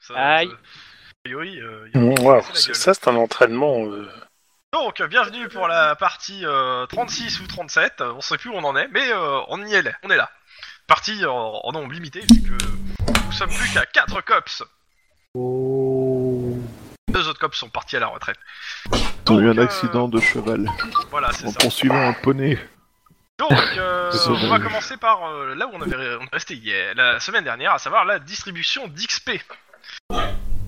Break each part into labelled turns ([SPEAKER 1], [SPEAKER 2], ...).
[SPEAKER 1] Ça,
[SPEAKER 2] Aïe.
[SPEAKER 1] euh, a priori, euh, il va
[SPEAKER 3] Bon,
[SPEAKER 1] se
[SPEAKER 3] waouh,
[SPEAKER 1] casser la
[SPEAKER 3] c'est-
[SPEAKER 1] gueule.
[SPEAKER 3] Mm, ça c'est un entraînement. euh,
[SPEAKER 1] Donc, euh, bienvenue pour la partie euh, 36 ou 37. euh, On sait plus où on en est, mais euh, on y est. là, On est là. Partie en, en nombre limité, vu que nous sommes plus qu'à 4 cops. Deux autres cops sont partis à la retraite.
[SPEAKER 4] Ils ont Oh. eu un
[SPEAKER 1] Donc, euh,
[SPEAKER 4] accident de cheval
[SPEAKER 1] Voilà, c'est
[SPEAKER 4] en
[SPEAKER 1] ça.
[SPEAKER 4] poursuivant un poney.
[SPEAKER 1] Donc, euh,
[SPEAKER 4] C'est
[SPEAKER 1] on va
[SPEAKER 4] vrai.
[SPEAKER 1] commencer par euh, là où on avait on est resté hier, la semaine dernière, à savoir la distribution d'XP.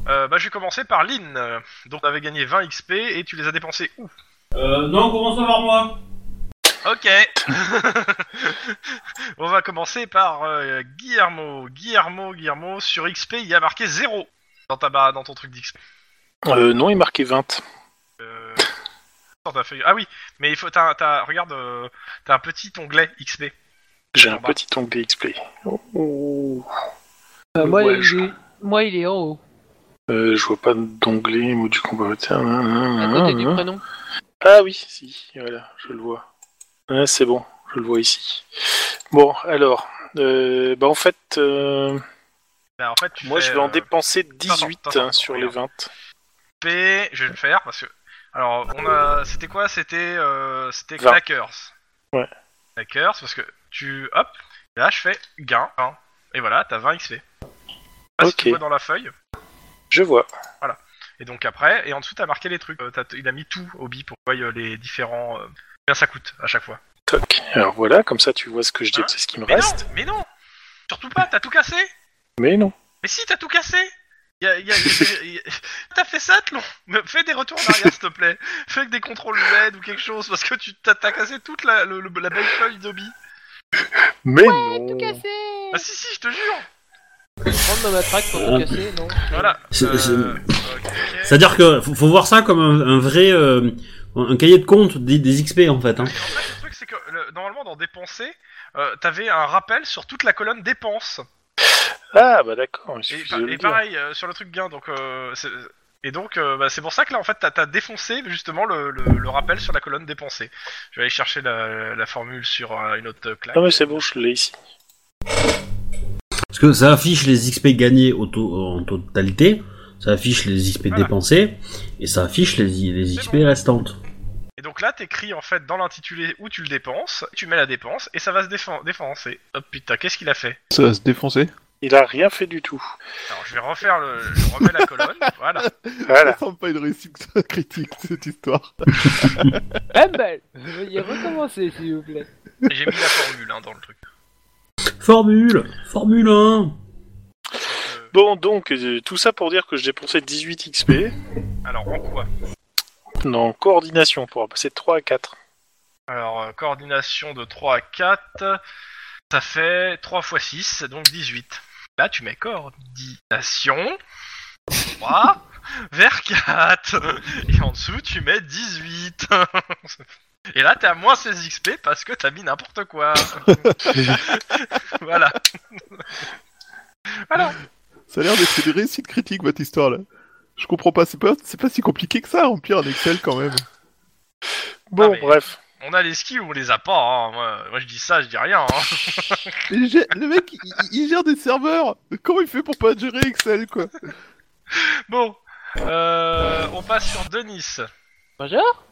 [SPEAKER 1] Euh, bah, je vais commencer par Lynn. euh, Donc, on avait gagné 20 XP et tu les as dépensés où
[SPEAKER 5] Euh, non, commence par moi.
[SPEAKER 1] Ok. on va commencer par euh, Guillermo. Guillermo, Guillermo, sur XP, il y a marqué 0 dans, ta, barre- dans ton truc d'XP.
[SPEAKER 3] euh, non, il marquait 20.
[SPEAKER 1] Euh, sur ta feuille. Ah oui, mais il faut. t'as- t'as- regarde, euh, t'as un petit onglet XP.
[SPEAKER 3] J'ai
[SPEAKER 1] En
[SPEAKER 3] un
[SPEAKER 1] bas.
[SPEAKER 3] petit onglet XP. Oh.
[SPEAKER 2] Euh, moi,
[SPEAKER 3] Ouais, je-
[SPEAKER 2] il est... moi, il est en haut,
[SPEAKER 3] Euh, je vois pas d'onglet, mot du combat. Tiens, hein, hein,
[SPEAKER 2] à
[SPEAKER 3] hein,
[SPEAKER 2] côté du
[SPEAKER 3] hein.
[SPEAKER 2] prénom.
[SPEAKER 3] Ah oui, si, voilà, je le vois. Ah, c'est bon, je le vois ici. Bon, alors, euh, bah en fait, euh,
[SPEAKER 1] Bah, en fait, tu
[SPEAKER 3] moi
[SPEAKER 1] fais,
[SPEAKER 3] je vais en
[SPEAKER 1] euh,
[SPEAKER 3] dépenser 18
[SPEAKER 1] attends, attends,
[SPEAKER 3] hein, sur les 20.
[SPEAKER 1] P, je vais le faire parce que. Alors, on a. C'était quoi C'était. Euh, C'était
[SPEAKER 3] Vingt.
[SPEAKER 1] Knackers.
[SPEAKER 3] Ouais.
[SPEAKER 1] Knackers, parce que tu. Hop, et là je fais gain. vingt. Et voilà, t'as 20 XP. Ah, si
[SPEAKER 3] Ok.
[SPEAKER 1] tu vois dans la feuille.
[SPEAKER 3] Je vois.
[SPEAKER 1] Et donc après, et en dessous t'as marqué les trucs. Euh, t'as- il a mis tout au bi pour voir euh, les différents. euh, combien ça coûte à chaque fois.
[SPEAKER 3] Toc. Alors voilà, comme ça tu vois ce que je dis,
[SPEAKER 1] Hein
[SPEAKER 3] c'est ce qui me
[SPEAKER 1] Mais
[SPEAKER 3] reste.
[SPEAKER 1] non Mais non Surtout pas, t'as tout cassé
[SPEAKER 3] Mais non.
[SPEAKER 1] Mais si, t'as tout cassé Y a- y a- y a- T'as fait ça, Tlon Me- Fais des retours en arrière, s'il te plaît. Fais des contrôles Z ou quelque chose, parce que tu t'as t'as cassé toute la, le- le- la belle feuille d'Obi.
[SPEAKER 3] Mais non.
[SPEAKER 1] Ah si, si, je te jure
[SPEAKER 2] Prendre ma matraque pour tout casser, non
[SPEAKER 1] Voilà.
[SPEAKER 6] C'est-
[SPEAKER 1] Euh,
[SPEAKER 6] c'est-
[SPEAKER 1] ok.
[SPEAKER 6] C'est-à-dire que faut, faut voir ça comme un, un vrai euh, un cahier de compte des, des XP en fait. Hein.
[SPEAKER 1] En fait, le truc, c'est que le- normalement, dans Dépenser, euh, t'avais un rappel sur toute la colonne Dépenses.
[SPEAKER 3] Ah bah d'accord, il
[SPEAKER 1] Et,
[SPEAKER 3] suffit
[SPEAKER 1] pa-
[SPEAKER 3] de
[SPEAKER 1] et
[SPEAKER 3] le dire.
[SPEAKER 1] pareil, euh, sur le truc gain, donc... euh, c'est- et donc, euh, bah, c'est pour ça que là, en fait, t'as t'as défoncé justement le, le- le rappel sur la colonne Dépenser. Je vais aller chercher la, la formule sur euh, une autre claque.
[SPEAKER 3] Non mais c'est bon, je l'ai ici.
[SPEAKER 6] Parce que ça affiche les XP gagnés au to- en totalité, ça affiche les XP
[SPEAKER 1] Voilà.
[SPEAKER 6] dépensés et ça affiche les, les
[SPEAKER 1] C'est
[SPEAKER 6] XP
[SPEAKER 1] bon.
[SPEAKER 6] restantes.
[SPEAKER 1] Et donc là, t'écris en fait dans l'intitulé où tu le dépenses, tu mets la dépense et ça va se défen- défoncer. Oh putain, qu'est-ce qu'il a fait
[SPEAKER 4] Ça va se défoncer.
[SPEAKER 3] Il a rien fait du tout.
[SPEAKER 1] Alors je vais refaire le. Je remets la colonne, voilà.
[SPEAKER 3] Voilà.
[SPEAKER 4] Ça semble pas une réussite critique cette histoire.
[SPEAKER 2] Bam bal Veuillez recommencer, s'il vous plaît.
[SPEAKER 1] Et J'ai mis la formule hein, dans le truc.
[SPEAKER 6] Formule, Formule 1.
[SPEAKER 1] Euh,
[SPEAKER 3] Bon donc, euh, tout ça pour dire que je dépensais 18 XP.
[SPEAKER 1] alors en quoi
[SPEAKER 3] Non, coordination pour passer de 3 à 4.
[SPEAKER 1] Alors euh, coordination de 3 à 4, ça fait 3 x 6, donc 18. Là, tu mets coordination 3 vers 4. Et en dessous, tu mets 18. Et là, t'es à moins 16 XP parce que t'as mis n'importe quoi. voilà. voilà.
[SPEAKER 4] Ça a l'air d'être une réussite critique votre histoire là. Je comprends pas, c'est pas, c'est pas si compliqué que ça, remplir un Excel quand même.
[SPEAKER 3] Bon,
[SPEAKER 1] Ah, mais-
[SPEAKER 3] bref.
[SPEAKER 1] On a les skis ou on les a pas. hein. Moi, moi, je dis ça, je dis rien. hein.
[SPEAKER 4] Mais il gère- le mec, il, il- il gère des serveurs. Comment il fait pour pas gérer Excel quoi
[SPEAKER 1] Bon. Euh, on passe sur Denis.
[SPEAKER 2] Bonjour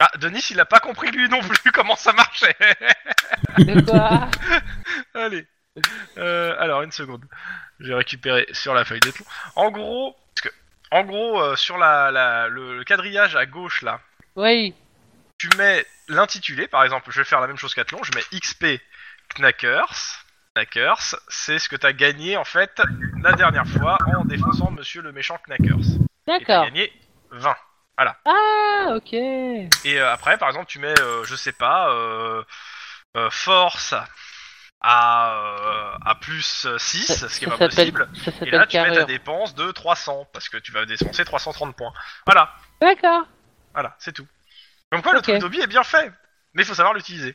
[SPEAKER 1] Ah, Denis, il a pas compris lui non plus comment ça marchait.
[SPEAKER 2] De quoi
[SPEAKER 1] Allez. Euh, alors, une seconde. J'ai récupéré sur la feuille d'étalon. En gros, parce que, en gros euh, sur la, la- le, le quadrillage à gauche, là,
[SPEAKER 2] Oui,
[SPEAKER 1] tu mets l'intitulé, par exemple, je vais faire la même chose qu'Athlon, je mets XP Knackers. Knackers, c'est ce que t'as gagné, en fait, la dernière fois en défonçant Monsieur le méchant Knackers. Et t'as
[SPEAKER 2] d'accord.
[SPEAKER 1] gagné 20.
[SPEAKER 2] Ah, ok.
[SPEAKER 1] Et euh, après, par exemple, tu mets, euh, je sais pas, euh, euh, force à, euh, à plus 6, ce qui est pas
[SPEAKER 2] s'appelle-
[SPEAKER 1] possible.
[SPEAKER 2] ça
[SPEAKER 1] Et là,
[SPEAKER 2] s'appelle
[SPEAKER 1] tu mets ta
[SPEAKER 2] carrure.
[SPEAKER 1] dépense de 300, parce que tu vas dépenser 330 points. Voilà,
[SPEAKER 2] D'accord.
[SPEAKER 1] voilà, c'est tout. Comme quoi, le
[SPEAKER 2] Ok.
[SPEAKER 1] truc d'Obi est bien fait, mais il faut savoir l'utiliser.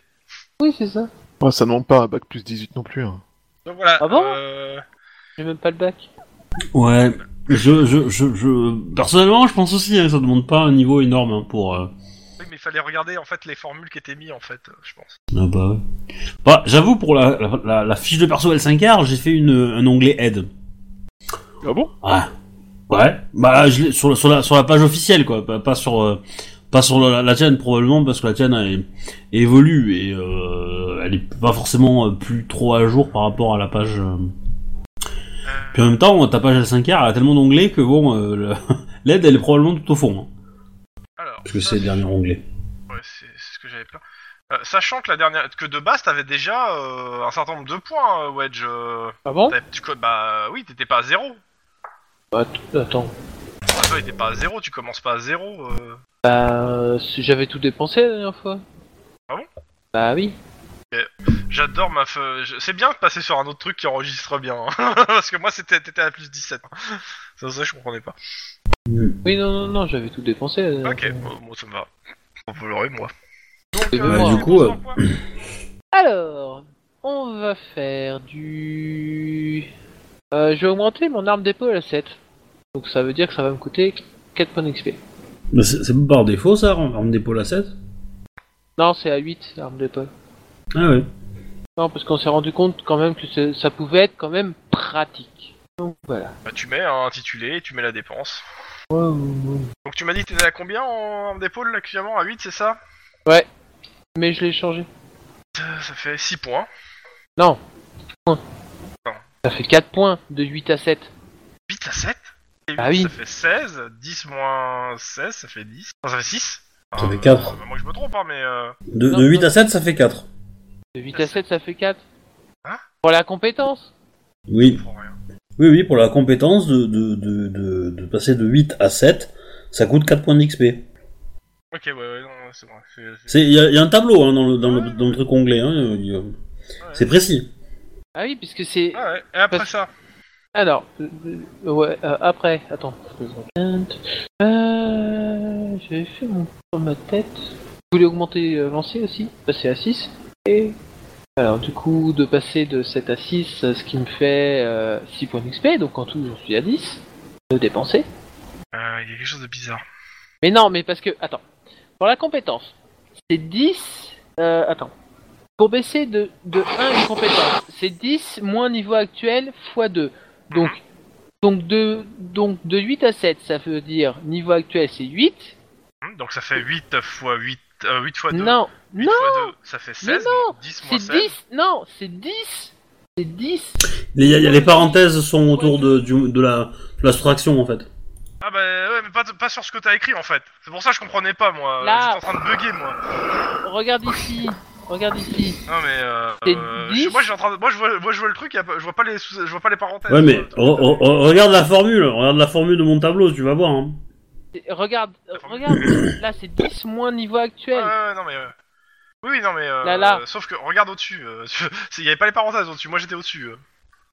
[SPEAKER 2] Oui, c'est ça.
[SPEAKER 4] Oh, ça demande pas un bac plus 18 non plus. hein.
[SPEAKER 1] Donc voilà.
[SPEAKER 2] Ah bon
[SPEAKER 1] euh,
[SPEAKER 2] J'ai même pas le bac.
[SPEAKER 6] Ouais. Je, je, je, je- personnellement, je pense aussi hein, que ça demande pas un niveau énorme hein, pour. euh,
[SPEAKER 1] oui, mais il fallait regarder en fait les formules qui étaient mises en fait, euh, je pense.
[SPEAKER 6] Ah bah ouais. Bah, j'avoue, pour la, la, la- la fiche de perso L5R, j'ai fait une, un onglet aide.
[SPEAKER 4] Ah bon
[SPEAKER 6] Ouais. Ouais. Bah, je l'ai- sur, la- sur, la, sur la page officielle, quoi. Pas, pas sur, euh, pas sur la, la tienne, probablement, parce que la tienne elle, évolue et euh, elle est pas forcément euh, plus trop à jour par rapport à la page. euh.
[SPEAKER 1] Euh,
[SPEAKER 6] Puis en même temps, ta page L5R, elle a tellement d'onglets que bon, euh, le- l'aide, elle est probablement tout au fond. hein,
[SPEAKER 1] Alors,
[SPEAKER 6] parce que
[SPEAKER 1] ça,
[SPEAKER 6] c'est le dernier onglet.
[SPEAKER 1] Ouais, c'est c'est ce que j'avais peur. Euh, sachant que la dernière, que de base, t'avais déjà euh, un certain nombre de points, euh, Wedge. euh,
[SPEAKER 2] Ah bon
[SPEAKER 1] t'avais- tu co- bah oui, t'étais pas à zéro.
[SPEAKER 2] Attends.
[SPEAKER 1] Ah, toi, t'étais pas à zéro, tu commences pas à zéro. euh.
[SPEAKER 2] Bah, si j'avais tout dépensé la dernière fois.
[SPEAKER 1] Ah bon
[SPEAKER 2] Bah oui.
[SPEAKER 1] J'adore ma. fe- je- C'est bien de passer sur un autre truc qui enregistre bien. hein. Parce que moi, c'était t'étais à plus 17. C'est ça, je comprenais pas.
[SPEAKER 6] Hmm.
[SPEAKER 2] Oui, non, non, non, j'avais tout dépensé la dernière
[SPEAKER 1] Ok,
[SPEAKER 2] fois.
[SPEAKER 1] bon, moi, ça me va. On peut l'aurait, moi.
[SPEAKER 2] Et
[SPEAKER 1] euh,
[SPEAKER 2] moi.
[SPEAKER 1] c'est
[SPEAKER 2] Du
[SPEAKER 6] coup,
[SPEAKER 1] bon,
[SPEAKER 6] euh,
[SPEAKER 1] quoi
[SPEAKER 2] Alors, on va faire du... Euh, je vais augmenter mon arme d'épaule à 7. Donc ça veut dire que ça va me coûter 4 points d'XP.
[SPEAKER 6] Mais c'est c'est pas par défaut, ça, arme d'épaule à 7
[SPEAKER 2] Non, c'est à 8, l'arme d'épaule.
[SPEAKER 6] Ah ouais.
[SPEAKER 2] Non, parce qu'on s'est rendu compte quand même que c'est- ça pouvait être quand même pratique. Donc voilà.
[SPEAKER 1] Bah, tu mets un intitulé, tu mets la dépense.
[SPEAKER 2] Ouais,
[SPEAKER 1] Donc, tu m'as dit que t'étais à combien en arme d'épaule, là, actuellement À 8, c'est ça
[SPEAKER 2] mais je l'ai changé.
[SPEAKER 1] Euh, Ça fait 6 points.
[SPEAKER 2] Non. Point.
[SPEAKER 1] Non.
[SPEAKER 2] Ça fait 4 points de 8 à 7.
[SPEAKER 1] 8 à 7 Et
[SPEAKER 2] Ah oui.
[SPEAKER 1] Ça fait 16, 10 moins 16, ça fait 10. Non, ça fait 6
[SPEAKER 6] Ça fait quatre.
[SPEAKER 1] moi je me trompe, hein, mais. euh,
[SPEAKER 6] De,
[SPEAKER 2] Non,
[SPEAKER 6] de 8
[SPEAKER 2] non.
[SPEAKER 6] à 7, ça fait 4.
[SPEAKER 2] De 8 à 7, ça fait 4.
[SPEAKER 1] Hein
[SPEAKER 2] Pour la compétence
[SPEAKER 6] Oui.
[SPEAKER 1] pour rien.
[SPEAKER 6] Oui, oui, pour la compétence de, de, de, de, de passer de 8 à 7, ça coûte 4 points d'XP.
[SPEAKER 1] Ok, ouais, ouais, non, c'est vrai. c'est- c'est-
[SPEAKER 6] Il y, a- y a un tableau hein, dans, le, dans, le, dans le truc anglais. Hein, euh, y a- C'est précis.
[SPEAKER 2] Ah oui, puisque c'est...
[SPEAKER 1] Ah ouais, et après
[SPEAKER 2] Parce-
[SPEAKER 1] ça
[SPEAKER 2] Alors, euh, euh, ouais, euh, après, attends. Euh, J'avais fait mon dans ma tête. Je voulais augmenter euh, lancer aussi, passer à 6. Et. Alors, du coup, de passer de 7 à 6, euh, ce qui me fait euh, 6 points d'XP, donc en tout, j'en suis à 10. De dépenser.
[SPEAKER 1] Euh, Il y a quelque chose de bizarre.
[SPEAKER 2] Mais non, mais parce que. Attends. Pour la compétence, c'est 10. Euh, attends. Pour baisser de, de 1 une compétence, c'est 10 moins niveau actuel fois 2. Donc, donc, de, donc de 8 à 7, ça veut dire niveau actuel c'est 8.
[SPEAKER 1] Hum, Donc ça fait 8 x 8. euh, 8 x 2.
[SPEAKER 2] Non,
[SPEAKER 1] 8
[SPEAKER 2] non,
[SPEAKER 1] fois 2, ça fait 16.
[SPEAKER 2] non,
[SPEAKER 1] donc 10 moins
[SPEAKER 2] c'est
[SPEAKER 1] 16.
[SPEAKER 2] 10. Non, c'est 10. C'est 10.
[SPEAKER 6] Les, y a- y a les parenthèses sont autour de, du- de, la, de la soustraction en fait.
[SPEAKER 1] Ah bah ouais, mais pas, pas sur ce que t'as écrit en fait. C'est pour ça que je comprenais pas moi. Euh,
[SPEAKER 2] Là.
[SPEAKER 1] J'étais en train de bugger moi.
[SPEAKER 2] Regarde ici. Regarde ici.
[SPEAKER 1] Non mais euh.
[SPEAKER 2] C'est
[SPEAKER 1] euh,
[SPEAKER 2] 10.
[SPEAKER 1] je- moi, j'étais en train de- moi, je vois, moi je vois le truc, y a pas- je vois pas les, sous- je vois pas les parenthèses.
[SPEAKER 6] Ouais, mais
[SPEAKER 1] euh,
[SPEAKER 6] re- re- re- regarde la formule, regarde la formule de mon tableau, tu vas voir. hein.
[SPEAKER 2] C'est- Regarde, regarde. Là, c'est 10 moins niveau actuel.
[SPEAKER 1] Ouais, ouais, ouais, non, mais. euh, Oui, oui, non, mais. euh,
[SPEAKER 2] Là, là.
[SPEAKER 1] euh, Sauf que, regarde au-dessus. euh, Il n'y avait pas les parenthèses au-dessus. Moi, j'étais au-dessus. euh.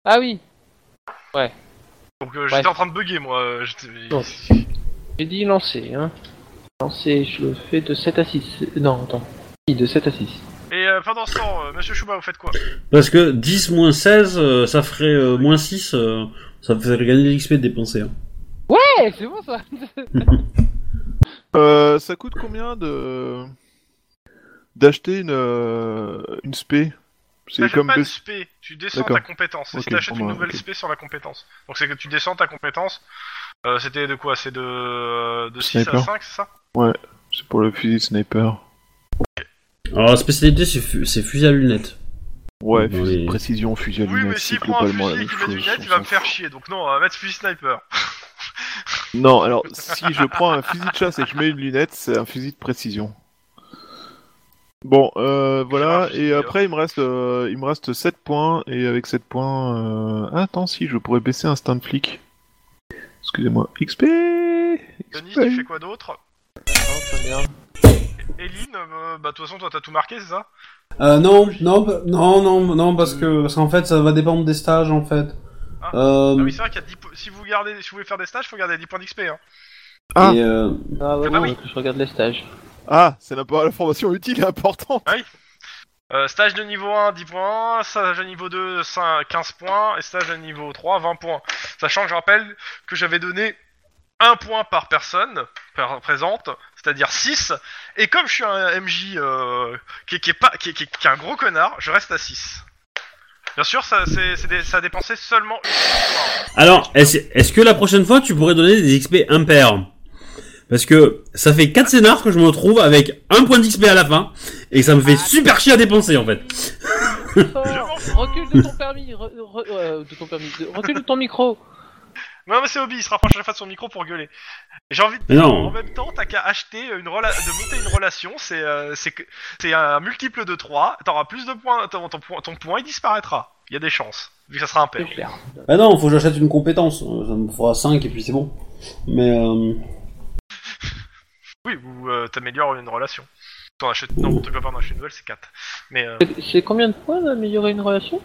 [SPEAKER 2] Ah oui.
[SPEAKER 1] Donc, euh, j'étais
[SPEAKER 2] Ouais.
[SPEAKER 1] en train de bugger, moi. euh, j'étais-
[SPEAKER 2] Bon. J'ai dit lancer, hein. Lancer, je le fais de 7 à 6. Non, attends. Oui, de 7 à 6.
[SPEAKER 1] Et euh, pendant ce temps, euh, monsieur Chouba, vous faites quoi
[SPEAKER 6] Parce que 10 moins 16, euh, ça ferait euh, moins 6, euh, ça ferait gagner de l'XP dépensé. hein.
[SPEAKER 2] Eh, c'est bon ça
[SPEAKER 4] Euh, ça coûte combien de d'acheter une euh, une spé C'est
[SPEAKER 1] T'achètes
[SPEAKER 4] comme
[SPEAKER 1] pas une
[SPEAKER 4] baisse-
[SPEAKER 1] spé, tu descends ta
[SPEAKER 4] D'accord.
[SPEAKER 1] compétence. C'est
[SPEAKER 4] Ok,
[SPEAKER 1] si t'achètes
[SPEAKER 4] bon,
[SPEAKER 1] une
[SPEAKER 4] bah,
[SPEAKER 1] nouvelle
[SPEAKER 4] ok.
[SPEAKER 1] spé sur la compétence. Donc, c'est que tu descends ta compétence. Euh, C'était de quoi C'est de, euh, de 6 à
[SPEAKER 4] D'accord.
[SPEAKER 1] 5, c'est ça
[SPEAKER 4] c'est pour le fusil sniper.
[SPEAKER 6] Alors la spécialité, c'est fu- c'est fusil à lunettes.
[SPEAKER 4] Ouais,
[SPEAKER 6] Oui.
[SPEAKER 4] fusil de précision, fusil à
[SPEAKER 1] Oui,
[SPEAKER 4] lunettes,
[SPEAKER 1] mais
[SPEAKER 4] c'est
[SPEAKER 1] s'il prend un
[SPEAKER 4] globalement la
[SPEAKER 1] fusil et
[SPEAKER 4] même
[SPEAKER 1] qu'il met des
[SPEAKER 4] chose.
[SPEAKER 1] lunettes,
[SPEAKER 4] on
[SPEAKER 1] il va
[SPEAKER 4] s'en
[SPEAKER 1] me faire
[SPEAKER 4] fout.
[SPEAKER 1] chier. Donc, non, euh, mettre fusil sniper.
[SPEAKER 4] Non, alors si je prends un fusil de chasse et que je mets une lunette, c'est un fusil de précision. Bon, euh,
[SPEAKER 1] un
[SPEAKER 4] voilà,
[SPEAKER 1] fusil,
[SPEAKER 4] et
[SPEAKER 1] d'ailleurs.
[SPEAKER 4] après il me reste euh, il me reste 7 points, et avec 7 points... euh, ah, Attends, si, je pourrais baisser un stand flic. Excusez-moi, XP
[SPEAKER 1] Denis,
[SPEAKER 4] Ouais.
[SPEAKER 1] tu fais quoi d'autre Eline, euh, bah, de toute façon, toi, t'as tout marqué, c'est ça
[SPEAKER 6] Euh, non, non, non, non, non, parce que parce qu'en fait, ça va dépendre des stages en fait.
[SPEAKER 1] Ah.
[SPEAKER 6] Euh,
[SPEAKER 1] Ah oui, c'est vrai qu'il y a 10 po- si vous gardez si vous voulez faire des stages, faut garder 10 points d'XP hein.
[SPEAKER 4] Ah.
[SPEAKER 6] et, euh,
[SPEAKER 2] Ah ouais,
[SPEAKER 1] Ah bah
[SPEAKER 2] bon,
[SPEAKER 1] oui.
[SPEAKER 2] que je regarde les stages.
[SPEAKER 4] Ah, c'est la la formation utile et importante
[SPEAKER 1] Euh, stage de niveau 1 10 points, stage de niveau 2 5, 15 points et stage de niveau 3 20 points. Sachant que je rappelle que j'avais donné 1 point par personne par présente, c'est-à-dire 6 et comme je suis un MJ euh, qui, qui est pas qui, qui- qui est un gros connard, je reste à 6. Bien sûr, ça, c'est, c'est des- ça dépensait seulement une fois.
[SPEAKER 6] Alors, est-ce est-ce que la prochaine fois, tu pourrais donner des XP impairs Parce que ça fait 4 scénars que je me retrouve avec un point d'XP à la fin, et ça me fait
[SPEAKER 1] Ah.
[SPEAKER 6] super chier à dépenser, en fait.
[SPEAKER 2] Fort. Oh, Recule de ton permis, re- re- euh, de ton permis, de- recule de ton micro.
[SPEAKER 1] Non, mais c'est Obi, il se rapproche à chaque fois de son micro pour gueuler. Et J'ai envie de
[SPEAKER 6] Mais
[SPEAKER 1] en
[SPEAKER 6] non.
[SPEAKER 1] même temps, t'as qu'à acheter une rela- de monter une relation, c'est euh, c'est que- c'est un multiple de 3, t'auras plus de points, ton, ton, point- ton point il disparaîtra. Il y a des chances, vu que ça sera un
[SPEAKER 2] C'est
[SPEAKER 1] pair.
[SPEAKER 2] clair.
[SPEAKER 6] Bah non, faut que j'achète une compétence. Euh, Ça me fera 5 et puis c'est bon. Mais euh...
[SPEAKER 1] Oui, ou euh, t'améliores une relation. T'en achètes, non, tu peux pas en acheter une nouvelle, c'est 4. Mais euh,
[SPEAKER 2] C'est- C'est combien de points d'améliorer une relation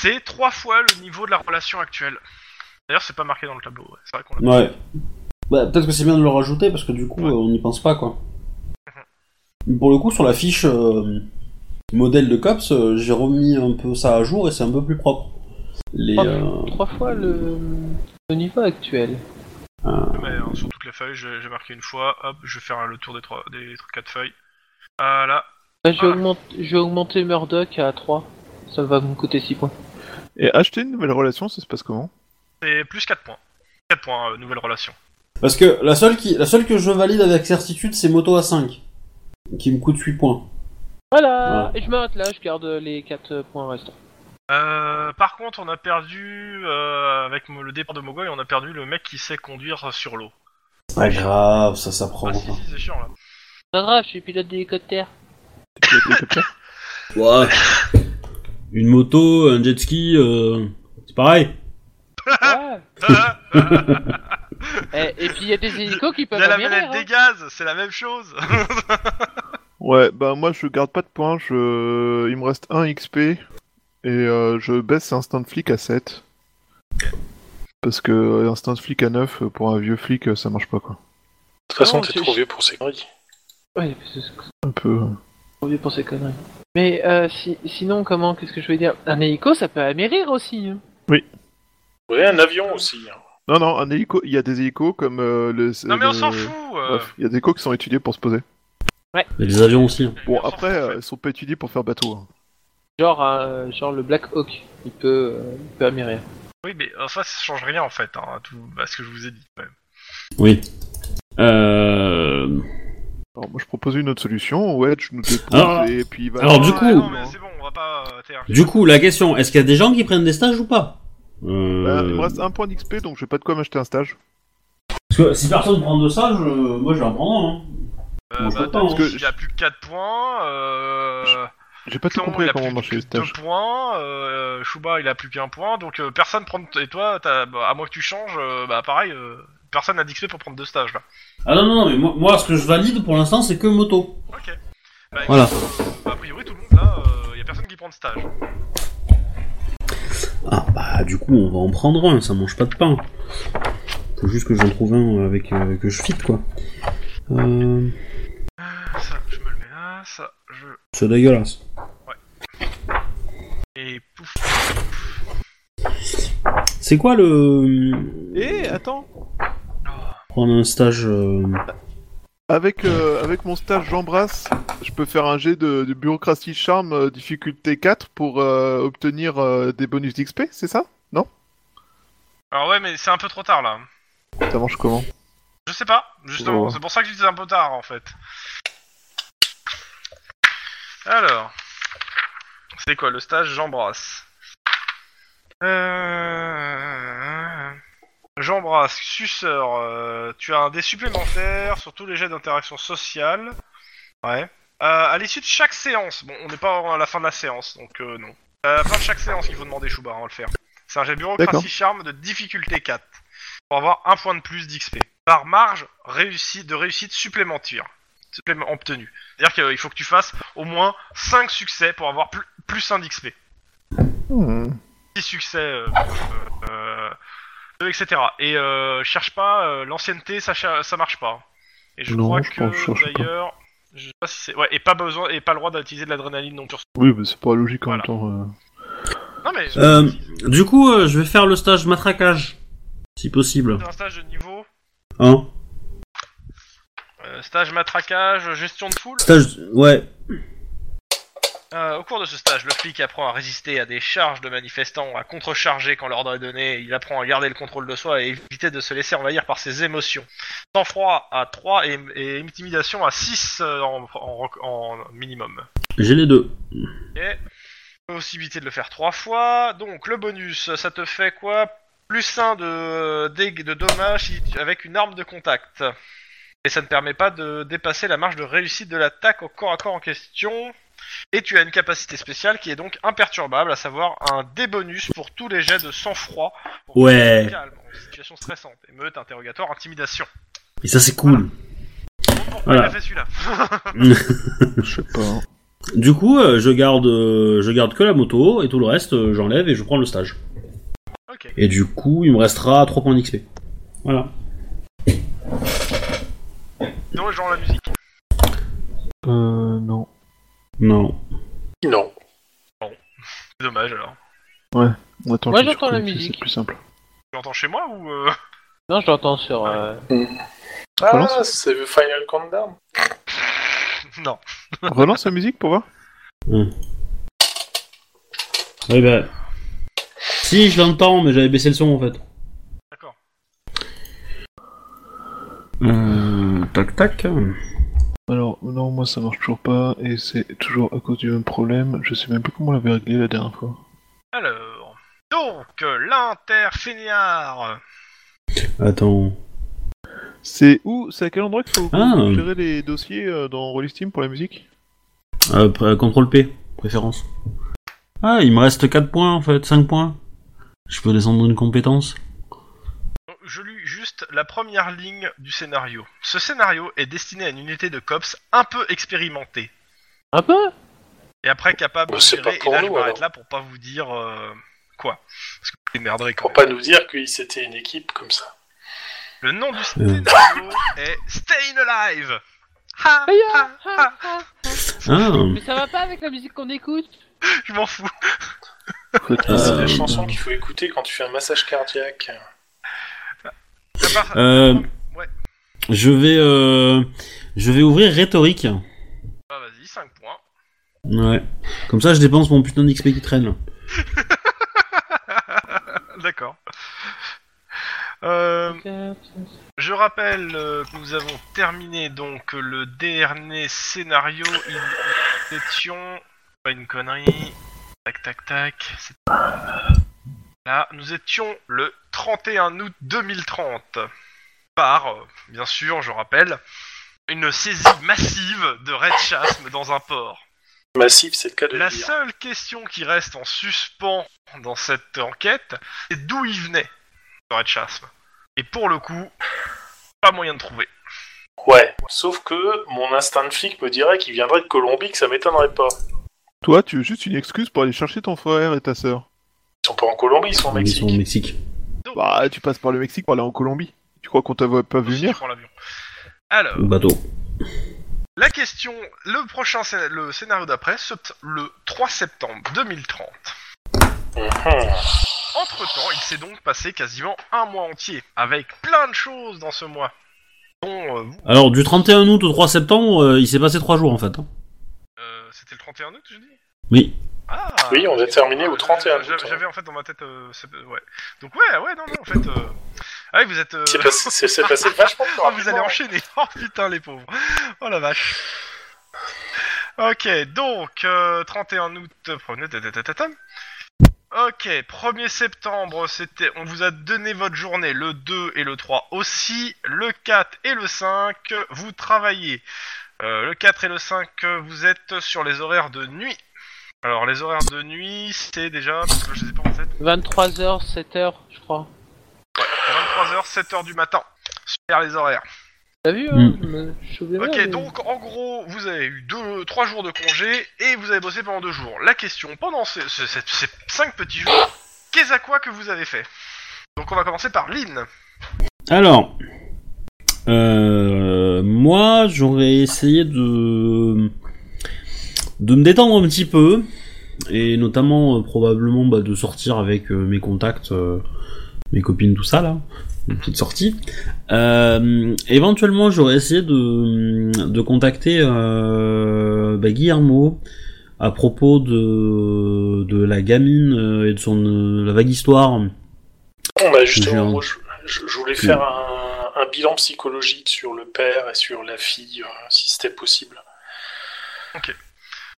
[SPEAKER 1] c'est 3 fois le niveau de la relation actuelle. D'ailleurs, c'est pas marqué dans le tableau, ouais. c'est vrai qu'on l'a
[SPEAKER 6] Ouais. Bah, peut-être que c'est bien de le rajouter parce que du coup, euh, on n'y pense pas, quoi. Mais Pour le coup, sur la fiche euh, modèle de COPS, euh, j'ai remis un peu ça à jour et c'est un peu plus propre. Les,
[SPEAKER 2] Oh.
[SPEAKER 6] euh,
[SPEAKER 2] Trois fois le, le niveau actuel.
[SPEAKER 1] Mais, hein, sur toutes les feuilles, j'ai j'ai marqué une fois, hop, je vais faire le tour des trois, des trois- quatre feuilles. Voilà.
[SPEAKER 2] Bah, je, vais
[SPEAKER 1] Ah.
[SPEAKER 2] augmenter, je vais augmenter Murdoch à 3. Ça va me coûter 6 points.
[SPEAKER 4] Et acheter une nouvelle relation, ça se passe comment
[SPEAKER 1] C'est plus 4 points. 4 points, euh, nouvelle relation.
[SPEAKER 6] Parce que la seule, qui... la seule que je valide avec certitude, c'est Moto A5, qui me coûte 8 points.
[SPEAKER 2] Voilà Et je m'arrête là, je garde les 4 points restants.
[SPEAKER 1] Euh, par contre, on a perdu, euh, avec mo- le départ de Mogoy, on a perdu le mec qui sait conduire sur l'eau.
[SPEAKER 6] C'est pas grave, ça s'apprend.
[SPEAKER 4] Oh.
[SPEAKER 1] Ah si, si, c'est chiant là.
[SPEAKER 2] Pas grave, je suis pilote d'hélicoptère.
[SPEAKER 4] Avec l'hélicoptère
[SPEAKER 6] Ouais. Une moto, un jet ski, euh, c'est pareil.
[SPEAKER 2] Ouais.
[SPEAKER 1] Ah,
[SPEAKER 2] Eh, et, et puis il y a des hélicos qui
[SPEAKER 1] Il
[SPEAKER 2] peuvent hein.
[SPEAKER 1] y a la
[SPEAKER 2] amener
[SPEAKER 1] manette des gaz, c'est la même chose.
[SPEAKER 4] Ouais, bah moi je garde pas de points, je... il me reste 1 XP et euh, je baisse instant flic à 7. Parce que euh, instant flic à 9, euh, pour un vieux flic, euh, ça marche pas quoi.
[SPEAKER 3] toute façon,
[SPEAKER 2] Non,
[SPEAKER 3] t'es
[SPEAKER 2] c'est-
[SPEAKER 3] trop vieux pour ces conneries.
[SPEAKER 2] Ouais, parce que c'est
[SPEAKER 4] Un peu. euh.
[SPEAKER 2] trop vieux pour ces conneries. Mais euh, si- sinon, comment, qu'est-ce que je veux dire Un hélico, ça peut amérir aussi. hein.
[SPEAKER 3] Ouais, un avion aussi. hein.
[SPEAKER 4] Non, non, un hélico, il y a des hélicos comme euh, le.
[SPEAKER 1] non mais on
[SPEAKER 4] le-
[SPEAKER 1] s'en fout. euh,
[SPEAKER 4] Bref, il y a des hélicos qui sont étudiés pour se poser.
[SPEAKER 6] Et les avions aussi. hein.
[SPEAKER 1] mais
[SPEAKER 4] Bon,
[SPEAKER 1] on s'en
[SPEAKER 4] après,
[SPEAKER 1] fout, en
[SPEAKER 4] euh,
[SPEAKER 1] fait.
[SPEAKER 4] ils sont pas étudiés pour faire bateau. hein.
[SPEAKER 2] Genre, euh, genre le Black Hawk, il peut, euh, il peut amérir.
[SPEAKER 1] Oui, mais euh, ça, ça change rien en fait, hein, à, tout, à ce que je vous ai dit. quand même.
[SPEAKER 6] Oui. Euh...
[SPEAKER 4] Alors moi je propose une autre solution, Wedge nous dépose
[SPEAKER 6] Alors-
[SPEAKER 4] et puis il va.
[SPEAKER 6] alors, du
[SPEAKER 1] Ah,
[SPEAKER 6] coup-
[SPEAKER 1] non, mais c'est bon, on va pas. euh, taire.
[SPEAKER 6] Du coup, la question, est-ce qu'il y a des gens qui prennent des stages ou pas euh...
[SPEAKER 4] Bah, il me reste un point d'XP donc j'ai pas de quoi m'acheter un stage.
[SPEAKER 6] Parce que si personne prend de stage, euh, moi je vais en prendre un.
[SPEAKER 1] Euh, bah,
[SPEAKER 6] on peut pas,
[SPEAKER 1] attends,
[SPEAKER 6] hein.
[SPEAKER 1] il a plus que 4 points. Euh...
[SPEAKER 4] J'ai pas tout
[SPEAKER 1] Clément,
[SPEAKER 4] compris
[SPEAKER 1] il
[SPEAKER 4] à
[SPEAKER 1] a
[SPEAKER 4] comment
[SPEAKER 1] plus
[SPEAKER 4] marchaient les
[SPEAKER 1] que deux
[SPEAKER 4] stages.
[SPEAKER 1] points, euh, Shuba il a plus qu'un point, donc euh, personne prend et toi t'as- bah, à moins que tu changes, euh, bah pareil, euh, personne n'a d'XP pour prendre deux stages là.
[SPEAKER 6] Ah non, non, non, mais moi, moi, ce que je valide pour l'instant, c'est que moto.
[SPEAKER 1] Ok. Bah,
[SPEAKER 6] Voilà.
[SPEAKER 1] A priori tout le monde là, il y a personne qui prend de stage.
[SPEAKER 6] Ah bah du coup, on va en prendre un, ça mange pas de pain. Faut juste que j'en trouve un avec euh, que je fit quoi. Euh,
[SPEAKER 1] Ça, je me le mets là, ça, je
[SPEAKER 6] c'est dégueulasse.
[SPEAKER 1] et pouf.
[SPEAKER 6] C'est quoi le
[SPEAKER 4] Et attends,
[SPEAKER 6] prendre un stage euh,
[SPEAKER 4] avec euh, avec mon stage j'embrasse, je peux faire un jet de, de bureaucratie charme euh, difficulté 4 pour euh, obtenir euh, des bonus d'XP, c'est ça
[SPEAKER 1] Alors ouais mais c'est un peu trop tard là.
[SPEAKER 4] Ça marche comment
[SPEAKER 1] Je sais pas, justement,
[SPEAKER 4] Oh.
[SPEAKER 1] c'est pour ça que je dis un peu tard en fait. Alors, c'est quoi le stage J'embrasse. Euh... J'embrasse, suceur, euh, tu as un dé supplémentaire sur tous les jets d'interaction sociale. Ouais. Euh, à l'issue de chaque séance, bon, on n'est pas à la fin de la séance, donc euh, non. Euh, À la fin de chaque séance, il faut demander Chouba, on va le faire. C'est un jet
[SPEAKER 4] D'accord.
[SPEAKER 1] bureaucratie charme de difficulté 4 pour avoir un point de plus d'XP par marge réussie de réussite supplémentaire supplément- obtenue. C'est-à-dire qu'il faut que tu fasses au moins 5 succès pour avoir plus, plus 1 d'XP.
[SPEAKER 4] Hmm.
[SPEAKER 1] 6 succès, euh, euh, euh, etc. Et euh, cherche pas, euh, l'ancienneté ça, cha- ça marche pas. Et je
[SPEAKER 4] Non,
[SPEAKER 1] crois
[SPEAKER 4] je
[SPEAKER 1] que
[SPEAKER 4] pense que je cherche pas.
[SPEAKER 1] d'ailleurs, je sais pas si c'est. Ouais, et pas besoin, et pas le droit d'utiliser de l'adrénaline non pure.
[SPEAKER 4] Oui, mais c'est pas logique en
[SPEAKER 1] Voilà.
[SPEAKER 4] même temps. euh.
[SPEAKER 1] Non mais.
[SPEAKER 6] Euh, Du coup, euh, je vais faire le stage matraquage, si possible.
[SPEAKER 1] C'est un stage de niveau,
[SPEAKER 6] Hein
[SPEAKER 1] euh, stage matraquage, gestion de foule.
[SPEAKER 6] Stage, ouais.
[SPEAKER 1] Euh, au cours de ce stage, le flic apprend à résister à des charges de manifestants, à contrecharger quand l'ordre est donné, il apprend à garder le contrôle de soi et éviter de se laisser envahir par ses émotions. Sang-froid à 3 et, et intimidation à 6 euh, en, en- en minimum.
[SPEAKER 6] J'ai les deux.
[SPEAKER 1] Ok. Possibilité de le faire 3 fois. Donc le bonus, ça te fait quoi Plus 1 de, dég- de dommages si tu- avec une arme de contact. Et ça ne permet pas de dépasser la marge de réussite de l'attaque au corps à corps en question. Et tu as une capacité spéciale qui est donc imperturbable, à savoir un débonus pour tous les jets de sang-froid. pour
[SPEAKER 6] Ouais.
[SPEAKER 1] rester Calme, en situation stressante, émeute, interrogatoire, intimidation.
[SPEAKER 6] Et ça, c'est cool.
[SPEAKER 1] Pourquoi
[SPEAKER 6] Voilà.
[SPEAKER 1] il a fait celui-là
[SPEAKER 4] Je sais pas. hein.
[SPEAKER 6] Du coup, euh, je garde, euh, je garde que la moto et tout le reste, euh, j'enlève et je prends le stage.
[SPEAKER 1] Ok.
[SPEAKER 6] Et du coup, il me restera 3 points d'XP. Voilà.
[SPEAKER 1] Non, genre la musique.
[SPEAKER 4] Euh, non.
[SPEAKER 6] Non.
[SPEAKER 3] Non.
[SPEAKER 1] C'est Dommage alors.
[SPEAKER 4] Attends,
[SPEAKER 2] Moi,
[SPEAKER 4] je vais
[SPEAKER 2] j'entends la
[SPEAKER 4] connecter,
[SPEAKER 2] musique.
[SPEAKER 4] C'est plus simple.
[SPEAKER 1] Tu l'entends chez moi ou euh,
[SPEAKER 2] Non, je l'entends sur. euh,
[SPEAKER 4] Relance.
[SPEAKER 3] Ah, c'est le Final Countdown.
[SPEAKER 1] Non.
[SPEAKER 4] Relance la musique pour voir
[SPEAKER 6] Oui, bah. Si, je l'entends, mais j'avais baissé le son en fait.
[SPEAKER 1] D'accord.
[SPEAKER 6] Euh, tac tac.
[SPEAKER 4] Alors, non, moi ça marche toujours pas, et c'est toujours à cause du même problème. Je sais même plus comment on l'avait réglé la dernière fois.
[SPEAKER 1] Alors. Donc, euh, l'interfeignard.
[SPEAKER 6] Attends.
[SPEAKER 4] C'est où C'est à quel endroit qu'il faut
[SPEAKER 6] Ah.
[SPEAKER 4] gérer les dossiers euh, dans Rolling Steam pour la musique
[SPEAKER 6] Euh, pr- contrôle P, préférence. Ah, il me reste 4 points en fait, 5 points. Je peux descendre une compétence.
[SPEAKER 1] Je lis juste la première ligne du scénario. Ce scénario est destiné à une unité de cops un peu expérimentée.
[SPEAKER 2] Un peu
[SPEAKER 1] Et après, capable
[SPEAKER 3] Bah,
[SPEAKER 1] de
[SPEAKER 3] c'est
[SPEAKER 1] gérer.
[SPEAKER 3] pas
[SPEAKER 1] Et
[SPEAKER 3] pour
[SPEAKER 1] là, je
[SPEAKER 3] nous,
[SPEAKER 1] m'arrête
[SPEAKER 3] alors.
[SPEAKER 1] là pour pas vous dire euh, quoi. Parce que vous les merderez quand
[SPEAKER 3] Pour
[SPEAKER 1] même.
[SPEAKER 3] pas nous dire que c'était une équipe comme ça.
[SPEAKER 1] Le nom
[SPEAKER 6] Euh.
[SPEAKER 1] du scénario est Stayin' Alive. Ha,
[SPEAKER 2] Aïe,
[SPEAKER 1] ha,
[SPEAKER 2] ah, ah, ah.
[SPEAKER 6] Ah,
[SPEAKER 2] Mais ça va pas avec la musique qu'on écoute
[SPEAKER 1] je m'en fous.
[SPEAKER 3] C'est
[SPEAKER 6] Euh,
[SPEAKER 3] la chanson qu'il faut écouter quand tu fais un massage cardiaque.
[SPEAKER 1] À part-
[SPEAKER 6] Euh.
[SPEAKER 1] Ouais.
[SPEAKER 6] je vais, euh, je vais ouvrir rhétorique.
[SPEAKER 1] Ah, vas-y, 5 points.
[SPEAKER 6] Ouais. Comme ça, je dépense mon putain d'XP qui traîne. là.
[SPEAKER 1] D'accord. Euh, Je rappelle euh, que nous avons terminé donc le dernier scénario. Il- Nous étions pas une connerie. Tac tac tac. C'est- Là, nous étions le 31 août 2030 par, euh, bien sûr, je rappelle, une saisie massive de Red Chasme dans un port.
[SPEAKER 3] Massif, c'est le cas de le
[SPEAKER 1] La
[SPEAKER 3] dire.
[SPEAKER 1] seule question qui reste en suspens dans cette enquête, c'est d'où il venait, le Red Chasme. Et pour le coup, pas moyen de trouver.
[SPEAKER 3] Ouais. Sauf que mon instinct de flic me dirait qu'il viendrait de Colombie, que ça m'étonnerait pas.
[SPEAKER 4] Toi, tu veux juste une excuse pour aller chercher ton frère et ta sœur.
[SPEAKER 3] Ils sont pas en Colombie, ils sont en
[SPEAKER 6] Ils
[SPEAKER 3] Mexique.
[SPEAKER 6] sont au Mexique.
[SPEAKER 4] Bah, tu passes par le Mexique pour aller en Colombie. Tu crois qu'on t'avait pas vu
[SPEAKER 1] Si tu
[SPEAKER 4] venir
[SPEAKER 1] prends l'avion. Alors,
[SPEAKER 6] Au Bateau.
[SPEAKER 1] la question, le prochain scén- le scénario d'après, se- le 3 septembre 2030.
[SPEAKER 3] Mhm.
[SPEAKER 1] Entre temps, il s'est donc passé quasiment un mois entier, avec plein de choses dans ce mois. Dont, euh, vous-
[SPEAKER 6] Alors, du 31 août au 3 septembre, euh, il s'est passé 3 jours en fait. hein.
[SPEAKER 1] euh, c'était le 31 août, je dis
[SPEAKER 6] Oui.
[SPEAKER 1] Ah,
[SPEAKER 3] Oui, on a terminé au 31 août,
[SPEAKER 1] J'avais
[SPEAKER 3] hein.
[SPEAKER 1] j'avais en fait dans ma tête. euh, c'est- euh, ouais. Donc, ouais, ouais, non, non, en fait. euh, Ah oui, vous êtes. euh,
[SPEAKER 3] C'est passé, c'est- c'est passé vachement plus
[SPEAKER 1] Oh, vous
[SPEAKER 3] rapidement.
[SPEAKER 1] allez enchaîner. Oh putain, les pauvres. Oh la vache. Ok, donc, euh, 31 août. euh, prenez- tatatatam. Ok, 1er septembre, c'était. On vous a donné votre journée le 2 et le 3 aussi. Le 4 et le 5, vous travaillez. Euh, le 4 et le 5, euh, vous êtes sur les horaires de nuit. Alors, les horaires de nuit, c'est déjà. Je sais pas en tête.
[SPEAKER 2] 23h, 7h, je crois.
[SPEAKER 1] 23h, 7h du matin. Super les horaires.
[SPEAKER 2] T'as vu, hein
[SPEAKER 3] Hmm.
[SPEAKER 6] Mm.
[SPEAKER 2] Je me- je suis oublié,
[SPEAKER 1] Ok,
[SPEAKER 2] mais-
[SPEAKER 1] donc en gros, vous avez eu deux, trois jours de congé et vous avez bossé pendant deux jours. La question, pendant ces, ces- ces- ces cinq petits jours, qu'est-ce à quoi que vous avez fait Donc on va commencer par Lynn.
[SPEAKER 6] Alors, euh, moi, j'aurais essayé de de me détendre un petit peu et notamment euh, probablement bah, de sortir avec euh, mes contacts, euh, mes copines, tout ça là, une petite sortie. Euh, éventuellement, j'aurais essayé de de contacter euh, bah, Guillermo à propos de, de la gamine euh, et de son euh, la vague histoire.
[SPEAKER 3] Bon, bah, justement,
[SPEAKER 6] J'ai
[SPEAKER 3] moi, je, je- je voulais
[SPEAKER 6] Oui.
[SPEAKER 3] faire un, un bilan psychologique sur le père et sur la fille, euh, si c'était possible.
[SPEAKER 1] Ok.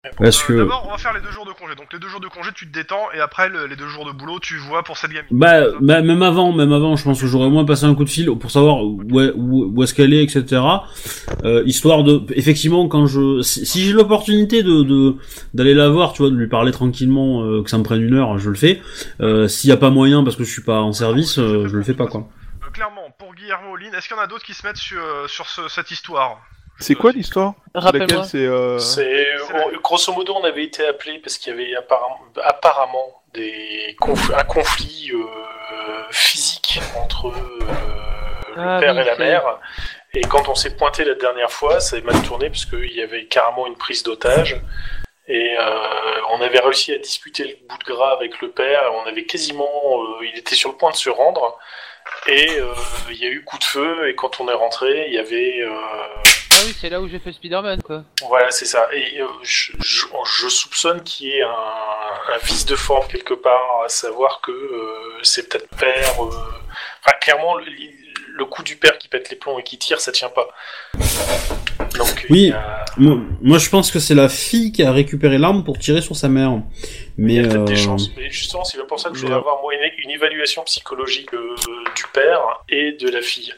[SPEAKER 3] Mais bon,
[SPEAKER 6] Parce
[SPEAKER 1] Euh,
[SPEAKER 6] que
[SPEAKER 1] D'abord, on va faire les deux jours de congé. Donc les deux jours de congé, tu te détends et après le- les deux jours de boulot, tu vois pour cette gamine. Euh,
[SPEAKER 6] bah, bah, même avant, même avant, je pense que j'aurais au moins passé un coup de fil pour savoir où, est- où, où est-ce qu'elle est, etc. Euh, histoire de, effectivement, quand je, si, si j'ai l'opportunité de de- d'aller la voir, tu vois, de lui parler tranquillement, euh, que ça me prenne une heure, je le fais. Euh, S'il y a pas moyen parce que je suis pas en service, euh, je le fais pas quoi.
[SPEAKER 1] Euh, clairement, pour Guillermo Lynn, est-ce qu'il y en a d'autres qui se mettent sur, euh, sur ce- cette histoire
[SPEAKER 4] C'est quoi l'histoire
[SPEAKER 2] Rappelle-moi.
[SPEAKER 4] Laquelle c'est. euh,
[SPEAKER 3] C'est,
[SPEAKER 1] c'est
[SPEAKER 3] on- grosso modo, on avait été appelé parce qu'il y avait apparem- apparemment, des conf- un conflit euh, physique entre euh, le
[SPEAKER 2] Ah
[SPEAKER 3] père
[SPEAKER 2] oui,
[SPEAKER 3] et la
[SPEAKER 2] c'est-
[SPEAKER 3] mère. Et quand on s'est pointé la dernière fois, ça avait mal tourné parce qu'il y avait carrément une prise d'otage. Et euh, on avait réussi à discuter le bout de gras avec le père. On avait quasiment, euh, il était sur le point de se rendre. Et euh, il y a eu coup de feu. Et quand on est rentré, il y avait euh,
[SPEAKER 2] Ah oui, c'est là où j'ai fait Spider-Man, quoi.
[SPEAKER 3] voilà, c'est ça. Et euh, je, je- je soupçonne qu'il y ait un, un vice de forme quelque part, à savoir que euh, c'est peut-être père. euh, Enfin, clairement, le, le coup du père qui pète les plombs et qui tire, ça tient pas. Donc, il y a,
[SPEAKER 6] Moi, moi, je pense que c'est la fille qui a récupéré l'arme pour tirer sur sa mère.
[SPEAKER 3] il
[SPEAKER 6] Mais
[SPEAKER 3] y a peut-être
[SPEAKER 6] euh,
[SPEAKER 3] des chances. Mais justement, c'est bien pour ça que je voudrais
[SPEAKER 6] mais-
[SPEAKER 3] avoir moi, une, une évaluation psychologique euh, du père et de la fille.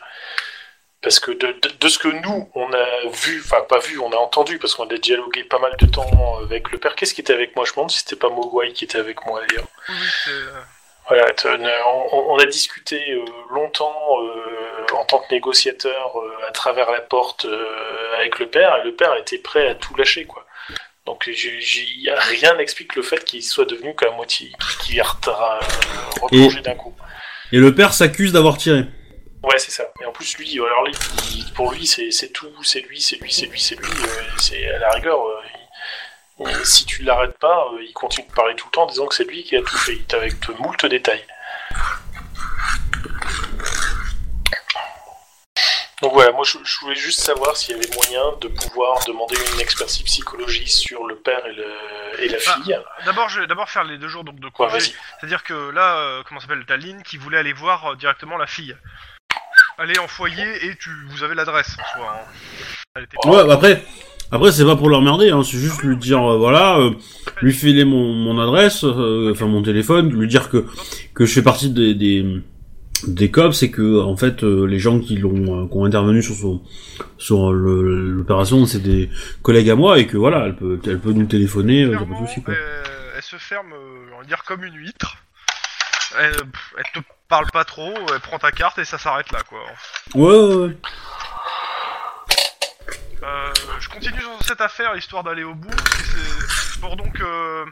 [SPEAKER 3] Parce que de, de- de ce que nous, on a vu, enfin pas vu, on a entendu, parce qu'on a dialogué pas mal de temps avec le père. Qu'est-ce qui était avec moi Je me demande si c'était pas Mogwai qui était avec moi d'ailleurs.
[SPEAKER 1] Oui, oui, c'est. euh,
[SPEAKER 3] Voilà, t- on, on- on a discuté euh, longtemps euh, en tant que négociateur euh, à travers la porte euh, avec le père, et le père était prêt à tout lâcher, quoi. Donc j'ai- j'ai- rien n'explique le fait qu'il soit devenu qu'à moitié, qu'il est retra- euh, replongé d'un coup.
[SPEAKER 6] et le père s'accuse d'avoir tiré.
[SPEAKER 3] Ouais, c'est ça. Et en plus, lui, alors lui, il- pour lui, c'est c'est tout, c'est lui, c'est lui, c'est lui, c'est lui. euh, c'est à la rigueur. euh, il- il- si tu ne l'arrêtes pas, euh, il continue de parler tout le temps en disant que c'est lui qui a tout fait. Il t'a- avec de moult détails. Donc voilà, moi je, je voulais juste savoir s'il y avait moyen de pouvoir demander une expertise psychologie sur le père et, le- et la fille.
[SPEAKER 1] D'abord, je vais d'abord faire les deux jours donc, de
[SPEAKER 3] Quoi,
[SPEAKER 1] congé.
[SPEAKER 3] vas-y.
[SPEAKER 1] C'est-à-dire que là, euh, comment s'appelle ta Lynn qui voulait aller voir euh, directement la fille. Elle est en foyer et tu, vous avez l'adresse en soi. hein. Elle était-
[SPEAKER 6] Ouais, bah après, après c'est pas pour l'emmerder, hein, c'est juste lui dire euh, voilà, euh, lui filer mon, mon adresse, euh, enfin mon téléphone, lui dire que que je fais partie des des, des cops et que en fait euh, les gens qui l'ont euh, qui ont intervenu sur son sur le- l'opération c'est des collègues à moi et que voilà elle peut elle peut nous téléphoner, euh, y a pas
[SPEAKER 1] Clairement,
[SPEAKER 6] de souci quoi.
[SPEAKER 1] elle, elle se ferme, euh, on va dire, comme une huître. Elle, pff, elle te parle pas trop, elle prend ta carte et ça s'arrête là, quoi.
[SPEAKER 6] Ouais, ouais, ouais.
[SPEAKER 1] Euh, je continue sur cette affaire, histoire d'aller au bout. parce que c'est- Pour donc... euh,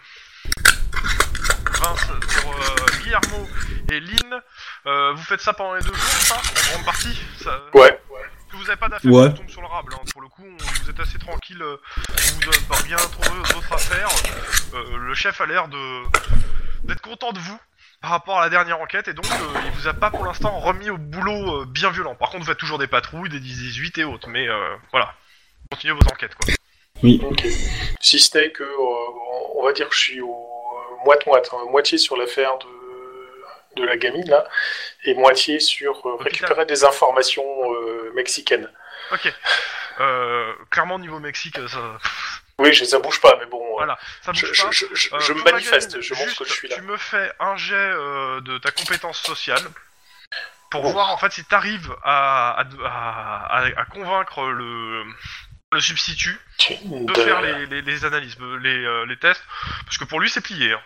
[SPEAKER 1] Vince, pour euh, Guillermo et Lynn, euh, vous faites ça pendant les deux jours, ça En grande partie ça...
[SPEAKER 3] Ouais.
[SPEAKER 1] Parce que vous avez pas d'affaires
[SPEAKER 6] Ouais.
[SPEAKER 1] qui tombent sur le rable, hein. pour le coup, on- vous êtes assez tranquille, euh, on vous donne pas rien trop d'autres affaires. Euh, le chef a l'air de d'être content de vous par rapport à la dernière enquête, et donc euh, il vous a pas pour l'instant remis au boulot euh, bien violent. Par contre, vous faites toujours des patrouilles, des 18 et autres, mais euh, voilà. Continuez vos enquêtes, quoi.
[SPEAKER 3] Ok. Si ce n'est que, euh, on- on va dire que je suis au euh, moite-moite, hein, moitié sur l'affaire de, de la gamine, là, et moitié sur euh,
[SPEAKER 1] Hôpital.
[SPEAKER 3] récupérer des informations euh, mexicaines.
[SPEAKER 1] Euh, clairement, niveau Mexique, euh, ça,
[SPEAKER 3] Oui, je, ça bouge pas, mais bon, euh,
[SPEAKER 1] Voilà. ça bouge
[SPEAKER 3] je,
[SPEAKER 1] pas.
[SPEAKER 3] je- je- je-
[SPEAKER 1] Euh,
[SPEAKER 3] je me
[SPEAKER 1] pour la
[SPEAKER 3] manifeste,
[SPEAKER 1] gamine,
[SPEAKER 3] je montre
[SPEAKER 1] juste,
[SPEAKER 3] que je suis là.
[SPEAKER 1] Tu me fais un jet euh, de ta compétence sociale pour voir en fait si t'arrives à, à, à, à- à convaincre le, le substitut de
[SPEAKER 3] De-
[SPEAKER 1] faire les, les- les analyses, euh, les, euh, les tests, parce que pour lui c'est plié. hein.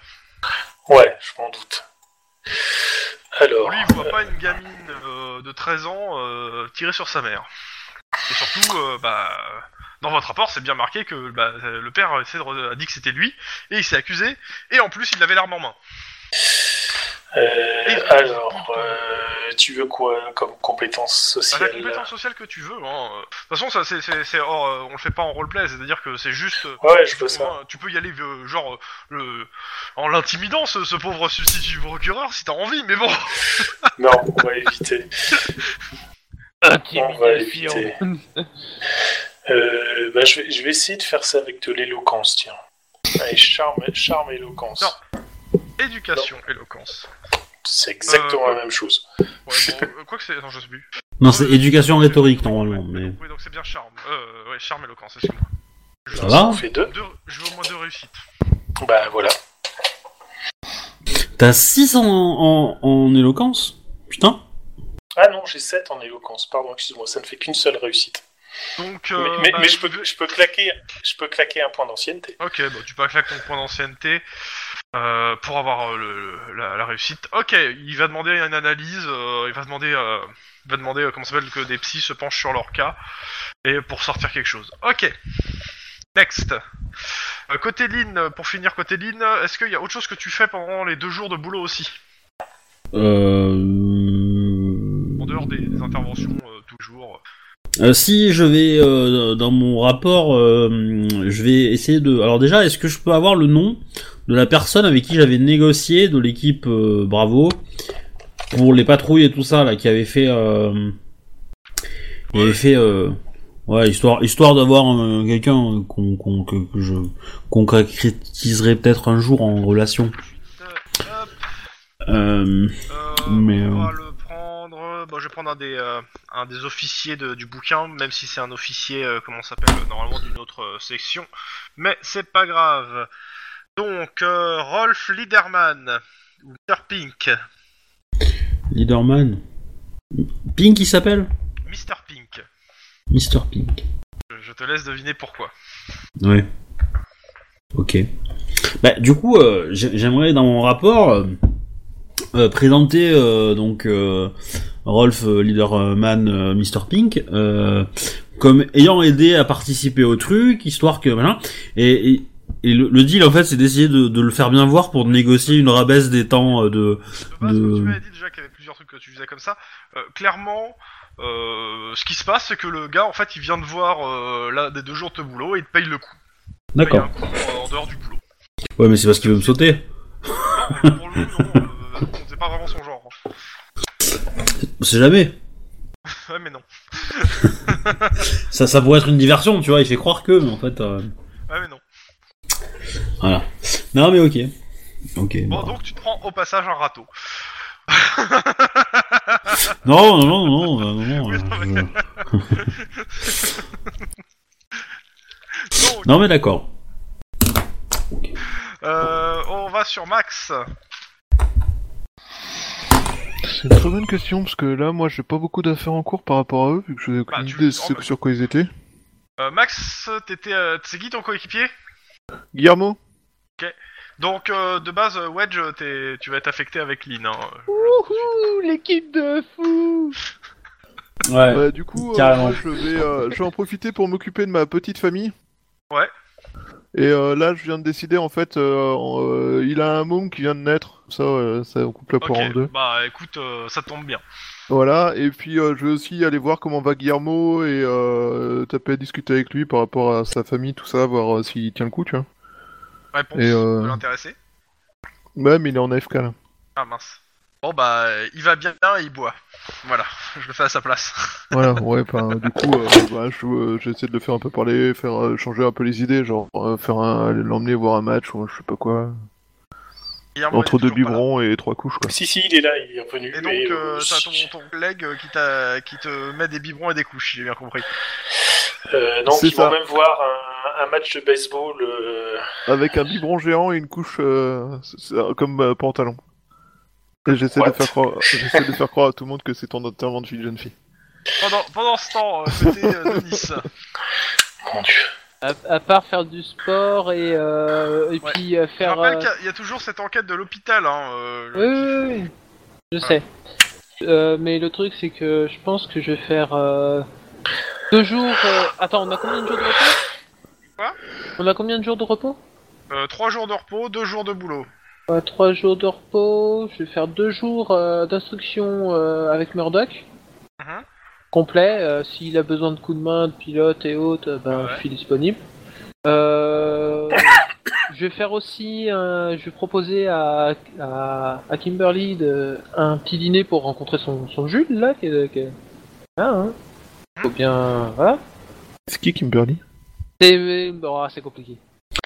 [SPEAKER 3] Ouais, je m'en doute. Alors,
[SPEAKER 1] Pour lui il voit pas une gamine euh, de 13 ans euh, tirer sur sa mère. Et surtout, euh, bah, dans votre rapport c'est bien marqué que bah, euh, le père essaie de re- a dit que c'était lui et il s'est accusé et en plus il avait l'arme en main. Bah,
[SPEAKER 3] euh,
[SPEAKER 1] Et-
[SPEAKER 3] alors euh, tu veux quoi comme compétence
[SPEAKER 1] Bah, la
[SPEAKER 3] sociale
[SPEAKER 1] compétence sociale que tu veux. Hein. euh. De toute façon, ça, c'est, c'est, c'est hors, euh, on le fait pas en roleplay, c'est-à-dire que c'est juste. euh,
[SPEAKER 3] Ouais, je
[SPEAKER 1] tu
[SPEAKER 3] veux ça.
[SPEAKER 1] convaincs- Tu peux y aller, euh, genre, euh, le... en l'intimidant, ce, ce pauvre substitut procureur, si t'as envie, mais bon.
[SPEAKER 3] Non, on va éviter. on va éviter. Euh, bah, je, vais, je vais essayer de faire ça avec de l'éloquence, tiens. Allez, charme, charme et éloquence.
[SPEAKER 1] Non. Éducation, éloquence.
[SPEAKER 3] C'est exactement
[SPEAKER 1] Euh,
[SPEAKER 3] la même chose.
[SPEAKER 1] Ouais, bon, euh, quoi que c'est. Non, je sais plus.
[SPEAKER 6] Non, c'est éducation rhétorique normalement, mais
[SPEAKER 1] Oui, donc c'est bien charme. Euh, ouais, charme, éloquence, excuse-moi.
[SPEAKER 6] ça va.
[SPEAKER 3] On fait deux.
[SPEAKER 1] Deux... Je veux au moins deux réussites.
[SPEAKER 3] Bah voilà.
[SPEAKER 6] T'as 6 en, en, en éloquence Putain
[SPEAKER 3] Ah non, j'ai 7 en éloquence. Pardon, excuse-moi, ça ne fait qu'une seule réussite.
[SPEAKER 1] Donc.
[SPEAKER 3] Mais-
[SPEAKER 1] euh,
[SPEAKER 3] mais
[SPEAKER 1] bah,
[SPEAKER 3] mais je, peux, je, peux claquer, je peux claquer un point d'ancienneté.
[SPEAKER 1] Ok, bon, tu peux claquer ton point d'ancienneté euh, pour avoir euh, le- le- la, la réussite. Ok, il va demander une analyse, euh, il va demander, euh, il va demander euh, comment ça s'appelle que des psys se penchent sur leur cas et pour sortir quelque chose. Ok. Next. Euh, côté Lynn, pour finir côté Lynn, est-ce qu'il y a autre chose que tu fais pendant les deux jours de boulot aussi
[SPEAKER 6] euh...
[SPEAKER 1] En dehors des, des interventions euh, toujours.
[SPEAKER 6] euh, Si je vais euh, dans mon rapport, euh, je vais essayer de... Alors déjà, est-ce que je peux avoir le nom de la personne avec qui j'avais négocié de l'équipe euh, Bravo pour les patrouilles et tout ça là qui avait fait... Euh... qui avait fait... euh, Ouais, histoire, histoire d'avoir euh, quelqu'un euh, qu'on qu'on- que, que je qu'on concrétiserait peut-être un jour en relation.
[SPEAKER 1] Euh, hop,
[SPEAKER 6] Euh,
[SPEAKER 1] euh,
[SPEAKER 6] Mais,
[SPEAKER 1] on va le prendre. Bon, je vais prendre un des, euh, un des officiers de- du bouquin, même si c'est un officier, euh, comment ça s'appelle, euh, normalement d'une autre euh, section. Mais c'est pas grave. Donc, euh, Rolf Liderman, ou Mr. Pink.
[SPEAKER 6] Leaderman. Pink, il s'appelle
[SPEAKER 1] Mr. Pink.
[SPEAKER 6] Mr. Pink.
[SPEAKER 1] Je, je te laisse deviner pourquoi.
[SPEAKER 6] Ouais. Ok. Bah, du coup, euh, j'ai- j'aimerais dans mon rapport euh, euh, présenter euh, donc euh, Rolf euh, Leaderman, euh, Mr. Pink, euh, comme ayant aidé à participer au truc, histoire que machin. Et, et, et le, le deal, en fait, c'est d'essayer de, de le faire bien voir pour négocier une rabaisse des temps euh, de.
[SPEAKER 1] De base,
[SPEAKER 6] De-
[SPEAKER 1] comme tu m'avais dit déjà qu'il y avait plusieurs trucs que tu faisais comme ça, euh, clairement, euh, ce qui se passe, c'est que le gars, en fait, il vient de voir euh, là, des deux jours de boulot et il te paye le coup. Il te paye un coup euh, en dehors du boulot.
[SPEAKER 6] Ouais, mais c'est parce qu'il veut me sauter.
[SPEAKER 1] pour le coup, non, euh, c'est pas vraiment son genre. hein.
[SPEAKER 6] On sait jamais.
[SPEAKER 1] Ouais, Ah, mais non.
[SPEAKER 6] Ça, ça pourrait être une diversion, tu vois. Il fait croire que, mais en fait. euh,
[SPEAKER 1] Ouais, Ah, mais non.
[SPEAKER 6] Non, mais ok. Ok.
[SPEAKER 1] Bon,
[SPEAKER 6] bah.
[SPEAKER 1] donc tu te prends au passage un râteau.
[SPEAKER 6] Non, non, non, non, non, non.
[SPEAKER 1] Oui,
[SPEAKER 6] euh,
[SPEAKER 1] non,
[SPEAKER 6] je-
[SPEAKER 1] Donc,
[SPEAKER 6] Non, mais d'accord.
[SPEAKER 1] euh, on va sur Max.
[SPEAKER 4] C'est une très bonne question, parce que là, moi, j'ai pas beaucoup d'affaires en cours par rapport à eux, vu que je n'ai aucune
[SPEAKER 1] Bah, tu-
[SPEAKER 4] idée de ce
[SPEAKER 1] oh, bah-
[SPEAKER 4] sur quoi ils étaient.
[SPEAKER 1] Euh, Max, t'étais, euh, c'est qui ton coéquipier
[SPEAKER 4] Guillermo
[SPEAKER 1] Donc, euh, de base, euh, Wedge, t'es- tu vas être affecté avec Lynn. hein.
[SPEAKER 2] Wouhou, l'équipe de fou
[SPEAKER 6] Ouais.
[SPEAKER 4] Bah, du coup, euh,
[SPEAKER 6] Carrément.
[SPEAKER 4] moi, je vais, euh, je vais en profiter pour m'occuper de ma petite famille.
[SPEAKER 1] Ouais.
[SPEAKER 4] Et euh, là, je viens de décider, en fait, euh, en- euh, il a un môme qui vient de naître. Ça, euh, ça on coupe la poire en deux.
[SPEAKER 1] Ok, bah écoute, euh, ça tombe bien.
[SPEAKER 4] Voilà, et puis euh, je vais aussi aller voir comment va Guillermo et euh, taper, discuter avec lui par rapport à sa famille, tout ça, voir euh, s'il tient le coup, tu vois.
[SPEAKER 1] Réponse
[SPEAKER 4] Et, euh,
[SPEAKER 1] de l'intéressé
[SPEAKER 4] Ouais, mais il est en AFK là.
[SPEAKER 1] Ah mince. Bon, bah, euh, il va bien et il boit. Voilà, je le fais à sa place.
[SPEAKER 4] Voilà, ouais, ben, du coup, euh, bah, je, euh, j'essaie de le faire un peu parler, faire euh, changer un peu les idées, genre euh, faire un, aller l'emmener voir un match ou je sais pas quoi.
[SPEAKER 1] Guillermo
[SPEAKER 4] Entre
[SPEAKER 1] est
[SPEAKER 4] deux
[SPEAKER 1] toujours pas là.
[SPEAKER 4] biberons et trois couches, quoi.
[SPEAKER 3] Si, si, il est là, il est revenu.
[SPEAKER 1] Et donc,
[SPEAKER 3] mais,
[SPEAKER 1] euh,
[SPEAKER 3] euh,
[SPEAKER 1] t'as ton, ton collègue euh, qui, t'a- qui te met des biberons et des couches, si j'ai bien compris.
[SPEAKER 3] euh, non,
[SPEAKER 4] C'est
[SPEAKER 3] ils vont
[SPEAKER 4] ça.
[SPEAKER 3] même voir un, un match de baseball. euh,
[SPEAKER 4] Avec un biberon géant et une couche euh, c'est- c'est- comme euh, pantalon. Et j'essaie de,
[SPEAKER 3] What
[SPEAKER 4] faire croire, j'essaie de faire croire à tout le monde que c'est ton enterrement de vie de jeune fille.
[SPEAKER 1] Pendant, pendant ce temps, euh, côté euh, de Nice.
[SPEAKER 3] Mon dieu.
[SPEAKER 2] à, à part faire du sport et, euh, et
[SPEAKER 1] Ouais.
[SPEAKER 2] puis euh,
[SPEAKER 1] Je
[SPEAKER 2] faire...
[SPEAKER 1] rappelle
[SPEAKER 2] euh,
[SPEAKER 1] qu'il y a- il y a toujours cette enquête de l'hôpital. Hein, euh,
[SPEAKER 2] Oui, oui, oui. Je sais. Euh, mais le truc, c'est que je pense que je vais faire euh, deux jours. euh, Attends, on a combien de jours de repos
[SPEAKER 1] Quoi
[SPEAKER 2] On a combien de jours de repos
[SPEAKER 1] euh, Trois jours de repos, deux jours de boulot.
[SPEAKER 2] Euh, Trois jours de repos. Je vais faire deux jours euh, d'instruction euh, avec Murdoch.
[SPEAKER 1] Mhm.
[SPEAKER 2] Complet. euh, S'il a besoin de coups de main, de pilote et autres, euh, ben,
[SPEAKER 1] Ouais.
[SPEAKER 2] je suis disponible. Euh, je vais faire aussi. un- je vais proposer à, à, à Kimberly de, un petit dîner pour rencontrer son, son Jules, là. Qui, est- qui est- hein, hein. Faut bien. Voilà.
[SPEAKER 4] C'est qui Kimberly
[SPEAKER 2] C'est bon, ah, c'est compliqué.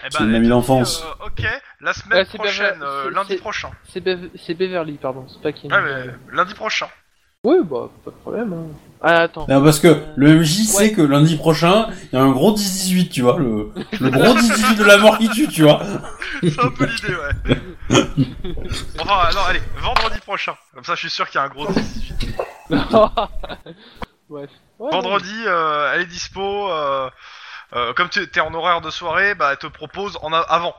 [SPEAKER 1] Eh
[SPEAKER 6] C'est une amie
[SPEAKER 1] elle
[SPEAKER 6] d'enfance.
[SPEAKER 1] dit, euh, ok, la semaine
[SPEAKER 2] Ouais, c'est
[SPEAKER 1] prochaine,
[SPEAKER 2] bien,
[SPEAKER 1] euh,
[SPEAKER 2] c'est-
[SPEAKER 1] lundi
[SPEAKER 2] c'est-
[SPEAKER 1] prochain.
[SPEAKER 2] C'est Bev- c'est Beverly, pardon, c'est pas Kenny.
[SPEAKER 1] Ouais, Ah, mais euh, lundi prochain.
[SPEAKER 2] Oui, bah, pas de problème. hein. Ah, attends.
[SPEAKER 6] Non, parce que le MJ
[SPEAKER 2] Ouais.
[SPEAKER 6] sait que lundi prochain, il y a un gros 10-18, tu vois, le, le gros 10-18 de la mort qui tue, tu vois.
[SPEAKER 1] C'est un peu l'idée, ouais. enfin, alors allez, vendredi prochain. Comme ça, je suis sûr qu'il y a un gros 18.
[SPEAKER 2] Bref. Ouais,
[SPEAKER 1] Vendredi, euh, elle est dispo. euh, euh, comme tu es en horaire de soirée, bah, elle te propose en a- avant.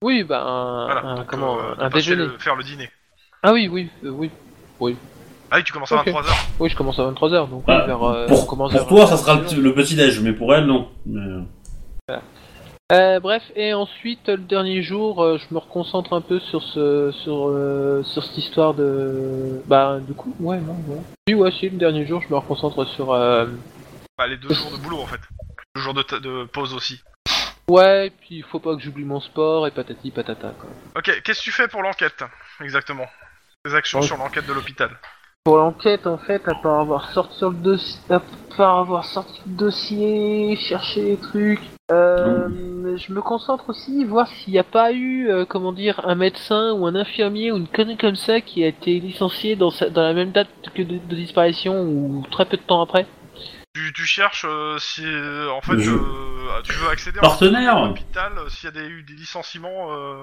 [SPEAKER 2] Oui, bah, un,
[SPEAKER 1] Voilà.
[SPEAKER 2] un-
[SPEAKER 1] Donc,
[SPEAKER 2] comment,
[SPEAKER 1] euh,
[SPEAKER 2] un
[SPEAKER 1] passer
[SPEAKER 2] déjeuner.
[SPEAKER 1] le- faire le dîner.
[SPEAKER 2] Ah oui, oui, euh, oui.
[SPEAKER 1] Ah oui, tu commences
[SPEAKER 2] Ok.
[SPEAKER 1] à 23h.
[SPEAKER 2] Oui, je commence à 23h, donc
[SPEAKER 6] Ah,
[SPEAKER 2] oui, vers, euh, on
[SPEAKER 6] pour
[SPEAKER 2] commence
[SPEAKER 6] pour
[SPEAKER 2] vers-
[SPEAKER 6] toi, ça sera le, le petit-déj, mais pour elle, non. Mais, euh,
[SPEAKER 2] Euh, bref, et ensuite, le dernier jour, euh, je me reconcentre un peu sur ce, sur, euh, sur cette histoire de... Bah, du coup, ouais, non, ouais. Oui, ouais, si, le dernier jour, je me reconcentre sur... euh,
[SPEAKER 1] Bah, les deux jours de boulot en fait. Deux jours de, ta- de pause aussi.
[SPEAKER 2] Ouais, et puis il faut pas que j'oublie mon sport, et patati patata, quoi.
[SPEAKER 1] Ok, qu'est-ce que tu fais pour l'enquête Exactement. Tes
[SPEAKER 6] Oh.
[SPEAKER 1] actions sur l'enquête de l'hôpital.
[SPEAKER 2] Pour l'enquête, en fait, à part avoir sorti sur le dossier, à part avoir sorti le dossier, chercher les trucs, euh, je me concentre aussi voir s'il n'y a pas eu, euh, comment dire, un médecin ou un infirmier ou une connerie comme ça qui a été licencié dans, sa- dans la même date que de, de disparition ou très peu de temps après.
[SPEAKER 1] Tu, tu cherches euh, si. euh, en fait,
[SPEAKER 6] Je-
[SPEAKER 1] euh, tu veux accéder en-
[SPEAKER 6] Partenaire.
[SPEAKER 1] à l'hôpital euh, s'il y a des- eu des licenciements euh,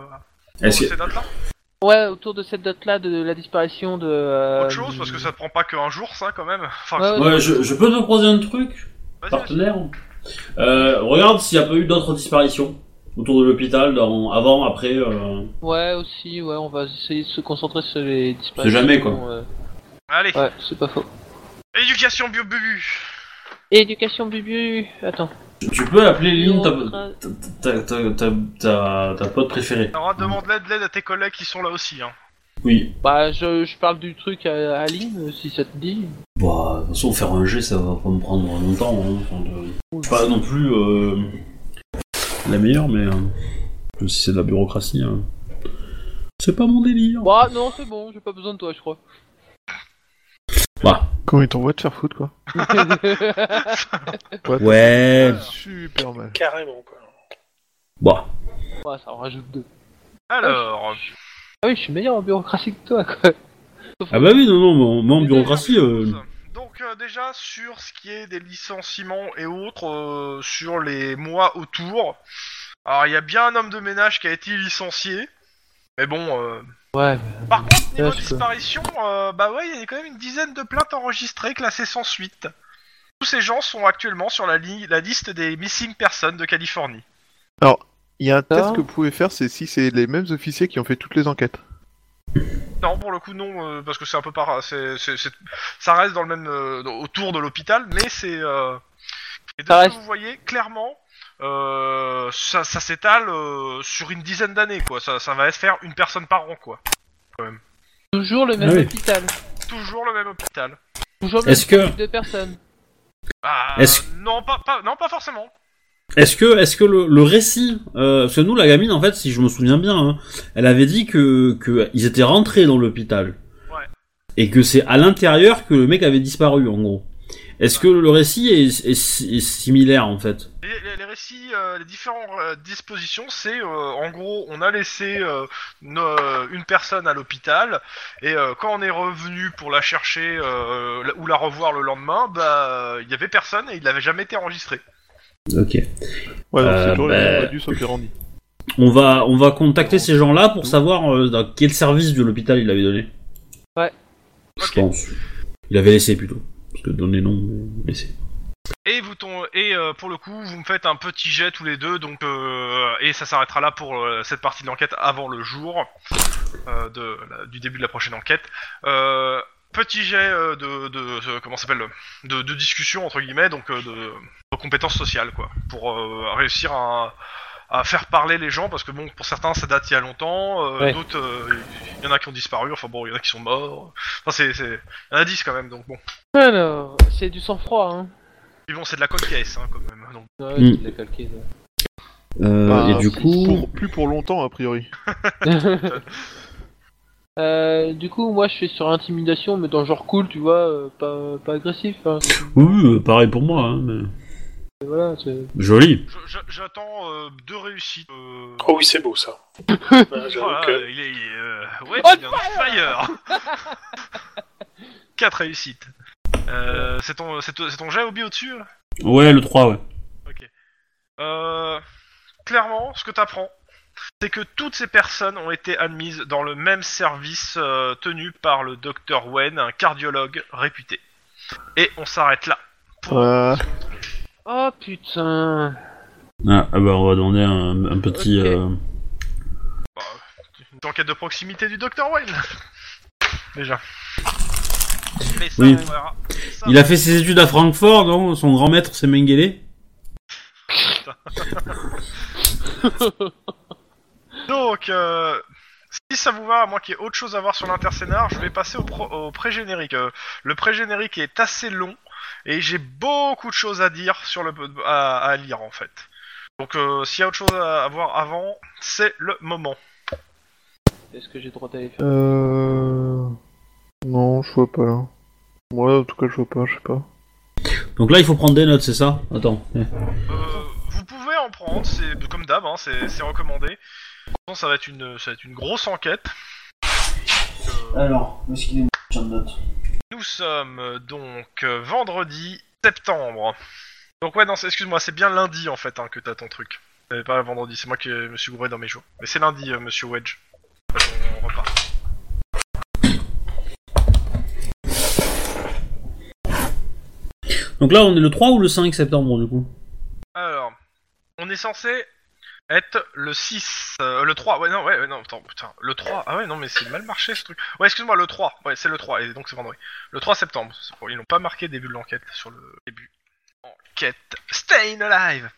[SPEAKER 6] Est-ce
[SPEAKER 1] pour
[SPEAKER 6] que-
[SPEAKER 1] ces dates-là
[SPEAKER 2] Ouais, autour de cette date-là de la disparition de. euh,
[SPEAKER 1] Autre chose Parce que ça te prend pas qu'un jour, ça quand même. Enfin,
[SPEAKER 2] Ouais,
[SPEAKER 6] Ouais, je, je peux te proposer un truc,
[SPEAKER 1] vas-y, vas-y.
[SPEAKER 6] partenaire euh, Regarde s'il n'y a pas eu d'autres disparitions autour de l'hôpital, dans- avant, après. euh,
[SPEAKER 2] Ouais, aussi, ouais, on va essayer de se concentrer sur les disparitions.
[SPEAKER 6] jamais, quoi.
[SPEAKER 2] euh,
[SPEAKER 1] Allez,
[SPEAKER 2] Ouais, c'est pas faux.
[SPEAKER 1] éducation bio-bubu
[SPEAKER 2] Éducation bubu, attends.
[SPEAKER 6] Tu peux appeler Lynn, ta, ta, ta, ta, ta, ta- ta pote préférée.
[SPEAKER 1] Alors, demande l'aide, l'aide à tes collègues qui sont là aussi. Hein.
[SPEAKER 6] Oui.
[SPEAKER 2] Bah, je, je parle du truc à à Aline, euh, si ça te dit.
[SPEAKER 6] Bah, de toute façon, faire un G, ça va pas me prendre longtemps. Hein, enfin, de- Pas non plus euh, la meilleure, mais euh, même si c'est de la bureaucratie, hein, c'est pas mon délire.
[SPEAKER 2] Bah, non, c'est bon, j'ai pas besoin de toi, je crois.
[SPEAKER 4] Quand il t'envoie te faire foutre, quoi.
[SPEAKER 6] Ouais,
[SPEAKER 4] Super mal.
[SPEAKER 3] Carrément, quoi.
[SPEAKER 6] bah.
[SPEAKER 2] bah, ça en rajoute deux.
[SPEAKER 1] Alors,
[SPEAKER 2] Ah oui, je suis meilleur en bureaucratie que toi, quoi.
[SPEAKER 6] Ah bah oui, non, non, mais en- mais en
[SPEAKER 1] Et
[SPEAKER 6] bureaucratie,
[SPEAKER 1] dernière
[SPEAKER 6] euh,
[SPEAKER 1] chose. Donc euh, déjà sur ce qui est des licenciements et autres, euh, sur les mois autour. Alors il y a bien un homme de ménage qui a été licencié. Mais bon. euh,
[SPEAKER 2] Ouais,
[SPEAKER 1] Par contre niveau
[SPEAKER 2] Ouais, je peux.
[SPEAKER 1] disparition, euh, bah ouais il y a quand même une dizaine de plaintes enregistrées classées sans suite. Tous ces gens sont actuellement sur la, li- la liste des missing persons de Californie.
[SPEAKER 4] Il y a un
[SPEAKER 2] Ça
[SPEAKER 4] test que vous pouvez faire, c'est si c'est les mêmes officiers qui ont fait toutes les enquêtes.
[SPEAKER 1] Non pour le coup non euh, parce que c'est un peu par, c'est- c'est- c'est- ça reste dans le même euh, dans- autour de l'hôpital, mais c'est euh, et de
[SPEAKER 2] Ça
[SPEAKER 1] ce
[SPEAKER 2] reste-
[SPEAKER 1] que vous voyez clairement, euh, ça, ça s'étale euh, sur une dizaine d'années quoi. Ça, ça va se faire une personne par an quoi.
[SPEAKER 2] toujours le même
[SPEAKER 6] Ah oui.
[SPEAKER 2] hôpital.
[SPEAKER 1] Toujours le même hôpital.
[SPEAKER 2] Toujours le même
[SPEAKER 6] Est-ce que,
[SPEAKER 2] type de personnes.
[SPEAKER 1] Ah,
[SPEAKER 6] Est-ce-
[SPEAKER 1] non pas, pas- non pas forcément.
[SPEAKER 6] est-ce que, est-ce que le, le récit, euh, parce que nous, la gamine, en fait, si je me souviens bien, hein, elle avait dit que, que ils étaient rentrés dans l'hôpital.
[SPEAKER 1] Ouais.
[SPEAKER 6] Et que c'est à l'intérieur que le mec avait disparu, en gros. Est-ce que le récit est, est, est similaire, en fait
[SPEAKER 1] Les, les- les récits, euh, les différentes euh, dispositions, c'est euh, en gros on a laissé euh, no- euh, une personne à l'hôpital et euh, quand on est revenu pour la chercher euh, la- ou la revoir le lendemain, bah il y avait personne et il n'avait jamais été enregistré.
[SPEAKER 6] Ok.
[SPEAKER 4] Ouais, donc
[SPEAKER 6] Euh,
[SPEAKER 4] c'est toujours
[SPEAKER 6] bah,
[SPEAKER 4] les modus operandi.
[SPEAKER 6] On va, on va contacter ces gens-là pour savoir euh, dans quel service de l'hôpital il avait donné.
[SPEAKER 2] Ouais.
[SPEAKER 6] Je
[SPEAKER 1] Ok.
[SPEAKER 6] pense. Il avait laissé plutôt. Parce que donner non, mais laisser.
[SPEAKER 1] Et vous tom- et euh, pour le coup, vous me faites un petit jet tous les deux, donc euh, et ça s'arrêtera là pour euh, cette partie d'enquête avant le jour euh, de, la- du début de la prochaine enquête. Euh, petit jet euh, de, de- euh, comment ça s'appelle de, de discussion entre guillemets, donc euh, de, de compétences sociales quoi, pour euh, réussir à, à faire parler les gens parce que bon, pour certains ça date il y a longtemps, euh,
[SPEAKER 2] Ouais.
[SPEAKER 1] d'autres euh, il y en a qui ont disparu, enfin bon, il y en a qui sont morts, enfin c'est c'est- il y en a 10 quand même, donc bon.
[SPEAKER 2] Alors, c'est du sang-froid, hein.
[SPEAKER 1] Puis bon, c'est de la cold case hein, quand même, donc.
[SPEAKER 2] Ouais,
[SPEAKER 6] Hmm.
[SPEAKER 2] c'est de la calquée, ouais.
[SPEAKER 6] Euh,
[SPEAKER 4] Bah,
[SPEAKER 6] et du
[SPEAKER 4] plus
[SPEAKER 6] coup,
[SPEAKER 4] pour- plus pour longtemps, a priori.
[SPEAKER 2] Euh, du coup, moi, je suis sur intimidation, mais dans le genre cool, tu vois, euh, pas, pas agressif. hein.
[SPEAKER 6] oui, euh, pareil pour moi. hein, mais-
[SPEAKER 2] Voilà, c'est-
[SPEAKER 6] Joli.
[SPEAKER 1] Je- je- J'attends euh, deux réussites. euh,
[SPEAKER 3] Oh oui, c'est beau ça. Ouais, j'avoue
[SPEAKER 1] Voilà,
[SPEAKER 3] que-
[SPEAKER 1] euh, il est. il est, euh, ouais,
[SPEAKER 2] On
[SPEAKER 1] c'est bien, fire 4 réussites. Euh, c'est ton, c'est ton- c'est ton jet Obi au-dessus là
[SPEAKER 6] Ouais, le 3, ouais.
[SPEAKER 1] euh, Clairement, ce que t'apprends, c'est que toutes ces personnes ont été admises dans le même service euh, tenu par le docteur Wen, un cardiologue réputé. Et on s'arrête là.
[SPEAKER 4] Ah,
[SPEAKER 2] Oh putain
[SPEAKER 6] Ah, ah bah, on va demander un, un petit...
[SPEAKER 2] Ok.
[SPEAKER 6] euh,
[SPEAKER 1] Une enquête de proximité du docteur Wen Déjà. Mais ça,
[SPEAKER 6] Oui.
[SPEAKER 1] on verra. Ça,
[SPEAKER 6] Il a fait ses études à Francfort, non Son grand maître, c'est Mengele
[SPEAKER 1] Donc, euh, si ça vous va, à moins qu'il y ait autre chose à voir sur l'intercénar, je vais passer au, pro- au pré-générique. Euh, le pré-générique est assez long et j'ai beaucoup de choses à dire sur le à, à lire en fait. Donc, euh, s'il y a autre chose à, à voir avant, c'est le moment.
[SPEAKER 2] Est-ce que j'ai le droit d'aller faire
[SPEAKER 4] euh... Non, je vois pas là. Ouais, en tout cas, je vois pas, je sais pas.
[SPEAKER 6] Donc là, il faut prendre des notes, c'est ça Attends. Eh.
[SPEAKER 1] Euh, vous pouvez en prendre, c'est comme d'hab, hein, c'est c'est recommandé. Sinon, ça va être une, ça va être une grosse enquête.
[SPEAKER 5] Alors, où est-ce qu'il est mon de note
[SPEAKER 1] Nous sommes euh, donc euh, vendredi septembre. Donc ouais, non, c'est- excuse-moi, c'est bien lundi en fait hein, que t'as ton truc. C'est pas vendredi, c'est moi qui euh, me suis gouré dans mes jours. Mais c'est lundi, euh, monsieur Wedge. Euh, On repart.
[SPEAKER 6] Donc là, on est le 3 ou le 5 septembre, du coup
[SPEAKER 1] Alors, on est censé être le 6, euh, le 3, ouais non, ouais, ouais, non, attends, putain, le 3, ah ouais, non, mais c'est mal marché ce truc. Ouais, excuse-moi, le 3, ouais, c'est le 3, et donc c'est vendredi. Le 3 septembre, c'est pour- ils n'ont pas marqué début de l'enquête, sur le début. Enquête, staying alive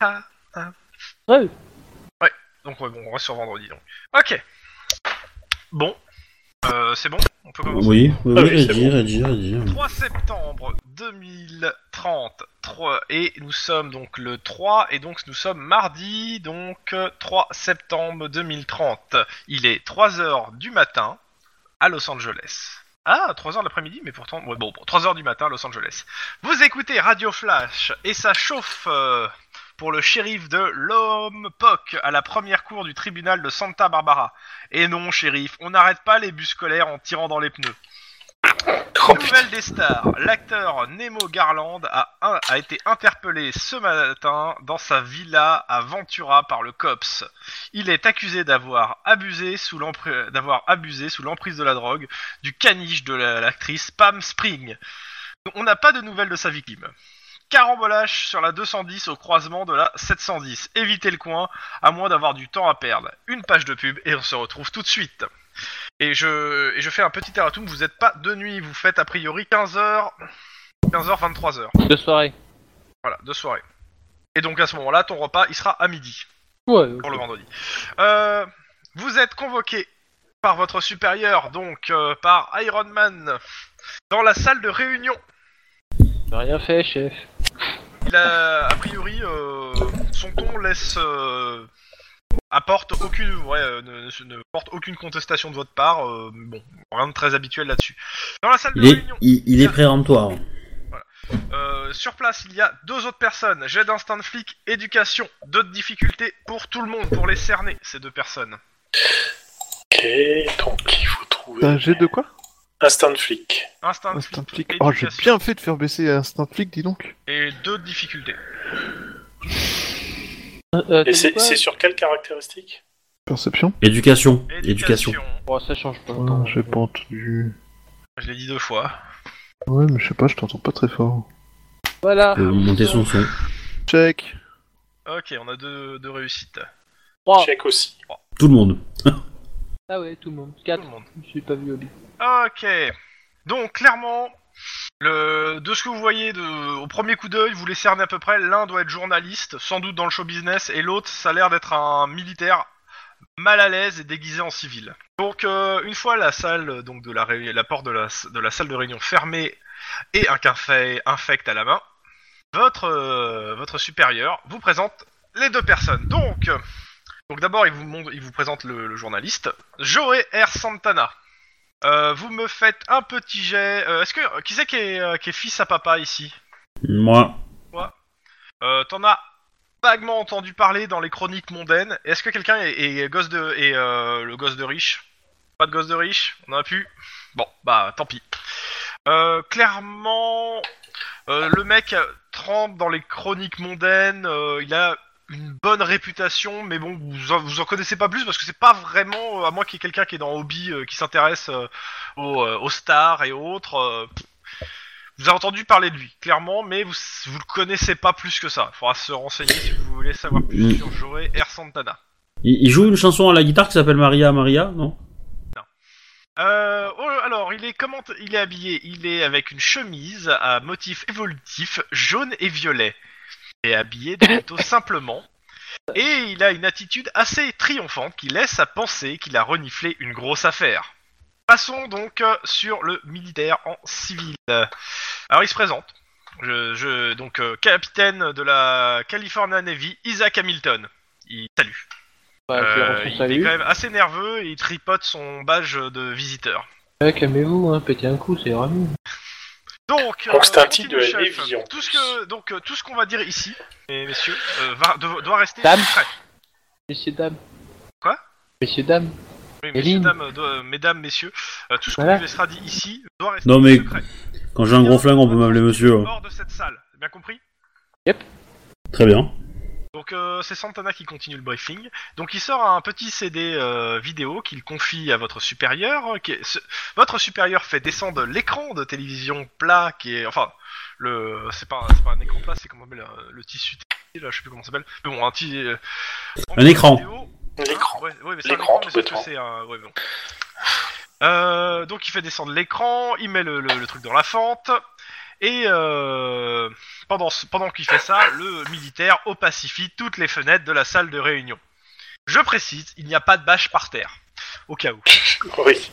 [SPEAKER 2] Ouais,
[SPEAKER 1] Donc Ah, ouais, bon, on reste sur vendredi donc. Ok. Bon. Euh, c'est bon On peut commencer
[SPEAKER 6] Oui, oui,
[SPEAKER 3] Ah oui,
[SPEAKER 6] oui,
[SPEAKER 3] c'est
[SPEAKER 6] Reggie, Reggie, Reggie.
[SPEAKER 1] 3 septembre 2030. 3, et nous sommes donc le 3, et donc nous sommes mardi, donc euh, 3 septembre 2030. Il est 3h du matin à Los Angeles. Ah, 3h de l'après-midi, mais pourtant... Ouais, bon, 3h du matin à Los Angeles. Vous écoutez Radio Flash, et ça chauffe euh, pour le shérif de Lompoc à la première cour du tribunal de Santa Barbara. Et non, shérif, on n'arrête pas les bus scolaires en tirant dans les pneus.
[SPEAKER 3] Oh, putain.
[SPEAKER 1] Nouvelle des stars, l'acteur Nemo Garland a, un- a été interpellé ce matin dans sa villa à Ventura par le COPS. Il est accusé d'avoir abusé sous l'empr- d'avoir abusé sous l'emprise de la drogue du caniche de la- l'actrice Pam Spring. On n'a pas de nouvelles de sa victime. Carambolage sur la 210 au croisement de la 710. Évitez le coin, à moins d'avoir du temps à perdre. Une page de pub et on se retrouve tout de suite. Et je, et je fais un petit erratum, vous n'êtes pas de nuit, vous faites a priori 15h, 15h, 23h,
[SPEAKER 2] de soirée.
[SPEAKER 1] voilà, de soirée. Et donc à ce moment-là, ton repas, il sera à midi,
[SPEAKER 2] Ouais, ok.
[SPEAKER 1] pour le vendredi. Euh, vous êtes convoqué par votre supérieur, donc euh, par Iron Man, dans la salle de réunion.
[SPEAKER 2] J'ai rien fait, chef.
[SPEAKER 1] Il a, a priori, euh, son ton laisse... euh, apporte aucune ouais, euh, ne, ne- ne porte aucune contestation de votre part euh, bon rien de très habituel là-dessus dans la salle de
[SPEAKER 6] Il est,
[SPEAKER 1] réunion
[SPEAKER 6] il, il est préemptoire.
[SPEAKER 1] Euh, sur place, il y a deux autres personnes. Jet d'instinct de flic, éducation. D'autres difficultés pour tout le monde, pour les cerner, ces deux personnes.
[SPEAKER 3] Ok, donc il faut trouver
[SPEAKER 6] Ah,
[SPEAKER 4] T'as un jet de quoi
[SPEAKER 3] Instant flic.
[SPEAKER 1] Instinct de
[SPEAKER 4] Instant
[SPEAKER 1] flic,
[SPEAKER 4] flic. Oh, j'ai
[SPEAKER 1] éducation
[SPEAKER 4] bien fait de faire baisser Instant flic, dis donc.
[SPEAKER 1] et d'autres difficultés.
[SPEAKER 2] Euh, euh, t'as
[SPEAKER 3] Et
[SPEAKER 2] dit
[SPEAKER 3] c'est
[SPEAKER 2] quoi
[SPEAKER 3] c'est sur quelle caractéristique
[SPEAKER 4] Perception
[SPEAKER 6] Éducation. Éducation.
[SPEAKER 2] Oh, ça change pas.
[SPEAKER 4] Ouais, J'ai pas entendu.
[SPEAKER 1] Je l'ai dit deux fois.
[SPEAKER 4] Ouais, mais je sais pas, je t'entends pas très fort.
[SPEAKER 2] Voilà.
[SPEAKER 6] Euh, monter son son.
[SPEAKER 4] Check
[SPEAKER 1] Ok, on a deux, deux réussites.
[SPEAKER 2] Trois.
[SPEAKER 3] Check aussi.
[SPEAKER 6] Tout le monde.
[SPEAKER 2] Ah ouais, tout le monde.
[SPEAKER 1] Tout
[SPEAKER 2] Quatre.
[SPEAKER 1] le monde.
[SPEAKER 2] Je suis pas vu Obi.
[SPEAKER 1] Euh, Ok. Donc, clairement, le, de ce que vous voyez de, au premier coup d'œil, vous les cernez à peu près. L'un doit être journaliste, sans doute dans le show business, et l'autre, ça a l'air d'être un militaire mal à l'aise et déguisé en civil. Donc, euh, une fois la salle, donc de la, ré- la porte de la, de la salle de réunion fermée et un café infect à la main, votre, euh, votre supérieur vous présente les deux personnes. Donc, euh, donc d'abord, il, vous montre- il vous présente le, le journaliste, Joey R. Santana. Euh, vous me faites un petit jet. euh, Est-ce que qui c'est qui est, euh, qui est fils à papa ici
[SPEAKER 6] Moi.
[SPEAKER 1] Euh, T'en as vaguement entendu parler dans les chroniques mondaines. Est-ce que quelqu'un est, est gosse de est, euh, le gosse de riche Pas de gosse de riche On en a pu. Bon, bah tant pis. Euh, clairement, euh, le mec euh, trempe dans les chroniques mondaines. euh, il a une bonne réputation, mais bon, vous en, vous en connaissez pas plus parce que c'est pas vraiment, euh, à moins qu'il y ait quelqu'un qui est dans Hobby, euh, qui s'intéresse euh, aux, euh, aux stars et autres. euh, vous avez entendu parler de lui, clairement, mais vous, vous le connaissez pas plus que ça. Faudra se renseigner si vous voulez savoir plus sur Joré R. Santana.
[SPEAKER 6] Il, il joue une chanson à la guitare qui s'appelle Maria Maria, non
[SPEAKER 1] Euh, oh, alors, il est, comment il est habillé Il est avec une chemise à motif évolutif jaune et violet. Il est habillé de plutôt simplement. Et il a une attitude assez triomphante qui laisse à penser qu'il a reniflé une grosse affaire. Passons donc euh, sur le militaire en civil. Alors, il se présente. Je, je- donc, euh, capitaine de la California Navy, Isaac Hamilton. Il salue.
[SPEAKER 2] Bah,
[SPEAKER 1] Euh,
[SPEAKER 2] je lance mon
[SPEAKER 1] il est
[SPEAKER 2] salut.
[SPEAKER 1] quand même assez nerveux et il tripote son badge de visiteur.
[SPEAKER 2] Ouais, calmez-vous, hein, pétez un coup, c'est vraiment.
[SPEAKER 1] Donc, euh,
[SPEAKER 3] Donc, c'est un type
[SPEAKER 1] continue,
[SPEAKER 3] de
[SPEAKER 1] chef.
[SPEAKER 3] Navy, en
[SPEAKER 1] Tout ce
[SPEAKER 3] plus.
[SPEAKER 1] que, donc euh, tout ce qu'on va dire ici, mes- messieurs, euh, va- devo- doit rester
[SPEAKER 2] Dame.
[SPEAKER 1] secret.
[SPEAKER 2] Messieurs, dames.
[SPEAKER 1] Quoi
[SPEAKER 2] Messieurs, dames.
[SPEAKER 1] Oui,
[SPEAKER 2] Et
[SPEAKER 1] messieurs,
[SPEAKER 2] ligne.
[SPEAKER 1] dames, euh, doit- euh, mesdames, messieurs, euh, tout ce qu'on
[SPEAKER 2] Voilà.
[SPEAKER 1] vous laissera dit ici doit rester
[SPEAKER 6] Non, mais-
[SPEAKER 1] secret.
[SPEAKER 6] Quand j'ai un gros flingue, on peut m'appeler monsieur. hein.
[SPEAKER 1] Hors de cette salle, t'as bien compris
[SPEAKER 6] Très bien.
[SPEAKER 1] Donc euh, c'est Santana qui continue le briefing. Donc il sort un petit CD euh, vidéo qu'il confie à votre supérieur. euh, Qui est- ce- votre supérieur fait descendre l'écran de télévision plat qui est enfin le c'est pas c'est pas un écran plat c'est comment on appelle euh, le tissu télé, là je sais plus comment ça s'appelle mais bon un petit euh,
[SPEAKER 6] Un écran.
[SPEAKER 1] vidéo.
[SPEAKER 3] L'écran.
[SPEAKER 1] Ouais, ouais, mais c'est un
[SPEAKER 3] L'écran,
[SPEAKER 1] écran, mais
[SPEAKER 3] tout
[SPEAKER 1] sauf que
[SPEAKER 3] bêtement.
[SPEAKER 1] c'est un- ouais, bon. Euh, donc il fait descendre l'écran, il met le, le- le truc dans la fente, et euh, pendant, ce- pendant qu'il fait ça, le militaire opacifie toutes les fenêtres de la salle de réunion. Je précise, il n'y a pas de bâche par terre, au cas où.
[SPEAKER 3] Oui.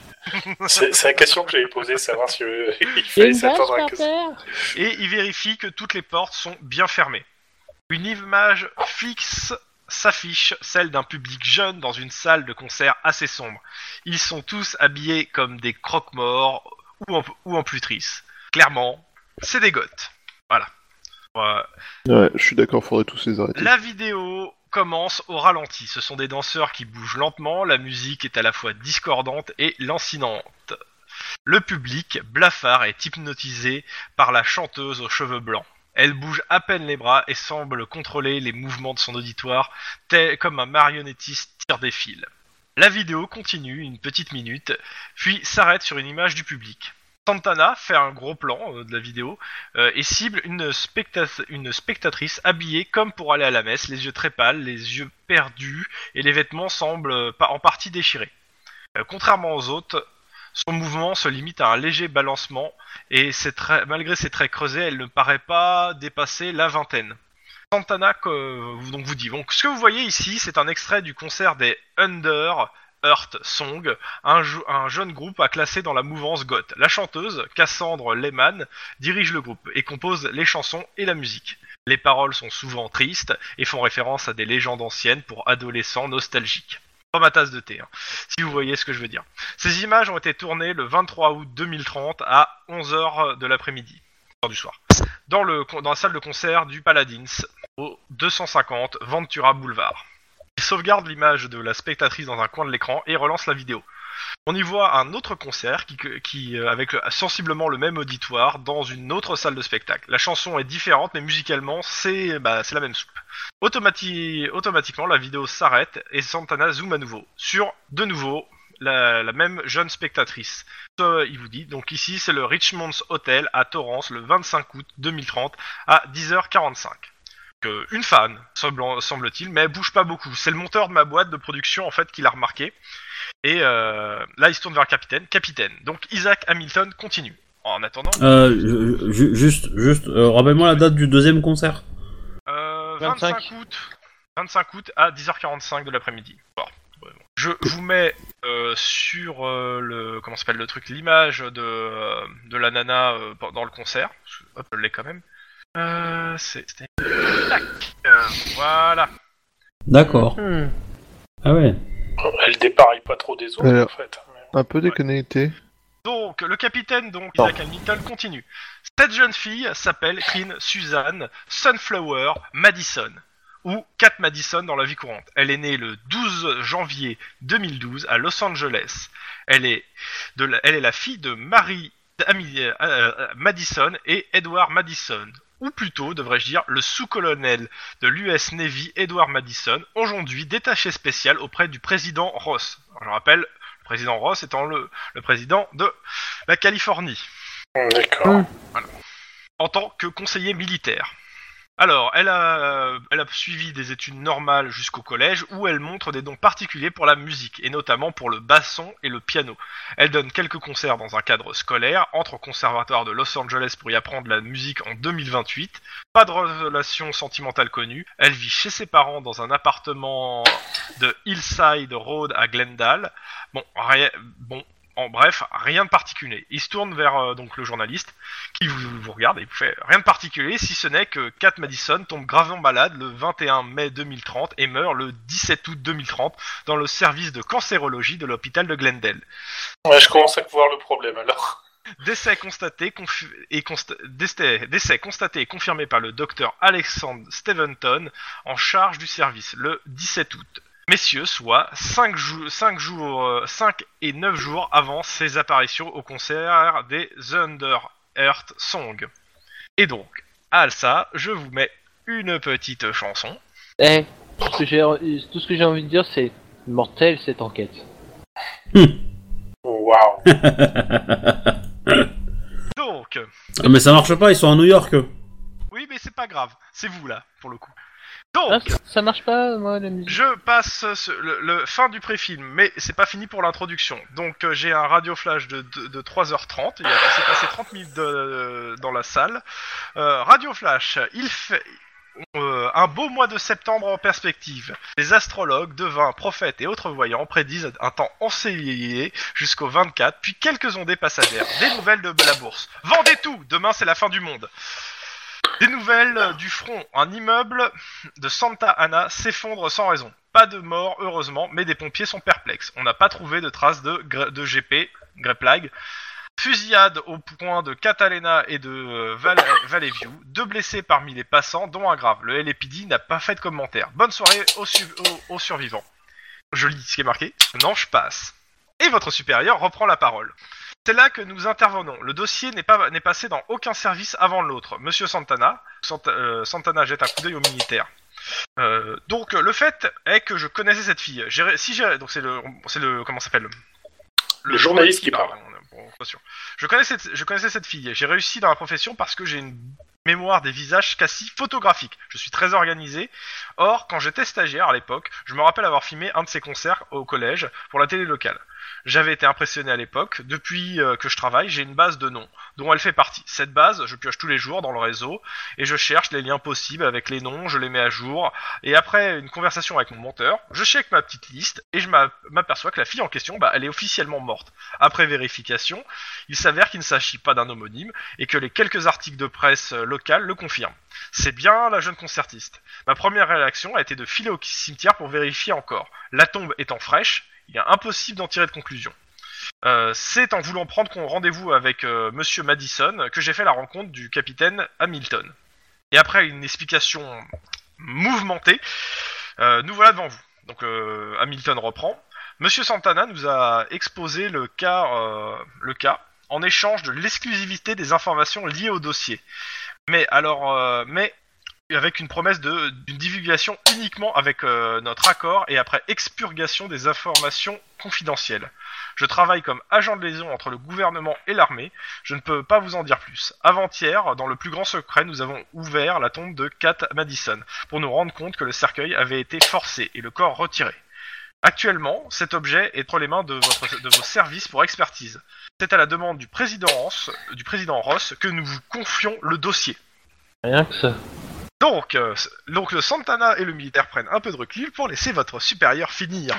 [SPEAKER 3] C'est c'est la question que j'avais posée, savoir si euh, il
[SPEAKER 2] Il y a
[SPEAKER 3] fallait
[SPEAKER 2] une vache
[SPEAKER 3] s'attendre à
[SPEAKER 2] par
[SPEAKER 3] que
[SPEAKER 2] terre
[SPEAKER 1] Et il vérifie que toutes les portes sont bien fermées. Une image fixe s'affiche, celle d'un public jeune dans une salle de concert assez sombre. Ils sont tous habillés comme des croque-morts ou en, ou en plutrice. Clairement, c'est des goths. Voilà. Euh,
[SPEAKER 4] Ouais, je suis d'accord, faudrait tous les arrêter.
[SPEAKER 1] la vidéo commence au ralenti. Ce sont des danseurs qui bougent lentement, la musique est à la fois discordante et lancinante. Le public, blafard, est hypnotisé par la chanteuse aux cheveux blancs. Elle bouge à peine les bras et semble contrôler les mouvements de son auditoire, tel comme un marionnettiste tire des fils. La vidéo continue une petite minute, puis s'arrête sur une image du public. Santana fait un gros plan euh, de la vidéo euh, et cible une, specta- une spectatrice habillée comme pour aller à la messe, les yeux très pâles, les yeux perdus et les vêtements semblent euh, pa- en partie déchirés. Euh, contrairement aux autres, son mouvement se limite à un léger balancement et ses traits- malgré ses traits creusés, elle ne paraît pas dépasser la vingtaine. Santana euh, vous- donc vous dit donc ce que vous voyez ici, c'est un extrait du concert des Under Earth Song, un, jou- un jeune groupe à classer dans la mouvance goth. La chanteuse Cassandre Lehman dirige le groupe et compose les chansons et la musique. Les paroles sont souvent tristes et font référence à des légendes anciennes pour adolescents nostalgiques. Pas ma tasse de thé, hein, si vous voyez ce que je veux dire. Ces images ont été tournées le 23 août 2030 à 11h de l'après-midi, heure du soir, dans, le, con- dans la salle de concert du Paladins, au 250 Ventura Boulevard. Il sauvegarde l'image de la spectatrice dans un coin de l'écran et relance la vidéo. On y voit un autre concert qui, qui, euh, avec sensiblement le même auditoire dans une autre salle de spectacle. La chanson est différente, mais musicalement, c'est bah, c'est la même soupe. Automati- automatiquement, la vidéo s'arrête et Santana zoome à nouveau sur, de nouveau, la, la même jeune spectatrice. Euh, il vous dit, donc ici, c'est le Richmond's Hotel à Torrance le 25 août 2030 à 10h45. Donc, euh, une fan, semblant- semble-t-il, mais elle bouge pas beaucoup. C'est le monteur de ma boîte de production, en fait, qui l'a remarqué. Et euh, là, il se tourne vers le capitaine. Capitaine. Donc Isaac Hamilton continue. En attendant,
[SPEAKER 6] Euh, ju- ju- juste, juste, euh, rappelle-moi la date du deuxième concert.
[SPEAKER 1] euh, 25.
[SPEAKER 2] 25.
[SPEAKER 1] août, 25 août à 10h45 de l'après-midi. Bon, ouais, bon. Je vous mets euh, sur euh, le comment s'appelle le truc l'image de, euh, de la nana euh, dans le concert. Hop, je l'ai quand même. Euh, c'est c'était- Tac. Euh, voilà.
[SPEAKER 6] D'accord.
[SPEAKER 2] Hmm.
[SPEAKER 6] Ah ouais.
[SPEAKER 3] Elle dépareille pas trop des autres,
[SPEAKER 4] Euh,
[SPEAKER 3] en fait.
[SPEAKER 4] Un peu
[SPEAKER 1] Ouais.
[SPEAKER 4] déconnecté.
[SPEAKER 1] Donc, le capitaine, donc, Isaac Hamilton, continue. Cette jeune fille s'appelle Clean Suzanne Sunflower Madison, ou Kat Madison dans la vie courante. Elle est née le 12 janvier 2012 à Los Angeles. Elle est, de la, elle est la fille de Marie Ami- euh, euh, Madison et Edward Madison, ou plutôt, devrais-je dire, le sous-colonel de l'US Navy Edward Madison, aujourd'hui détaché spécial auprès du président Ross. Alors, Je rappelle, le président Ross étant le, le président de la Californie,
[SPEAKER 3] D'accord.
[SPEAKER 2] Hmm.
[SPEAKER 1] en tant que conseiller militaire. Alors, elle a, elle a suivi des études normales jusqu'au collège où elle montre des dons particuliers pour la musique, et notamment pour le basson et le piano. Elle donne quelques concerts dans un cadre scolaire, entre au conservatoire de Los Angeles pour y apprendre la musique en 2028. Pas de relation sentimentale connue. Elle vit chez ses parents dans un appartement de Hillside Road à Glendale. Bon, rien, bon, en bref, rien de particulier. Il se tourne vers euh, donc le journaliste qui vous, vous regarde et vous fait rien de particulier si ce n'est que Kat Madison tombe gravement malade le 21 mai 2030 et meurt le 17 août 2030 dans le service de cancérologie de l'hôpital de Glendale.
[SPEAKER 3] Ouais, je commence à voir le problème alors.
[SPEAKER 1] Décès constaté, confu- et consta- décès, décès constaté et confirmé par le docteur Alexandre Steventon en charge du service le 17 août. Messieurs, soit 5, jours, euh, cinq et 9 jours avant ses apparitions au concert des Thunder Earth Song. Et donc, à ça, je vous mets une petite chanson.
[SPEAKER 2] Eh, tout ce que j'ai- tout ce que j'ai envie de dire, c'est mortelle cette enquête.
[SPEAKER 3] Waouh.
[SPEAKER 1] Donc,
[SPEAKER 6] Ah, mais ça marche pas, ils sont à New York. eux.
[SPEAKER 1] oui, mais c'est pas grave, c'est vous là, pour le coup. Donc,
[SPEAKER 2] Ah, ça marche pas, moi, la musique.
[SPEAKER 1] Je passe ce- le, le fin du préfilm, mais c'est pas fini pour l'introduction. Donc euh, j'ai un radio flash de, de, de 3h30. Il y a- il s'est passé 30 minutes de- dans la salle. Euh, radio flash, il fait euh, un beau mois de septembre en perspective. Les astrologues, devins, prophètes et autres voyants prédisent un temps ensoleillé jusqu'au 24, puis quelques ondées passagères. Des nouvelles de la bourse. Vendez tout, demain c'est la fin du monde. Des nouvelles euh, du front, un immeuble de Santa Ana s'effondre sans raison. Pas de mort, heureusement, mais des pompiers sont perplexes. On n'a pas trouvé de traces de, gre- de GP, Greplag. Fusillade au point de Catalina et de euh, Val- Valley View. Deux blessés parmi les passants, dont un grave. Le LAPD n'a pas fait de commentaire. Bonne soirée aux, su- aux- aux survivants. Je lis ce qui est marqué. Non, je passe. Et votre supérieur reprend la parole. C'est là que nous intervenons. Le dossier n'est pas n'est passé dans aucun service avant l'autre. Monsieur Santana, Santa- euh, Santana jette un coup d'œil aux militaires. Euh, donc le fait est que je connaissais cette fille. J'ai ré- si j'ai donc c'est le c'est le comment ça s'appelle le,
[SPEAKER 3] Le journaliste qui parle.
[SPEAKER 1] on est- bon, pas sûr. Je connaissais je connaissais cette fille. J'ai réussi dans la profession parce que j'ai une mémoire des visages quasi photographique. Je suis très organisé. Or quand j'étais stagiaire à l'époque, je me rappelle avoir filmé un de ses concerts au collège pour la télé locale. J'avais été impressionné à l'époque. Depuis euh, que je travaille, j'ai une base de noms, dont elle fait partie. Cette base, je pioche tous les jours dans le réseau et je cherche les liens possibles avec les noms, je les mets à jour. Et après une conversation avec mon monteur, je check ma petite liste et je m'a- m'aperçois que la fille en question, bah, elle est officiellement morte. Après vérification, il s'avère qu'il ne s'agit pas d'un homonyme et que les quelques articles de presse euh, locale le confirment. C'est bien la jeune concertiste. Ma première réaction a été de filer au cimetière pour vérifier encore. La tombe étant fraîche, il est impossible d'en tirer de conclusion. Euh, c'est en voulant prendre con- rendez-vous avec euh, Monsieur Madison que j'ai fait la rencontre du capitaine Hamilton. Et après une explication mouvementée, euh, nous voilà devant vous. Donc euh, Hamilton reprend. Monsieur Santana nous a exposé le cas, euh, le cas en échange de l'exclusivité des informations liées au dossier. Mais alors, euh, mais avec une promesse de- d'une divulgation uniquement avec euh, notre accord et après expurgation des informations confidentielles. Je travaille comme agent de liaison entre le gouvernement et l'armée. Je ne peux pas vous en dire plus. Avant-hier, dans le plus grand secret, nous avons ouvert la tombe de Kat Madison pour nous rendre compte que le cercueil avait été forcé et le corps retiré. Actuellement, cet objet est entre les mains de, votre- de vos services pour expertise. C'est à la demande du président Ross- du président Ross que nous vous confions le dossier.
[SPEAKER 2] Rien que ça.
[SPEAKER 1] Donc, euh, s- donc le Santana et le militaire prennent un peu de recul pour laisser votre supérieur finir.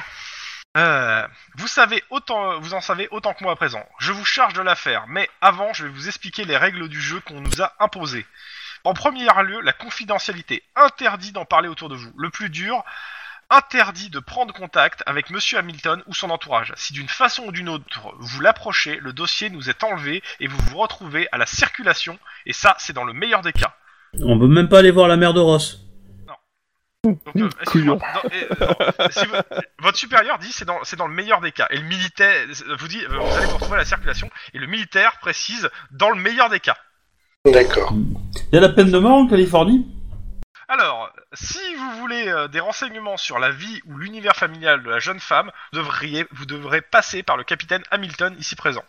[SPEAKER 1] Euh, vous savez autant, vous en savez autant que moi à présent. Je vous charge de l'affaire, mais avant, je vais vous expliquer les règles du jeu qu'on nous a imposées. En premier lieu, la confidentialité. Interdit d'en parler autour de vous. Le plus dur Interdit de prendre contact avec Monsieur Hamilton ou son entourage. Si d'une façon ou d'une autre vous l'approchez, le dossier nous est enlevé et vous vous retrouvez à la circulation. Et ça, c'est dans le meilleur des cas.
[SPEAKER 6] On peut même pas aller voir la mère de Ross.
[SPEAKER 1] Donc, euh, excuse-moi, non, euh, non, si vous- votre supérieur dit c'est dans, c'est dans le meilleur des cas. Et le militaire vous dit euh, vous allez vous retrouver à la circulation. Et le militaire précise dans le meilleur des cas.
[SPEAKER 3] D'accord.
[SPEAKER 6] Y a la peine de mort en Californie
[SPEAKER 1] Alors, si vous voulez euh, des renseignements sur la vie ou l'univers familial de la jeune femme, vous devriez, vous devrez passer par le capitaine Hamilton ici présent.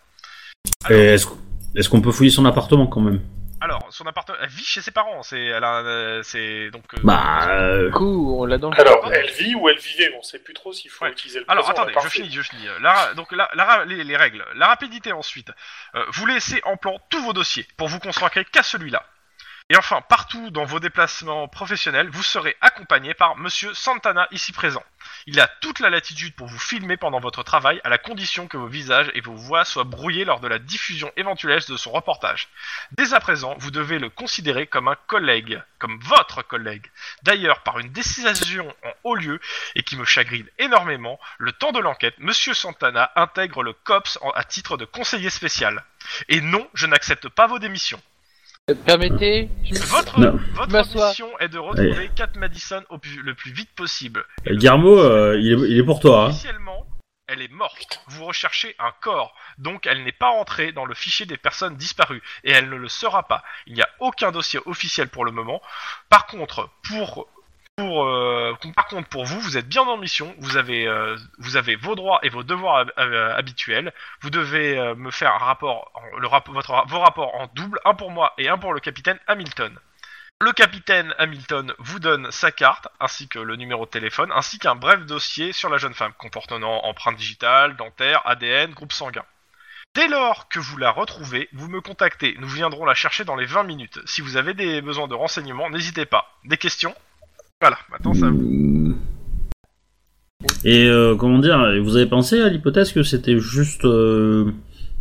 [SPEAKER 6] Et Est-ce est-ce qu'on peut fouiller son appartement quand même
[SPEAKER 1] Alors, son appartement, elle vit chez ses parents. C'est, elle a, un, euh, c'est donc. euh,
[SPEAKER 6] Bah, euh,
[SPEAKER 2] Du coup, on l'a dans le
[SPEAKER 3] Alors, elle vit ou elle vivait On sait plus trop s'il faut
[SPEAKER 1] Ouais.
[SPEAKER 3] utiliser le
[SPEAKER 1] Alors
[SPEAKER 3] présent,
[SPEAKER 1] attendez,
[SPEAKER 3] là,
[SPEAKER 1] je
[SPEAKER 3] parfait.
[SPEAKER 1] finis, je finis. Euh, La, ra- donc la, la ra- les, les règles, la rapidité ensuite. Euh, vous laissez en plan tous vos dossiers pour vous consacrer qu'à celui-là. Et enfin, partout dans vos déplacements professionnels, vous serez accompagné par Monsieur Santana ici présent. Il a toute la latitude pour vous filmer pendant votre travail à la condition que vos visages et vos voix soient brouillés lors de la diffusion éventuelle de son reportage. Dès à présent, vous devez le considérer comme un collègue, comme votre collègue. D'ailleurs, par une décision en haut lieu et qui me chagrine énormément, le temps de l'enquête, Monsieur Santana intègre le COPS en- à titre de conseiller spécial. Et non, je n'accepte pas vos démissions.
[SPEAKER 2] Euh, Permettez, je me-
[SPEAKER 1] Votre,
[SPEAKER 6] Non.
[SPEAKER 1] votre
[SPEAKER 2] M'assois.
[SPEAKER 1] mission est de retrouver Kat Madison au plus- le plus vite possible. Et le-
[SPEAKER 6] Guillermo, euh, il, est, il est pour toi. Hein.
[SPEAKER 1] Officiellement, elle est morte. Vous recherchez un corps, donc elle n'est pas entrée dans le fichier des personnes disparues, et elle ne le sera pas. Il n'y a aucun dossier officiel pour le moment. Par contre, pour pour euh, par contre pour vous, vous êtes bien en mission. Vous avez euh, vous avez vos droits et vos devoirs hab- euh, habituels. Vous devez euh, me faire un rapport, en- le rap- votre ra- vos rapports en double, un pour moi et un pour le capitaine Hamilton. Le capitaine Hamilton vous donne sa carte, ainsi que le numéro de téléphone, ainsi qu'un bref dossier sur la jeune femme, comportant empreinte digitale, dentaire, ADN, groupe sanguin. Dès lors que vous la retrouvez, vous me contactez, nous viendrons la chercher dans les 20 minutes. Si vous avez des besoins de renseignements, n'hésitez pas. Des questions Voilà, maintenant ça...
[SPEAKER 6] Et euh, comment dire, vous avez pensé à l'hypothèse que c'était juste euh,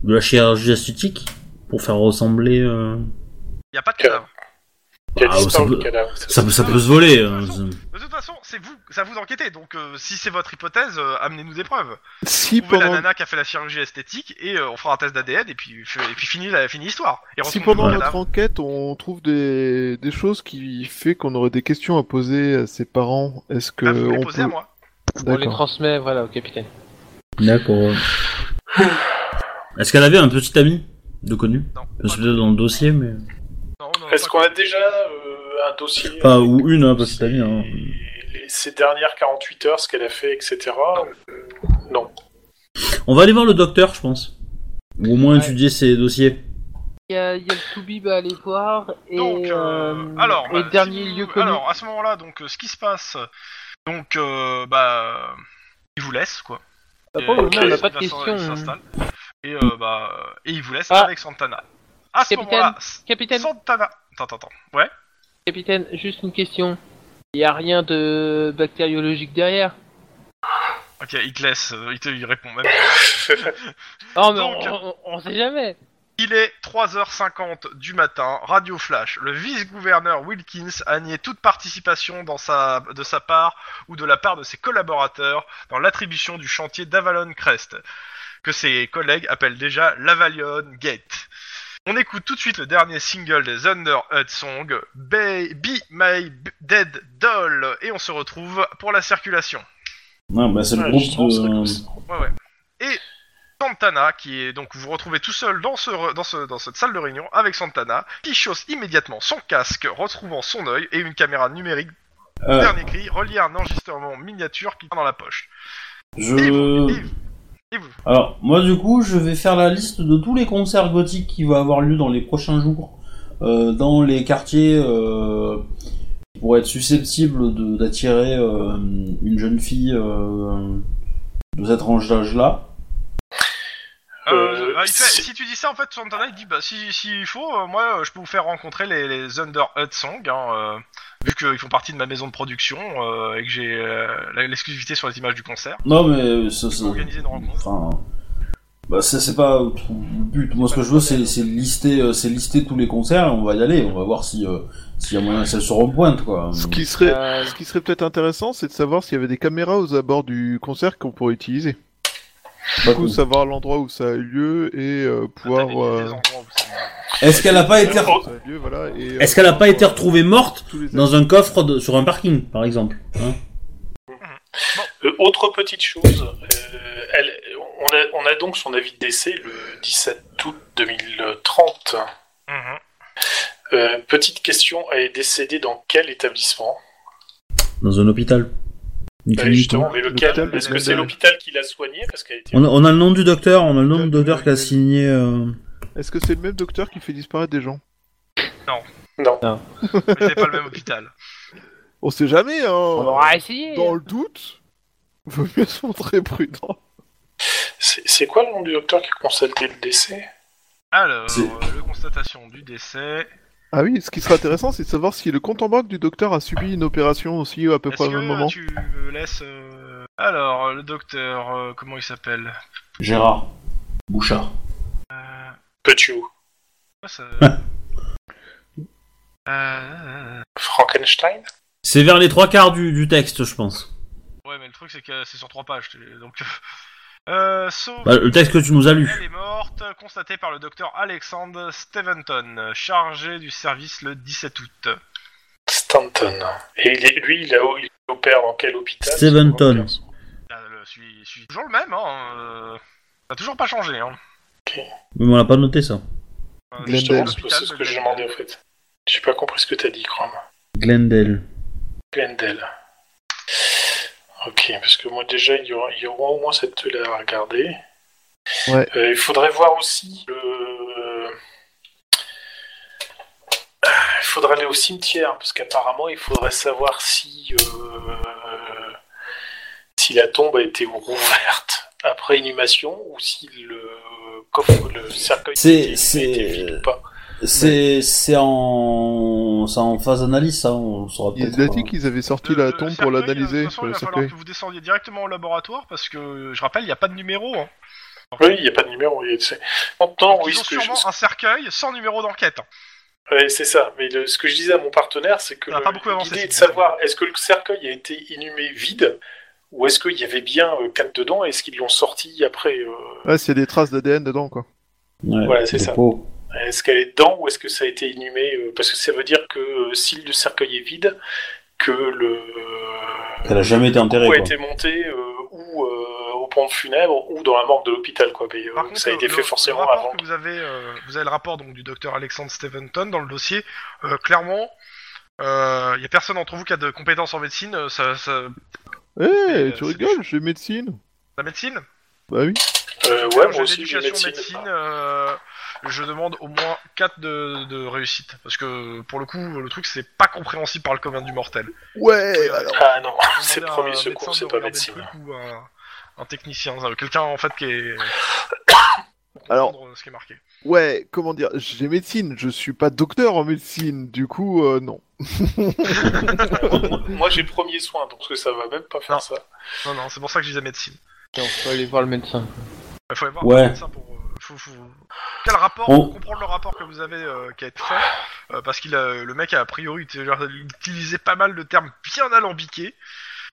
[SPEAKER 6] de la chirurgie esthétique pour faire ressembler. euh,
[SPEAKER 1] Il n'y a pas de cadavre.
[SPEAKER 3] Qui a
[SPEAKER 6] Ah,
[SPEAKER 3] disparu
[SPEAKER 6] ça
[SPEAKER 3] le
[SPEAKER 6] peut-
[SPEAKER 3] cadavre.
[SPEAKER 6] Ça, peut- ça peut se voler. euh, ça-
[SPEAKER 1] De toute façon, c'est vous, ça vous enquêtez, donc euh, si c'est votre hypothèse, euh, amenez-nous des preuves.
[SPEAKER 4] Si
[SPEAKER 1] Trouvez la
[SPEAKER 4] pendant,
[SPEAKER 1] nana qui a fait la chirurgie esthétique, et euh, on fera un test d'ADN, et puis, et puis fini, la, fini l'histoire. Et
[SPEAKER 4] si
[SPEAKER 1] retrouvez-nous
[SPEAKER 4] pendant
[SPEAKER 1] le
[SPEAKER 4] notre
[SPEAKER 1] cadavre.
[SPEAKER 4] enquête on trouve des, des choses qui fait qu'on aurait des questions à poser à ses parents, est-ce que
[SPEAKER 1] Ah, vous les
[SPEAKER 4] euh, on
[SPEAKER 1] posez à
[SPEAKER 4] peut...
[SPEAKER 1] moi.
[SPEAKER 2] on les
[SPEAKER 4] D'accord.
[SPEAKER 2] transmet voilà, au capitaine.
[SPEAKER 6] D'accord. Est-ce qu'elle avait un petit ami de connu
[SPEAKER 1] Non,
[SPEAKER 6] Je
[SPEAKER 1] pas-
[SPEAKER 6] suis peut-être dans le dossier, mais.
[SPEAKER 1] non, non,
[SPEAKER 3] Est-ce
[SPEAKER 1] pas-
[SPEAKER 3] qu'on a déjà euh, un dossier
[SPEAKER 6] Pas
[SPEAKER 3] avec
[SPEAKER 6] ou une, hein, parce que
[SPEAKER 3] ses-
[SPEAKER 6] t'as vu, hein.
[SPEAKER 3] les- Ces dernières 48 heures, ce qu'elle a fait, etc. Euh, Non.
[SPEAKER 6] On va aller voir le docteur, je pense. Ou au moins
[SPEAKER 2] Ouais.
[SPEAKER 6] étudier ses dossiers.
[SPEAKER 2] Il y a, il y a le Toubib à aller voir et,
[SPEAKER 1] Donc, euh,
[SPEAKER 2] euh,
[SPEAKER 1] alors,
[SPEAKER 2] et
[SPEAKER 1] bah,
[SPEAKER 2] dernier
[SPEAKER 1] si vous-
[SPEAKER 2] lieu connu.
[SPEAKER 1] Alors, à ce moment-là, donc, euh, ce qui se passe, donc, euh, bah, il vous laisse, quoi.
[SPEAKER 2] Bah, pour le moment, on n'a pas de
[SPEAKER 1] Il va s'en-
[SPEAKER 2] questions.
[SPEAKER 1] il s'installe. Et, euh, bah, et il vous laisse
[SPEAKER 2] Ah.
[SPEAKER 1] avec Santana. À ce
[SPEAKER 2] Capitaine.
[SPEAKER 1] moment-là, S-
[SPEAKER 2] Capitaine,
[SPEAKER 1] Santana. Attends, attends, attends. Ouais.
[SPEAKER 2] capitaine, juste une question. Il n'y a rien de bactériologique derrière
[SPEAKER 1] Ok, il te laisse, euh, il te il répond même.
[SPEAKER 2] Oh, mais
[SPEAKER 1] Donc-
[SPEAKER 2] on, on- on sait jamais
[SPEAKER 1] Il est 3h50 du matin, Radio Flash. Le vice-gouverneur Wilkins a nié toute participation dans sa, de sa part ou de la part de ses collaborateurs dans l'attribution du chantier d'Avalon Crest, que ses collègues appellent déjà l'Avalon Gate. On écoute tout de suite le dernier single des Thunderhead Song, Be, Be My B- Dead Doll, et on se retrouve pour la circulation.
[SPEAKER 6] Non, bah c'est
[SPEAKER 3] Ouais, justement, Ah, ça commence.
[SPEAKER 1] Ouais, ouais. Et Santana, qui est donc vous vous retrouvez tout seul dans, ce, re- dans, ce, dans cette salle de réunion avec Santana, qui chausse immédiatement son casque, retrouvant son œil et une caméra numérique, dernier cri, relié à un enregistrement miniature qui est dans la poche. Et
[SPEAKER 6] Euh.
[SPEAKER 1] vous, et vous-
[SPEAKER 6] Alors, moi du coup, je vais faire la liste de tous les concerts gothiques qui vont avoir lieu dans les prochains jours euh, dans les quartiers euh, qui pourraient être susceptibles de- d'attirer euh, une jeune fille euh, de cette range d'âge-là.
[SPEAKER 1] Euh,
[SPEAKER 3] Euh,
[SPEAKER 1] il fait-
[SPEAKER 3] c'est-
[SPEAKER 1] si tu dis ça, en fait, Santana il dit bah, si, si il faut, euh, moi euh, je peux vous faire rencontrer les, les Thunder Hut Song, hein, euh, vu qu'ils font partie de ma maison de production euh, et que j'ai euh, l'exclusivité sur les images du concert.
[SPEAKER 6] Non, mais ça,
[SPEAKER 1] Je
[SPEAKER 6] ça-
[SPEAKER 1] peux organiser une rencontre.
[SPEAKER 6] Enfin,
[SPEAKER 7] Bah ça c'est pas le but. Moi ce que je veux c'est c'est lister euh, c'est lister tous les concerts et on va y aller. On va voir si euh, s'il y a moyen que ça se repointe quoi.
[SPEAKER 4] Ce qui serait,
[SPEAKER 2] Euh,
[SPEAKER 4] ce qui serait peut-être intéressant, c'est de savoir s'il y avait des caméras aux abords du concert qu'on pourrait utiliser.
[SPEAKER 7] Pas
[SPEAKER 4] Du coup,
[SPEAKER 7] con.
[SPEAKER 4] savoir l'endroit où ça a eu lieu et euh, pouvoir.
[SPEAKER 1] T'as des-
[SPEAKER 4] euh,
[SPEAKER 1] des endroits où ça-
[SPEAKER 7] Est-ce qu'elle a pas été
[SPEAKER 4] où ça a eu lieu, voilà, et, euh,
[SPEAKER 6] Est-ce qu'elle a pas été retrouvée morte
[SPEAKER 4] tous les
[SPEAKER 6] dans un coffre de- sur un parking, par exemple hein
[SPEAKER 3] Euh, autre petite chose, euh, elle- on, a, on a donc son avis de décès le 17 août 2030.
[SPEAKER 1] Mhm.
[SPEAKER 3] Euh, petite question, elle est décédée dans quel établissement
[SPEAKER 6] Dans un hôpital. Une
[SPEAKER 3] Euh,
[SPEAKER 6] clinique,
[SPEAKER 3] Justement,
[SPEAKER 6] hein.
[SPEAKER 3] mais lequel
[SPEAKER 4] L'hôpital
[SPEAKER 3] Est-ce que
[SPEAKER 4] de-
[SPEAKER 3] c'est l'hôpital qui l'a soignée Parce qu'elle était.
[SPEAKER 6] on a, on a le nom du docteur, on a le nom du
[SPEAKER 4] Docteur,
[SPEAKER 6] docteur qui a
[SPEAKER 4] oui.
[SPEAKER 6] signé. euh,
[SPEAKER 4] Est-ce que c'est le même docteur qui fait disparaître des gens
[SPEAKER 6] Ah.
[SPEAKER 1] Mais c'est pas le même hôpital.
[SPEAKER 4] On sait jamais, hein
[SPEAKER 2] On aura essayé.
[SPEAKER 4] Dans le doute, vaut mieux se montrer prudent.
[SPEAKER 3] C'est c'est quoi le nom du docteur qui a constaté le décès
[SPEAKER 1] Alors,
[SPEAKER 7] C'est-
[SPEAKER 1] euh, le constatation du décès.
[SPEAKER 4] Ah oui, ce qui serait intéressant, c'est de savoir si le compte en banque du docteur a subi une opération aussi à peu
[SPEAKER 1] Est-ce
[SPEAKER 4] près au même
[SPEAKER 1] que
[SPEAKER 4] moment.
[SPEAKER 1] tu me laisses. euh, Alors, le docteur, euh, comment il s'appelle euh,
[SPEAKER 7] Gérard Bouchard.
[SPEAKER 3] Petiot.
[SPEAKER 1] Quoi, ça...
[SPEAKER 6] Ah.
[SPEAKER 1] Euh,
[SPEAKER 3] Frankenstein
[SPEAKER 6] C'est vers les trois quarts du, du texte, je pense.
[SPEAKER 1] Ouais, mais le truc, c'est que c'est sur trois pages. t'es- Donc. Euh, sauf.
[SPEAKER 6] Bah, le texte que tu nous as lu.
[SPEAKER 1] Elle est morte, constatée par le docteur Alexandre Steventon, chargé du service le 17 août.
[SPEAKER 3] Stanton. Et il est- lui, il, a, il opère dans quel hôpital
[SPEAKER 6] Steventon.
[SPEAKER 1] Ah, le- celui- celui- toujours le même, hein. euh, Ça a toujours pas changé, hein.
[SPEAKER 6] Mais on l'a pas noté ça.
[SPEAKER 1] Euh,
[SPEAKER 4] Glendale.
[SPEAKER 1] justement,
[SPEAKER 3] Justement,
[SPEAKER 4] Glendale.
[SPEAKER 3] c'est
[SPEAKER 1] l'hôpital
[SPEAKER 3] ce
[SPEAKER 1] de
[SPEAKER 3] que j'ai
[SPEAKER 1] Glendale.
[SPEAKER 3] demandé en fait. J'ai pas compris ce que t'as dit, Chrome.
[SPEAKER 6] Glendale.
[SPEAKER 3] Glendale. Ok, parce que moi déjà, il y aura, il y aura au moins cette là à regarder.
[SPEAKER 4] Ouais.
[SPEAKER 3] Euh, il faudrait voir aussi le... Il faudrait aller au cimetière, parce qu'apparemment, il faudrait savoir si, euh, si la tombe a été rouverte après inhumation ou si le coffre, le cercueil a
[SPEAKER 7] C'est-
[SPEAKER 3] été- a été
[SPEAKER 7] c'est-
[SPEAKER 3] vide ou pas.
[SPEAKER 7] C'est c'est en c'est en phase analyse ça. On le saura
[SPEAKER 4] Ils
[SPEAKER 7] peut-être. euh,
[SPEAKER 4] a dit qu'ils avaient sorti la
[SPEAKER 1] Le-
[SPEAKER 4] tombe
[SPEAKER 1] le
[SPEAKER 4] pour
[SPEAKER 1] cercueil, De
[SPEAKER 4] l'analyser
[SPEAKER 1] toute façon,
[SPEAKER 4] sur
[SPEAKER 1] il
[SPEAKER 4] le
[SPEAKER 1] va falloir
[SPEAKER 4] cercueil.
[SPEAKER 1] que vous descendiez directement au laboratoire parce que je rappelle, il n'y a pas de numéro. Hein.
[SPEAKER 3] Oui, il n'y a pas de numéro. il y a- c'est- Maintenant,
[SPEAKER 1] Donc,
[SPEAKER 3] oui,
[SPEAKER 1] ils ont
[SPEAKER 3] ce que je-
[SPEAKER 1] sûrement un cercueil sans numéro d'enquête. hein.
[SPEAKER 3] Ouais, c'est ça. Mais le- ce que je disais à mon partenaire, c'est que
[SPEAKER 1] On n'a
[SPEAKER 3] le-
[SPEAKER 1] pas beaucoup avancé,
[SPEAKER 3] l'idée est de
[SPEAKER 1] c'est ça.
[SPEAKER 3] savoir est-ce que le cercueil a été inhumé vide ou est-ce qu'il y avait bien euh, quatre dedans et est-ce qu'ils l'ont sorti après euh,
[SPEAKER 4] Ouais, s'il y a des traces d'ADN dedans, quoi.
[SPEAKER 6] Ouais,
[SPEAKER 3] Voilà, c'est
[SPEAKER 7] les
[SPEAKER 3] ça.
[SPEAKER 7] pauvres.
[SPEAKER 3] Est-ce qu'elle est dedans ou est-ce que ça a été inhumé euh, Parce que ça veut dire que euh, si le cercueil est vide, que le
[SPEAKER 7] Elle a jamais été enterrée
[SPEAKER 3] coup a
[SPEAKER 7] quoi.
[SPEAKER 3] été monté euh, ou euh, au pompe funèbre ou dans la morgue de l'hôpital. quoi. Mais, euh,
[SPEAKER 1] Par contre,
[SPEAKER 3] ça a été
[SPEAKER 1] le-
[SPEAKER 3] fait
[SPEAKER 1] le
[SPEAKER 3] forcément
[SPEAKER 1] rapport
[SPEAKER 3] avant.
[SPEAKER 1] que vous avez, euh, vous avez le rapport donc du docteur Alexandre Steventon dans le dossier. euh, clairement, euh, il n'y a personne d'entre vous qui a de compétences en médecine. euh, ça- ça-
[SPEAKER 4] Eh,
[SPEAKER 1] euh,
[SPEAKER 4] tu
[SPEAKER 1] c'est
[SPEAKER 4] rigoles, j'ai médecine.
[SPEAKER 1] la médecine
[SPEAKER 4] Bah oui.
[SPEAKER 3] Euh,
[SPEAKER 1] Alors,
[SPEAKER 3] ouais, moi
[SPEAKER 1] j'ai
[SPEAKER 3] aussi, j'ai
[SPEAKER 1] l'éducation
[SPEAKER 3] médecine.
[SPEAKER 1] euh, je demande au moins 4 de, de réussite. Parce que pour le coup, le truc, c'est pas compréhensible par le commun du mortel.
[SPEAKER 4] Ouais,
[SPEAKER 1] Oui,
[SPEAKER 4] Eh, alors.
[SPEAKER 3] Ah non,
[SPEAKER 1] Vous
[SPEAKER 3] c'est
[SPEAKER 1] demandez à
[SPEAKER 3] premier
[SPEAKER 1] un médecin
[SPEAKER 3] secours,
[SPEAKER 1] de
[SPEAKER 3] c'est pas
[SPEAKER 1] regarder le
[SPEAKER 3] médecine.
[SPEAKER 1] truc Ou un, un technicien, ça, quelqu'un en fait qui est. pour
[SPEAKER 4] Alors-
[SPEAKER 1] comprendre Ce qui est marqué.
[SPEAKER 4] Ouais, comment dire, j'ai médecine, je suis pas docteur en médecine, du coup, euh, non.
[SPEAKER 3] Moi j'ai premier soin, donc parce que ça va même pas faire
[SPEAKER 1] Non.
[SPEAKER 3] ça.
[SPEAKER 1] Non, non, c'est pour ça que je disais médecine.
[SPEAKER 2] On peut aller voir le médecin.
[SPEAKER 1] Il faut aller voir
[SPEAKER 7] Ouais.
[SPEAKER 1] le médecin pour. euh, faut- faut- Quel rapport
[SPEAKER 7] On-
[SPEAKER 1] Comprendre le rapport que vous avez euh, qui a été fait. euh, parce que le mec a a priori été- utilisé pas mal de termes bien alambiqués.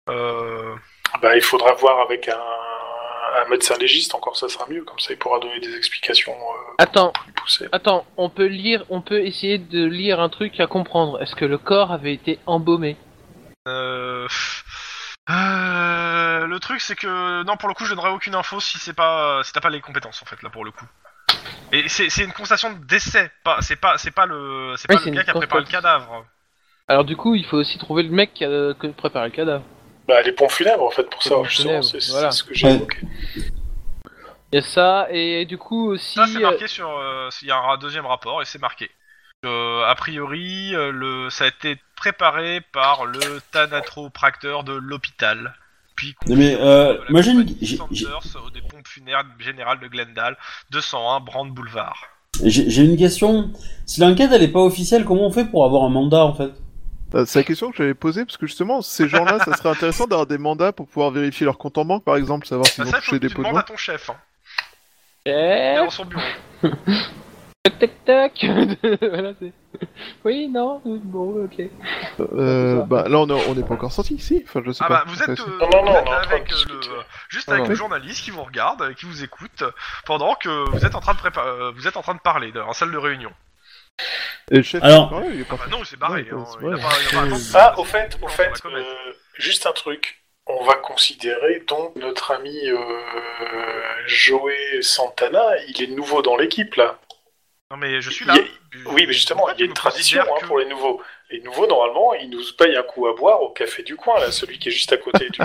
[SPEAKER 1] Euh,
[SPEAKER 3] Bah, il faudra voir avec un, un médecin légiste, encore ça sera mieux, comme ça il pourra donner des explications euh,
[SPEAKER 1] Ah.
[SPEAKER 2] Attends,
[SPEAKER 3] plus poussées.
[SPEAKER 2] attends, on peut lire, on peut essayer de lire un truc à comprendre. Est-ce que le corps avait été embaumé
[SPEAKER 1] Euh, euh, le truc, c'est que non, pour le coup, je donnerai aucune info si c'est pas, si t'as pas les compétences en fait là pour le coup. Et c'est c'est une constatation de décès, pas, c'est pas, c'est pas le, c'est
[SPEAKER 2] Oui,
[SPEAKER 1] pas
[SPEAKER 2] c'est
[SPEAKER 1] le
[SPEAKER 2] une
[SPEAKER 1] gars qui a préparé le
[SPEAKER 2] constatation.
[SPEAKER 1] cadavre.
[SPEAKER 2] Alors du coup, il faut aussi trouver le mec qui a euh, que- préparé le cadavre.
[SPEAKER 3] Bah, les pompes funèbres en fait, pour
[SPEAKER 2] Les
[SPEAKER 3] ça,
[SPEAKER 2] pompes
[SPEAKER 3] justement,
[SPEAKER 2] funèbres,
[SPEAKER 3] c'est c'est
[SPEAKER 2] voilà.
[SPEAKER 3] ce que j'ai
[SPEAKER 7] Ouais.
[SPEAKER 3] évoqué.
[SPEAKER 1] Mmh.
[SPEAKER 2] Il y a ça, et du coup aussi...
[SPEAKER 1] Ça, c'est
[SPEAKER 2] euh,
[SPEAKER 1] marqué sur, euh, il y a un ra- deuxième rapport et c'est marqué. Euh, a priori, euh, le, ça a été préparé par le thanatropracteur de l'hôpital. Puis
[SPEAKER 7] Non, mais, euh,
[SPEAKER 1] de la
[SPEAKER 7] imagine-
[SPEAKER 1] compagnie
[SPEAKER 7] j'ai- j'ai-
[SPEAKER 1] Sanders aux des pompes funéraires générales de Glendale, 201 Brand Boulevard.
[SPEAKER 7] J'ai j'ai une question. Si l'enquête elle est pas officielle, comment on fait pour avoir un mandat en fait
[SPEAKER 4] Euh, C'est la question que j'avais posée, parce que justement, ces gens-là, ça serait intéressant d'avoir des mandats pour pouvoir vérifier leur compte en banque, par exemple, savoir s'ils
[SPEAKER 1] Bah,
[SPEAKER 4] ont
[SPEAKER 1] ça, faut
[SPEAKER 4] touché
[SPEAKER 1] que
[SPEAKER 4] des
[SPEAKER 1] tu
[SPEAKER 4] pots de
[SPEAKER 1] demandes à
[SPEAKER 4] banque.
[SPEAKER 1] ton chef. hein.
[SPEAKER 3] Eh
[SPEAKER 1] est
[SPEAKER 2] Tac,
[SPEAKER 1] dans son bureau.
[SPEAKER 2] tac, tac, euh, eh, tac. Voilà, c'est- oui, non, oui, bon, ok.
[SPEAKER 4] Euh, bah là on est- on n'est pas encore sorti, si Enfin je sais
[SPEAKER 1] Ah
[SPEAKER 4] pas.
[SPEAKER 1] bah vous êtes,
[SPEAKER 4] Ouais,
[SPEAKER 1] euh,
[SPEAKER 3] Non, non, non,
[SPEAKER 1] vous
[SPEAKER 3] on
[SPEAKER 1] êtes
[SPEAKER 3] est en train de
[SPEAKER 1] avec euh,
[SPEAKER 3] discuter.
[SPEAKER 1] le, juste
[SPEAKER 4] Ah,
[SPEAKER 1] avec
[SPEAKER 4] ouais.
[SPEAKER 1] le journaliste qui vous regarde, euh, qui vous écoute, euh, pendant que vous êtes en train de prépa- euh, vous êtes en train de parler dans la salle de réunion.
[SPEAKER 4] Et le chef,
[SPEAKER 6] Alors-
[SPEAKER 4] il est pareil, il est pas-
[SPEAKER 1] Ah bah non, il s'est barré.
[SPEAKER 4] Ouais,
[SPEAKER 1] hein,
[SPEAKER 4] c'est
[SPEAKER 1] il
[SPEAKER 4] vrai.
[SPEAKER 1] a pas- il a pas attendu.
[SPEAKER 3] Ah, au fait, au
[SPEAKER 1] Pour
[SPEAKER 3] fait,
[SPEAKER 1] la comète.
[SPEAKER 3] euh, juste un truc. On va considérer donc notre ami euh, Joey Santana, il est nouveau dans l'équipe là.
[SPEAKER 1] Non mais je suis là.
[SPEAKER 3] Il y a- Oui, mais justement,
[SPEAKER 1] Mmh. Pourquoi
[SPEAKER 3] il y a
[SPEAKER 1] tu
[SPEAKER 3] une
[SPEAKER 1] me
[SPEAKER 3] tradition
[SPEAKER 1] considères
[SPEAKER 3] hein,
[SPEAKER 1] que-
[SPEAKER 3] pour les nouveaux. Les nouveaux, normalement, ils nous payent un coup à boire au café du coin, là, celui qui est juste à côté du.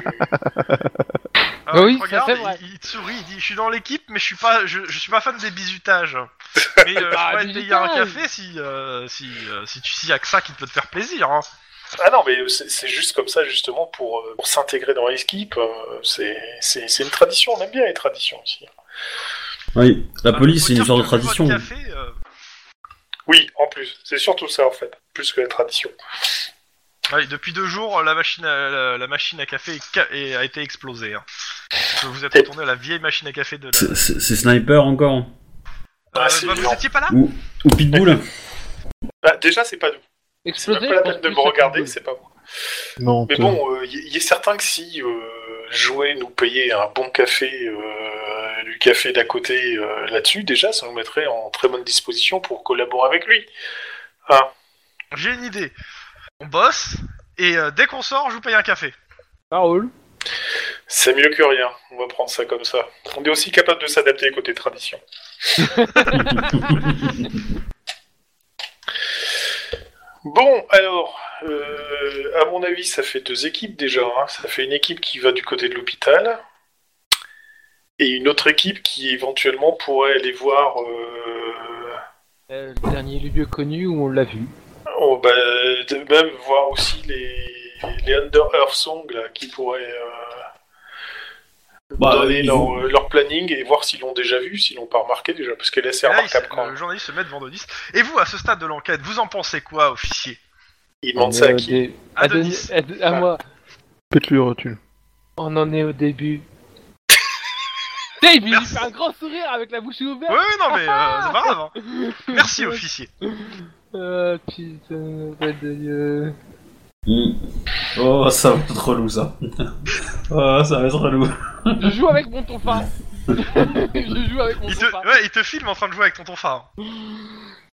[SPEAKER 1] Ah,
[SPEAKER 2] Bah oui,
[SPEAKER 1] il te regarde,
[SPEAKER 2] ça, c'est vrai.
[SPEAKER 1] Il, il te sourit, il dit je suis dans l'équipe, mais je suis pas, je, je suis pas fan des bisutages. Mais euh,
[SPEAKER 2] Ah,
[SPEAKER 1] je pourrais te payer un
[SPEAKER 2] bizutage.
[SPEAKER 1] café si, euh, si, euh, si tu s'il y a que ça qui peut te faire plaisir. Hein.
[SPEAKER 3] Ah non, mais c'est c'est juste comme ça, justement, pour, euh, pour s'intégrer dans l'équipe. euh, C'est c'est- c'est une tradition, on aime bien les traditions ici.
[SPEAKER 6] Oui, la
[SPEAKER 1] Ah,
[SPEAKER 6] police,
[SPEAKER 1] faut
[SPEAKER 6] c'est une
[SPEAKER 1] dire
[SPEAKER 6] histoire de
[SPEAKER 1] que le
[SPEAKER 6] tradition.
[SPEAKER 1] café, euh,
[SPEAKER 3] Oui, en plus, c'est surtout ça, en fait, plus que la tradition.
[SPEAKER 1] ouais, depuis deux jours, la machine, à, la, la machine à café est ca- est- a été explosée. hein. Parce que Vous êtes retourné à la vieille machine à café de. La...
[SPEAKER 6] C'est- C'est c'est Sniper encore
[SPEAKER 1] Euh,
[SPEAKER 3] Ah, c'est
[SPEAKER 1] bah, vous
[SPEAKER 3] énorme.
[SPEAKER 1] étiez pas là
[SPEAKER 6] Ou, ou Pitbull
[SPEAKER 3] Bah, déjà, c'est pas nous. C'est
[SPEAKER 2] Exploser.
[SPEAKER 3] même pas la
[SPEAKER 2] je pense
[SPEAKER 3] peine de
[SPEAKER 2] plus
[SPEAKER 3] me
[SPEAKER 2] à-
[SPEAKER 3] regarder, c'est pas moi.
[SPEAKER 4] Non,
[SPEAKER 3] Mais
[SPEAKER 4] t'es-
[SPEAKER 3] bon, euh, il il est certain que si euh, Joey nous payait un bon café, euh, du café d'à côté euh, là-dessus, déjà, ça nous mettrait en très bonne disposition pour collaborer avec lui.
[SPEAKER 1] J'ai une idée. On bosse et euh, dès qu'on sort, je vous paye un café.
[SPEAKER 2] Parole.
[SPEAKER 3] C'est mieux que rien, on va prendre ça comme ça. On est aussi capable de s'adapter côté tradition. Bon, alors, euh, à mon avis, ça fait deux équipes déjà. hein. Ça fait une équipe qui va du côté de l'hôpital et une autre équipe qui éventuellement pourrait aller voir euh,
[SPEAKER 2] Euh, le dernier lieu connu où on l'a vu.
[SPEAKER 3] Oh, bah, de même voir aussi les, les Under Earth Song là, qui pourraient euh,
[SPEAKER 7] Bah,
[SPEAKER 3] donner
[SPEAKER 7] ils
[SPEAKER 3] leur,
[SPEAKER 7] vont-
[SPEAKER 3] euh, leur planning et voir s'ils l'ont déjà vu, s'ils l'ont pas remarqué déjà, parce qu'elle est assez
[SPEAKER 1] Et là, il
[SPEAKER 3] remarquable
[SPEAKER 1] se-
[SPEAKER 3] quand
[SPEAKER 1] le
[SPEAKER 3] même.
[SPEAKER 1] journaliste se met devant Denis. Et vous, à ce stade de l'enquête, vous en pensez quoi, officier
[SPEAKER 7] Ah,
[SPEAKER 3] Ils demandent ça à
[SPEAKER 2] Euh,
[SPEAKER 3] qui
[SPEAKER 2] des-
[SPEAKER 1] À
[SPEAKER 2] à Denis-
[SPEAKER 1] Denis.
[SPEAKER 2] à de- à
[SPEAKER 3] Ah.
[SPEAKER 2] moi.
[SPEAKER 4] pète-lui rotule.
[SPEAKER 2] On en est au début. Putain, il lui
[SPEAKER 1] Merci.
[SPEAKER 2] fait un grand sourire avec la bouche ouverte.
[SPEAKER 1] Ouais, ouais, non, mais euh, c'est pas grave. hein. Merci, officier.
[SPEAKER 2] Euh, putain, pas de Dieu.
[SPEAKER 6] Hmm.
[SPEAKER 7] Oh, ça va être relou, ça. oh, ça va être relou.
[SPEAKER 2] Je joue avec mon tonfa. je joue avec mon
[SPEAKER 1] Il te,
[SPEAKER 2] tonfa.
[SPEAKER 1] ouais, il te filme en train de jouer avec ton tonfa. hein.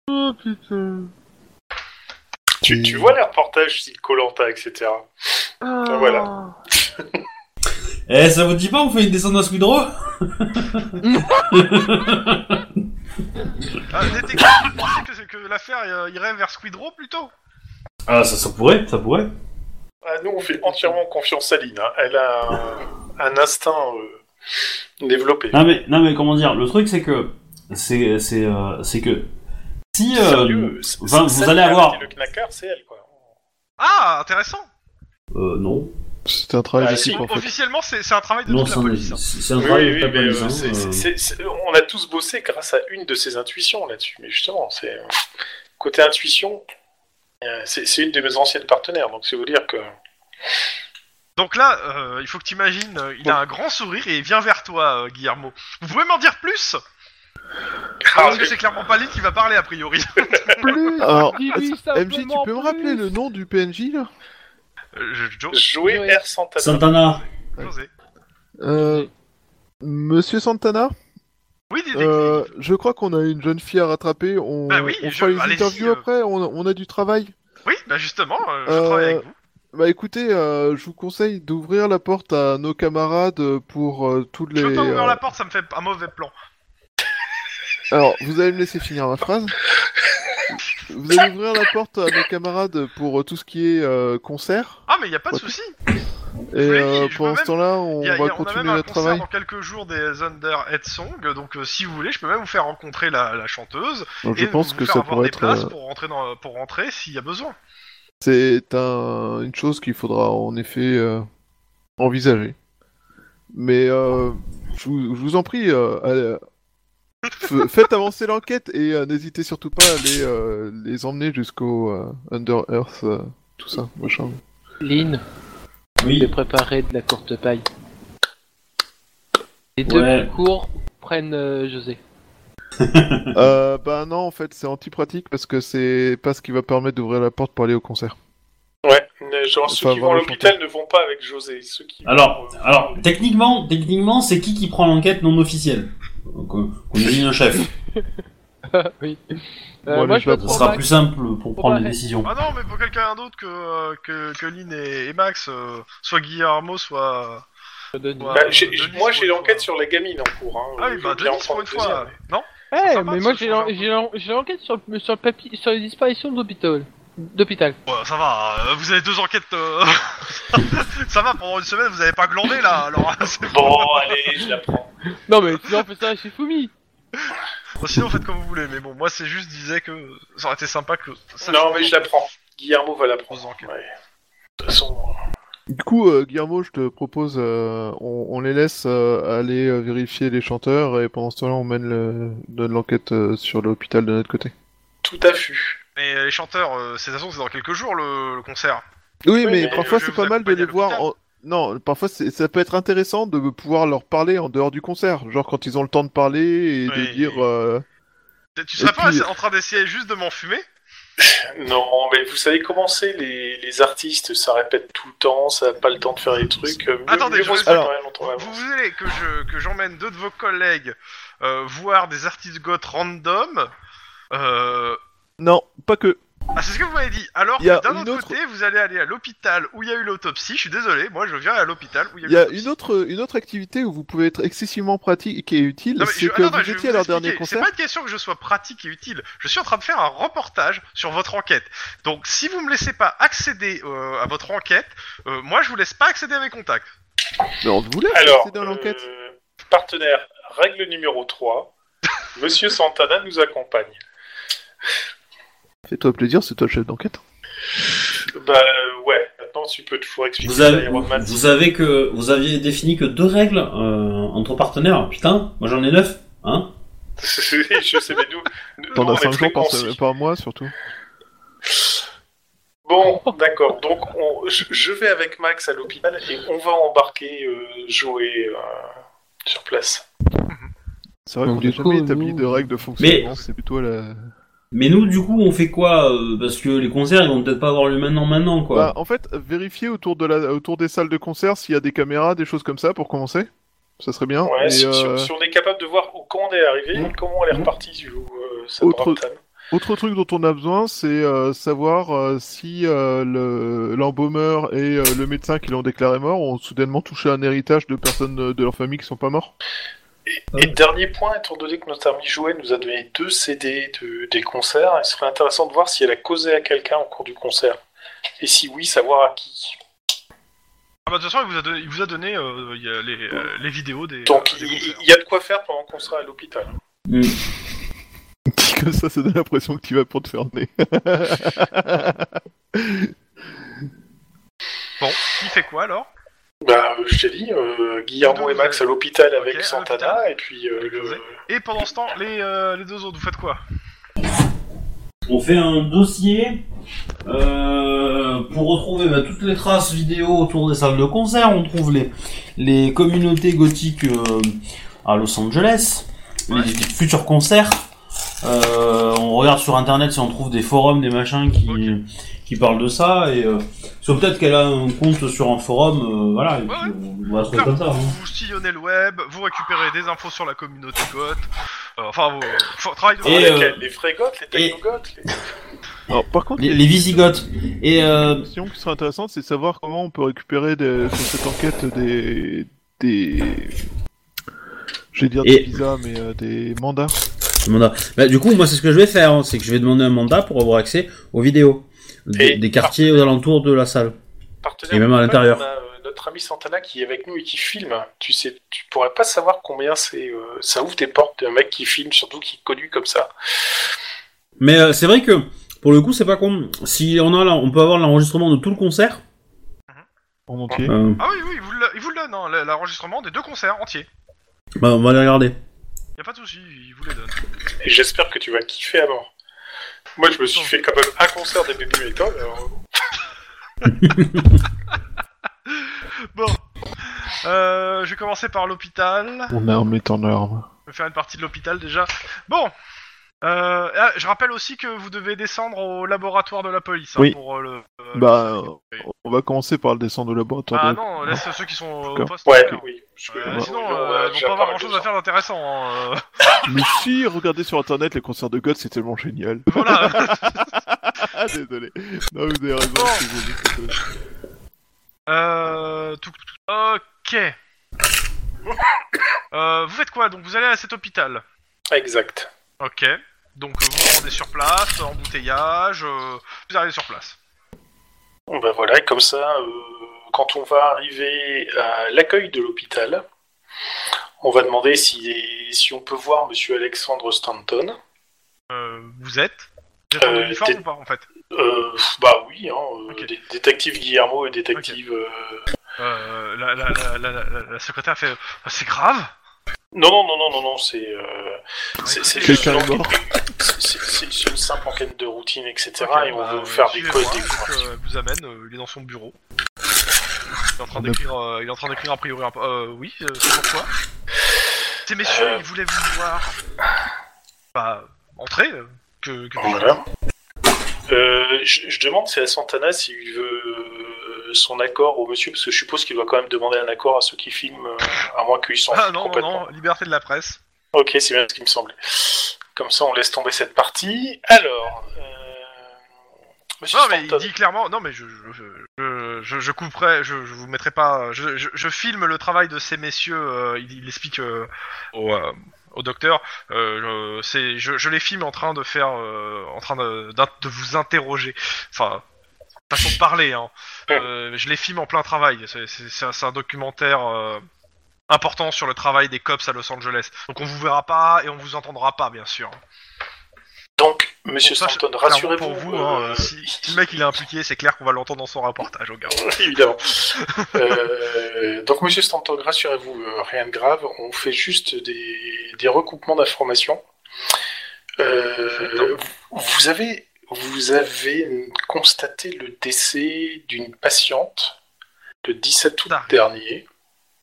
[SPEAKER 2] Oh putain.
[SPEAKER 3] tu, tu vois les reportages style Colanta, etc.
[SPEAKER 2] Ah.
[SPEAKER 3] voilà.
[SPEAKER 6] Eh, ça vous dit pas, on fait une descente à Squidrow
[SPEAKER 1] Ah, le détective, vous pensez que, que l'affaire euh, irait vers Squidrow plutôt
[SPEAKER 6] Ah, ça, ça pourrait, ça pourrait.
[SPEAKER 3] Ah, nous, on fait entièrement confiance à Lynn. hein. Elle a un, un instinct euh, développé.
[SPEAKER 6] Non mais, non mais comment dire, le truc c'est que, c'est, c'est, euh, c'est que, si, euh,
[SPEAKER 3] Sérieux, c'est-
[SPEAKER 6] enfin,
[SPEAKER 3] c'est
[SPEAKER 6] vous
[SPEAKER 3] ça
[SPEAKER 6] allez
[SPEAKER 3] qui a
[SPEAKER 6] avoir-
[SPEAKER 3] arrêté Le knacker, c'est elle, quoi.
[SPEAKER 1] Ah, intéressant.
[SPEAKER 6] euh, non,
[SPEAKER 4] C'est un travail
[SPEAKER 3] Ah,
[SPEAKER 4] d'équipe
[SPEAKER 3] si,
[SPEAKER 4] en fait.
[SPEAKER 1] Officiellement, c'est c'est un travail de
[SPEAKER 6] non,
[SPEAKER 1] toute
[SPEAKER 6] c'est
[SPEAKER 1] la
[SPEAKER 6] un,
[SPEAKER 1] police. hein.
[SPEAKER 6] c'est- c'est un
[SPEAKER 3] Oui,
[SPEAKER 6] travail
[SPEAKER 3] oui,
[SPEAKER 6] pas
[SPEAKER 3] mais,
[SPEAKER 6] banalisant,
[SPEAKER 3] euh, c'est-
[SPEAKER 6] euh.
[SPEAKER 3] c'est- c'est- c'est- on a tous bossé grâce à une de ses intuitions là-dessus. Mais justement, c'est euh, côté intuition, euh, c'est c'est une de mes anciennes partenaires. Donc, c'est vous dire que
[SPEAKER 1] Donc là, euh, il faut que tu imagines, il a un grand sourire et il vient vers toi, euh, Guillermo. Vous pouvez m'en dire plus Parce que c'est clairement pas lui qui va parler, a priori.
[SPEAKER 2] Plus.
[SPEAKER 4] Alors,
[SPEAKER 2] Dis-lui
[SPEAKER 4] MJ, tu
[SPEAKER 2] simplement
[SPEAKER 4] peux me
[SPEAKER 2] plus.
[SPEAKER 4] rappeler le nom du PNJ là
[SPEAKER 1] Euh, je- Joe,
[SPEAKER 3] jouer
[SPEAKER 2] Oui.
[SPEAKER 3] R Santana.
[SPEAKER 6] euh, Santana,
[SPEAKER 1] José.
[SPEAKER 4] Euh, Monsieur Santana,
[SPEAKER 1] Oui, détective.
[SPEAKER 4] euh, je crois qu'on a une jeune fille à rattraper. On,
[SPEAKER 1] Bah oui,
[SPEAKER 4] on
[SPEAKER 1] je-
[SPEAKER 4] fera les
[SPEAKER 1] allez-y,
[SPEAKER 4] interviews
[SPEAKER 1] euh.
[SPEAKER 4] après. On, on a du travail.
[SPEAKER 1] Oui, bah justement, euh, je
[SPEAKER 4] Euh,
[SPEAKER 1] travaille avec vous.
[SPEAKER 4] Bah écoutez, euh, je vous conseille d'ouvrir la porte à nos camarades euh, pour euh, toutes les.
[SPEAKER 1] Je veux pas ouvrir
[SPEAKER 4] euh,
[SPEAKER 1] la porte, ça me fait un mauvais plan.
[SPEAKER 4] Alors, vous allez me laisser finir ma phrase. Vous allez ouvrir la porte à nos camarades pour euh, tout ce qui est euh, concert.
[SPEAKER 1] Ah, mais y a pas de
[SPEAKER 4] Ouais.
[SPEAKER 1] souci.
[SPEAKER 4] Et
[SPEAKER 1] l'ai dit,
[SPEAKER 4] euh,
[SPEAKER 1] je
[SPEAKER 4] pour
[SPEAKER 1] peux
[SPEAKER 4] l'instant là, on
[SPEAKER 1] Y a- y a-
[SPEAKER 4] va
[SPEAKER 1] on a
[SPEAKER 4] continuer
[SPEAKER 1] même un
[SPEAKER 4] notre
[SPEAKER 1] concert
[SPEAKER 4] travail.
[SPEAKER 1] dans quelques jours des Under Head Song, donc euh, si vous voulez, je peux même vous faire rencontrer la, la chanteuse.
[SPEAKER 4] Donc, je
[SPEAKER 1] hein. et
[SPEAKER 4] pense
[SPEAKER 1] vous
[SPEAKER 4] que
[SPEAKER 1] faire
[SPEAKER 4] ça
[SPEAKER 1] avoir
[SPEAKER 4] pourrait
[SPEAKER 1] des
[SPEAKER 4] être.
[SPEAKER 1] places
[SPEAKER 4] euh,
[SPEAKER 1] pour rentrer dans, pour rentrer s'il y a besoin.
[SPEAKER 4] C'est un- une chose qu'il faudra en effet euh, envisager. Mais euh, je, vous, je vous en prie, euh, allez, f- faites avancer l'enquête et euh, n'hésitez surtout pas à les, euh, les emmener jusqu'au euh, Under Earth, euh, tout ça, machin.
[SPEAKER 2] Lynn,
[SPEAKER 6] oui,
[SPEAKER 2] j'ai préparé de la courte paille. Les deux
[SPEAKER 6] Ouais.
[SPEAKER 2] plus courts prenne euh, José.
[SPEAKER 4] Euh, bah non, en fait, c'est anti-pratique parce que c'est pas ce qui va permettre d'ouvrir la porte pour aller au concert.
[SPEAKER 3] Ouais, mais genre ceux
[SPEAKER 4] Faut
[SPEAKER 3] qui vont
[SPEAKER 4] avoir
[SPEAKER 3] à
[SPEAKER 4] le
[SPEAKER 3] l'hôpital ne vont pas avec José. Ceux qui
[SPEAKER 6] Alors,
[SPEAKER 3] vont, euh,
[SPEAKER 6] alors techniquement, techniquement, c'est qui qui prend l'enquête non officielle Donc, euh, Qu'on désigne un chef.
[SPEAKER 2] oui. Euh,
[SPEAKER 4] Bon, allez,
[SPEAKER 2] moi,
[SPEAKER 4] je
[SPEAKER 2] je vote
[SPEAKER 4] la
[SPEAKER 6] Ce
[SPEAKER 2] pour
[SPEAKER 6] sera
[SPEAKER 2] Max.
[SPEAKER 6] plus simple pour prendre les
[SPEAKER 2] Ouais.
[SPEAKER 6] décisions.
[SPEAKER 1] Ah non, mais pour quelqu'un d'autre que, euh, que, que Lynn et, et Max, euh, soit Guillermo, soit.
[SPEAKER 2] Je donne-
[SPEAKER 1] Ouais.
[SPEAKER 3] bah, j'ai-
[SPEAKER 1] Denis,
[SPEAKER 3] moi
[SPEAKER 1] pour
[SPEAKER 3] j'ai
[SPEAKER 1] une
[SPEAKER 3] l'enquête
[SPEAKER 1] fois.
[SPEAKER 3] sur la gamine en cours. Hein.
[SPEAKER 1] Ah oui,
[SPEAKER 3] Je
[SPEAKER 1] bah
[SPEAKER 3] veux bien
[SPEAKER 1] Denis
[SPEAKER 3] en prendre
[SPEAKER 1] pour une
[SPEAKER 3] plaisir,
[SPEAKER 1] fois.
[SPEAKER 3] mais-
[SPEAKER 1] Non
[SPEAKER 2] Eh,
[SPEAKER 1] sympa
[SPEAKER 2] mais
[SPEAKER 1] de
[SPEAKER 2] moi
[SPEAKER 1] se
[SPEAKER 2] j'ai
[SPEAKER 1] changer un
[SPEAKER 2] l'en-
[SPEAKER 1] peu.
[SPEAKER 2] j'ai l'en- j'ai l'enquête sur, le- sur, le papier- sur les disparitions d'hôpital. D'hôpital.
[SPEAKER 1] Bon, ça va, euh, vous avez deux enquêtes. euh, ça va, pendant une semaine, vous avez pas glandé là, alors. c'est-
[SPEAKER 3] Bon, allez, je la prends.
[SPEAKER 2] Non mais sinon on fait ça chez Fumi.
[SPEAKER 1] Bon, sinon, faites comme vous voulez, mais bon, moi c'est juste disais que ça aurait été sympa que. ça-
[SPEAKER 3] non, mais je la prends. Guillermo va la
[SPEAKER 1] Aux
[SPEAKER 3] prendre.
[SPEAKER 1] enquêtes.
[SPEAKER 3] Ouais. De toute façon,
[SPEAKER 4] Du coup, euh, Guillermo, je te propose, euh, on, on les laisse euh, aller euh, vérifier les chanteurs et pendant ce temps-là, on mène le- donne l'enquête euh, sur l'hôpital de notre côté.
[SPEAKER 3] tout à fait.
[SPEAKER 1] Mais euh, les chanteurs, euh, c'est de toute façon, c'est dans quelques jours le, le concert.
[SPEAKER 4] Oui, mais
[SPEAKER 3] mais
[SPEAKER 4] parfois
[SPEAKER 1] je
[SPEAKER 4] c'est
[SPEAKER 1] vous
[SPEAKER 4] pas mal de
[SPEAKER 1] accompagne à
[SPEAKER 4] les voir.
[SPEAKER 1] l'hôpital.
[SPEAKER 4] En... Non, parfois c'est- ça peut être intéressant de pouvoir leur parler en dehors du concert, genre quand ils ont le temps de parler et
[SPEAKER 1] Ouais.
[SPEAKER 4] de dire. euh,
[SPEAKER 1] Tu- Tu serais
[SPEAKER 4] Et
[SPEAKER 1] pas
[SPEAKER 4] puis-
[SPEAKER 1] en train d'essayer juste de m'enfumer
[SPEAKER 3] Non, mais vous savez comment c'est, les, les artistes, ça répète tout le temps, ça n'a pas le temps de faire des trucs. euh, Mieux,
[SPEAKER 1] Attendez,
[SPEAKER 3] mieux
[SPEAKER 1] je
[SPEAKER 3] vaut
[SPEAKER 1] vais-
[SPEAKER 3] se préparer
[SPEAKER 4] alors,
[SPEAKER 3] longtemps à
[SPEAKER 1] Vous
[SPEAKER 3] l'avance.
[SPEAKER 1] voulez que je que j'emmène deux de vos collègues euh, voir des artistes goth random euh...
[SPEAKER 4] Non, pas que.
[SPEAKER 1] Ah, c'est ce que vous m'avez dit. Alors,
[SPEAKER 4] Il y a
[SPEAKER 1] d'un
[SPEAKER 4] une
[SPEAKER 1] autre,
[SPEAKER 4] autre-
[SPEAKER 1] côté, vous allez aller à l'hôpital où il y a eu l'autopsie. Je suis désolé, moi je viens à l'hôpital où il y a eu
[SPEAKER 4] Il y a
[SPEAKER 1] l'autopsie.
[SPEAKER 4] une autre, une autre activité où vous pouvez être excessivement pratique et utile,
[SPEAKER 1] Non, mais je-
[SPEAKER 4] c'est que
[SPEAKER 1] attends,
[SPEAKER 4] vous
[SPEAKER 1] je vais
[SPEAKER 4] étiez à leur
[SPEAKER 1] vous
[SPEAKER 4] dernier
[SPEAKER 1] expliquer. C'est
[SPEAKER 4] concert.
[SPEAKER 1] pas une question que je sois pratique et utile. Je suis en train de faire un reportage sur votre enquête. Donc, si vous me laissez pas accéder euh, à votre enquête, euh, moi je vous laisse pas accéder à mes contacts.
[SPEAKER 4] Mais on voulait
[SPEAKER 3] Alors,
[SPEAKER 4] c'est dans l'enquête.
[SPEAKER 3] euh, partenaire, règle numéro 3, Monsieur Santana nous accompagne.
[SPEAKER 4] Fais-toi plaisir, c'est toi le chef d'enquête.
[SPEAKER 3] Bah euh, ouais, maintenant tu peux toujours expliquer
[SPEAKER 6] Vous avez,
[SPEAKER 3] ça, Iron Man.
[SPEAKER 6] vous avez que vous aviez défini que deux règles euh, entre partenaires. Putain, moi j'en ai neuf, hein.
[SPEAKER 3] je sais, mais nous, nous,
[SPEAKER 4] T'en
[SPEAKER 3] nous, on
[SPEAKER 4] as
[SPEAKER 3] est
[SPEAKER 4] 5
[SPEAKER 3] très
[SPEAKER 4] jours par,
[SPEAKER 3] concis.
[SPEAKER 4] par mois surtout.
[SPEAKER 3] Bon, d'accord. Donc, on- je, je vais avec Max à l'hôpital et on va embarquer euh, Joey euh, sur place.
[SPEAKER 4] C'est vrai
[SPEAKER 2] Donc,
[SPEAKER 4] qu'on
[SPEAKER 2] du
[SPEAKER 4] n'a
[SPEAKER 2] coup,
[SPEAKER 4] jamais établi
[SPEAKER 2] nous-
[SPEAKER 4] de règles de fonctionnement, c'est plutôt la.
[SPEAKER 6] Mais nous, du coup, on fait quoi euh, Parce que les concerts, ils vont peut-être pas avoir lieu maintenant, maintenant,
[SPEAKER 4] Bah,
[SPEAKER 6] quoi.
[SPEAKER 4] en fait, vérifier autour, de la... autour des salles de concert s'il y a des caméras, des choses comme ça pour commencer. Ça serait bien.
[SPEAKER 3] Ouais,
[SPEAKER 4] Et,
[SPEAKER 3] si, si-
[SPEAKER 4] euh,
[SPEAKER 3] si on est capable de voir où- quand on est arrivé,
[SPEAKER 4] Mm.
[SPEAKER 3] comment elle est
[SPEAKER 6] Mm.
[SPEAKER 3] repartie du euh,
[SPEAKER 4] Autre-
[SPEAKER 3] Southampton.
[SPEAKER 4] Autre truc dont on a besoin, c'est euh, savoir euh, si euh, le- l'embaumeur et euh, le médecin qui l'ont déclaré mort ont soudainement touché un héritage de personnes euh, de leur famille qui sont pas morts.
[SPEAKER 3] Et dernier point, étant donné que notre ami Joey nous a donné deux CD de- des concerts, il serait intéressant de voir si elle a causé à quelqu'un au cours du concert. Et si oui, savoir à qui.
[SPEAKER 1] Ah bah, de toute façon, il vous a donné, il vous a donné euh, il y a les, euh, les vidéos des.
[SPEAKER 3] Donc
[SPEAKER 1] euh, des
[SPEAKER 3] il
[SPEAKER 1] concerts.
[SPEAKER 3] il y a de quoi faire pendant qu'on sera à l'hôpital.
[SPEAKER 6] Hmm.
[SPEAKER 4] Comme ça, ça donne l'impression que tu vas pour te faire nez.
[SPEAKER 1] Bon, qui fait quoi alors
[SPEAKER 3] Bah, euh, je t'ai dit, euh, Guillermo
[SPEAKER 1] Deux,
[SPEAKER 3] et
[SPEAKER 1] vous
[SPEAKER 3] Max à
[SPEAKER 1] avez-
[SPEAKER 3] l'hôpital avec
[SPEAKER 1] à
[SPEAKER 3] Santana,
[SPEAKER 1] l'hôpital.
[SPEAKER 3] et puis euh,
[SPEAKER 1] Avec
[SPEAKER 3] le-
[SPEAKER 1] José. Et pendant ce temps, les, euh, les deux autres, vous faites quoi
[SPEAKER 6] On fait un dossier euh, pour retrouver bah, toutes les traces vidéo autour des salles de concert. On trouve les, les communautés gothiques euh, à Los Angeles,
[SPEAKER 1] Ouais.
[SPEAKER 6] les futurs concerts. Euh, on regarde sur internet si on trouve des forums, des machins qui,
[SPEAKER 1] Ok.
[SPEAKER 6] qui parlent de ça. Et euh, sauf peut-être qu'elle a un compte sur un forum, euh, voilà. Et
[SPEAKER 1] Ouais,
[SPEAKER 6] puis on va trouver comme ça. hein.
[SPEAKER 1] Vous sillonnez le web, vous récupérez des infos sur la communauté goth. euh, enfin, vous faut- travail de
[SPEAKER 6] Et,
[SPEAKER 1] relais.
[SPEAKER 6] euh,
[SPEAKER 3] lesquels les frégotes, les
[SPEAKER 6] et-
[SPEAKER 3] technogotes, les-
[SPEAKER 4] Alors, par contre,
[SPEAKER 6] Les, les Visigoths. Et euh,
[SPEAKER 4] une question qui serait intéressante, c'est de savoir comment on peut récupérer des- sur cette enquête des. des. Je vais dire
[SPEAKER 6] Et-
[SPEAKER 4] des visas, mais euh, des mandats.
[SPEAKER 6] Le mandat. Bah, du coup, moi, c'est ce que je vais faire, hein, c'est que je vais demander un mandat pour avoir accès aux vidéos des,
[SPEAKER 3] Et-
[SPEAKER 6] des quartiers aux alentours de la salle.
[SPEAKER 3] partenaires.
[SPEAKER 6] Et même à
[SPEAKER 3] On a,
[SPEAKER 6] l'intérieur.
[SPEAKER 3] euh, notre ami Santana qui est avec nous et qui filme. Tu sais, tu pourrais pas savoir combien c'est. euh, ça ouvre des portes d'un mec qui filme, surtout qui est connu comme ça.
[SPEAKER 6] Mais euh, c'est vrai que pour le coup, c'est pas con. Si on a, là, on peut avoir l'enregistrement de tout le concert.
[SPEAKER 4] En entier.
[SPEAKER 6] euh,
[SPEAKER 1] Ah oui, oui, il vous le, il vous le donne, hein, l- l'enregistrement des deux concerts entiers.
[SPEAKER 6] bah, on va les regarder.
[SPEAKER 1] Y a pas de souci, il vous les donne.
[SPEAKER 3] Et j'espère que tu vas kiffer à mort. Moi, je me suis fait quand même un concert des bébés métal.
[SPEAKER 1] Bon, euh, je vais commencer par l'hôpital.
[SPEAKER 4] On est en mettant en arme.
[SPEAKER 1] Je vais faire une partie de l'hôpital déjà. Bon. Euh, ah, je rappelle aussi que vous devez descendre au laboratoire de la police hein,
[SPEAKER 4] Oui.
[SPEAKER 1] pour euh, le. euh,
[SPEAKER 4] Bah,
[SPEAKER 1] le-
[SPEAKER 4] on va commencer par le descendre au laboratoire.
[SPEAKER 1] Ah
[SPEAKER 4] de-
[SPEAKER 1] non, laisse ceux qui sont au
[SPEAKER 4] D'accord.
[SPEAKER 1] poste.
[SPEAKER 3] Ouais,
[SPEAKER 1] faire.
[SPEAKER 3] oui. parce que,
[SPEAKER 1] Euh,
[SPEAKER 3] euh,
[SPEAKER 1] sinon,
[SPEAKER 3] on
[SPEAKER 1] euh,
[SPEAKER 3] va
[SPEAKER 1] ils vont
[SPEAKER 3] déjà
[SPEAKER 1] pas avoir
[SPEAKER 3] parler
[SPEAKER 1] grand chose
[SPEAKER 3] de
[SPEAKER 1] à faire d'intéressant. hein, euh.
[SPEAKER 4] Mais si, regardez sur internet, les concerts de God, c'est tellement génial.
[SPEAKER 1] voilà.
[SPEAKER 4] Ah, désolé. Non, vous avez raison.
[SPEAKER 1] Bon.
[SPEAKER 4] c'est bon, c'est bon.
[SPEAKER 1] Euh, tout, tout- tout- ok. Euh, vous faites quoi Donc vous allez à cet hôpital.
[SPEAKER 3] ça. Exact.
[SPEAKER 1] Ok. Donc vous vous rendez sur place, embouteillage, euh, vous arrivez sur place.
[SPEAKER 3] Bon, ben voilà, comme ça, euh, quand on va arriver à l'accueil de l'hôpital, on va demander si, si on peut voir Monsieur Alexandre Stanton.
[SPEAKER 1] Euh, vous êtes Vous êtes en
[SPEAKER 3] Euh,
[SPEAKER 1] uniforme
[SPEAKER 3] t'es-
[SPEAKER 1] ou pas en fait
[SPEAKER 3] Euh, bah oui, hein, euh,
[SPEAKER 1] Ok.
[SPEAKER 3] dé- détective Guillermo et détective. euh,
[SPEAKER 1] Euh, la, la, la, la, la- la secrétaire fait Ah, C'est grave
[SPEAKER 3] Non, non, non, non, non, non, c'est. euh, c'est- c'est
[SPEAKER 1] Écoutez,
[SPEAKER 3] juste une
[SPEAKER 4] Quelqu'un est mort.
[SPEAKER 3] enquête- c'est- c'est- c'est une simple enquête de routine, etc.
[SPEAKER 1] Ok,
[SPEAKER 3] et on
[SPEAKER 1] bah,
[SPEAKER 3] veut
[SPEAKER 1] euh,
[SPEAKER 3] faire des
[SPEAKER 1] suivez-moi.
[SPEAKER 3] codes, des
[SPEAKER 1] Donc, euh, elle vous amène, euh, il est dans son bureau. Il est en train
[SPEAKER 4] On a-
[SPEAKER 1] d'écrire, euh, il est en train d'écrire a priori un. Euh, oui, euh, c'est pourquoi Ces messieurs,
[SPEAKER 3] Euh.
[SPEAKER 1] ils voulaient vous voir. Bah, entrez euh, que, que
[SPEAKER 3] Voilà. Euh, je, je demande c'est à Santana s'il veut euh, son accord au monsieur, parce que je suppose qu'il doit quand même demander un accord à ceux qui filment, euh, à moins qu'ils s'en
[SPEAKER 1] Ah
[SPEAKER 3] foutent
[SPEAKER 1] non, non,
[SPEAKER 3] complètement.
[SPEAKER 1] non, liberté de la presse.
[SPEAKER 3] Ok, c'est bien ce qui me semblait. Comme ça, on laisse tomber cette partie. Alors, euh, monsieur
[SPEAKER 1] Non, mais il
[SPEAKER 3] Stanton.
[SPEAKER 1] dit clairement. Non, mais je, je, je, je- je couperai, je, je vous mettrai pas. Je, je- je filme le travail de ces messieurs. euh, il, il explique euh, au, euh, au docteur. euh, je, c'est- je, je les filme en train de faire, euh, en train de, d'in- de vous interroger. Enfin, façon de parler. Hein. Euh, je les filme en plein travail. C'est- C'est c'est un, c'est un documentaire. euh, important sur le travail des cops à Los Angeles. Donc on vous verra pas et on vous entendra pas bien sûr.
[SPEAKER 3] Donc, monsieur
[SPEAKER 1] Bon, ça,
[SPEAKER 3] Stanton,
[SPEAKER 1] Clairement,
[SPEAKER 3] rassurez-vous.
[SPEAKER 1] pour vous, hein,
[SPEAKER 3] euh,
[SPEAKER 1] si, si le mec il est impliqué, c'est clair qu'on va l'entendre dans son reportage au gars.
[SPEAKER 3] Évidemment. Euh, donc, monsieur Stanton, rassurez-vous, euh, rien de grave. On fait juste des, des recoupements d'informations. Euh, vous avez, vous avez constaté le décès d'une patiente le 17 août
[SPEAKER 1] Dark.
[SPEAKER 3] dernier,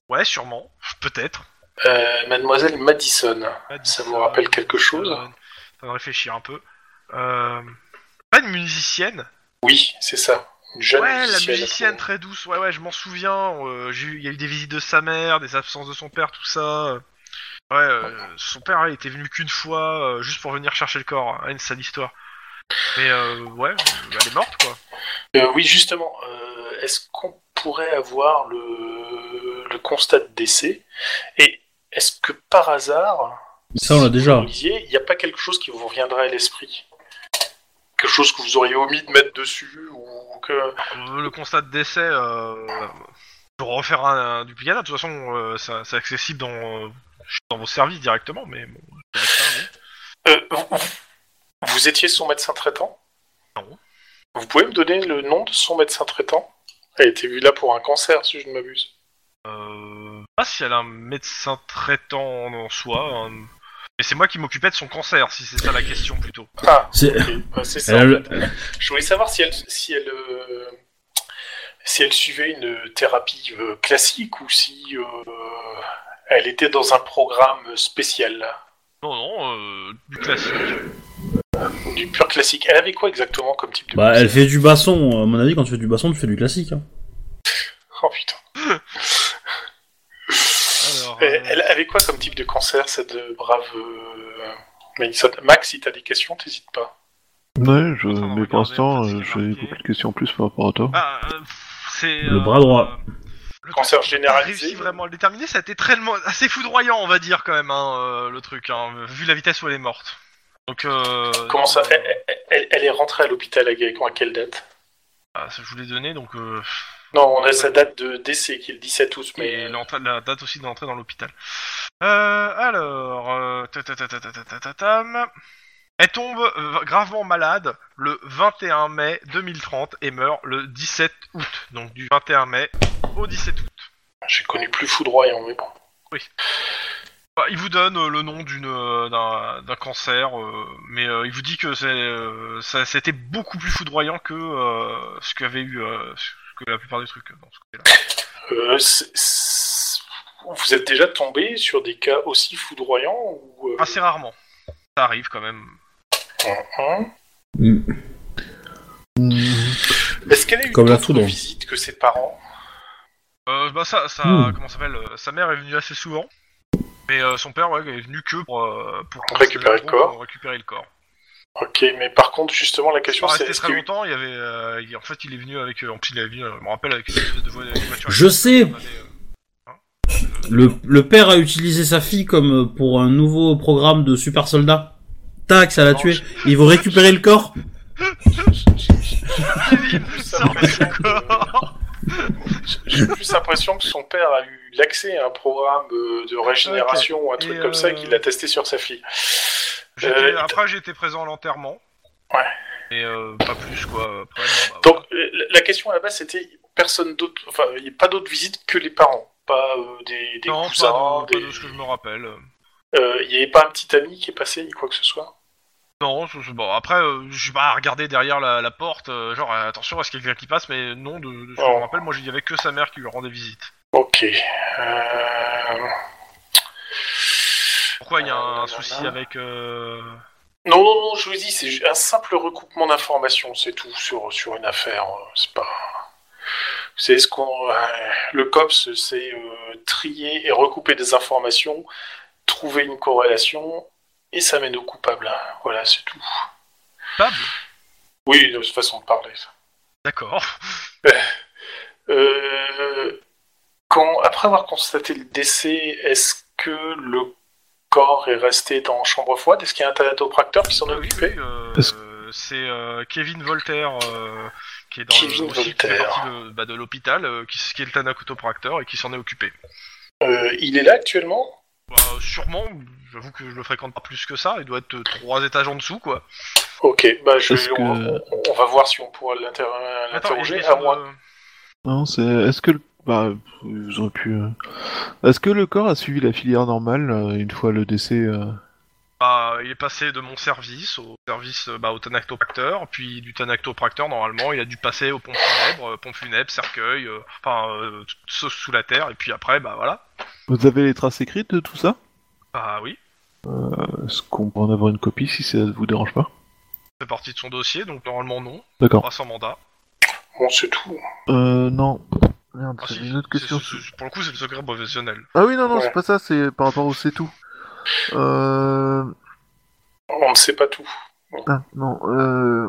[SPEAKER 1] Ouais, sûrement, peut-être.
[SPEAKER 3] Euh, mademoiselle Madison. Ça vous rappelle quelque chose
[SPEAKER 1] euh, Ça va me réfléchir un peu. Euh, Pas une musicienne
[SPEAKER 3] Oui, c'est ça. Une jeune
[SPEAKER 1] Ouais, la
[SPEAKER 3] musicienne.
[SPEAKER 1] musicienne très douce, ouais, ouais, je m'en souviens. euh, j'ai eu- Il y a eu des visites de sa mère, des absences de son père, tout ça. Ouais, euh, son père ouais, il était venu qu'une fois, euh, juste pour venir chercher le corps. hein, une sale histoire. Mais euh, ouais, elle est morte quoi.
[SPEAKER 3] Euh, oui, justement. euh, est-ce qu'on pourrait avoir le, le constat de décès Et est-ce que par hasard,
[SPEAKER 6] Ça, on l'a déjà.
[SPEAKER 3] vous lisiez, il n'y a pas quelque chose qui vous reviendrait à l'esprit Quelque chose que vous auriez omis de mettre dessus ou que...
[SPEAKER 1] Euh, le constat de décès, euh, je vais refaire un, un duplicata. De toute façon, euh, ça- c'est accessible dans, euh, dans vos services directement, mais bon. je dirais que ça, oui.
[SPEAKER 3] Euh, vous, vous étiez son médecin traitant
[SPEAKER 1] Non.
[SPEAKER 3] Vous pouvez me donner le nom de son médecin traitant Elle était vue là pour un cancer, si je ne m'abuse.
[SPEAKER 1] Euh, je sais pas si elle a un médecin traitant en en soi. hein. Et c'est moi qui m'occupais de son cancer, si c'est ça la question plutôt.
[SPEAKER 3] Ah,
[SPEAKER 6] C'est-
[SPEAKER 3] ok, bah, c'est ça.
[SPEAKER 6] Elle a le-
[SPEAKER 3] Je voulais savoir si elle, si elle, euh, si elle suivait une thérapie euh, classique ou si euh, elle était dans un programme spécial,
[SPEAKER 1] Non, non, euh, du classique.
[SPEAKER 3] du pur classique. Elle avait quoi exactement comme type de
[SPEAKER 6] Bah,
[SPEAKER 3] musique
[SPEAKER 6] elle fait du basson. À mon avis, quand tu fais du basson, tu fais du classique. hein.
[SPEAKER 3] Oh putain.
[SPEAKER 1] Alors,
[SPEAKER 3] Elle,
[SPEAKER 1] euh,
[SPEAKER 3] elle avait quoi comme type de cancer, cette euh, brave euh, Mélissa Max, si t'as des questions, t'hésites pas.
[SPEAKER 4] Ouais, je...
[SPEAKER 1] Attends,
[SPEAKER 4] mais pour
[SPEAKER 1] regardez,
[SPEAKER 4] l'instant,
[SPEAKER 1] en fait,
[SPEAKER 4] euh,
[SPEAKER 1] c'est
[SPEAKER 4] j'ai
[SPEAKER 1] marqué.
[SPEAKER 4] beaucoup de questions en plus par rapport à toi.
[SPEAKER 1] ah, euh, pff, c'est,
[SPEAKER 6] Le
[SPEAKER 1] euh,
[SPEAKER 6] bras droit.
[SPEAKER 1] euh, le
[SPEAKER 3] Cancer
[SPEAKER 1] truc,
[SPEAKER 3] généralisé.
[SPEAKER 1] réussi vraiment à le déterminer, ça a été très, assez foudroyant, on va dire, quand même, hein, euh, le truc, hein, vu la vitesse où elle est morte. Donc, euh,
[SPEAKER 3] Comment ça
[SPEAKER 1] euh,
[SPEAKER 3] elle, elle- elle- elle est rentrée à l'hôpital à Guécon à quelle date
[SPEAKER 1] ah, ça, Je vous l'ai donné, donc. euh,
[SPEAKER 3] Non, on a sa date de décès qui est le 17 août,
[SPEAKER 1] et
[SPEAKER 3] mais euh,
[SPEAKER 1] l'entra- la date aussi de l'entrée dans l'hôpital. Euh, alors. euh, ta- ta- ta- ta- ta- ta- ta- ta- tam. Elle tombe euh, gravement malade le 21 mai 2030 et meurt le 17 août. Donc, du 21 mai au 17 août.
[SPEAKER 3] j'ai connu plus foudroyant, mais bon.
[SPEAKER 1] Bah, il vous donne euh, le nom d'une euh, d'un d'un cancer, euh, mais euh, il vous dit que c'est euh, ça c'était beaucoup plus foudroyant que euh, ce qu'avait eu euh, ce que la plupart des trucs euh, dans ce côté-là.
[SPEAKER 3] Euh, c'est- c'est- Vous êtes déjà tombé sur des cas aussi foudroyants ou, euh,
[SPEAKER 1] Assez rarement. Ça arrive quand même.
[SPEAKER 3] hein Est-ce qu'elle a eu
[SPEAKER 8] Comme la
[SPEAKER 3] d'autres
[SPEAKER 8] foudre.
[SPEAKER 3] visites que ses parents
[SPEAKER 1] Euh, bah ça, ça
[SPEAKER 6] Hmm.
[SPEAKER 1] comment ça s'appelle euh, Sa mère est venue assez souvent, mais euh, son père ouais, est venu que pour euh, pour
[SPEAKER 3] Pour récupérer le
[SPEAKER 1] pour
[SPEAKER 3] corps.
[SPEAKER 1] Récupérer le corps.
[SPEAKER 3] Ok, mais par contre, justement, la
[SPEAKER 1] Il est
[SPEAKER 3] question
[SPEAKER 1] pas
[SPEAKER 3] c'est
[SPEAKER 1] resté
[SPEAKER 3] est-ce
[SPEAKER 1] très
[SPEAKER 3] qu'il y a eu-
[SPEAKER 1] longtemps. Il y avait, euh, il- en fait, il est venu avec, euh, en plus, il est venu, euh, je me rappelle avec une espèce de vo- de voiture. euh,
[SPEAKER 6] Je sais.
[SPEAKER 1] On avait,
[SPEAKER 6] Le, le père a utilisé sa fille comme euh, pour un nouveau programme de super soldat. Tac, ça l'a
[SPEAKER 1] Non,
[SPEAKER 6] tué.
[SPEAKER 1] je-
[SPEAKER 6] Ils vont récupérer le corps.
[SPEAKER 1] Kevin, sors le corps.
[SPEAKER 3] J'ai plus l'impression que son père a eu l'accès à un programme euh, de régénération ou un truc
[SPEAKER 1] Ah, Et,
[SPEAKER 3] comme ça
[SPEAKER 1] euh,
[SPEAKER 3] et qu'il a testé sur sa fille.
[SPEAKER 1] J'étais-
[SPEAKER 3] Euh,
[SPEAKER 1] Après, j'ai été présent à l'enterrement.
[SPEAKER 3] Ouais.
[SPEAKER 1] Et euh, pas plus quoi. Après, bon, bah,
[SPEAKER 3] Donc euh, la question à la base c'était personne d'autre, enfin il n'y a pas d'autres visites que les parents, pas euh, des, des
[SPEAKER 1] non,
[SPEAKER 3] cousins,
[SPEAKER 1] pas, de,
[SPEAKER 3] des-
[SPEAKER 1] pas de ce que je me rappelle.
[SPEAKER 3] Euh, il n'y avait pas un petit ami qui est passé ni quoi que ce soit.
[SPEAKER 1] Non, c'est- c'est- bon. Après, euh, je vais pas regarder derrière la, la porte. euh, genre, euh, attention, est-ce qu'il y a quelqu'un qui passe Mais non, de, de ce que je
[SPEAKER 3] Oh.
[SPEAKER 1] me rappelle, moi, il y avait que sa mère qui lui rendait visite.
[SPEAKER 3] Ok. Euh,
[SPEAKER 1] Pourquoi il y a un,
[SPEAKER 3] Euh,
[SPEAKER 1] souci
[SPEAKER 3] nanana.
[SPEAKER 1] avec euh,
[SPEAKER 3] Non, non, non, je vous dis, c'est ju- un simple recoupement d'informations, c'est tout sur, sur une affaire. euh, C'est pas. Vous savez ce qu'on. euh, Le COPS, c'est euh, trier et recouper des informations, trouver une corrélation, et ça mène au coupable. hein. Voilà, c'est tout.
[SPEAKER 1] Pab
[SPEAKER 3] Oui, de toute façon de parler. ça.
[SPEAKER 1] D'accord.
[SPEAKER 3] Euh, quand, après avoir constaté le décès, est-ce que le corps est resté dans chambre froide Est-ce qu'il y a un thanatopracteur qui s'en est
[SPEAKER 1] Oui,
[SPEAKER 3] occupé
[SPEAKER 1] oui, euh,
[SPEAKER 4] Parce
[SPEAKER 1] c'est euh, Kevin Voltaire euh, qui est dans
[SPEAKER 3] Kevin
[SPEAKER 1] le, aussi, qui fait
[SPEAKER 3] Voltaire.
[SPEAKER 1] partie de, bah, de l'hôpital, euh, qui, qui est le Tanakotopracteur et qui s'en est occupé.
[SPEAKER 3] Euh, Il est là actuellement
[SPEAKER 1] Bah, sûrement, j'avoue que je le fréquente pas plus que ça, il doit être euh, trois étages en dessous quoi.
[SPEAKER 3] Ok, bah je,
[SPEAKER 4] Parce que-
[SPEAKER 3] on, on- on va voir si on pourra l'inter-
[SPEAKER 1] Attends, il euh, y a une
[SPEAKER 3] l'interroger, à
[SPEAKER 1] question de-
[SPEAKER 3] moins.
[SPEAKER 4] Non, c'est. Est-ce que. le- Bah, vous auriez pu. euh, Est-ce que le corps a suivi la filière normale euh, une fois le décès euh,
[SPEAKER 1] Bah, il est passé de mon service au service euh, bah, au Thanatopracteur, puis du Thanatopracteur, normalement, il a dû passer aux pompes funèbres, euh, pompes funèbres, cercueil, euh, enfin, euh, tout- sous, sous la terre, et puis après, bah voilà.
[SPEAKER 4] Vous avez les traces écrites de tout ça
[SPEAKER 1] Bah oui,
[SPEAKER 4] Est-ce qu'on peut en avoir une copie si ça ne vous dérange pas
[SPEAKER 1] c'est partie de son dossier, donc normalement non,
[SPEAKER 4] D'accord.
[SPEAKER 1] pas sans mandat.
[SPEAKER 3] Bon, c'est tout.
[SPEAKER 4] Euh, non. Merde,
[SPEAKER 1] Ah, si,
[SPEAKER 4] j'avais une autre
[SPEAKER 1] c'est-
[SPEAKER 4] question.
[SPEAKER 1] c'est- c'est- pour le coup, c'est le secret professionnel.
[SPEAKER 4] Ah oui, non, non,
[SPEAKER 3] Ouais.
[SPEAKER 4] c'est pas ça, c'est par rapport au c'est tout. Euh.
[SPEAKER 3] On ne sait pas tout.
[SPEAKER 4] Ah, non, euh.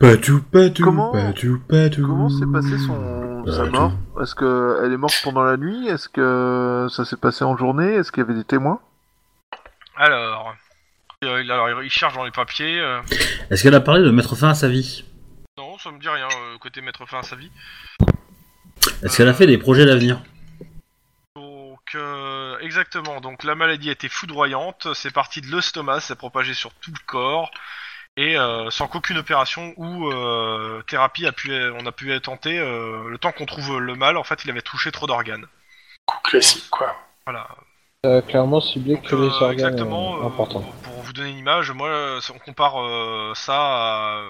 [SPEAKER 8] Patou, patou,
[SPEAKER 4] Comment-
[SPEAKER 8] patou, patou.
[SPEAKER 4] Comment s'est passée son... sa
[SPEAKER 8] Euh,
[SPEAKER 4] mort Est-ce qu'elle est morte pendant la nuit Est-ce que ça s'est passé en journée Est-ce qu'il y avait des témoins
[SPEAKER 1] Alors, euh, il- alors, il cherche dans les papiers, euh,
[SPEAKER 6] Est-ce qu'elle a parlé de mettre fin à sa vie
[SPEAKER 1] non, ça me dit rien, euh, côté mettre fin à sa vie.
[SPEAKER 6] Est-ce qu'elle a fait des projets d'avenir
[SPEAKER 1] Donc, euh, exactement. Donc, la maladie était foudroyante. C'est parti de l'estomac, s'est propagé sur tout le corps. Et euh, sans qu'aucune opération ou euh, thérapie a pu, on a pu tenter, euh, le temps qu'on trouve le mal, en fait, il avait touché trop d'organes.
[SPEAKER 3] Coup classique, quoi.
[SPEAKER 1] Voilà.
[SPEAKER 2] Euh, clairement ciblé
[SPEAKER 1] Donc,
[SPEAKER 2] que les
[SPEAKER 1] euh,
[SPEAKER 2] organes
[SPEAKER 1] exactement,
[SPEAKER 2] euh,
[SPEAKER 1] euh,
[SPEAKER 2] importants.
[SPEAKER 1] pour- pour vous donner une image, moi, euh, on compare euh, ça à,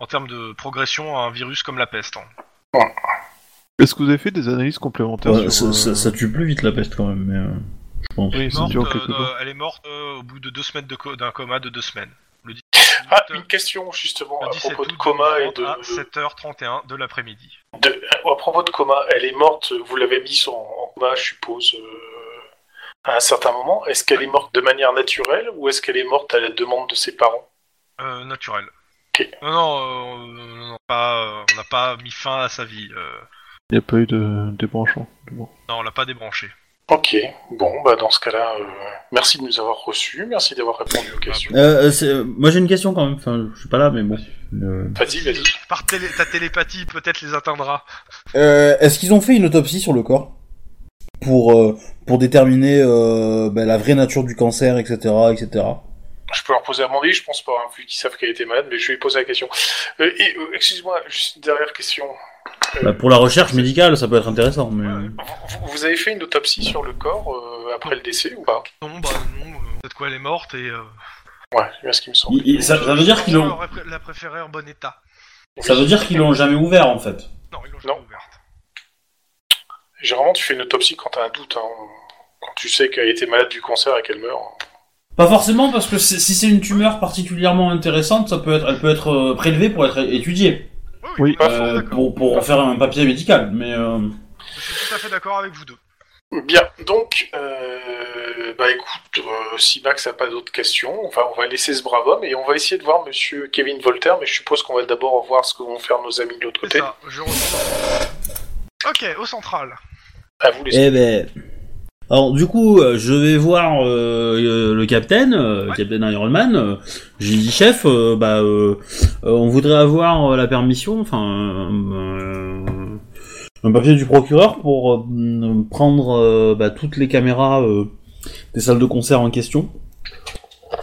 [SPEAKER 1] en termes de progression à un virus comme la peste. hein.
[SPEAKER 4] Est-ce que vous avez fait des analyses complémentaires
[SPEAKER 8] Ouais,
[SPEAKER 4] sur,
[SPEAKER 8] ça,
[SPEAKER 4] euh,
[SPEAKER 8] ça- ça tue plus vite la peste quand même, mais. euh, je pense.
[SPEAKER 4] Oui, ça
[SPEAKER 1] Morte,
[SPEAKER 4] dure
[SPEAKER 1] euh,
[SPEAKER 4] quelques jours.
[SPEAKER 1] de- elle est morte euh, au bout de deux semaines de co- d'un coma de deux semaines. Le euh,
[SPEAKER 3] Ah,
[SPEAKER 1] 17
[SPEAKER 3] une question justement
[SPEAKER 1] le
[SPEAKER 3] à
[SPEAKER 1] 17
[SPEAKER 3] propos de
[SPEAKER 1] août
[SPEAKER 3] coma et
[SPEAKER 1] 2030 à
[SPEAKER 3] de,
[SPEAKER 1] 7h31 de l'après-midi.
[SPEAKER 3] de- À propos de coma, elle est morte, vous l'avez mise en, en coma, je suppose, euh, à un certain moment. Est-ce qu'elle est morte de manière naturelle ou est-ce qu'elle est morte à la demande de ses parents
[SPEAKER 1] Euh, naturel.
[SPEAKER 3] Ok.
[SPEAKER 1] Non, non, euh, non, non, pas, euh, on n'a pas mis fin à sa vie. euh,
[SPEAKER 4] Il n'y a pas eu de débranchement.
[SPEAKER 1] non, on l'a pas débranché.
[SPEAKER 3] Ok, bon, bah dans ce cas-là, euh, merci de nous avoir reçus, merci d'avoir répondu aux questions.
[SPEAKER 6] Euh, euh, c'est- euh, Moi j'ai une question quand même, enfin je suis pas là mais bon. Euh,
[SPEAKER 3] Ah, Vas-y, vas-y.
[SPEAKER 1] Par télé- ta télépathie peut-être les atteindra.
[SPEAKER 7] Euh, Est-ce qu'ils ont fait une autopsie sur le corps pour euh, pour déterminer euh, bah, la vraie nature du cancer, etc., etc.
[SPEAKER 3] Je peux leur poser à demander, je pense pas, hein, vu qu'ils savent qu'elle était malade, mais je vais lui poser la question. Euh, et, euh, excuse-moi, juste une dernière question. Euh,
[SPEAKER 6] bah, pour la recherche médicale ça peut être intéressant mais...
[SPEAKER 8] euh.
[SPEAKER 1] Ouais, ouais.
[SPEAKER 3] vous, vous avez fait une autopsie sur le corps euh, après le décès ou pas
[SPEAKER 1] Non, bah non, euh, peut-être quoi, elle est morte et. euh,
[SPEAKER 3] Ouais, c'est bien ce qui me semble.
[SPEAKER 6] Il- il- ça, ça veut dire qu'ils
[SPEAKER 1] on
[SPEAKER 6] l'ont
[SPEAKER 1] aurait pré- la préférée en bon état.
[SPEAKER 6] ça veut dire qu'ils l'ont jamais ouvert en fait.
[SPEAKER 1] Non, ils l'ont
[SPEAKER 3] Non.
[SPEAKER 1] jamais ouverte.
[SPEAKER 3] Généralement, tu fais une autopsie quand t'as un doute. hein. Quand tu sais qu'elle était malade du cancer et qu'elle meurt.
[SPEAKER 7] Pas forcément parce que c'est- si c'est une tumeur particulièrement intéressante, ça peut être, elle peut être euh, prélevée pour être étudiée,
[SPEAKER 4] Oui.
[SPEAKER 1] Pas faux,
[SPEAKER 7] euh,
[SPEAKER 1] d'accord.
[SPEAKER 7] pour, pour en faire un papier médical. Mais euh,
[SPEAKER 1] Je suis tout à fait d'accord avec vous deux.
[SPEAKER 3] Bien, donc, euh, bah écoute, euh, si Max n'a pas d'autres questions, on va, on va laisser ce brave homme et on va essayer de voir Monsieur Kevin Voltaire, mais je suppose qu'on va d'abord voir ce que vont faire nos amis de l'autre
[SPEAKER 1] C'est
[SPEAKER 3] côté.
[SPEAKER 1] ça, je reviens. Ok, au central.
[SPEAKER 3] À vous les
[SPEAKER 6] Eh ben. Alors du coup, euh, je vais voir euh, euh, le capitaine, euh,
[SPEAKER 1] Ouais.
[SPEAKER 6] capitaine Iron Man. euh, J'ai dit chef, euh, bah, euh, euh, on voudrait avoir euh, la permission, enfin, euh, euh, un papier du procureur pour euh, prendre euh, bah, toutes les caméras euh, des salles de concert en question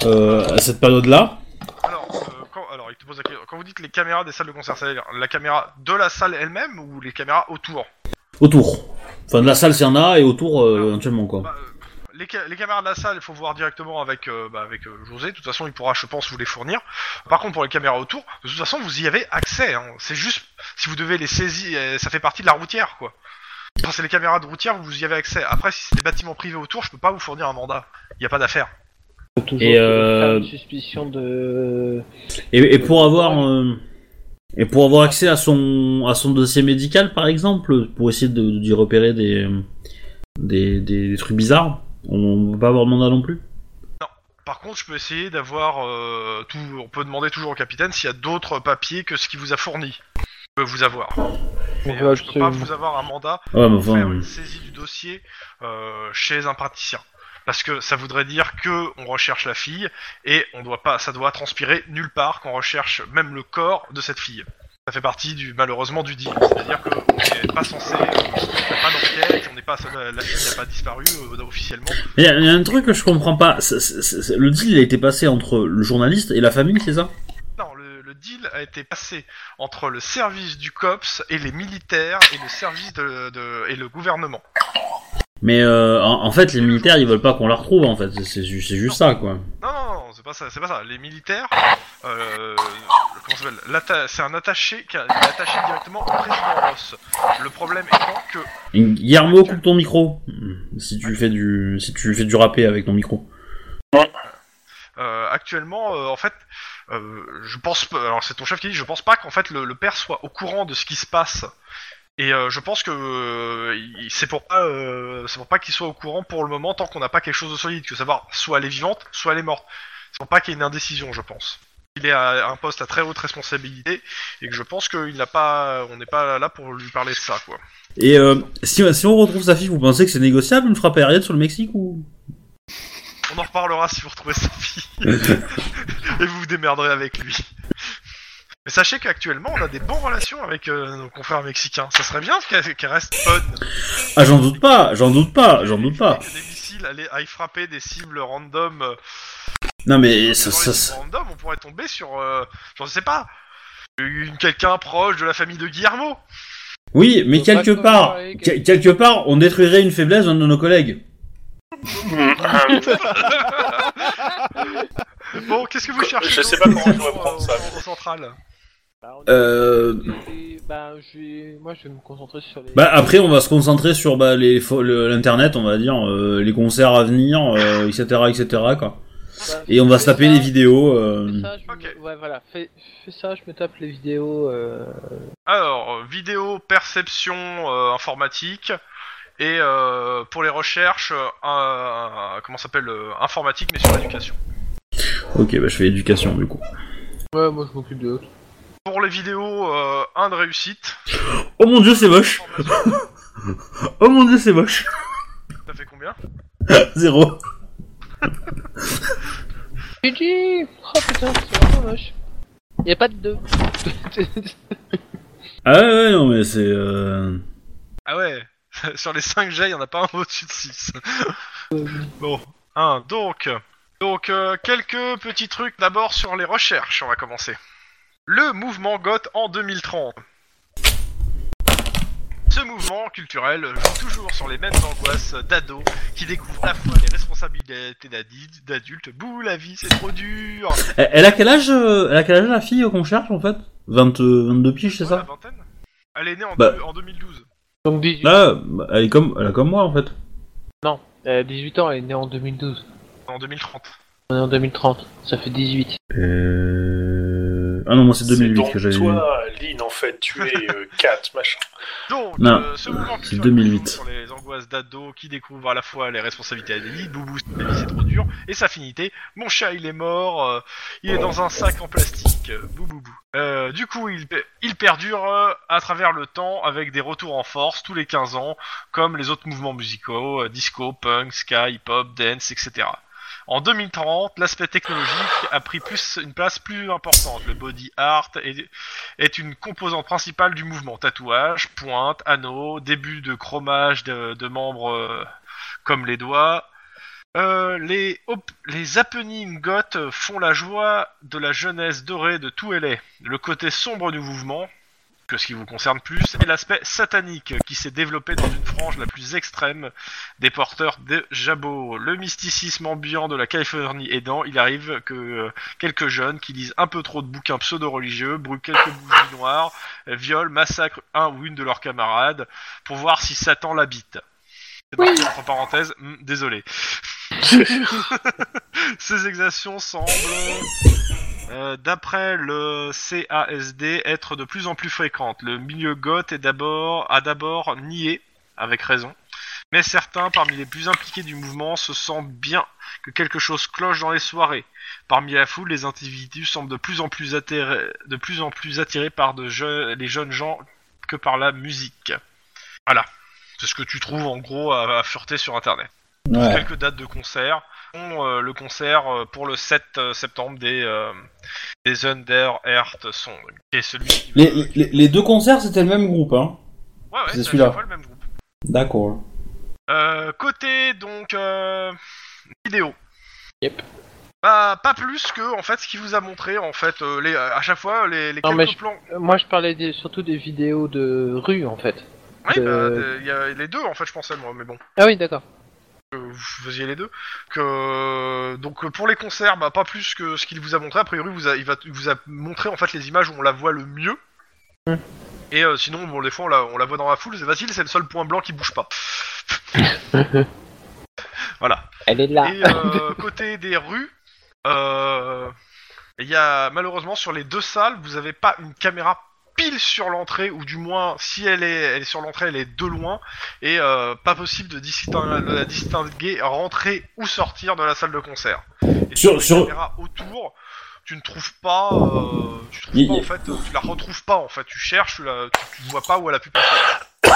[SPEAKER 6] euh, à cette période-là.
[SPEAKER 1] Alors, euh, quand, alors, il te pose la question. Quand vous dites les caméras des salles de concert, c'est-à-dire la caméra de la salle elle-même ou les caméras autour
[SPEAKER 6] Autour. Enfin, de la salle, s'il y en a, et autour, euh, éventuellement, quoi.
[SPEAKER 1] Bah, euh, les, ca- les caméras de la salle, il faut voir directement avec, euh, bah, avec euh, José. De toute façon, il pourra, je pense, vous les fournir. Par contre, pour les caméras autour, de toute façon, vous y avez accès. hein. C'est juste, si vous devez les saisir, euh, ça fait partie de la routière, quoi. Enfin, c'est les caméras de routière, vous y avez accès. Après, si c'est des bâtiments privés autour, je peux pas vous fournir un mandat. Il n'y a pas d'affaire.
[SPEAKER 2] Toujours
[SPEAKER 6] Et, euh,
[SPEAKER 2] une suspicion de.
[SPEAKER 6] Et, et pour avoir euh, et pour avoir accès à son à son dossier médical par exemple, pour essayer de- d'y repérer des des, des- des trucs bizarres, on peut pas avoir de mandat non plus.
[SPEAKER 1] Par contre, je peux essayer d'avoir euh, tout. On peut demander toujours au capitaine s'il y a d'autres papiers que ce qu'il vous a fourni. Je peux vous avoir. Mais,
[SPEAKER 2] On va
[SPEAKER 1] euh, je peux pas
[SPEAKER 2] absolument-
[SPEAKER 1] vous avoir un mandat
[SPEAKER 6] Ouais, mais
[SPEAKER 1] pour
[SPEAKER 6] enfin,
[SPEAKER 1] faire
[SPEAKER 6] euh,
[SPEAKER 1] une saisie du dossier euh, chez un praticien. Parce que ça voudrait dire que on recherche la fille et on doit pas, ça doit transpirer nulle part qu'on recherche même le corps de cette fille. Ça fait partie du malheureusement du deal. C'est-à-dire qu'on n'est pas censé, euh, il n'y a pas d'enquête, on n'est pas, la, la fille n'a pas disparu euh, officiellement.
[SPEAKER 6] il y, a- il y a un truc que je comprends pas. C'est- c'est- c'est- le deal il a été passé entre le journaliste et la famille, c'est ça
[SPEAKER 1] Non, le, le deal a été passé entre le service du COPS et les militaires et le service de, de- et le gouvernement.
[SPEAKER 6] Mais euh, en, en fait, les militaires ils veulent pas qu'on la retrouve en fait. C'est- C'est ju- c'est juste ça quoi.
[SPEAKER 1] Non, non, non, c'est pas ça, c'est pas ça. Les militaires, euh, comment ça s'appelle L'atta- C'est un attaché qui a- qui est attaché directement au président Ross. Le problème étant que
[SPEAKER 6] Guillermo coupe ton micro si tu fais du si tu fais du râpé avec ton micro.
[SPEAKER 1] Euh, actuellement, euh, en fait, euh, je pense pas. Alors c'est ton chef qui dit, je pense pas qu'en fait le, le père soit au courant de ce qui se passe. Et euh, je pense que euh, il- c'est pour pas, euh, c'est pour pas qu'il soit au courant pour le moment tant qu'on n'a pas quelque chose de solide, que savoir soit elle est vivante, soit elle est morte. C'est pour pas qu'il y ait une indécision, je pense. Il est à un poste à très haute responsabilité et que je pense qu'il n'a pas, on n'est pas là pour lui parler de ça, quoi.
[SPEAKER 6] Et euh, si, si on retrouve sa fille, vous pensez que c'est négociable une frappe aérienne sur le Mexique ou
[SPEAKER 1] On en reparlera si vous retrouvez sa fille. Et vous vous démerderez avec lui. Mais sachez qu'actuellement, on a des bonnes relations avec euh, nos confrères mexicains. Ça serait bien qu'elles qu'elles restent bonnes.
[SPEAKER 6] Ah, j'en doute pas, j'en doute pas, j'en doute pas.
[SPEAKER 1] Et Que des missiles allaient, aillent frapper des cibles random. euh,
[SPEAKER 6] Non mais
[SPEAKER 1] dans
[SPEAKER 6] ça,
[SPEAKER 1] les
[SPEAKER 6] ça,
[SPEAKER 1] cibles
[SPEAKER 6] ça-
[SPEAKER 1] random, on pourrait tomber sur, euh, je sais pas, une- quelqu'un proche de la famille de Guillermo.
[SPEAKER 6] Oui, mais
[SPEAKER 2] Faut pas
[SPEAKER 6] quelque
[SPEAKER 2] qu'on
[SPEAKER 6] part,
[SPEAKER 2] parle avec-
[SPEAKER 6] quel- quelque part, on détruirait une faiblesse d'un de nos collègues.
[SPEAKER 3] Hum,
[SPEAKER 1] Bon, qu'est-ce que vous cherchez
[SPEAKER 3] je sais
[SPEAKER 1] d'autre
[SPEAKER 3] pas comment je
[SPEAKER 1] au-
[SPEAKER 3] vais prendre
[SPEAKER 1] au-
[SPEAKER 3] ça,
[SPEAKER 1] Au central.
[SPEAKER 2] Bah, on-
[SPEAKER 6] Euh...
[SPEAKER 2] Et, bah, je vais... Moi, je vais me concentrer sur les.
[SPEAKER 6] Bah après, on va se concentrer sur bah, les fo- le- l'internet, on va dire, euh, les concerts à venir, euh, etc., etc. Quoi.
[SPEAKER 2] Bah,
[SPEAKER 6] Et on va se
[SPEAKER 2] fais
[SPEAKER 6] taper
[SPEAKER 2] ça,
[SPEAKER 6] les vidéos.
[SPEAKER 2] fais
[SPEAKER 6] euh,
[SPEAKER 2] ça, je me-
[SPEAKER 1] Ok.
[SPEAKER 2] Ouais, voilà. Fais, fais ça, je me tape les vidéos. euh,
[SPEAKER 1] Alors, euh, vidéo, perception euh, informatique. Et euh, pour les recherches, euh, un- comment ça s'appelle euh, Informatique, mais sur l'éducation.
[SPEAKER 6] Ok, bah je fais éducation du coup.
[SPEAKER 2] Ouais, moi, je m'occupe de l'autre.
[SPEAKER 1] Pour les vidéos, euh, un de réussite.
[SPEAKER 6] Oh mon dieu, c'est moche.
[SPEAKER 1] Information,
[SPEAKER 6] Oh mon dieu, c'est moche.
[SPEAKER 1] ça fait combien
[SPEAKER 6] Zéro.
[SPEAKER 2] GG Oh putain, c'est vraiment moche. Y'a pas de deux.
[SPEAKER 6] Ah ouais, ouais, non mais c'est. Euh...
[SPEAKER 1] Ah ouais Sur les 5 jets, il n'y en a pas un au-dessus de 6. bon, un. Donc, donc euh, quelques petits trucs d'abord sur les recherches, on va commencer. Le mouvement goth en 2030. Ce mouvement culturel joue toujours sur les mêmes angoisses d'ados qui découvrent à la fois les responsabilités d'adi- d'adultes. Bouh, la vie, c'est trop dur
[SPEAKER 6] Elle, elle a quel âge euh, Elle a quel âge la fille euh, qu'on cherche en fait 20, euh, 22 piges, c'est
[SPEAKER 1] Ouais, la
[SPEAKER 6] ça
[SPEAKER 1] vingtaine Elle est née en,
[SPEAKER 6] Bah.
[SPEAKER 1] deux- en 2012.
[SPEAKER 2] Donc 18,
[SPEAKER 6] Hein
[SPEAKER 8] Là, bah, elle est comme, elle a comme moi en fait.
[SPEAKER 2] euh, 18 ans, elle est née en 2012.
[SPEAKER 1] En 2030.
[SPEAKER 2] On est en 2030, ça fait 18.
[SPEAKER 8] Euh... Ah non, moi c'est 2008
[SPEAKER 3] donc
[SPEAKER 8] que j'avais vu.
[SPEAKER 3] toi, Lynn, en fait, tu es euh, 4, machin.
[SPEAKER 1] Donc,
[SPEAKER 8] Non,
[SPEAKER 1] euh, ce mouvement qui
[SPEAKER 8] c'est
[SPEAKER 1] sur les
[SPEAKER 8] 2008.
[SPEAKER 1] sur les angoisses d'ado qui découvre à la fois les responsabilités d'Adélie, Boubou, sa vie, c'est trop dur, et sa finité. Mon chat, il est mort, euh, il est dans un sac en plastique, euh, bouboubou. Euh, du coup, il, il perdure euh, à travers le temps avec des retours en force tous les 15 ans, comme les autres mouvements musicaux, euh, disco, punk, ska, hip-hop, dance, etc. En 2030, l'aspect technologique a pris plus une place plus importante. Le body art est, est une composante principale du mouvement. Tatouage, pointe, anneau, début de chromage de, de membres euh, comme les doigts. Euh, les, op- les happenings goths font la joie de la jeunesse dorée de tout LA. Le côté sombre du mouvement, que ce qui vous concerne plus, est l'aspect satanique qui s'est développé dans une frange la plus extrême des porteurs de jabots. Le mysticisme ambiant de la Californie aidant, il arrive que euh, quelques jeunes qui lisent un peu trop de bouquins pseudo-religieux, brûlent quelques bougies noires, euh, violent, massacrent un ou une de leurs camarades pour voir si Satan l'habite. C'est marqué entre parenthèses, hmm, désolé.
[SPEAKER 2] Euh,
[SPEAKER 1] Ces exactions semblent, euh, d'après le CASD, être de plus en plus fréquentes. Le milieu goth est d'abord, a d'abord nié, avec raison, mais certains parmi les plus impliqués du mouvement se sentent bien que quelque chose cloche dans les soirées. Parmi la foule, les individus semblent de plus en plus attirés, de plus en plus attirés par de je- les jeunes gens que par la musique. Voilà. C'est ce que tu trouves en gros à, à fureter sur internet.
[SPEAKER 7] Ouais.
[SPEAKER 1] Quelques dates de concert. Dont, euh, le concert euh, pour le 7 septembre des, euh, des Under Earth Song. Qui est celui qui...
[SPEAKER 7] Les, les, les deux concerts, c'était le même groupe, hein.
[SPEAKER 1] Ouais, ouais,
[SPEAKER 7] c'est
[SPEAKER 1] c'est à
[SPEAKER 7] celui-là.
[SPEAKER 1] chaque fois le même groupe.
[SPEAKER 7] D'accord.
[SPEAKER 1] Euh, côté donc euh, vidéo.
[SPEAKER 2] Yep.
[SPEAKER 1] Bah, pas plus que en fait ce qui vous a montré en fait euh, les, à chaque fois les, les
[SPEAKER 2] Non, mais
[SPEAKER 1] quelques
[SPEAKER 2] je-
[SPEAKER 1] plans.
[SPEAKER 2] Euh, Moi, je parlais des- surtout des vidéos de rue, en fait.
[SPEAKER 1] Oui,
[SPEAKER 2] euh,
[SPEAKER 1] bah, des- il y a les deux en fait je pensais moi mais bon
[SPEAKER 2] Ah oui, d'accord.
[SPEAKER 1] que vous faisiez les deux que euh, donc pour les concerts bah pas plus que ce qu'il vous a montré a priori vous a, il va il vous a montré en fait les images où on la voit le mieux.
[SPEAKER 2] Hmm.
[SPEAKER 1] Et euh, sinon bon des fois on la, on la voit dans la foule c'est facile c'est le seul point blanc qui bouge pas. voilà.
[SPEAKER 2] Elle est là.
[SPEAKER 1] Et euh, côté des rues, euh, il y a malheureusement sur les deux salles, vous avez pas une caméra pile sur l'entrée, ou du moins si elle est, elle est sur l'entrée, elle est de loin, et euh, pas possible de, distin- de la distinguer rentrer ou sortir de la salle de concert. Et
[SPEAKER 6] Sur-
[SPEAKER 1] les
[SPEAKER 6] sur-
[SPEAKER 1] caméras autour, tu ne trouves pas, euh, tu trouves
[SPEAKER 7] Il-
[SPEAKER 1] pas en fait, euh, tu la retrouves pas en fait, tu cherches, tu, la, tu, tu vois pas où elle a pu passer.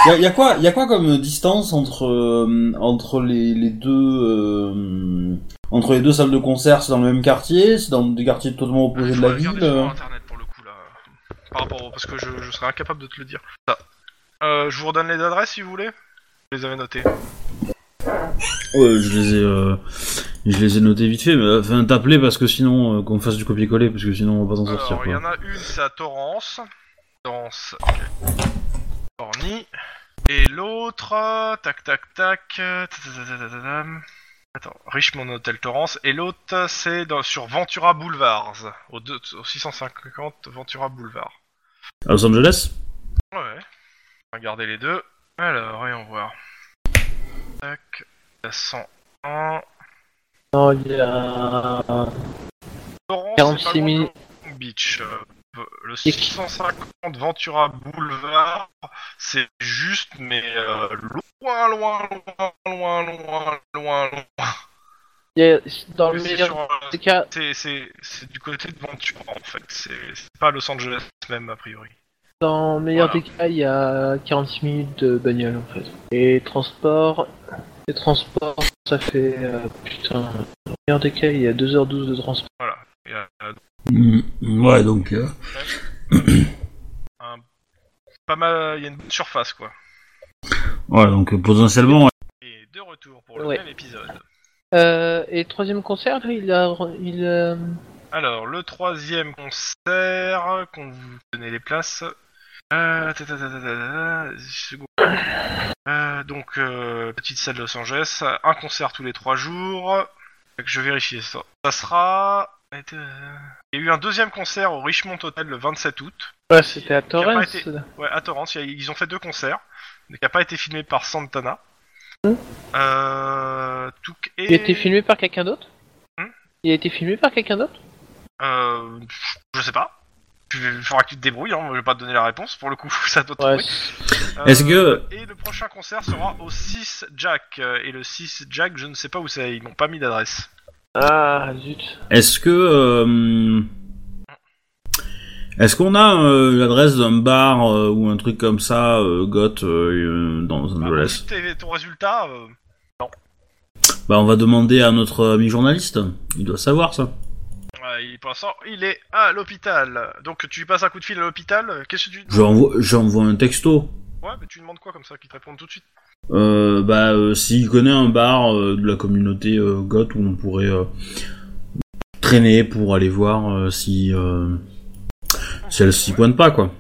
[SPEAKER 7] Y a, y a quoi, y a quoi comme distance entre euh, entre les, les deux euh, entre les deux salles de concert C'est dans le même quartier C'est dans des quartiers totalement opposés de
[SPEAKER 1] Je
[SPEAKER 7] la
[SPEAKER 1] regarde
[SPEAKER 7] ville
[SPEAKER 1] sur
[SPEAKER 7] euh
[SPEAKER 1] internet pour le coup là. Par rapport au... parce que je, je serais incapable de te le dire. Ça. Euh, je vous redonne les adresses si vous voulez. Je les avais notées.
[SPEAKER 6] Ouais, je les ai, euh, je les ai notés vite fait, mais euh, enfin t'appeler parce que sinon euh, qu'on fasse du copier-coller parce que sinon on va pas s'en sortir.
[SPEAKER 1] Alors il y
[SPEAKER 6] Quoi.
[SPEAKER 1] en a une c'est à Torrance. Torrance. Orny. Et l'autre euh, tac tac tac. euh, tadadadadadam. Attends, Richmond Hotel Torrance. Et l'autre euh, c'est dans- sur Ventura Boulevards. Au, deux- au 650 Ventura Boulevard.
[SPEAKER 6] À Los Angeles
[SPEAKER 1] Ouais, Ouais. Regardez les deux. Alors, voyons voir. Tac. La 101.
[SPEAKER 2] Non, il y a...
[SPEAKER 1] Torrance, c'est
[SPEAKER 2] 46
[SPEAKER 1] pas loin de
[SPEAKER 2] minutes.
[SPEAKER 1] Long Beach. Euh, Le 650 Ventura Boulevard, c'est juste, mais euh, loin, loin, loin, loin, loin, loin, loin.
[SPEAKER 2] il y a- Dans le
[SPEAKER 1] C'est
[SPEAKER 2] meilleur
[SPEAKER 1] sur, euh,
[SPEAKER 2] des cas,
[SPEAKER 1] c'est- c'est c'est du côté de Ventura, en fait. C'est c'est pas Los Angeles, même, a priori.
[SPEAKER 2] Dans le meilleur
[SPEAKER 1] Voilà.
[SPEAKER 2] des cas, il y a 46 minutes de bagnole en fait. Et transport, et transport, ça fait euh, putain. Dans le meilleur des cas, il y a 2h12 de transport.
[SPEAKER 1] Voilà. Il y a, euh,
[SPEAKER 6] Mm, Ouais, donc. euh,
[SPEAKER 1] un- pas mal, il y a une bonne surface, quoi.
[SPEAKER 6] Ouais, donc euh, potentiellement.
[SPEAKER 1] Et de retour pour le
[SPEAKER 2] Ouais.
[SPEAKER 1] même épisode.
[SPEAKER 2] Euh, et troisième concert, lui, il a, il, euh,
[SPEAKER 1] Alors, le troisième concert, qu'on vous donnait les places. Euh, ta- ta- ta- ta- ta- ta- second. Euh, donc, euh, petite salle de Los Angeles, un concert tous les trois jours. Fait que Je vérifie ça. Ça sera. euh, Il y a eu un deuxième concert au Richmond Hotel le 27 août.
[SPEAKER 2] ouais, c'était à
[SPEAKER 1] pas
[SPEAKER 2] Torrance.
[SPEAKER 1] été- Ouais, à Torrance, il y a- ils ont fait deux concerts. qui n'a pas été filmé par Santana.
[SPEAKER 2] Hmm.
[SPEAKER 1] Euh, Touk et...
[SPEAKER 2] Il a été filmé par quelqu'un d'autre
[SPEAKER 1] Hmm
[SPEAKER 2] Il a été filmé par quelqu'un d'autre
[SPEAKER 1] Euh, je sais pas. Tu- Il faudra que tu te débrouilles, hein. je vais pas te donner la réponse pour le coup, ça doit
[SPEAKER 2] Ouais.
[SPEAKER 8] Est-ce que-
[SPEAKER 1] Euh, Et le prochain concert sera au 6 Jack. euh, Et le 6 Jack, je ne sais pas où c'est, ils m'ont pas mis d'adresse.
[SPEAKER 2] Ah, zut.
[SPEAKER 8] Est-ce que. euh, Est-ce qu'on a euh, l'adresse d'un bar euh, ou un truc comme ça, euh, goth, euh, euh, dans Los
[SPEAKER 1] Ah,
[SPEAKER 8] Angeles
[SPEAKER 1] si t'es- ton résultat, euh,
[SPEAKER 8] Bah, on va demander à notre ami journaliste. Il doit savoir ça.
[SPEAKER 1] ouais, il, pour l'instant, il est à l'hôpital. Donc tu lui passes un coup de fil à l'hôpital, qu'est-ce que tu...
[SPEAKER 8] J'envoie j'envoie un texto.
[SPEAKER 1] Ouais, mais tu demandes quoi comme ça, qu'ils te répondent tout de suite
[SPEAKER 8] Euh, bah, euh, s'il connaît un bar euh, de la communauté euh, goth où on pourrait euh, traîner pour aller voir euh, si, euh, si elle s'y pointe pas, quoi.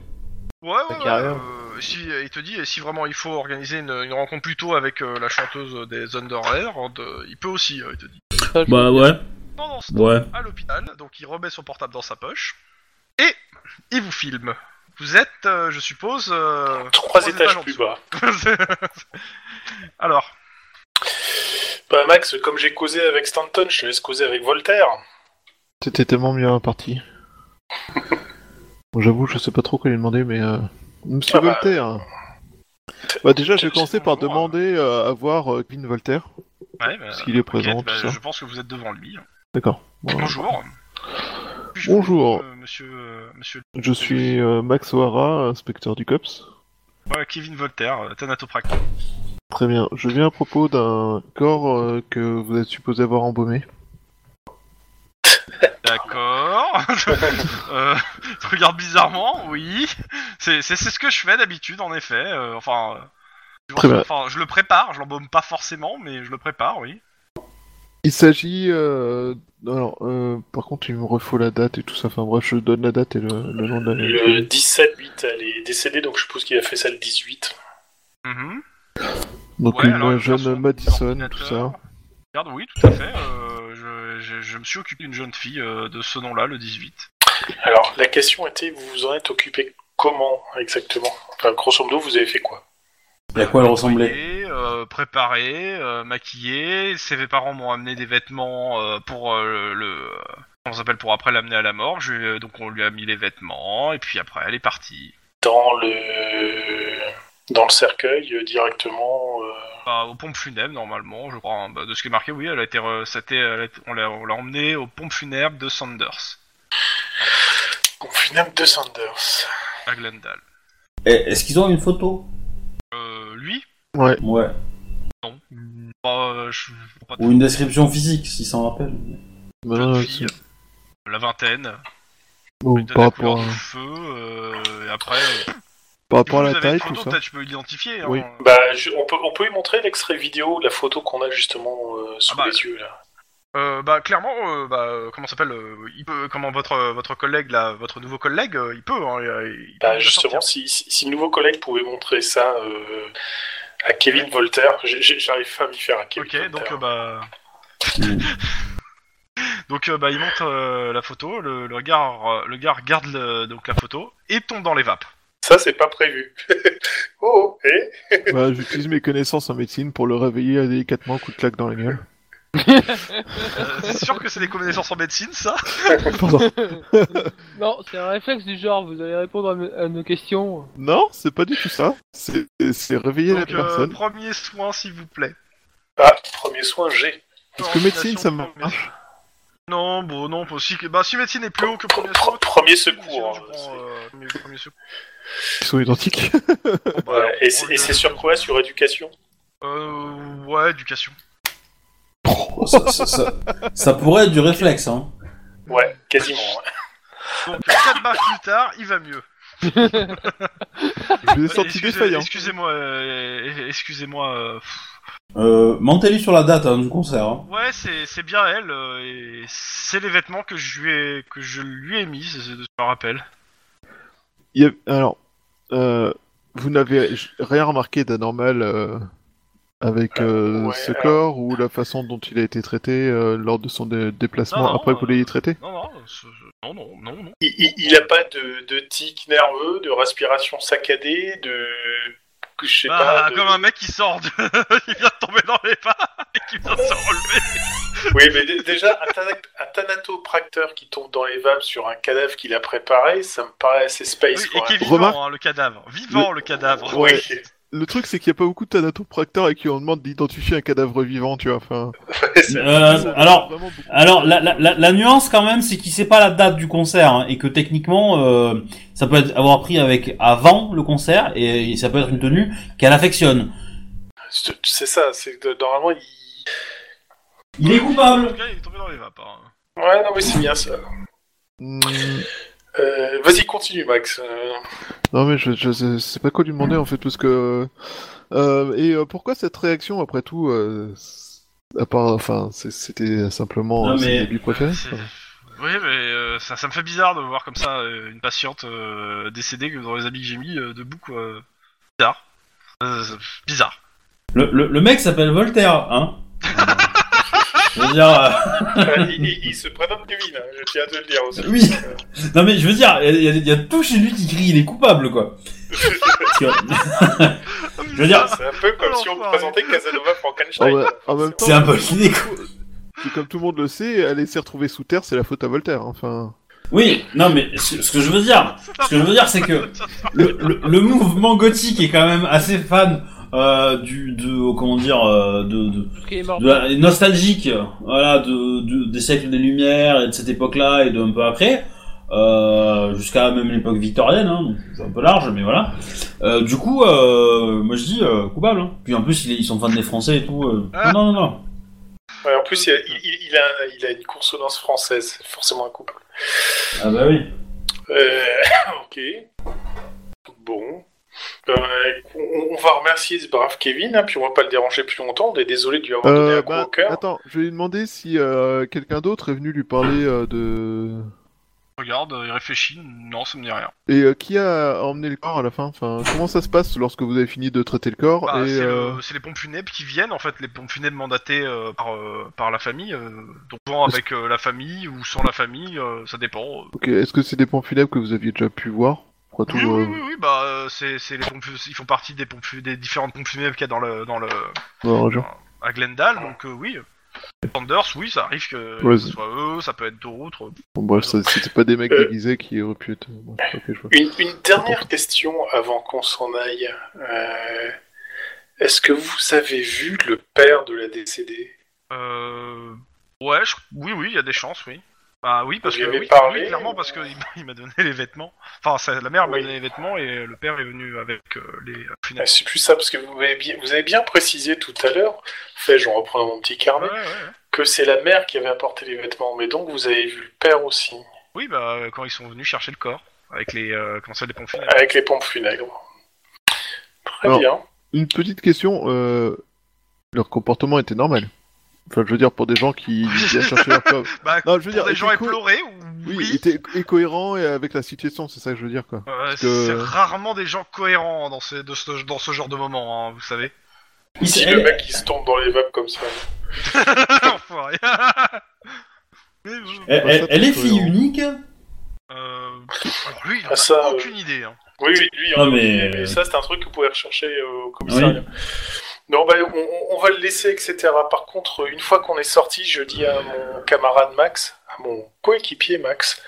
[SPEAKER 1] Ouais, ouais, ouais,
[SPEAKER 2] carrière.
[SPEAKER 1] euh, si, euh, il te dit, et si vraiment il faut organiser une, une rencontre plus tôt avec euh, la chanteuse des Underland, euh, il peut aussi, euh, il te dit.
[SPEAKER 2] Ça, je-
[SPEAKER 8] Bah, ouais,
[SPEAKER 1] Pendant ce temps,
[SPEAKER 8] ouais.
[SPEAKER 1] à l'hôpital, donc il remet son portable dans sa poche, et il vous filme. Vous êtes, euh, je suppose... euh,
[SPEAKER 3] Trois étages
[SPEAKER 1] en
[SPEAKER 3] plus
[SPEAKER 1] dessous.
[SPEAKER 3] bas.
[SPEAKER 1] Alors,
[SPEAKER 3] Bah, Max, comme j'ai causé avec Stanton, je te laisse causer avec Voltaire.
[SPEAKER 4] C'était tellement bien parti. Bon, J'avoue, je sais pas trop quoi lui demander, mais. euh, Monsieur
[SPEAKER 3] Ah bah,
[SPEAKER 4] Voltaire bah, Déjà, je vais
[SPEAKER 3] c'est
[SPEAKER 4] commencer par
[SPEAKER 3] bonjour,
[SPEAKER 4] demander euh, à voir euh, Glyn Voltaire.
[SPEAKER 1] ouais, bah,
[SPEAKER 4] Est-ce qu'il est présent,
[SPEAKER 1] ok, bah,
[SPEAKER 4] tout ça
[SPEAKER 1] je pense que vous êtes devant lui.
[SPEAKER 4] D'accord. Bon,
[SPEAKER 1] Bonjour. Puis-je vous-
[SPEAKER 4] Bonjour,
[SPEAKER 1] euh, monsieur, euh, monsieur
[SPEAKER 4] je suis euh, Max O'Hara, inspecteur du COPS.
[SPEAKER 1] euh, Kevin Voltaire, euh, thanatopracteur.
[SPEAKER 4] Très bien. Je viens à propos d'un corps euh, que vous êtes supposé avoir embaumé.
[SPEAKER 1] D'accord. Euh, je regarde bizarrement, oui. C'est c'est- c'est ce que je fais d'habitude, en effet. euh, enfin, euh,
[SPEAKER 4] Très bien.
[SPEAKER 1] enfin, je le prépare, je l'embaume pas forcément, mais je le prépare, oui.
[SPEAKER 4] Il s'agit. euh, Alors, euh, par contre, il me refaut la date et tout ça. Enfin, bref, je donne la date et le, le nom de
[SPEAKER 8] Euh,
[SPEAKER 4] la.
[SPEAKER 3] Le 17-8, elle est décédée, donc je suppose qu'il a fait ça le 18.
[SPEAKER 1] Mhm.
[SPEAKER 4] Donc,
[SPEAKER 1] Ouais,
[SPEAKER 4] une
[SPEAKER 1] alors,
[SPEAKER 4] jeune
[SPEAKER 1] version
[SPEAKER 4] Madison,
[SPEAKER 1] ordinateur.
[SPEAKER 4] tout ça.
[SPEAKER 1] Regarde, oui, tout à fait. euh, je, je- je me suis occupé d'une jeune fille euh, de ce nom-là, le 18.
[SPEAKER 3] Alors, la question était, vous vous en êtes occupé comment exactement Enfin, grosso modo, vous avez fait quoi
[SPEAKER 7] Et à quoi elle ressemblait
[SPEAKER 1] Nettoyé, euh, préparé, euh, maquillé. Ses parents m'ont amené des vêtements euh, pour euh, le. On s'appelle pour après l'amener à la mort. Je- donc on lui a mis les vêtements et puis après elle est partie.
[SPEAKER 3] Dans le... Dans le cercueil, euh, directement... euh,
[SPEAKER 1] Bah, aux pompes funèbres, normalement, je crois. hein. Bah, de ce qui est marqué, oui, elle a été, re- c'était, elle a été- on l'a, on l'a emmenée aux pompes funèbres de Sanders,
[SPEAKER 3] Au final de Sanders.
[SPEAKER 1] à Glendale.
[SPEAKER 7] Eh, Est-ce qu'ils ont une photo
[SPEAKER 1] Euh, lui
[SPEAKER 4] Ouais.
[SPEAKER 7] Ouais.
[SPEAKER 1] Non. Bah, euh, je je crois pas
[SPEAKER 7] Ou une description physique, s'ils s'en rappellent.
[SPEAKER 1] de
[SPEAKER 4] Bah,
[SPEAKER 1] jeune
[SPEAKER 4] ouais,
[SPEAKER 1] fille. euh, La vingtaine.
[SPEAKER 4] Bon,
[SPEAKER 1] lui donne
[SPEAKER 4] par,
[SPEAKER 1] la couleur
[SPEAKER 4] rapport à...
[SPEAKER 1] du feu, euh, et après... euh,
[SPEAKER 4] par
[SPEAKER 1] si
[SPEAKER 4] rapport à
[SPEAKER 1] vous
[SPEAKER 4] la
[SPEAKER 1] avez
[SPEAKER 4] taille,
[SPEAKER 1] une
[SPEAKER 4] tout
[SPEAKER 1] photo,
[SPEAKER 4] ça.
[SPEAKER 1] peut-être je peux l'identifier. hein.
[SPEAKER 4] Oui.
[SPEAKER 3] Bah, je- on, peut, on peut lui montrer l'extrait vidéo, la photo qu'on a justement euh, sous
[SPEAKER 1] Ah bah,
[SPEAKER 3] les yeux, là.
[SPEAKER 1] Euh, bah clairement, euh, bah, euh, comment s'appelle euh, Il peut, comment votre euh, votre collègue là, votre nouveau collègue, euh, il peut. Hein, il- il peut
[SPEAKER 3] Bah,
[SPEAKER 1] la
[SPEAKER 3] justement,
[SPEAKER 1] sortir.
[SPEAKER 3] si, si, si le nouveau collègue pouvait montrer ça euh, à Kevin Voltaire, j'ai- j'ai- j'arrive pas à m'y faire à Kevin
[SPEAKER 1] Ok, donc euh,
[SPEAKER 3] Voltaire.
[SPEAKER 1] bah. donc euh, bah il monte euh, la photo, le, le regard euh, le gars regarde le- donc la photo et tombe dans les vapes.
[SPEAKER 3] Ça, c'est pas prévu. oh, oh, eh
[SPEAKER 4] Bah, J'utilise mes connaissances en médecine pour le réveiller euh, délicatement, coup de claque dans la gueule.
[SPEAKER 1] Euh, c'est sûr que c'est des connaissances en médecine ça
[SPEAKER 4] Pardon.
[SPEAKER 2] non, c'est un réflexe du genre, vous allez répondre à, me- à nos questions.
[SPEAKER 4] Non, c'est pas du tout ça. C'est c'est réveiller
[SPEAKER 1] Donc
[SPEAKER 4] la
[SPEAKER 1] euh,
[SPEAKER 4] personne.
[SPEAKER 1] premier soin s'il vous plaît.
[SPEAKER 3] Ah, premier soin, j'ai.
[SPEAKER 4] Parce que médecine, ça
[SPEAKER 1] Coordination,
[SPEAKER 4] marche.
[SPEAKER 1] Non, bon non, bon, si, bah si médecine est plus haut que premier
[SPEAKER 3] Pre-
[SPEAKER 1] soin.
[SPEAKER 3] Premier
[SPEAKER 1] sinon,
[SPEAKER 3] secours.
[SPEAKER 1] je
[SPEAKER 3] hein,
[SPEAKER 1] prends,
[SPEAKER 3] c'est-
[SPEAKER 1] euh, premier- premier secours.
[SPEAKER 4] Ils sont identiques.
[SPEAKER 1] Bah,
[SPEAKER 3] Ouais,
[SPEAKER 1] alors,
[SPEAKER 3] et c'est et
[SPEAKER 1] euh,
[SPEAKER 3] c'est sur quoi Sur éducation
[SPEAKER 1] Euh, ouais, éducation.
[SPEAKER 7] Oh, ça, ça- ça- ça pourrait être du réflexe, hein.
[SPEAKER 3] Ouais, quasiment. hein. ouais.
[SPEAKER 1] Donc, 4 barres plus tard, il va mieux.
[SPEAKER 4] Je les ai sortis
[SPEAKER 1] Excusez-
[SPEAKER 4] défaillants.
[SPEAKER 1] Excusez-moi, euh, excusez-moi. euh, pff.
[SPEAKER 7] Euh, mentez-lui sur la date hein, du concert. hein.
[SPEAKER 1] Ouais, c'est c'est bien elle, euh, et c'est les vêtements que je lui ai, que je lui ai mis, c'est c'est de ce que je me rappelle.
[SPEAKER 4] Il y a- Alors, euh, vous n'avez j- rien remarqué d'anormal euh, avec
[SPEAKER 3] Euh,
[SPEAKER 4] euh,
[SPEAKER 3] ouais,
[SPEAKER 4] ce
[SPEAKER 3] alors-
[SPEAKER 4] corps ou la façon dont il a été traité euh, lors de son dé- déplacement
[SPEAKER 1] Non, non,
[SPEAKER 4] après que vous
[SPEAKER 1] euh,
[SPEAKER 4] l'ayez traité
[SPEAKER 1] Non, non, c'est- c'est- non, non, non, non.
[SPEAKER 3] Il, il, il a pas de, de tic nerveux, de respiration saccadée, de que je sais
[SPEAKER 1] Ah,
[SPEAKER 3] pas. de-
[SPEAKER 1] Comme un mec qui sort de... qui vient de tomber dans les pas et qui vient de se relever.
[SPEAKER 3] Oui, mais dé- déjà, un, thana- un thanatopracteur qui tombe dans les vapes sur un cadavre qu'il a préparé, ça me paraît assez space.
[SPEAKER 1] Oui,
[SPEAKER 3] quoi.
[SPEAKER 1] et qui est vivant,
[SPEAKER 4] Remarque-
[SPEAKER 1] hein, le cadavre. Vivant, le, cadavre.
[SPEAKER 4] Ouais.
[SPEAKER 3] Oui.
[SPEAKER 4] Le truc, c'est qu'il n'y a pas beaucoup de thanatopracteurs à qui on demande d'identifier un cadavre vivant, tu vois. Enfin,
[SPEAKER 6] Euh, alors,
[SPEAKER 4] vraiment beaucoup.
[SPEAKER 6] alors la, la, la, la nuance quand même, c'est qu'il sait pas la date du concert hein, et que techniquement, euh, ça peut être avoir pris avec avant le concert et, et ça peut être une tenue qu'elle affectionne.
[SPEAKER 3] C'est c'est ça, c'est que normalement, il...
[SPEAKER 7] Il est
[SPEAKER 1] En
[SPEAKER 7] coupable
[SPEAKER 1] tout cas, il est tombé dans les vapes. hein.
[SPEAKER 3] Ouais, non, mais c'est bien ça.
[SPEAKER 4] Hmm,
[SPEAKER 3] Euh, Vas-y, continue, Max. Euh,
[SPEAKER 4] Non, mais je, je, sais- sais pas quoi lui demander, en fait, parce que... euh, et euh, pourquoi cette réaction, après tout euh, c- À part, enfin, c'est- c'était simplement
[SPEAKER 7] Non,
[SPEAKER 4] euh,
[SPEAKER 7] mais-
[SPEAKER 4] ses débuts préférés
[SPEAKER 1] C'est-
[SPEAKER 4] quoi.
[SPEAKER 1] Oui, mais euh, ça, ça me fait bizarre de voir comme ça euh, une patiente euh, décédée que dans les habits que j'ai mis euh, debout, quoi. Bizarre. Euh, c'est bizarre.
[SPEAKER 7] le, le, le mec s'appelle Voltaire, hein Je veux dire... euh,
[SPEAKER 3] il, il- il se prénomme Kevin, hein, je tiens à te le dire aussi.
[SPEAKER 7] Oui. Non mais je veux dire, il y, a- il y a tout chez lui qui crie, il est coupable quoi. Parce que-
[SPEAKER 1] Je
[SPEAKER 7] veux dire-
[SPEAKER 3] C'est un peu comme si on
[SPEAKER 1] Ah, L'enfoiré.
[SPEAKER 3] présentait Casanova
[SPEAKER 4] En,
[SPEAKER 3] Frankenstein.
[SPEAKER 4] même- en même temps,
[SPEAKER 7] C'est un peu l'idée quoi.
[SPEAKER 4] c'est comme tout le monde le sait, aller s'y retrouver sous terre, c'est la faute à Voltaire, enfin...
[SPEAKER 6] Oui, non mais ce, ce que je veux dire, ce que je veux dire, c'est que le, le, le mouvement gothique est quand même assez fan euh, du de comment dire euh, de, de
[SPEAKER 2] Parce qu'il est mort.
[SPEAKER 6] de la- nostalgique, voilà, de, de- des siècles des Lumières et de cette époque-là et d'un peu après, euh, jusqu'à même l'époque victorienne, hein, donc c'est un peu large, mais voilà. Euh, du coup, euh, moi je dis euh, coupable. hein. Puis en plus, il est- ils sont fans des Français et tout. euh,
[SPEAKER 1] Ah.
[SPEAKER 6] Non, non, non.
[SPEAKER 3] Ouais, en plus, il, a- il- il a, il a une consonance française, c'est forcément un couple.
[SPEAKER 6] Ah bah oui.
[SPEAKER 3] Euh, ok. Bon. Euh, on, on va remercier ce brave Kevin, hein, puis on va pas le déranger plus longtemps. On est désolé de lui avoir donné
[SPEAKER 4] Euh,
[SPEAKER 3] un coup
[SPEAKER 4] bah,
[SPEAKER 3] au cœur.
[SPEAKER 4] attends, je vais lui demander si euh, quelqu'un d'autre est venu lui parler euh, de...
[SPEAKER 1] Regarde, euh, il réfléchit. Non, ça me dit rien.
[SPEAKER 4] Et euh, qui a emmené le corps à la fin enfin, Comment ça se passe lorsque vous avez fini de traiter le corps
[SPEAKER 1] Bah,
[SPEAKER 4] et,
[SPEAKER 1] c'est
[SPEAKER 4] euh,
[SPEAKER 1] le- c'est les pompes funèbres qui viennent, en fait, les pompes funèbres mandatées euh, par, euh, par la famille. euh, donc, souvent avec euh, la famille ou sans la famille, euh, ça dépend. euh.
[SPEAKER 4] ok, Est-ce que c'est des pompes funèbres que vous aviez déjà pu voir Après tout,
[SPEAKER 1] Oui, oui,
[SPEAKER 4] euh,
[SPEAKER 1] oui, oui, bah, euh, c'est c'est les pompes, ils font partie des pompes, des différentes pompes funèbres qu'il y a dans le, dans le,
[SPEAKER 4] dans la région.
[SPEAKER 1] à Glendale, donc euh, oui. Sanders, oui, ça arrive que
[SPEAKER 4] Ouais,
[SPEAKER 1] ce
[SPEAKER 4] c'est-
[SPEAKER 1] soit eux, ça peut être d'autres.
[SPEAKER 4] Bon, bref, ça- c'était pas des mecs
[SPEAKER 3] Euh.
[SPEAKER 4] déguisés qui auraient pu être. euh, bon, ok, je vois.
[SPEAKER 3] Une, une dernière question avant qu'on s'en aille. Euh, Est-ce que vous avez vu le père de la décédée
[SPEAKER 1] Euh... Ouais, je- oui, oui, il y a des chances, oui. Bah oui, parce
[SPEAKER 3] Vous lui
[SPEAKER 1] que
[SPEAKER 3] avez
[SPEAKER 1] oui,
[SPEAKER 3] parlé,
[SPEAKER 1] oui, clairement,
[SPEAKER 3] ou-
[SPEAKER 1] parce qu'il il m'a donné les vêtements. Enfin, ça- la mère m'a
[SPEAKER 3] Oui.
[SPEAKER 1] donné les vêtements et le père est venu avec euh, les euh,
[SPEAKER 3] Ah,
[SPEAKER 1] funèbres.
[SPEAKER 3] C'est plus ça, parce que vous avez bien, vous avez bien précisé tout à l'heure, fait, je reprends dans mon petit carnet,
[SPEAKER 1] Ouais, ouais, ouais.
[SPEAKER 3] que c'est la mère qui avait apporté les vêtements, mais donc vous avez vu le père aussi,
[SPEAKER 1] Oui, bah euh, quand ils sont venus chercher le corps, avec les euh, comment ça, les pompes funèbres.
[SPEAKER 3] avec les pompes funèbres. Très
[SPEAKER 4] Alors,
[SPEAKER 3] bien.
[SPEAKER 4] Une petite question. euh, Leur comportement était normal. Enfin, je veux dire, pour des gens qui viennent chercher leur corps.
[SPEAKER 1] Bah,
[SPEAKER 4] Non, je veux dire,
[SPEAKER 1] pour des
[SPEAKER 4] était
[SPEAKER 1] gens
[SPEAKER 4] cool.
[SPEAKER 1] éplorés, oui.
[SPEAKER 4] Oui, il était cohérent et avec la situation, c'est ça que je veux dire, quoi.
[SPEAKER 1] Euh,
[SPEAKER 4] parce que-
[SPEAKER 1] c'est rarement des gens cohérents dans ce, de ce- dans ce genre de moment, hein, vous savez.
[SPEAKER 7] Il
[SPEAKER 3] Si
[SPEAKER 7] s'est-
[SPEAKER 3] le mec qui se tombe dans les vapes comme ça.
[SPEAKER 1] Enfoiré. Mais, euh,
[SPEAKER 7] elle,
[SPEAKER 4] Bah,
[SPEAKER 7] elle-
[SPEAKER 4] ça,
[SPEAKER 7] elle est
[SPEAKER 4] c'est
[SPEAKER 7] fille
[SPEAKER 4] cohérent.
[SPEAKER 7] unique
[SPEAKER 1] euh, alors lui, il en
[SPEAKER 3] Ah,
[SPEAKER 1] a
[SPEAKER 3] ça, euh,
[SPEAKER 1] aucune idée. hein.
[SPEAKER 3] Oui, oui, lui,
[SPEAKER 6] Non,
[SPEAKER 3] hein,
[SPEAKER 6] mais-
[SPEAKER 3] mais ça, c'est un truc que vous pouvez rechercher euh, au commissariat. Non, bah, on- on, on va le laisser, etc. Par contre, une fois qu'on est sorti, je dis à mon camarade Max, à mon coéquipier Max,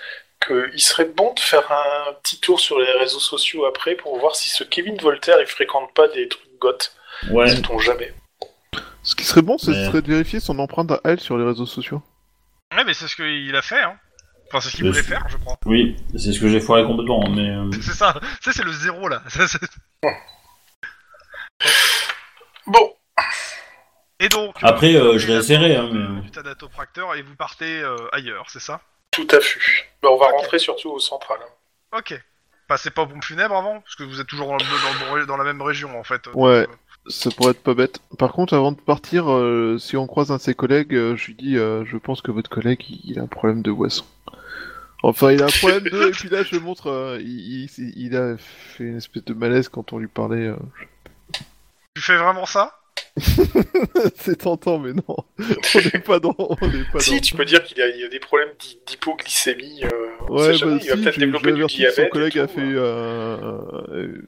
[SPEAKER 3] qu'il serait bon de faire un petit tour sur les réseaux sociaux après pour voir si ce Kevin Voltaire, il fréquente pas des trucs goths.
[SPEAKER 6] Ouais.
[SPEAKER 3] Sait-on jamais.
[SPEAKER 4] Ce qui serait bon, ce
[SPEAKER 6] Ouais.
[SPEAKER 4] serait de vérifier son empreinte à elle sur les réseaux sociaux.
[SPEAKER 1] Ouais, mais c'est ce qu'il a fait, hein. Enfin, c'est ce qu'il
[SPEAKER 6] Mais
[SPEAKER 1] voulait
[SPEAKER 6] c'est-
[SPEAKER 1] faire, je crois.
[SPEAKER 6] Oui, c'est ce que j'ai foiré complètement, mais. euh,
[SPEAKER 1] C'est ça, ça c'est le zéro là. Ça, c'est-
[SPEAKER 3] Bon,
[SPEAKER 1] Et donc.
[SPEAKER 6] Après,
[SPEAKER 1] euh,
[SPEAKER 6] euh, je réessayerai, hein, mais-
[SPEAKER 1] Du thanatopracteur et vous partez euh, ailleurs, c'est ça
[SPEAKER 3] tout à fait. Bah, on va
[SPEAKER 1] Ok.
[SPEAKER 3] rentrer surtout au central. hein.
[SPEAKER 1] Ok. Passez pas aux pompes funèbres avant, parce que vous êtes toujours dans, le- dans le- dans la même région en fait.
[SPEAKER 4] Ouais.
[SPEAKER 1] Donc, euh,
[SPEAKER 4] Ça pourrait être pas bête. Par contre, avant de partir, euh, si on croise un de ses collègues, euh, je lui dis, euh, je pense que votre collègue, il, il a un problème de boisson. Enfin, il a un problème de... Et puis là, je le montre, euh, il, il- il a fait une espèce de malaise quand on lui parlait. euh.
[SPEAKER 1] tu fais vraiment ça
[SPEAKER 4] C'est tentant, mais non. On n'est pas dans... On est pas
[SPEAKER 3] Si,
[SPEAKER 4] dans...
[SPEAKER 3] tu peux dire qu'il y a, il y a des problèmes d'hy- d'hypoglycémie. euh, on
[SPEAKER 4] Ouais,
[SPEAKER 3] sait jamais,
[SPEAKER 4] bah
[SPEAKER 3] il va
[SPEAKER 4] si,
[SPEAKER 3] peut-être
[SPEAKER 4] je- je
[SPEAKER 3] développer
[SPEAKER 4] l'avertis
[SPEAKER 3] du
[SPEAKER 4] que son
[SPEAKER 3] diabète. et
[SPEAKER 4] collègue a
[SPEAKER 3] tout,
[SPEAKER 4] fait
[SPEAKER 3] hein.
[SPEAKER 4] euh, euh,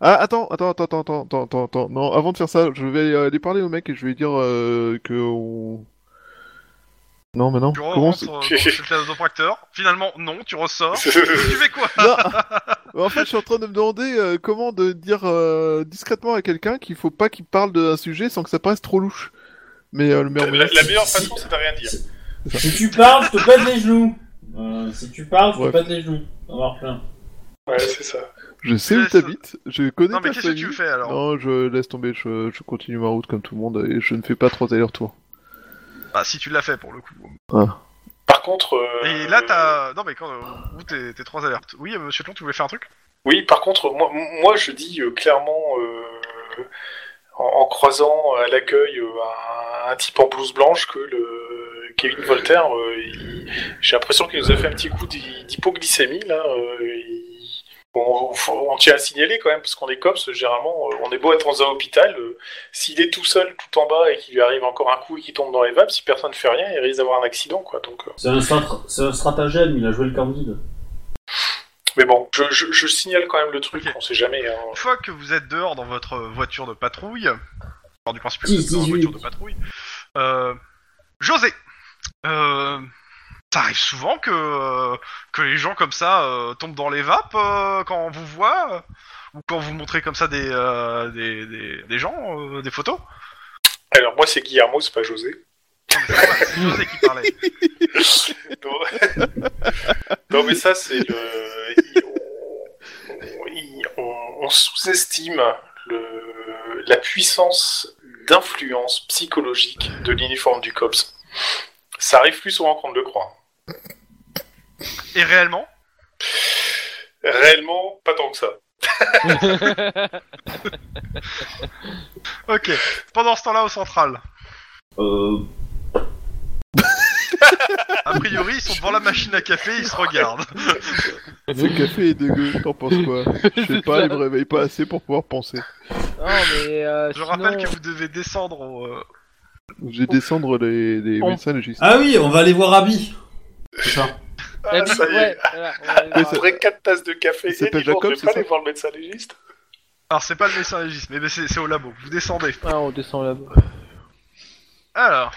[SPEAKER 4] Ah, attends, attends, attends, attends, attends, attends, attends, attends. Non, avant de faire ça, je vais euh, aller parler au mec et je vais lui dire euh, que on... Non, mais non.
[SPEAKER 1] Tu
[SPEAKER 4] Comment
[SPEAKER 1] rentres
[SPEAKER 4] c'est-
[SPEAKER 1] euh, consulter un autopracteur. Finalement, non, tu ressors.
[SPEAKER 4] euh,
[SPEAKER 1] tu fais quoi
[SPEAKER 4] Non. Mais En fait, je suis en train de me demander euh, comment de dire euh, discrètement à quelqu'un qu'il faut pas qu'il parle d'un sujet sans que ça paraisse trop louche. Mais euh, le maire me
[SPEAKER 3] hein. La,
[SPEAKER 4] laisse.
[SPEAKER 3] la meilleure façon, c'est de rien dire.
[SPEAKER 7] Si tu parles, je te pète les genoux. Euh, si tu parles, je te
[SPEAKER 4] Ouais.
[SPEAKER 7] pète les genoux. On va en avoir plein.
[SPEAKER 3] Ouais, c'est ça.
[SPEAKER 4] Je sais où
[SPEAKER 1] Laisse-
[SPEAKER 4] t'habites, je connais
[SPEAKER 1] Non, mais
[SPEAKER 4] ta
[SPEAKER 1] qu'est-ce que tu
[SPEAKER 4] famille.
[SPEAKER 1] fais alors
[SPEAKER 4] Non, je laisse tomber, je, je continue ma route comme tout le monde et je ne fais pas trop aller-retour.
[SPEAKER 1] Bah, si tu l'as fait pour le coup.
[SPEAKER 4] Ah.
[SPEAKER 3] Par contre. euh,
[SPEAKER 1] Et là, t'as. Non, mais quand. euh, Où t'es t'es trois alertes Oui, euh, monsieur Tlon, tu voulais faire un truc
[SPEAKER 3] Oui, par contre, moi, moi je dis euh, clairement, euh, en, en croisant à l'accueil euh, un, un type en blouse blanche, que le Kevin Voltaire, euh, il- j'ai l'impression qu'il nous a fait un petit coup d'hy- d'hypoglycémie. Là, euh, il- bon, faut- on tient à signaler quand même, parce qu'on est cops, généralement, euh, on est beau être dans un hôpital. euh, S'il est tout seul, tout en bas, et qu'il lui arrive encore un coup et qu'il tombe dans les vapes, si personne ne fait rien, il risque d'avoir un accident. quoi. Donc, euh,
[SPEAKER 7] C'est un, strat- c'est un stratagème, il a joué le candide.
[SPEAKER 3] Mais bon, je, je- je signale quand même le truc,
[SPEAKER 1] Ok.
[SPEAKER 3] on sait jamais. hein.
[SPEAKER 1] Une fois que vous êtes dehors dans votre voiture de patrouille, alors du principe que vous
[SPEAKER 7] Dix,
[SPEAKER 1] êtes dans votre
[SPEAKER 7] dix-huit.
[SPEAKER 1] voiture de patrouille, euh, José, euh, ça arrive souvent que, euh, que les gens comme ça euh, tombent dans les vapes euh, quand on vous voit euh, ou quand vous montrez comme ça des, euh, des, des, des gens, euh, des photos
[SPEAKER 3] Alors moi c'est Guillermo, c'est pas José.
[SPEAKER 1] Non, mais c'est pas vrai, C'est José qui parlait.
[SPEAKER 3] non. Non, mais ça, c'est le. il- on- il- On, on sous-estime le- la puissance d'influence psychologique de l'uniforme du COPS. Ça arrive plus souvent qu'on ne le croit.
[SPEAKER 1] Et réellement
[SPEAKER 3] Réellement, pas tant que ça.
[SPEAKER 1] Ok. Pendant ce temps-là, au central,
[SPEAKER 7] Euh,
[SPEAKER 1] a priori, ils sont devant la machine à café, ils se regardent.
[SPEAKER 4] Le café est dégueu, t'en penses quoi Je sais pas, il me réveille pas assez pour pouvoir penser.
[SPEAKER 2] Non, mais. euh,
[SPEAKER 1] Je rappelle
[SPEAKER 2] sinon-
[SPEAKER 1] que vous devez descendre au. euh,
[SPEAKER 4] Je vais descendre les, les
[SPEAKER 2] On-
[SPEAKER 4] messages.
[SPEAKER 7] Ah oui, on va aller voir Abby. C'est ça.
[SPEAKER 2] Ah,
[SPEAKER 3] Ah,
[SPEAKER 2] oui,
[SPEAKER 3] ça y est.
[SPEAKER 2] ouais, voilà, on va aller
[SPEAKER 4] Oui,
[SPEAKER 2] voir.
[SPEAKER 4] ça-
[SPEAKER 3] Après 4 tasses de café,
[SPEAKER 4] Il
[SPEAKER 3] et
[SPEAKER 4] s'appelle
[SPEAKER 3] dis donc, je
[SPEAKER 4] Jacob,
[SPEAKER 3] vais
[SPEAKER 4] c'est
[SPEAKER 3] pas
[SPEAKER 4] ça
[SPEAKER 3] aller voir le médecin légiste.
[SPEAKER 1] Alors, c'est pas le médecin légiste, mais c'est c'est au labo. Vous descendez.
[SPEAKER 2] Ah, on descend là-bas.
[SPEAKER 1] Alors.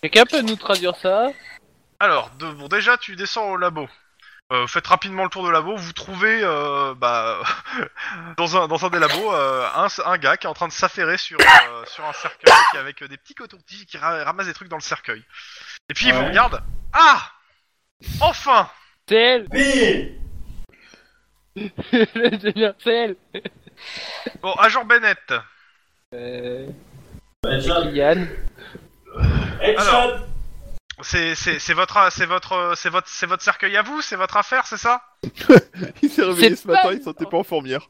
[SPEAKER 2] Quelqu'un peut nous traduire ça
[SPEAKER 1] Alors, de- bon, déjà, tu descends au labo. Euh, faites rapidement le tour de labo. Vous trouvez, euh, bah, dans, un, dans un des labos, euh, un, un gars qui est en train de s'affairer sur, euh, sur un cercueil qui est avec euh, des petits cotons-tiges qui ra- ramasse des trucs dans le cercueil. Et puis il vous
[SPEAKER 7] Ouais.
[SPEAKER 1] regarde. Ah Enfin
[SPEAKER 2] C'est elle
[SPEAKER 5] B
[SPEAKER 2] C'est elle
[SPEAKER 1] Bon, agent Bennett.
[SPEAKER 2] euh,
[SPEAKER 5] Headshot
[SPEAKER 2] Yann
[SPEAKER 5] Headshot
[SPEAKER 1] C'est c'est- c'est votre, c'est votre, c'est votre, c'est votre cercueil à vous, c'est votre affaire, c'est ça
[SPEAKER 4] Ah, Il s'est réveillé
[SPEAKER 2] C'est
[SPEAKER 4] ce matin,
[SPEAKER 2] pas-
[SPEAKER 4] il sentait pas en fourmière.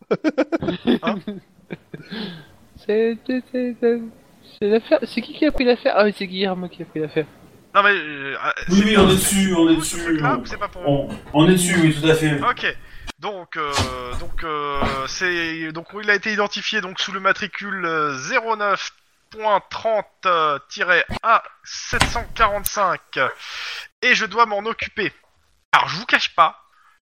[SPEAKER 2] C'est c'est- c'est- c'est- c'est l'affaire. C'est qui qui a pris l'affaire Ah oui, c'est Guillermo qui a pris l'affaire.
[SPEAKER 1] Non mais. euh, ah,
[SPEAKER 5] Oui, oui,
[SPEAKER 1] c'est bien,
[SPEAKER 5] on est
[SPEAKER 1] c'est
[SPEAKER 5] dessus,
[SPEAKER 1] pour
[SPEAKER 5] on est
[SPEAKER 1] vous, ce
[SPEAKER 5] dessus.
[SPEAKER 1] truc-là, ou c'est pas pour vous
[SPEAKER 5] on, on est dessus, oui, tout à fait.
[SPEAKER 1] Ok. Donc, euh, donc, euh, c'est donc il a été identifié donc sous le matricule euh, 09.30-A745 et je dois m'en occuper. Alors je vous cache pas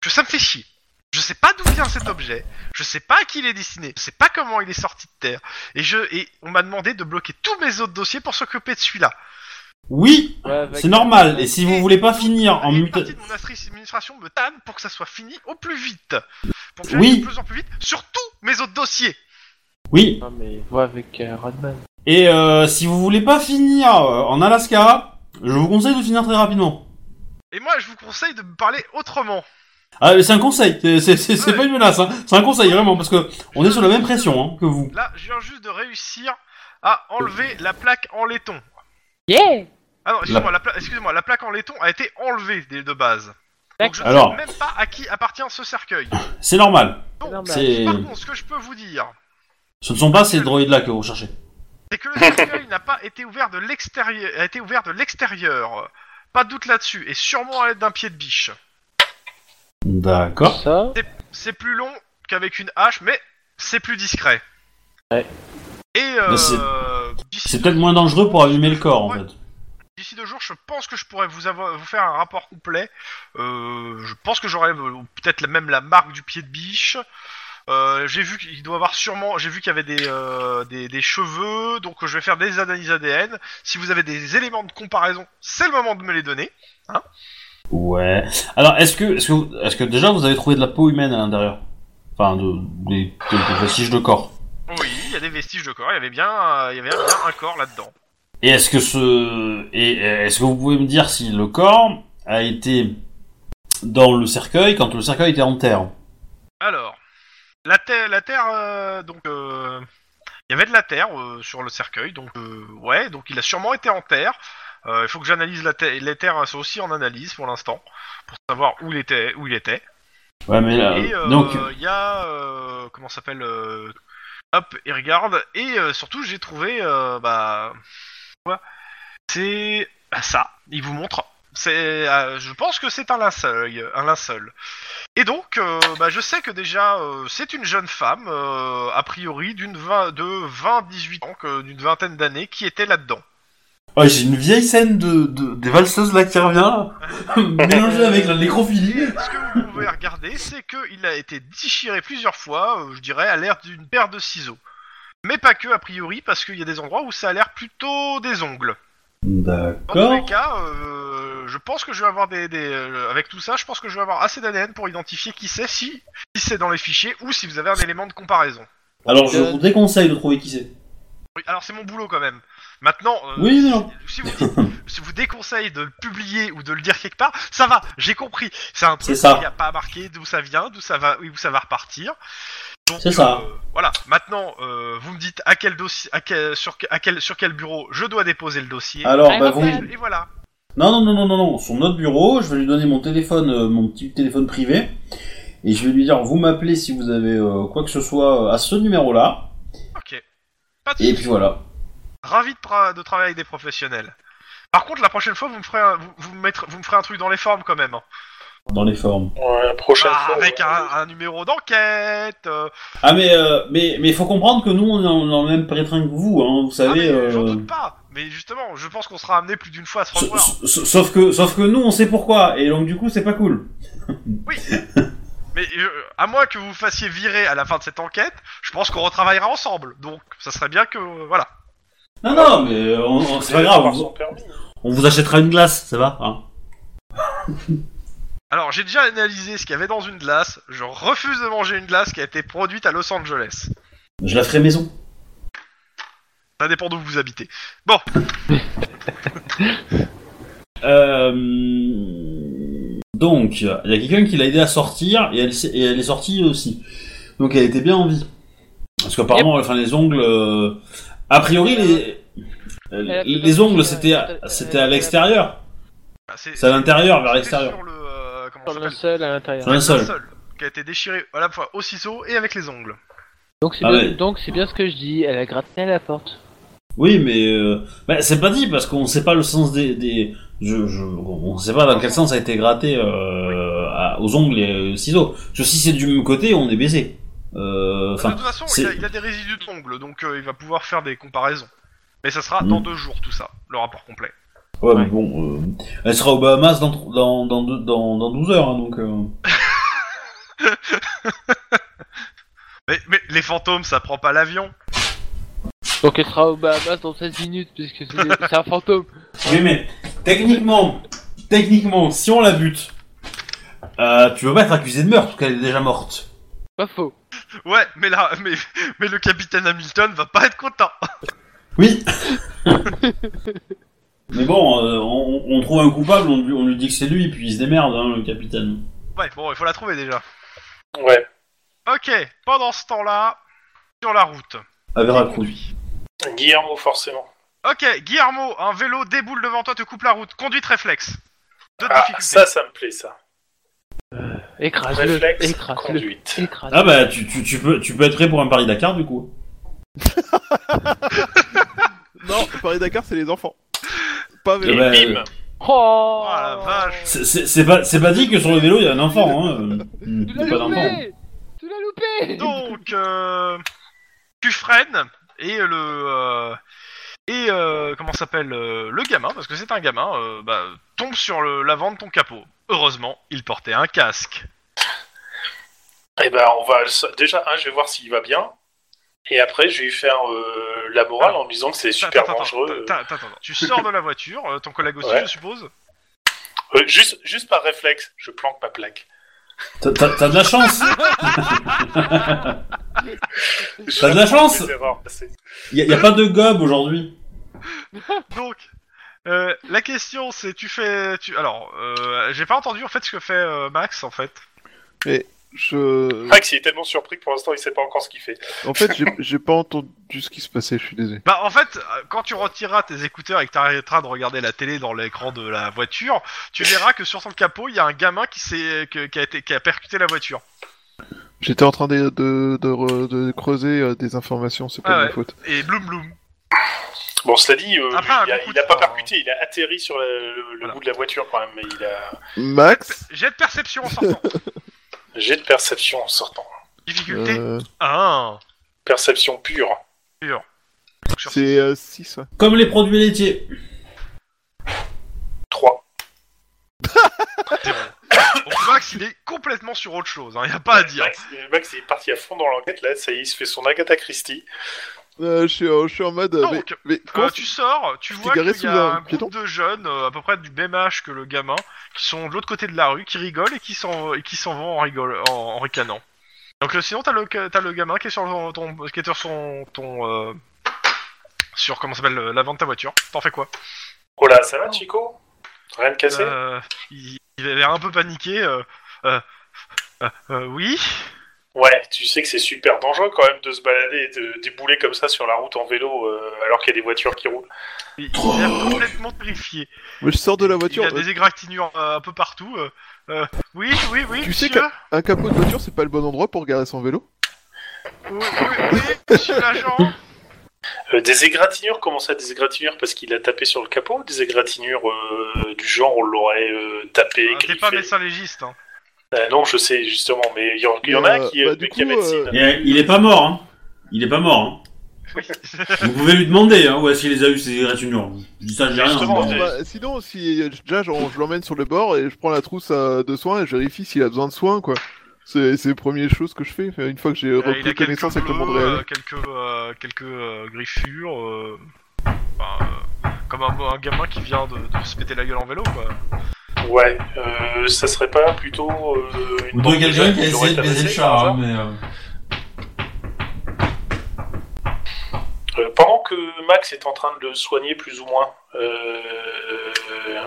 [SPEAKER 1] que ça me fait chier. Je sais pas d'où vient cet objet, je sais pas à qui il est destiné, je sais pas comment il est sorti de terre, et je et on m'a demandé de bloquer tous mes autres dossiers pour s'occuper de celui-là.
[SPEAKER 6] Oui,
[SPEAKER 2] Ouais, vague-
[SPEAKER 6] c'est normal. Et si vous voulez pas finir en
[SPEAKER 1] Et une
[SPEAKER 6] muta-
[SPEAKER 1] partie de mon astri- administration me tanne pour que ça soit fini au plus vite. Pour que ça
[SPEAKER 6] Oui.
[SPEAKER 1] aille de plus en plus vite sur tous mes autres dossiers.
[SPEAKER 6] oui.
[SPEAKER 2] Ah, mais vois avec euh, Rodman.
[SPEAKER 6] Et euh, si vous voulez pas finir euh, en Alaska, je vous conseille de finir très rapidement.
[SPEAKER 1] Et moi, je vous conseille de me parler autrement.
[SPEAKER 6] Ah, mais c'est un conseil. C'est- C'est c'est- c'est
[SPEAKER 1] Ouais.
[SPEAKER 6] pas une menace. Hein. C'est un conseil vraiment parce que on est sous la même pression hein, que vous.
[SPEAKER 1] Là, je viens juste de réussir à enlever la plaque en laiton.
[SPEAKER 2] Yeah
[SPEAKER 1] Ah non, excusez-moi, la, pla- excusez-moi, la plaque en laiton a été enlevée dès- de base. Donc je ne
[SPEAKER 6] Alors.
[SPEAKER 1] sais même pas à qui appartient ce cercueil.
[SPEAKER 6] C'est normal.
[SPEAKER 1] Donc,
[SPEAKER 2] normal.
[SPEAKER 6] C'est-
[SPEAKER 1] par contre, ce que je peux vous dire,
[SPEAKER 6] Ce ne sont pas ces droïdes-là que vous cherchez.
[SPEAKER 1] c'est que le cercueil n'a pas été ouvert de l'extérieur, a été ouvert de l'extérieur. Pas de doute là-dessus, et sûrement à l'aide d'un pied de biche.
[SPEAKER 6] D'accord.
[SPEAKER 2] Ça
[SPEAKER 1] C'est plus long qu'avec une hache, mais c'est plus discret.
[SPEAKER 2] Ouais.
[SPEAKER 1] Et euh,
[SPEAKER 6] Mais c'est-
[SPEAKER 1] d'ici
[SPEAKER 6] C'est
[SPEAKER 1] deux-
[SPEAKER 6] peut-être moins dangereux pour abîmer le corps en
[SPEAKER 1] Ouais.
[SPEAKER 6] fait.
[SPEAKER 1] D'ici deux jours, je pense que je pourrais vous, avoir, vous faire un rapport complet. Euh, je pense que j'aurai euh, peut-être la- même la marque du pied de biche. Euh, j'ai vu qu'il doit avoir sûrement, j'ai vu qu'il y avait des, euh, des, des cheveux, donc euh, je vais faire des analyses ADN. Si vous avez des éléments de comparaison, c'est le moment de me les donner.
[SPEAKER 9] Ouais. Alors, est-ce que, est-ce que, vous- est-ce que déjà vous avez trouvé de la peau humaine à l'intérieur Enfin, de, des, quelques vestiges de corps.
[SPEAKER 1] Oui, il y a des vestiges de corps, il y avait bien, euh, il y avait bien un corps là-dedans.
[SPEAKER 9] Et est-ce que ce, et et est-ce que vous pouvez me dire si le corps a été dans le cercueil quand le cercueil était en terre
[SPEAKER 1] Alors, la, terre, la terre, euh, donc, euh, il y avait de la terre euh, sur le cercueil, donc, euh, ouais, donc il a sûrement été en terre. Euh, Il faut que j'analyse la terre, les terres sont aussi en analyse pour l'instant, pour savoir où il était, où il était.
[SPEAKER 9] Ouais, mais là,
[SPEAKER 1] Et euh,
[SPEAKER 9] donc,
[SPEAKER 1] il y a euh, comment ça s'appelle euh, Hop, il regarde et euh, surtout j'ai trouvé euh, bah quoi C'est bah, ça. Il vous montre. C'est, euh, je pense que c'est un linceul, un linceul. Et donc, euh, bah, je sais que déjà, euh, c'est une jeune femme, euh, a priori d'une vingt- de 20-18 ans, que- d'une vingtaine d'années, qui était là-dedans.
[SPEAKER 6] Ouais, j'ai une vieille scène de, de- des valseuses là qui revient, là. mélangée avec la nécrophilie.
[SPEAKER 1] Et ce que vous pouvez regarder, c'est qu'il a été déchiré plusieurs fois, euh, je dirais, à l'air d'une paire de ciseaux. Mais pas que, a priori, parce qu'il y a des endroits où ça a l'air plutôt des ongles. Dans tous les
[SPEAKER 9] d'accord.
[SPEAKER 1] cas, euh, je pense que je vais avoir des... des- euh, avec tout ça, je pense que je vais avoir assez d'ADN pour identifier qui c'est, si, si c'est dans les fichiers, ou si vous avez un élément de comparaison.
[SPEAKER 6] Alors, je vous déconseille de trouver qui c'est.
[SPEAKER 1] Oui, alors c'est mon boulot quand même. Maintenant, euh,
[SPEAKER 6] Oui,
[SPEAKER 1] si-
[SPEAKER 6] non.
[SPEAKER 1] si, vous dites- si vous déconseillez de le publier ou de le dire quelque part, ça va, j'ai compris. C'est un truc
[SPEAKER 6] C'est ça.
[SPEAKER 1] qui a pas marqué d'où ça vient, d'où ça va, où ça va repartir. Donc,
[SPEAKER 6] C'est ça.
[SPEAKER 1] euh, voilà. Maintenant, euh, vous me dites à quel dossier, à quel, sur, à quel, sur quel bureau je dois déposer le dossier.
[SPEAKER 6] Alors,
[SPEAKER 2] Ah,
[SPEAKER 6] bah,
[SPEAKER 2] non,
[SPEAKER 6] vous...
[SPEAKER 2] mais-
[SPEAKER 1] Et voilà.
[SPEAKER 6] Non, non, non, non, non, non, sur notre bureau, je vais lui donner mon téléphone, euh, mon petit téléphone privé, et je vais lui dire, vous m'appelez si vous avez euh, quoi que ce soit euh, à ce numéro-là,
[SPEAKER 1] Ok. Pas de
[SPEAKER 6] et
[SPEAKER 1] soucis.
[SPEAKER 6] puis voilà.
[SPEAKER 1] Ravi de, tra- de travailler avec des professionnels. Par contre, la prochaine fois, vous me ferez un, vous, vous me mettrez- vous me ferez un truc dans les formes quand même. hein.
[SPEAKER 6] Dans les formes.
[SPEAKER 3] Ouais, la prochaine
[SPEAKER 1] Ah,
[SPEAKER 3] fois.
[SPEAKER 1] avec
[SPEAKER 3] ouais.
[SPEAKER 1] un, un numéro d'enquête. euh,
[SPEAKER 6] Ah, mais euh, mais mais faut comprendre que nous, on est en- dans le même pétrin que vous, hein, vous
[SPEAKER 1] Ah, mais
[SPEAKER 6] savez. euh,
[SPEAKER 1] j'en doute pas. Mais justement, je pense qu'on sera amené plus d'une fois à se
[SPEAKER 6] sa-
[SPEAKER 1] revoir.
[SPEAKER 6] sa- sa- Sauf que, sauf que nous, on sait pourquoi, et donc du coup, c'est pas cool.
[SPEAKER 1] Mais euh, à moins que vous fassiez virer à la fin de cette enquête, je pense qu'on retravaillera ensemble. Donc, ça serait bien que euh, voilà.
[SPEAKER 6] Non, non, mais euh, on- on- c'est pas
[SPEAKER 3] Faut
[SPEAKER 6] grave.
[SPEAKER 3] avoir
[SPEAKER 6] vous-
[SPEAKER 3] son permis.
[SPEAKER 9] On vous achètera une glace, ça va hein
[SPEAKER 1] Alors, j'ai déjà analysé ce qu'il y avait dans une glace. Je refuse de manger une glace qui a été produite à Los Angeles.
[SPEAKER 6] Je la ferai maison.
[SPEAKER 1] Ça dépend d'où vous habitez.
[SPEAKER 6] Euh, Donc, il y a quelqu'un qui l'a aidé à sortir et elle, s'est- et elle est sortie aussi. Donc elle était bien en vie. Parce qu'apparemment, enfin, les ongles. euh, A priori,
[SPEAKER 2] a
[SPEAKER 6] les,
[SPEAKER 2] fait
[SPEAKER 6] les
[SPEAKER 2] comme
[SPEAKER 6] ongles,
[SPEAKER 2] si, euh,
[SPEAKER 6] c'était à,
[SPEAKER 2] elle a-
[SPEAKER 6] c'était à l'extérieur.
[SPEAKER 1] Bah,
[SPEAKER 6] C'est à l'intérieur, vers
[SPEAKER 1] c'était
[SPEAKER 6] l'extérieur.
[SPEAKER 1] Sur le euh, comment
[SPEAKER 2] Sur
[SPEAKER 1] ça
[SPEAKER 2] le
[SPEAKER 1] s'appelle
[SPEAKER 2] sol à l'intérieur.
[SPEAKER 6] Sur le sol.
[SPEAKER 1] Linceul, qui a été déchiré à la fois au ciseau et avec les ongles.
[SPEAKER 2] Donc c'est
[SPEAKER 6] Ah
[SPEAKER 2] bien,
[SPEAKER 6] ouais.
[SPEAKER 2] donc c'est bien ce que je dis. Elle a gratté à la porte.
[SPEAKER 6] Oui, mais. ben,
[SPEAKER 9] Euh, bah, c'est pas dit parce qu'on sait pas le sens des, des je, je- on sait pas dans quel sens a été gratté euh, à- aux ongles et aux ciseaux. Parce que si c'est du même côté, on est baisé. Euh,
[SPEAKER 1] De
[SPEAKER 9] Enfin,
[SPEAKER 1] toute façon,
[SPEAKER 9] c'est-
[SPEAKER 1] il a, il a des résidus d'ongles, donc euh, il va pouvoir faire des comparaisons. Mais ça sera
[SPEAKER 9] Mm.
[SPEAKER 1] dans deux jours tout ça, le rapport complet.
[SPEAKER 9] ouais, mais bon, euh, elle sera aux Bahamas dans dans dans deux- dans, dans 12 heures, hein, donc. euh.
[SPEAKER 1] Mais, mais les fantômes, ça prend pas l'avion.
[SPEAKER 2] Donc elle sera au Bahamas dans 16 minutes puisque c'est c'est un fantôme.
[SPEAKER 6] Oui, mais techniquement, techniquement, si on la bute, euh, tu peux pas être accusé de meurtre, parce qu'elle est déjà morte.
[SPEAKER 2] Pas faux.
[SPEAKER 1] Ouais, mais là, mais, mais le capitaine Hamilton va pas être content.
[SPEAKER 6] Oui Mais bon, euh, on, on trouve un coupable, on lui, on lui dit que c'est lui, puis il se démerde, hein, le capitaine.
[SPEAKER 1] Ouais, bon, il faut la trouver déjà.
[SPEAKER 3] Ouais,
[SPEAKER 1] Ok, pendant ce temps-là, sur la route.
[SPEAKER 6] À Veracruz.
[SPEAKER 3] Guillermo, forcément.
[SPEAKER 1] Ok, Guillermo, un vélo déboule devant toi, te coupe la route. Conduite réflexe. Deux
[SPEAKER 3] Ah,
[SPEAKER 1] difficultés.
[SPEAKER 3] ça, ça me plaît, ça.
[SPEAKER 1] Ah,
[SPEAKER 2] Écrase-le.
[SPEAKER 3] Réflexe,
[SPEAKER 2] Écrase-le.
[SPEAKER 3] conduite.
[SPEAKER 2] Écrase.
[SPEAKER 9] Ah bah tu, tu, tu peux tu peux être prêt pour un pari Dakar du coup.
[SPEAKER 4] Non, Paris Dakar, c'est les enfants. Pas
[SPEAKER 3] Et
[SPEAKER 6] Eh
[SPEAKER 4] vélo.
[SPEAKER 9] bah,
[SPEAKER 6] ben,
[SPEAKER 3] bim
[SPEAKER 6] euh,
[SPEAKER 2] Oh,
[SPEAKER 1] Oh la vache.
[SPEAKER 9] C'est- C'est c'est pas c'est pas dit que sur le vélo il y a un enfant hein. euh,
[SPEAKER 2] Tu
[SPEAKER 9] il y a
[SPEAKER 2] l'as
[SPEAKER 9] pas d'enfant.
[SPEAKER 2] loupé. Tu l'as loupé.
[SPEAKER 1] Donc, euh, tu freines et le euh, et euh, comment s'appelle euh, le gamin parce que c'est un gamin euh, bah, tombe sur le- l'avant de ton capot. Heureusement, il portait un casque.
[SPEAKER 3] Eh ben, on va déjà un, je vais voir s'il va bien, et après je vais lui faire euh, la morale en me disant que c'est super
[SPEAKER 1] Ah. Attends, attends,
[SPEAKER 3] dangereux.
[SPEAKER 1] attends, attends, attends, attends. Tu sors de la voiture, euh, ton collègue aussi,
[SPEAKER 3] Ouais.
[SPEAKER 1] je suppose
[SPEAKER 3] Euh, juste, juste par réflexe, je planque ma plaque.
[SPEAKER 7] T'as- T'as t'as de la chance
[SPEAKER 3] Je bah,
[SPEAKER 7] T'as de la
[SPEAKER 3] réponds
[SPEAKER 7] chance
[SPEAKER 3] à mes erreurs passées.
[SPEAKER 7] y a, y a pas de gob aujourd'hui.
[SPEAKER 1] Donc, euh, la question c'est tu fais. Tu... Alors, euh, j'ai pas entendu en fait ce que fait euh, Max en fait.
[SPEAKER 4] Je...
[SPEAKER 3] Max, il est tellement surpris que pour l'instant il sait pas encore ce qu'il fait.
[SPEAKER 4] En fait, j'ai- j'ai pas entendu ce qui se passait, je suis désolé.
[SPEAKER 1] Bah, en fait, euh, quand tu retireras tes écouteurs et que t'arrêteras de regarder la télé dans l'écran de la voiture, tu verras que sur son capot, il y a un gamin qui, s'est- que- qui, a été... qui a percuté la voiture.
[SPEAKER 4] J'étais en train de, de, de re- de creuser euh, des informations, c'est pas
[SPEAKER 1] Ah
[SPEAKER 4] de ma
[SPEAKER 1] ouais.
[SPEAKER 4] faute.
[SPEAKER 1] Et bloum bloum.
[SPEAKER 3] Bon, cela dit, euh,
[SPEAKER 1] Après, un
[SPEAKER 3] il, a,
[SPEAKER 1] bon coup
[SPEAKER 3] il a
[SPEAKER 1] de
[SPEAKER 3] pas
[SPEAKER 1] poing,
[SPEAKER 3] percuté, il a atterri sur la- le, le
[SPEAKER 1] bah, Voilà.
[SPEAKER 3] bout de la voiture quand même, mais il a.
[SPEAKER 4] Max
[SPEAKER 1] J'ai de perception en sortant.
[SPEAKER 3] J'ai de perception en sortant.
[SPEAKER 1] Difficulté
[SPEAKER 4] Euh,
[SPEAKER 1] 1.
[SPEAKER 3] Perception pure.
[SPEAKER 4] C'est 6, ouais.
[SPEAKER 7] Comme les produits laitiers.
[SPEAKER 3] 3.
[SPEAKER 1] Donc Max, il est complètement sur autre chose, hein, y a pas à dire.
[SPEAKER 3] Max, euh, Max, il est parti à fond dans l'enquête là, ça y est, il se fait son Agatha Christie.
[SPEAKER 4] Euh, je, suis, euh, je suis en mode... euh,
[SPEAKER 1] Donc,
[SPEAKER 4] mais, mais comment
[SPEAKER 1] Euh, tu sors, tu
[SPEAKER 4] t'es
[SPEAKER 1] vois
[SPEAKER 4] garé
[SPEAKER 1] qu'il y
[SPEAKER 4] sous
[SPEAKER 1] a
[SPEAKER 4] un
[SPEAKER 1] un
[SPEAKER 4] piéton
[SPEAKER 1] groupe de jeunes, euh, à peu près du même âge que le gamin, qui sont de l'autre côté de la rue, qui rigolent et qui s'en et qui s'en vont en, rigol- en, en ricanant. Donc le- sinon t'as le t'as le gamin qui est sur ton, ton- qui est sur son ton euh, sur comment ça s'appelle euh, l'avant de ta voiture. T'en fais quoi
[SPEAKER 3] Oh là, ça va, Chico Rien de cassé
[SPEAKER 1] Euh, Il il a l'air un peu paniqué. euh, euh, euh, euh, oui.
[SPEAKER 3] Ouais, tu sais que c'est super dangereux quand même de se balader et de débouler comme ça sur la route en vélo euh, alors qu'il y a des voitures qui roulent.
[SPEAKER 1] Il il a l'air complètement terrifié.
[SPEAKER 4] Moi, je sors de la voiture,
[SPEAKER 1] Il a
[SPEAKER 4] euh,
[SPEAKER 1] des égratignures euh, un peu partout. euh, euh, oui, oui, oui.
[SPEAKER 4] Tu sais
[SPEAKER 1] monsieur.
[SPEAKER 4] un capot de voiture, c'est pas le bon endroit pour garer son vélo
[SPEAKER 1] Oui, oui, oui, monsieur l'agent.
[SPEAKER 3] Euh, des égratignures, comment ça des égratignures Parce qu'il a tapé sur le capot ou des égratignures euh, du genre on l'aurait euh, tapé
[SPEAKER 1] Ah, T'es
[SPEAKER 3] griffé
[SPEAKER 1] pas médecin légiste. Hein.
[SPEAKER 3] Euh, Non, je sais justement, mais il y, en- il y en a
[SPEAKER 4] Euh,
[SPEAKER 3] un qui,
[SPEAKER 4] bah,
[SPEAKER 3] euh,
[SPEAKER 4] du
[SPEAKER 3] qui a
[SPEAKER 4] coup,
[SPEAKER 3] médecine.
[SPEAKER 7] Et, euh, il est pas mort, hein. Il est pas mort, hein. Vous pouvez lui demander, hein, où est-ce qu'il les a eu, ces gratulures. Je dis ça, j'ai rien.
[SPEAKER 3] Justement,
[SPEAKER 7] mais-
[SPEAKER 3] j'ai-
[SPEAKER 4] Bah, sinon, si euh, déjà, genre, je l'emmène sur le bord et je prends la trousse euh, de soins et je vérifie s'il a besoin de soins, quoi. C'est c'est les premières choses que je fais euh, une fois que j'ai
[SPEAKER 1] Euh, il a
[SPEAKER 4] repris
[SPEAKER 1] quelques
[SPEAKER 4] connaissance avec le monde
[SPEAKER 1] bleus,
[SPEAKER 4] réel.
[SPEAKER 1] euh, quelques euh, quelques euh, griffures, euh, enfin, euh, comme un, un gamin qui vient de, de se péter la gueule en vélo. Quoi.
[SPEAKER 3] Ouais, euh, ça serait pas plutôt euh, une
[SPEAKER 5] Ou
[SPEAKER 3] bande
[SPEAKER 5] de quelqu'un
[SPEAKER 3] jeunes
[SPEAKER 5] qui a
[SPEAKER 3] l'aurait
[SPEAKER 5] essayé de baiser le
[SPEAKER 3] tabassé,
[SPEAKER 5] chat,
[SPEAKER 3] par
[SPEAKER 5] hein,
[SPEAKER 3] hasard
[SPEAKER 5] mais. euh,
[SPEAKER 3] Euh, pendant que Max est en train de le soigner plus ou moins, euh,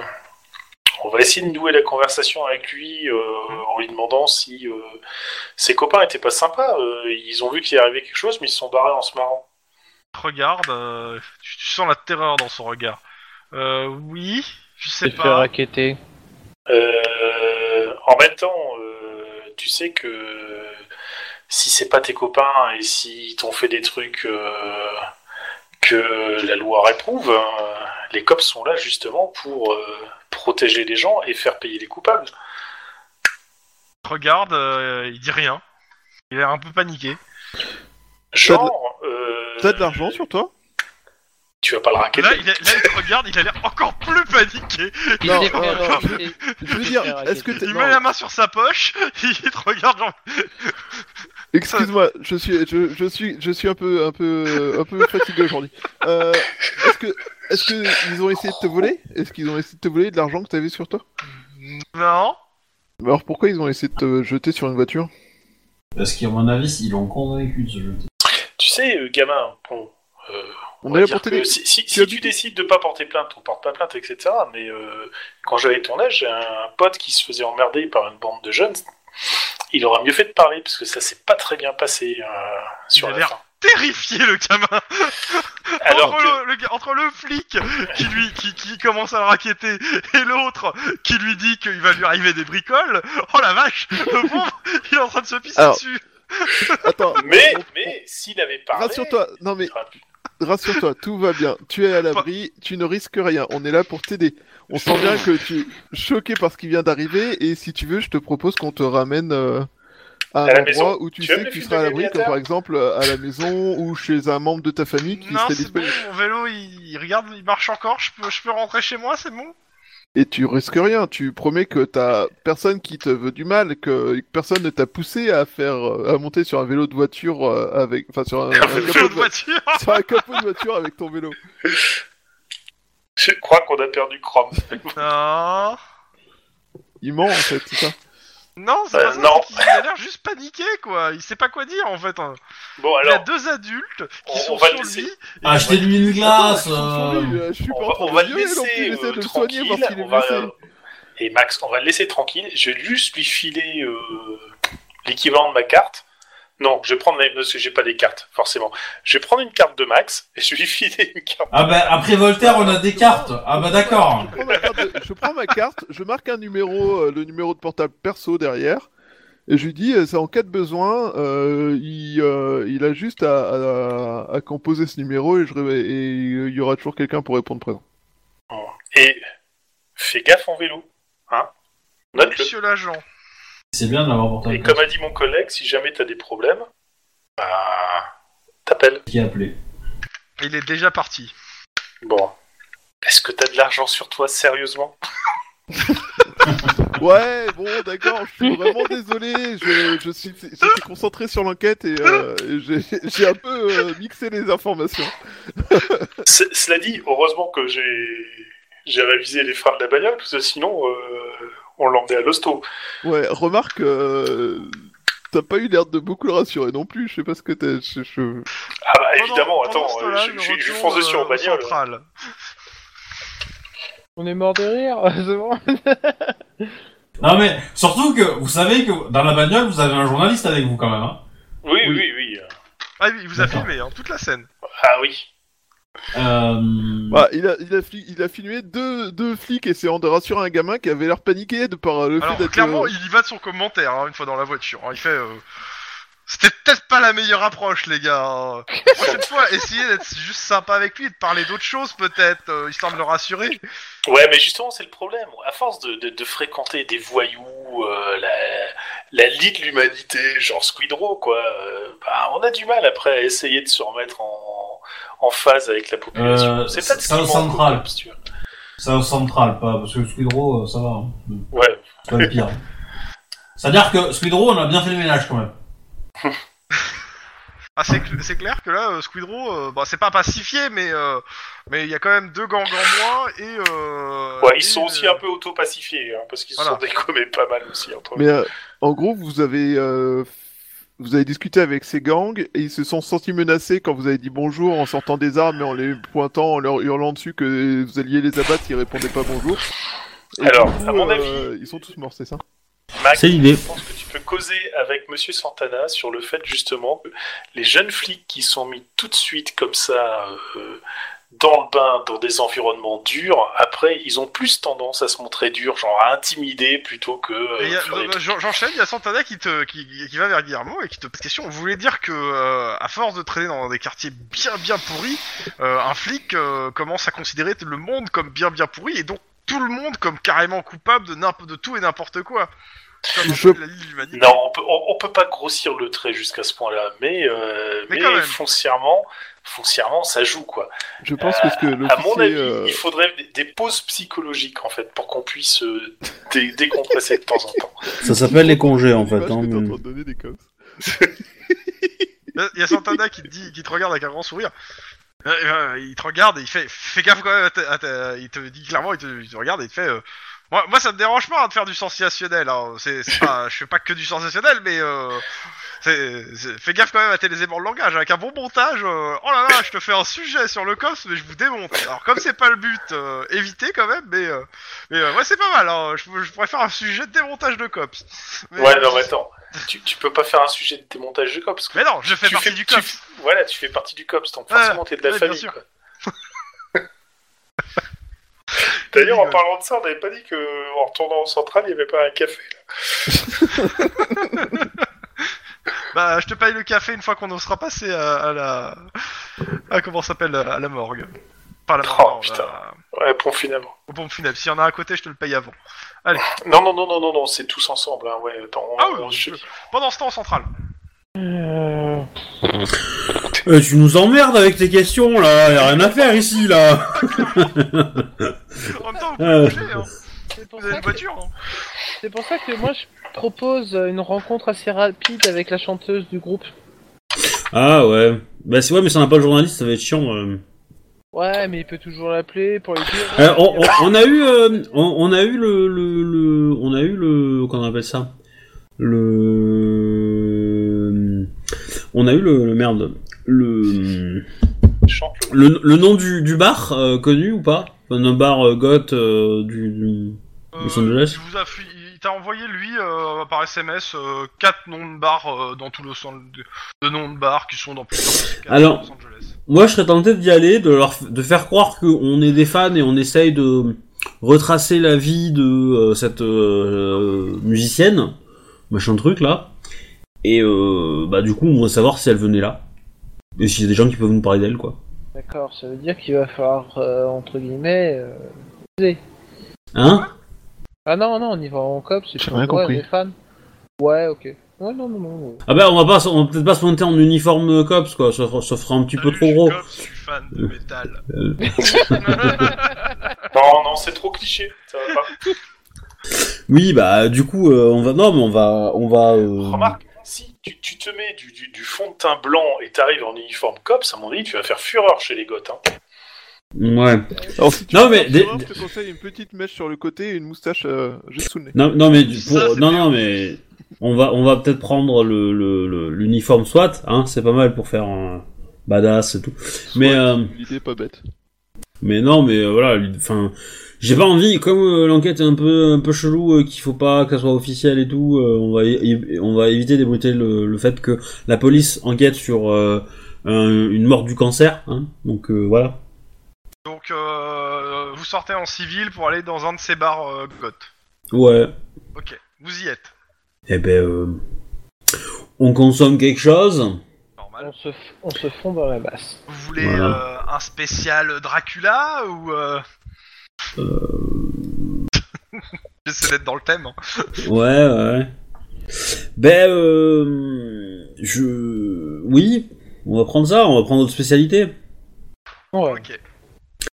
[SPEAKER 3] on va essayer de nouer la conversation avec lui euh, en lui demandant si euh, ses copains étaient pas sympas. Euh, ils ont vu qu'il arrivait quelque chose, mais ils se sont barrés en se marrant.
[SPEAKER 1] Regarde, euh, tu, tu sens la terreur dans son regard. Euh, oui, je sais
[SPEAKER 2] Je faire
[SPEAKER 1] pas.
[SPEAKER 2] raqueter.
[SPEAKER 3] Euh, en même temps, euh, tu sais que si c'est pas tes copains et s'ils t'ont fait des trucs euh, que la loi réprouve, euh, les cops sont là justement pour euh, protéger les gens et faire payer les coupables.
[SPEAKER 1] Regarde, euh, il dit rien. Il a l'air un peu paniqué.
[SPEAKER 3] Genre, euh,
[SPEAKER 4] T'as de l'argent sur toi
[SPEAKER 3] Tu vas pas le
[SPEAKER 1] Et
[SPEAKER 3] raqueter.
[SPEAKER 1] là, il, a- là, il te regarde, il a l'air encore plus paniqué.
[SPEAKER 2] Il
[SPEAKER 4] Non,
[SPEAKER 2] s'est fait
[SPEAKER 4] non, non,
[SPEAKER 2] raqueter.
[SPEAKER 4] Je veux
[SPEAKER 2] Je
[SPEAKER 4] dire,
[SPEAKER 2] vais faire
[SPEAKER 4] est-ce que
[SPEAKER 2] raqueter.
[SPEAKER 4] t'es...
[SPEAKER 1] Il
[SPEAKER 4] non,
[SPEAKER 1] met la main sur sa poche, il te regarde genre...
[SPEAKER 4] Excuse-moi, je suis, je, je suis, je suis un peu, un peu, euh, un peu fatigué aujourd'hui. Euh, est-ce que, est-ce que ils ont essayé de te voler Est-ce qu'ils ont essayé de te voler de l'argent que t'avais sur toi
[SPEAKER 1] Non
[SPEAKER 4] Mais Alors pourquoi ils ont essayé de te jeter sur une voiture
[SPEAKER 7] Parce qu'à mon avis, ils l'ont convaincu de se jeter.
[SPEAKER 3] Tu sais, euh, gamin, bon, euh,
[SPEAKER 4] On,
[SPEAKER 3] va
[SPEAKER 4] est là
[SPEAKER 3] dire
[SPEAKER 4] pour
[SPEAKER 3] que
[SPEAKER 4] t'aider.
[SPEAKER 3] Si, si-
[SPEAKER 4] Tu
[SPEAKER 3] si
[SPEAKER 4] as
[SPEAKER 3] tu
[SPEAKER 4] dit-
[SPEAKER 3] décides de pas porter plainte, on porte pas plainte, etc. Mais euh, quand j'avais ton âge, j'ai un pote qui se faisait emmerder par une bande de jeunes. Il aurait mieux fait de parler parce que ça s'est pas très bien passé euh, sur
[SPEAKER 1] Il a
[SPEAKER 3] la
[SPEAKER 1] l'air
[SPEAKER 3] fin.
[SPEAKER 1] Terrifié le gamin
[SPEAKER 3] Alors
[SPEAKER 1] entre,
[SPEAKER 3] que
[SPEAKER 1] le, le gars- entre le flic qui lui qui, qui commence à le raqueter et l'autre qui lui dit qu'il va lui arriver des bricoles, oh la vache, le pauvre, il est en train de se pisser
[SPEAKER 4] Alors,
[SPEAKER 1] dessus.
[SPEAKER 4] Attends.
[SPEAKER 3] Mais,
[SPEAKER 4] on-
[SPEAKER 3] mais s'il avait parlé.
[SPEAKER 4] Rassure-toi, non mais
[SPEAKER 3] il aurait pu-
[SPEAKER 4] rassure-toi, tout va bien. Tu es à l'abri, tu ne risques rien. On est là pour t'aider. On sent bien que tu es choqué par ce qui vient d'arriver et si tu veux, je te propose qu'on te ramène euh, à un
[SPEAKER 3] À la
[SPEAKER 4] endroit
[SPEAKER 3] maison.
[SPEAKER 4] où tu,
[SPEAKER 3] Tu aimes le
[SPEAKER 4] sais que tu
[SPEAKER 3] film
[SPEAKER 4] seras à
[SPEAKER 3] de
[SPEAKER 4] l'abri, comme
[SPEAKER 3] Gladiateur
[SPEAKER 4] par exemple euh, à la maison ou chez un membre de ta famille qui
[SPEAKER 1] Non,
[SPEAKER 4] serait
[SPEAKER 1] c'est bon,
[SPEAKER 4] disponible.
[SPEAKER 1] mon vélo il, il regarde, il marche encore, je peux, je peux rentrer chez moi, c'est bon
[SPEAKER 4] Et tu risques rien, tu promets que t'as personne qui te veut du mal, que personne ne t'a poussé à faire, euh, à monter sur un vélo de voiture euh, avec, enfin sur un, un capot
[SPEAKER 1] Vélo de
[SPEAKER 4] de vo-
[SPEAKER 1] voiture
[SPEAKER 4] sur un capot de voiture avec ton vélo.
[SPEAKER 3] Je crois qu'on a perdu Chrome.
[SPEAKER 1] Non.
[SPEAKER 4] Il ment en fait, c'est ça.
[SPEAKER 1] Non, c'est
[SPEAKER 3] Euh,
[SPEAKER 1] pas ça,
[SPEAKER 3] non.
[SPEAKER 1] c'est qu'il a l'air juste paniqué, quoi. Il sait pas quoi dire, en fait. hein.
[SPEAKER 3] Bon,
[SPEAKER 1] Il y a
[SPEAKER 3] alors,
[SPEAKER 1] deux adultes qui
[SPEAKER 3] on-
[SPEAKER 1] sont
[SPEAKER 3] on va
[SPEAKER 1] sur
[SPEAKER 3] le laisser.
[SPEAKER 1] lui.
[SPEAKER 7] Ah, Achetez-lui une glace
[SPEAKER 4] Ils sont sur
[SPEAKER 7] euh.
[SPEAKER 4] lui, euh, je suis pas
[SPEAKER 3] on
[SPEAKER 4] en
[SPEAKER 3] va,
[SPEAKER 4] train
[SPEAKER 3] on va
[SPEAKER 4] de
[SPEAKER 3] le
[SPEAKER 4] le non plus,
[SPEAKER 3] laisser
[SPEAKER 4] j'essaie
[SPEAKER 3] euh,
[SPEAKER 4] de le soigner
[SPEAKER 3] tranquille.
[SPEAKER 4] parce qu'il est
[SPEAKER 3] on va,
[SPEAKER 4] blessé.
[SPEAKER 3] euh, et Max, on va le laisser tranquille. Je vais juste lui filer euh, l'équivalent de ma carte. Non, je vais prendre la- parce que j'ai pas les cartes, forcément. Je vais prendre une carte de Max et je vais lui filer une carte.
[SPEAKER 7] Ah bah après Voltaire on a des cartes. Ah bah d'accord.
[SPEAKER 4] Je prends ma carte de- je prends ma carte, je marque un numéro, euh, le numéro de portable perso derrière, et je lui dis, euh, c'est en cas de besoin, euh, il, euh, il a juste à, à- à composer ce numéro et, je, ré- et euh, il y aura toujours quelqu'un pour répondre présent.
[SPEAKER 3] Et fais gaffe en vélo. Hein Note-le.
[SPEAKER 1] Monsieur l'agent.
[SPEAKER 7] C'est bien de l'avoir porté
[SPEAKER 3] Et
[SPEAKER 7] avec
[SPEAKER 3] comme a dit mon collègue, si jamais t'as des problèmes, bah, t'appelles.
[SPEAKER 7] qui a appelé.
[SPEAKER 1] Il est déjà parti.
[SPEAKER 3] Bon. Est-ce que t'as de l'argent sur toi, sérieusement
[SPEAKER 4] Ouais, bon, d'accord, je suis vraiment désolé, je, je suis j'étais concentré sur l'enquête et, euh, et j'ai j'ai un peu euh, mixé les informations.
[SPEAKER 3] C- Cela dit, heureusement que j'ai j'ai révisé les freins de la bagnole, parce que sinon, euh, on l'emmenait à l'hosto.
[SPEAKER 4] Ouais, remarque, euh, t'as pas eu l'air de beaucoup le rassurer non plus, je sais pas ce que t'as... je- je-
[SPEAKER 3] Ah bah
[SPEAKER 1] Pendant-
[SPEAKER 3] évidemment,
[SPEAKER 1] pendant
[SPEAKER 3] attends,
[SPEAKER 1] ce temps-là,
[SPEAKER 3] euh, je, je, je
[SPEAKER 1] retourne,
[SPEAKER 3] fonce dessus
[SPEAKER 1] euh,
[SPEAKER 3] en
[SPEAKER 1] au
[SPEAKER 3] bagnole.
[SPEAKER 1] central.
[SPEAKER 2] On est mort de rire, c'est bon.
[SPEAKER 7] Non mais surtout que vous savez que dans la bagnole vous avez un journaliste avec vous quand même. Hein.
[SPEAKER 3] Oui, oui, oui. euh,
[SPEAKER 1] Ah oui, il vous a
[SPEAKER 7] D'accord.
[SPEAKER 1] filmé, hein, toute la scène.
[SPEAKER 3] Ah oui. Mm.
[SPEAKER 7] Euh...
[SPEAKER 4] Bah, il a, il a, fli- il a filmé deux, deux flics essayant de rassurer un gamin qui avait l'air paniqué de par euh, le
[SPEAKER 1] Alors
[SPEAKER 4] fait d'être...
[SPEAKER 1] clairement,
[SPEAKER 4] euh,
[SPEAKER 1] il y va de son commentaire hein, une fois dans la voiture. hein. Il fait, euh, c'était peut-être pas la meilleure approche, les gars. hein. La Prochaine fois, essayez d'être juste sympa avec lui et de parler d'autre chose peut-être, euh, histoire de le rassurer.
[SPEAKER 3] Ouais, mais justement, c'est le problème. À force de, de, de fréquenter des voyous, euh, la, la lie de l'humanité, genre Squidrow, quoi, euh, bah, on a du mal après à essayer de se remettre en, en phase avec la population.
[SPEAKER 7] Euh,
[SPEAKER 3] c'est pas
[SPEAKER 7] ça- ça me semble
[SPEAKER 3] de
[SPEAKER 7] rare.
[SPEAKER 3] si tu veux.
[SPEAKER 7] C'est au central pas parce que Squidrow euh, ça va. hein.
[SPEAKER 3] Ouais.
[SPEAKER 7] C'est pas le pire. C'est-à-dire que Squidrow on a bien fait le ménage quand même.
[SPEAKER 1] Ah, c'est cl- c'est clair que là, euh, Squidrow, euh, bah, c'est pas pacifié, mais euh, mais il y a quand même deux gangs en moins et. euh,
[SPEAKER 3] ouais,
[SPEAKER 1] et,
[SPEAKER 3] ils sont aussi
[SPEAKER 1] euh,
[SPEAKER 3] un peu auto-pacifiés, hein, parce qu'ils se
[SPEAKER 1] Voilà.
[SPEAKER 3] sont dégommés pas mal aussi entre eux.
[SPEAKER 4] Mais euh, en gros, vous avez, euh, vous avez discuté avec ces gangs et ils se sont sentis menacés quand vous avez dit bonjour en sortant des armes et en les pointant, en leur hurlant dessus que vous alliez les abattre s'ils répondaient pas bonjour. Et
[SPEAKER 3] Alors,
[SPEAKER 4] du coup,
[SPEAKER 3] à mon
[SPEAKER 4] euh, ils sont tous morts, c'est ça
[SPEAKER 3] Max,
[SPEAKER 6] C'est l'idée.
[SPEAKER 3] je pense que tu peux causer avec Monsieur Santana sur le fait justement que les jeunes flics qui sont mis tout de suite comme ça euh, dans le bain, dans des environnements durs, après ils ont plus tendance à se montrer durs, genre à intimider plutôt que. euh,
[SPEAKER 1] Et y a-
[SPEAKER 3] faire
[SPEAKER 1] euh,
[SPEAKER 3] des-
[SPEAKER 1] j'en- J'enchaîne, il y a Santana qui, te, qui, qui va vers Guillermo et qui te pose question. Vous voulez dire que, euh, à force de traîner dans des quartiers bien bien pourris, euh, un flic euh, commence à considérer le monde comme bien bien pourri et donc tout le monde comme carrément coupable de, n'imp- de tout et n'importe quoi. Comme un
[SPEAKER 4] Je-
[SPEAKER 1] peu de la Ligue de l'humanité.
[SPEAKER 3] Non, on peut, on, on peut pas grossir le trait jusqu'à ce point-là, mais, euh,
[SPEAKER 1] Mais
[SPEAKER 3] mais,
[SPEAKER 1] quand même.
[SPEAKER 3] foncièrement, foncièrement, ça joue quoi.
[SPEAKER 4] Je pense que ce que
[SPEAKER 3] À mon
[SPEAKER 4] l'officier...
[SPEAKER 3] avis,
[SPEAKER 4] euh,
[SPEAKER 3] il faudrait des, des pauses psychologiques en fait pour qu'on puisse euh, dé- décompresser de temps en temps.
[SPEAKER 6] Ça s'appelle les congés en fait.
[SPEAKER 4] l'image
[SPEAKER 6] hein,
[SPEAKER 4] que t'es en
[SPEAKER 6] mais-
[SPEAKER 4] train de donner des cops.
[SPEAKER 1] Il y a- il y a Santana qui te, dit, qui te regarde avec un grand sourire. Euh, euh, il te regarde et il fait Fais gaffe quand même. à ta- à ta- il te dit clairement, il te, il te regarde et il te fait euh, moi, moi, ça me dérange pas hein, de faire du sensationnel. Hein. C'est, c'est pas, je fais pas que du sensationnel, mais euh, c'est- c'est- fais gaffe quand même à tes éléments de langage. Avec un bon montage, euh, oh là là, je te fais un sujet sur le COPS, mais je vous démonte. Alors, comme c'est pas le but, euh, évitez quand même, mais, euh, mais euh, ouais, c'est pas mal. Hein. Je, je pourrais faire un sujet de démontage de COPS. Mais,
[SPEAKER 3] ouais, non, mais attends, tu, tu peux pas faire un sujet de démontage de cops.
[SPEAKER 1] mais non, je fais
[SPEAKER 3] tu
[SPEAKER 1] partie
[SPEAKER 3] fais-
[SPEAKER 1] du
[SPEAKER 3] tu-
[SPEAKER 1] COPS.
[SPEAKER 3] Voilà, tu fais partie du cops, donc
[SPEAKER 1] Ouais,
[SPEAKER 3] forcément t'es de la
[SPEAKER 1] ouais, bien
[SPEAKER 3] famille.
[SPEAKER 1] sûr.
[SPEAKER 3] quoi. D'ailleurs, en
[SPEAKER 1] Rigole.
[SPEAKER 3] parlant de ça, on n'avait pas dit que en retournant au central, il n'y avait pas un café.
[SPEAKER 1] Bah, je te paye le café une fois qu'on en sera passé à, à la. À comment ça s'appelle À la morgue. Pas à la morgue.
[SPEAKER 3] Oh,
[SPEAKER 1] non,
[SPEAKER 3] putain.
[SPEAKER 1] à-
[SPEAKER 3] Ouais, bon, finalement.
[SPEAKER 1] Au pompe funèbre. S'il y en a à côté, je te le paye avant.
[SPEAKER 3] Non, non, non, non, non, non, c'est tous ensemble. Hein. Ouais, attends, on-
[SPEAKER 1] Ah oui,
[SPEAKER 3] on- je-
[SPEAKER 1] Pendant ce temps, central.
[SPEAKER 2] Euh,
[SPEAKER 6] Eh, tu nous emmerdes avec tes questions là, y a rien à faire ici là.
[SPEAKER 1] En même temps, vous pouvez
[SPEAKER 6] Euh.
[SPEAKER 1] bouger, hein.
[SPEAKER 2] C'est pour
[SPEAKER 1] Vous avez
[SPEAKER 2] ça
[SPEAKER 1] une
[SPEAKER 2] que-
[SPEAKER 1] voiture. hein.
[SPEAKER 2] C'est pour ça que moi je propose une rencontre assez rapide avec la chanteuse du groupe.
[SPEAKER 6] Ah ouais. Bah c'est ouais, mais si on n'a pas le journaliste, ça va être chiant. euh.
[SPEAKER 2] Ouais, mais il peut toujours l'appeler pour lui dire.
[SPEAKER 6] Euh, on, on- on a eu, euh, on, on a eu le, le, le- on a eu le, comment on appelle ça Le, on a eu le, le merde, le,
[SPEAKER 3] Chante le-
[SPEAKER 6] le, le nom du, du bar euh, connu ou pas Enfin, Un bar euh, goth euh, du, du- Los Angeles
[SPEAKER 1] Euh, il vous a fi- il t'a envoyé lui euh, par SMS euh, quatre noms de bars euh, dans tout Los Angeles, de noms de bars qui sont dans plusieurs cités
[SPEAKER 6] Alors-
[SPEAKER 1] de Los Angeles.
[SPEAKER 6] Moi, je serais tenté d'y aller, de leur, de faire croire qu'on est des fans et on essaye de retracer la vie de euh, cette euh, musicienne, machin truc là. Et euh, bah du coup, on va savoir si elle venait là et s'il y a des gens qui peuvent nous parler d'elle, quoi.
[SPEAKER 2] D'accord, ça veut dire qu'il va falloir, euh, entre guillemets. euh,
[SPEAKER 6] Hein
[SPEAKER 2] Ah non, non, on y va en cop, c'est
[SPEAKER 4] J'ai
[SPEAKER 2] pas
[SPEAKER 4] rien
[SPEAKER 2] vrai,
[SPEAKER 4] compris.
[SPEAKER 2] on est fan. Ouais, ok. Ouais, non, non, non. ouais.
[SPEAKER 6] Ah bah on va pas, on va peut-être pas se monter en uniforme euh, cops, quoi. Ça, ça fera un petit peu
[SPEAKER 1] Salut,
[SPEAKER 6] trop gros.
[SPEAKER 1] Je suis, Cops, je suis fan de métal.
[SPEAKER 3] Non, non, c'est trop cliché. Ça va pas.
[SPEAKER 6] Oui, bah du coup, euh, on va, non, mais on va, on va. euh,
[SPEAKER 3] Remarque, si tu, tu te mets du, du- du fond de teint blanc et t'arrives en uniforme COPS, à mon avis, tu vas faire fureur chez les goths. Hein.
[SPEAKER 6] Ouais.
[SPEAKER 4] Alors, si tu
[SPEAKER 6] Non,
[SPEAKER 4] veux
[SPEAKER 6] mais
[SPEAKER 4] faire
[SPEAKER 6] des-
[SPEAKER 4] savoir, je te conseille une petite mèche sur le côté et une moustache euh, juste sous le nez.
[SPEAKER 6] Non, non mais du- pour-
[SPEAKER 1] Ça, c'est
[SPEAKER 6] non,
[SPEAKER 1] bien.
[SPEAKER 6] non mais on va on va peut-être prendre le le- le- l'uniforme SWAT, hein, c'est pas mal pour faire un badass et tout. Mais
[SPEAKER 4] Soit,
[SPEAKER 6] euh,
[SPEAKER 4] L'idée est pas bête.
[SPEAKER 6] mais non mais euh, voilà, lui- enfin j'ai pas envie comme euh, l'enquête est un peu un peu chelou euh, qu'il faut pas qu'elle soit officielle et tout, euh, on va é- é- on va éviter d'ébruiter le, le fait que la police enquête sur euh, un- une mort du cancer, hein, donc euh, voilà.
[SPEAKER 1] Donc euh, vous sortez en civil pour aller dans un de ces bars euh, goth.
[SPEAKER 6] Ouais.
[SPEAKER 1] Ok, vous y êtes.
[SPEAKER 6] Eh ben euh, on consomme quelque chose.
[SPEAKER 1] Normal.
[SPEAKER 2] On se, f- on se fond dans la masse.
[SPEAKER 1] Vous voulez
[SPEAKER 6] Voilà.
[SPEAKER 1] euh, un spécial Dracula ou euh...
[SPEAKER 6] Euh.
[SPEAKER 1] J'essaie d'être dans le thème. hein.
[SPEAKER 6] Ouais, ouais. Ben, euh, je... Oui, on va prendre ça, on va prendre notre spécialité.
[SPEAKER 2] Ouais.
[SPEAKER 1] Ok.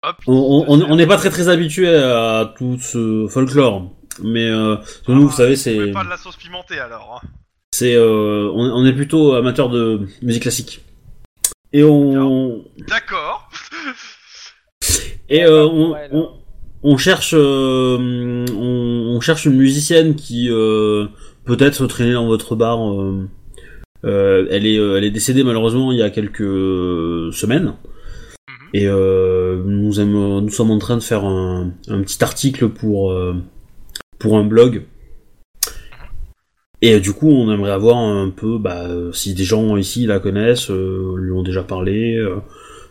[SPEAKER 1] Hop.
[SPEAKER 6] On- On on- on n'est pas très très habitué à tout ce folklore. Mais euh, parce que nous, vous
[SPEAKER 1] Ah,
[SPEAKER 6] savez,
[SPEAKER 1] Vous
[SPEAKER 6] c'est...
[SPEAKER 1] pouvez pas de la sauce pimentée alors. hein.
[SPEAKER 6] c'est euh, on, on est plutôt amateur de musique classique. Et on...
[SPEAKER 1] D'accord.
[SPEAKER 6] Et euh, on,
[SPEAKER 2] Ouais, là.
[SPEAKER 6] on, on cherche... euh, on, on cherche une musicienne qui euh, peut-être se traîner dans votre bar. euh, euh, elle, est, euh, elle est décédée malheureusement il y a quelques euh, semaines.
[SPEAKER 1] Mhm.
[SPEAKER 6] Et euh, nous, aimons- nous sommes en train de faire un, un petit article pour, euh, pour un blog. Et euh, du coup, on aimerait avoir un peu, bah, euh, si des gens ici la connaissent, euh, lui ont déjà parlé, euh,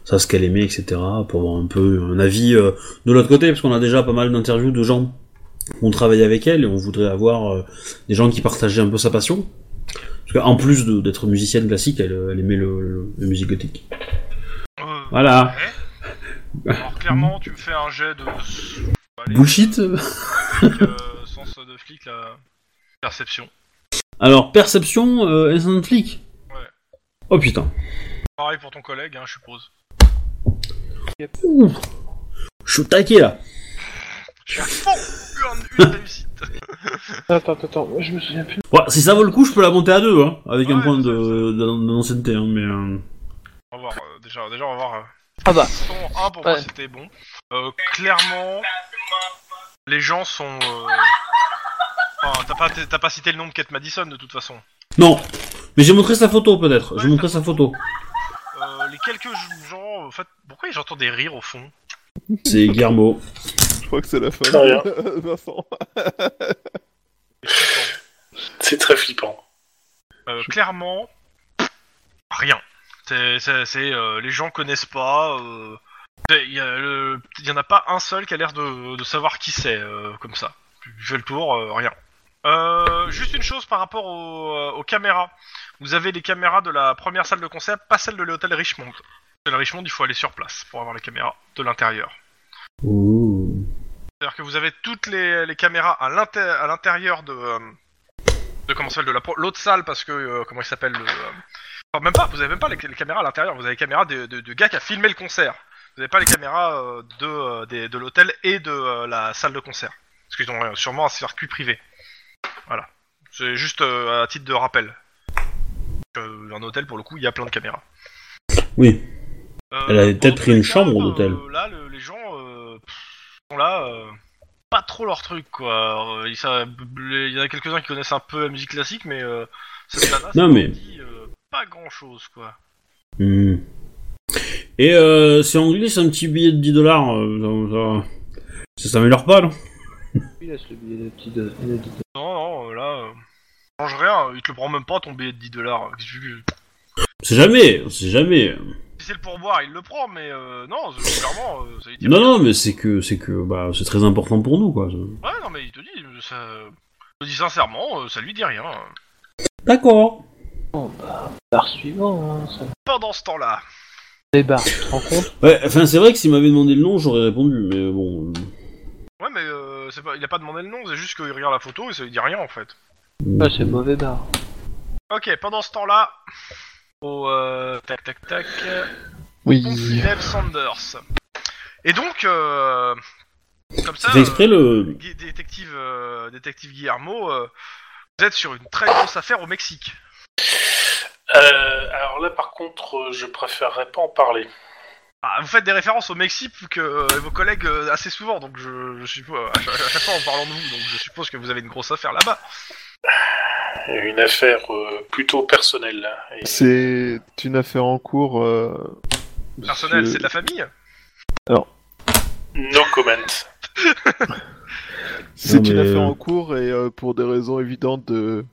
[SPEAKER 6] ça ce qu'elle aimait, etc. Pour avoir un peu un avis euh, de l'autre côté, parce qu'on a déjà pas mal d'interviews de gens qui ont travaillé avec elle, et on voudrait avoir euh, des gens qui partageaient un peu sa passion. Parce qu'en plus de- d'être musicienne classique, elle, euh, elle aimait le, le- la musique gothique.
[SPEAKER 1] Euh,
[SPEAKER 6] Voilà.
[SPEAKER 1] ouais. Alors clairement, tu me fais un jet de. Allez,
[SPEAKER 6] Bullshit
[SPEAKER 1] euh, sens de flic là. Perception.
[SPEAKER 6] Alors, perception, euh, est-ce un flic
[SPEAKER 1] Ouais.
[SPEAKER 6] Oh putain.
[SPEAKER 1] Pareil pour ton collègue, hein, je suppose.
[SPEAKER 6] Ouh. Je suis au taquet là.
[SPEAKER 1] Je suis à fond Une, une réussite
[SPEAKER 2] Attends, attends, attends, moi, je me souviens plus.
[SPEAKER 6] Ouais, si ça vaut le coup, je peux la monter à deux, hein, avec un
[SPEAKER 1] Ouais,
[SPEAKER 6] point
[SPEAKER 1] c'est ça,
[SPEAKER 6] de- d'an- d'ancienneté, hein, mais. euh,
[SPEAKER 1] On va voir, euh, déjà, déjà on va voir. euh,
[SPEAKER 2] Ah bah.
[SPEAKER 1] Son 1 pour
[SPEAKER 2] Ouais.
[SPEAKER 1] moi c'était bon. Euh, clairement, les gens sont. euh, enfin, t'as, pas, t'as pas cité le nom de Kate Madison de toute façon.
[SPEAKER 6] Non Mais j'ai montré sa photo peut-être, j'ai
[SPEAKER 1] Ouais,
[SPEAKER 6] montré sa photo.
[SPEAKER 1] Euh, les quelques gens. En fait, pourquoi j'entends des rires au fond
[SPEAKER 6] C'est Guillermo.
[SPEAKER 4] Je crois que c'est la fin.
[SPEAKER 3] Très bien.
[SPEAKER 4] Vincent.
[SPEAKER 3] C'est très flippant.
[SPEAKER 1] Euh, clairement, rien. C'est, c'est- c'est, euh, les gens connaissent pas. euh, c'est- Il y, a le- il y en a pas un seul qui a l'air de, de savoir qui c'est, euh, comme ça. Je fais le tour, euh, rien. Euh, juste une chose par rapport au- euh, aux caméras. Vous avez les caméras de la première salle de concert, pas celle de l'hôtel Richmond. L'hôtel Richmond, il faut aller sur place pour avoir les caméras de l'intérieur.
[SPEAKER 6] Ouh.
[SPEAKER 1] C'est-à-dire que vous avez toutes les, les caméras à l'inté- à l'intérieur de euh, de comment ça s'appelle de la pro- l'autre salle parce que euh, comment il s'appelle le, euh, enfin, même pas vous avez même pas les, les caméras à l'intérieur vous avez les caméras de, de- de gars qui a filmé le concert vous n'avez pas les caméras euh, de, euh, des- de l'hôtel et de euh, la salle de concert. Parce qu'ils ont euh, sûrement un circuit privé. Voilà. C'est juste euh, à titre de rappel. Euh, un hôtel, pour le coup, il y a plein de caméras.
[SPEAKER 8] Oui.
[SPEAKER 1] Euh,
[SPEAKER 8] Elle avait
[SPEAKER 1] dans
[SPEAKER 8] peut-être
[SPEAKER 1] tous
[SPEAKER 8] pris
[SPEAKER 1] les
[SPEAKER 8] une
[SPEAKER 1] cas,
[SPEAKER 8] chambre
[SPEAKER 1] euh,
[SPEAKER 8] d'hôtel.
[SPEAKER 1] Là, le- les gens euh, pff, sont là, euh, pas trop leur truc, quoi. Euh, ils sa- Il y en a quelques-uns qui connaissent un peu la musique classique, mais euh, cette nana, ça
[SPEAKER 8] Non,
[SPEAKER 1] leur
[SPEAKER 8] mais-
[SPEAKER 1] dit, euh, pas grand-chose, quoi.
[SPEAKER 8] Hmm. Et euh, si on glisse un petit billet de 10 dollars, euh, ça, ça, ça s'améliore pas, non
[SPEAKER 2] Il laisse le billet de petit de- de petit-
[SPEAKER 1] Non, non, euh, là, euh, ça change rien, il te le prend même pas ton billet de 10 dollars. Si
[SPEAKER 8] On sait jamais, on sait jamais.
[SPEAKER 1] c'est le pourboire, il le prend, mais euh, non, c'est- clairement, euh, ça lui dit
[SPEAKER 8] Non,
[SPEAKER 1] rien.
[SPEAKER 8] non, mais c'est que c'est que bah c'est très important pour nous, quoi.
[SPEAKER 1] Ouais, non, mais il te dit, euh, ça... je te dis sincèrement, euh, ça lui dit rien.
[SPEAKER 8] D'accord.
[SPEAKER 2] Bon, bah, bar suivant, hein, ça
[SPEAKER 1] Pendant ce temps-là,
[SPEAKER 2] débarque, tu te rends compte
[SPEAKER 8] Ouais, enfin c'est vrai que s'il m'avait demandé le nom, j'aurais répondu, mais bon.
[SPEAKER 1] ouais, mais euh, c'est pas... il a pas demandé le nom, c'est juste qu'il regarde la photo et ça lui dit rien en fait.
[SPEAKER 2] Ah, c'est mauvais bar.
[SPEAKER 1] Ok, pendant ce temps-là, au euh, tac tac tac, euh,
[SPEAKER 4] Oui.
[SPEAKER 1] Pontinev Sanders. Et donc, euh, comme ça,
[SPEAKER 8] C'est fait exprès
[SPEAKER 1] euh,
[SPEAKER 8] le.
[SPEAKER 1] Gui- détective, euh, détective Guillermo, euh, vous êtes sur une très grosse affaire au Mexique.
[SPEAKER 3] Euh, alors là, par contre, euh, je préférerais pas en parler.
[SPEAKER 1] Ah, vous faites des références au Mexique que euh, vos collègues euh, assez souvent, donc je, je suppose à chaque, à chaque fois en parlant de vous, donc je suppose que vous avez une grosse affaire là-bas.
[SPEAKER 3] Une affaire euh, plutôt personnelle. là. Et-
[SPEAKER 4] C'est une affaire en cours. euh,
[SPEAKER 1] Personnel,
[SPEAKER 4] monsieur-
[SPEAKER 1] c'est de la famille.
[SPEAKER 3] No comment.
[SPEAKER 4] C'est
[SPEAKER 8] Non,
[SPEAKER 4] une
[SPEAKER 8] mais,
[SPEAKER 4] affaire
[SPEAKER 8] euh,
[SPEAKER 4] en cours et euh, pour des raisons évidentes de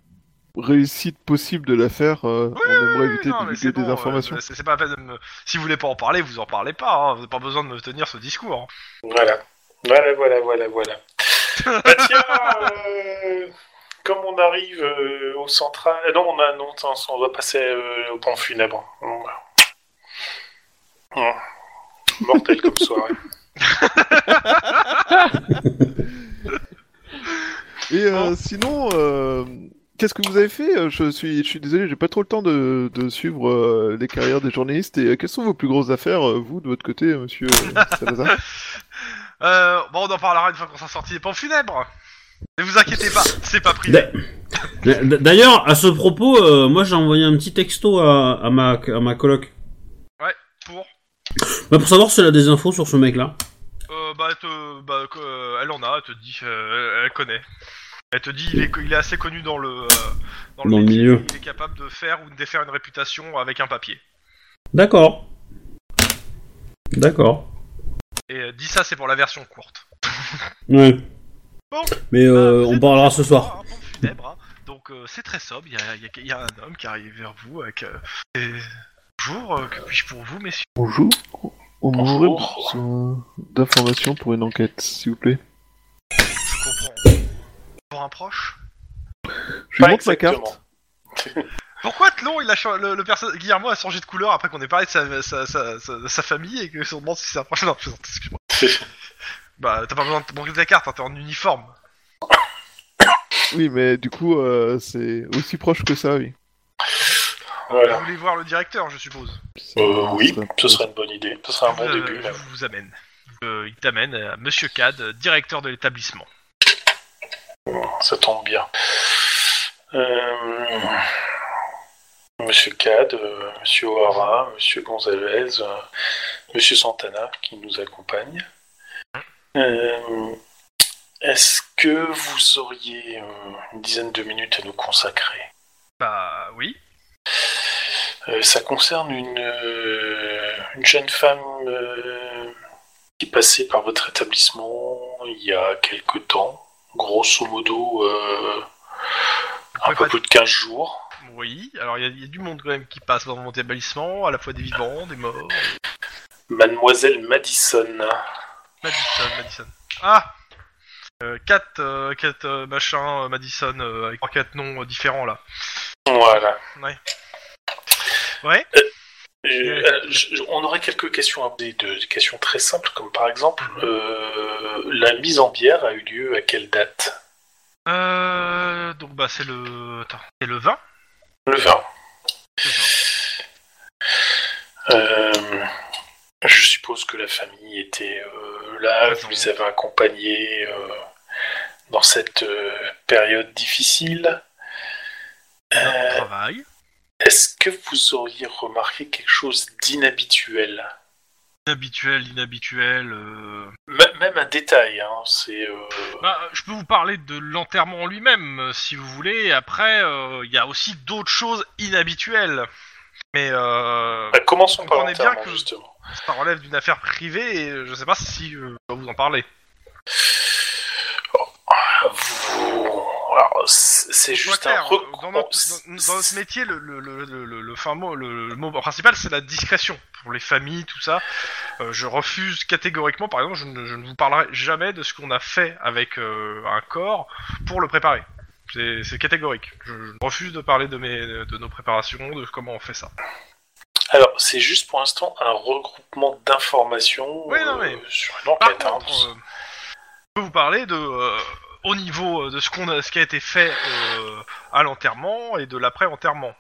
[SPEAKER 4] réussite possible de l'affaire, euh,
[SPEAKER 1] Oui,
[SPEAKER 4] on aimerait
[SPEAKER 1] oui,
[SPEAKER 4] éviter
[SPEAKER 1] non, mais c'est
[SPEAKER 4] divulguer des
[SPEAKER 1] bon,
[SPEAKER 4] informations.
[SPEAKER 1] euh, c'est c'est pas la peine de me- Si vous voulez pas en parler, vous en parlez pas. hein, Vous n'avez pas besoin de me tenir ce discours. hein.
[SPEAKER 3] Voilà. Voilà, voilà, voilà, voilà. bah tiens, euh, comme on arrive euh, au central... euh, Non, on a non, attends, on doit passer euh, au pont funèbre. Bon, bah. Hum. Mortel comme soirée.
[SPEAKER 4] Et
[SPEAKER 3] Hein
[SPEAKER 4] euh, sinon, euh, qu'est-ce que vous avez fait Euh, Je suis, je suis désolé, j'ai pas trop le temps de, de suivre euh, les carrières des journalistes. Et euh, quelles sont vos plus grosses affaires, euh, vous, de votre côté, euh, monsieur euh, Salazar
[SPEAKER 1] Euh, bon, on en parlera une fois qu'on sera sorti des pompes funèbres. Ne vous inquiétez pas, c'est pas privé.
[SPEAKER 8] D'a- d'a- D'ailleurs, à ce propos, euh, moi j'ai envoyé un petit texto à, à ma à ma coloc.
[SPEAKER 1] Pour,
[SPEAKER 8] Bah, pour savoir si elle a des infos sur ce mec-là.
[SPEAKER 1] euh, bah, te- bah, que- euh, elle en a, elle te dit, euh, elle- elle connaît. Elle te dit, il est, il est assez connu dans le, euh,
[SPEAKER 8] Dans le
[SPEAKER 1] métier,
[SPEAKER 8] milieu.
[SPEAKER 1] Il est capable de faire ou de défaire une réputation avec un papier.
[SPEAKER 8] D'accord. D'accord.
[SPEAKER 1] Et euh, dis ça, c'est pour la version courte.
[SPEAKER 8] Ouais.
[SPEAKER 1] Bon.
[SPEAKER 8] Mais euh,
[SPEAKER 1] Bah, vous
[SPEAKER 8] on
[SPEAKER 1] êtes-
[SPEAKER 8] parlera
[SPEAKER 1] vous
[SPEAKER 8] ce
[SPEAKER 1] êtes
[SPEAKER 8] soir.
[SPEAKER 1] sur un pont funèbre, hein. donc euh, c'est très sobre. Il y a, il y a- il y a un homme qui arrive vers vous avec. euh, et- Bonjour, euh, que puis-je pour vous, messieurs
[SPEAKER 4] Bonjour. On
[SPEAKER 3] Bonjour.
[SPEAKER 4] aurait besoin d'informations pour une enquête, s'il vous plaît.
[SPEAKER 1] Je comprends. Pour un proche
[SPEAKER 4] Je
[SPEAKER 3] Pas
[SPEAKER 4] lui montre ma
[SPEAKER 3] exactement.
[SPEAKER 4] carte.
[SPEAKER 1] Pourquoi Tlon, il a cha- le, le perso- Guillermo a changé de couleur après qu'on ait parlé de sa, sa, sa, sa, sa famille et que se demande si c'est un proche Non, je plaisante, excuse-moi. bah, t'as pas besoin de te manquer de la carte, hein, t'es en uniforme.
[SPEAKER 4] Oui, mais du coup, euh, c'est aussi proche que ça, oui.
[SPEAKER 3] Voilà.
[SPEAKER 1] Vous voulez voir le directeur, je suppose
[SPEAKER 3] Euh, oui,
[SPEAKER 4] Ça-
[SPEAKER 3] ce serait une bonne idée. Ce serait un bon
[SPEAKER 1] Euh,
[SPEAKER 3] début.
[SPEAKER 1] Je
[SPEAKER 3] même.
[SPEAKER 1] vous amène. Euh, il t'amène à Monsieur Cad, euh, directeur de l'établissement.
[SPEAKER 3] Ça tombe bien. Euh, Monsieur Cad, euh, Monsieur O'Hara, Monsieur Gonzalez, euh, Monsieur Santana qui nous accompagne. Euh, Est-ce que vous auriez euh, une dizaine de minutes à nous consacrer
[SPEAKER 1] Bah, oui.
[SPEAKER 3] Euh, Ça concerne une, euh, une jeune femme euh, qui passait par votre établissement il y a quelque temps, grosso modo. euh,
[SPEAKER 1] Vous pouvez
[SPEAKER 3] un peu
[SPEAKER 1] pas-
[SPEAKER 3] plus de 15 jours.
[SPEAKER 1] Oui, alors il y a- il y, a du monde quand même qui passe dans mon établissement, à la fois des vivants, des morts.
[SPEAKER 3] Mademoiselle Madison.
[SPEAKER 1] Madison, Madison. Ah Euh, 4 machin euh, Madison euh, avec 4 noms euh, différents là.
[SPEAKER 3] Voilà.
[SPEAKER 1] Ouais. Ouais.
[SPEAKER 3] Euh, euh, euh, je- on aurait quelques questions à poser, de- des questions très simples, comme par exemple,
[SPEAKER 1] Mhm.
[SPEAKER 3] euh, la mise en bière a eu lieu à quelle date
[SPEAKER 1] Euh, donc bah c'est le attends, c'est le 20.
[SPEAKER 3] Le 20.
[SPEAKER 1] Le 20.
[SPEAKER 3] Euh, Je suppose que la famille était euh, là, vous
[SPEAKER 1] Présente.
[SPEAKER 3] les avez accompagnés euh, dans cette euh, période difficile.
[SPEAKER 1] On
[SPEAKER 3] Euh,
[SPEAKER 1] travaille.
[SPEAKER 3] Est-ce que vous auriez remarqué quelque chose d'inhabituel
[SPEAKER 1] Inhabituel, inhabituel. euh,
[SPEAKER 3] M- Même un détail, hein, c'est... euh,
[SPEAKER 1] Bah, euh, je peux vous parler de l'enterrement en lui-même, euh, si vous voulez. Après, euh, il y a aussi d'autres choses inhabituelles. Mais euh,
[SPEAKER 3] bah, commençons par
[SPEAKER 1] comprenez bien
[SPEAKER 3] l'enterrement,
[SPEAKER 1] que-
[SPEAKER 3] justement.
[SPEAKER 1] ça relève d'une affaire privée et je sais pas si euh, je dois vous en parler.
[SPEAKER 3] Oh, Vous- alors, c'est c'est juste
[SPEAKER 1] Soit
[SPEAKER 3] un...
[SPEAKER 1] clair,
[SPEAKER 3] rec-
[SPEAKER 1] euh, dans, notre, dans- dans notre métier, le, le, le, le- le- le fin mot, le, le mot principal, c'est la discrétion. Pour les familles, tout ça, Euh, je refuse catégoriquement, par exemple, je ne, je ne vous parlerai jamais de ce qu'on a fait avec euh, un corps pour le préparer. C'est c'est catégorique. Je, je refuse de parler de, mes, de nos préparations, de comment on fait ça.
[SPEAKER 3] Alors, c'est juste pour l'instant un regroupement d'informations
[SPEAKER 1] Oui, non, mais-
[SPEAKER 3] euh, sur une
[SPEAKER 1] Par
[SPEAKER 3] enquête. hein.
[SPEAKER 1] contre, euh, je peux vous parler de euh, au niveau euh, de ce qu'on a, ce qui a été fait euh, à l'enterrement et de l'après-enterrement.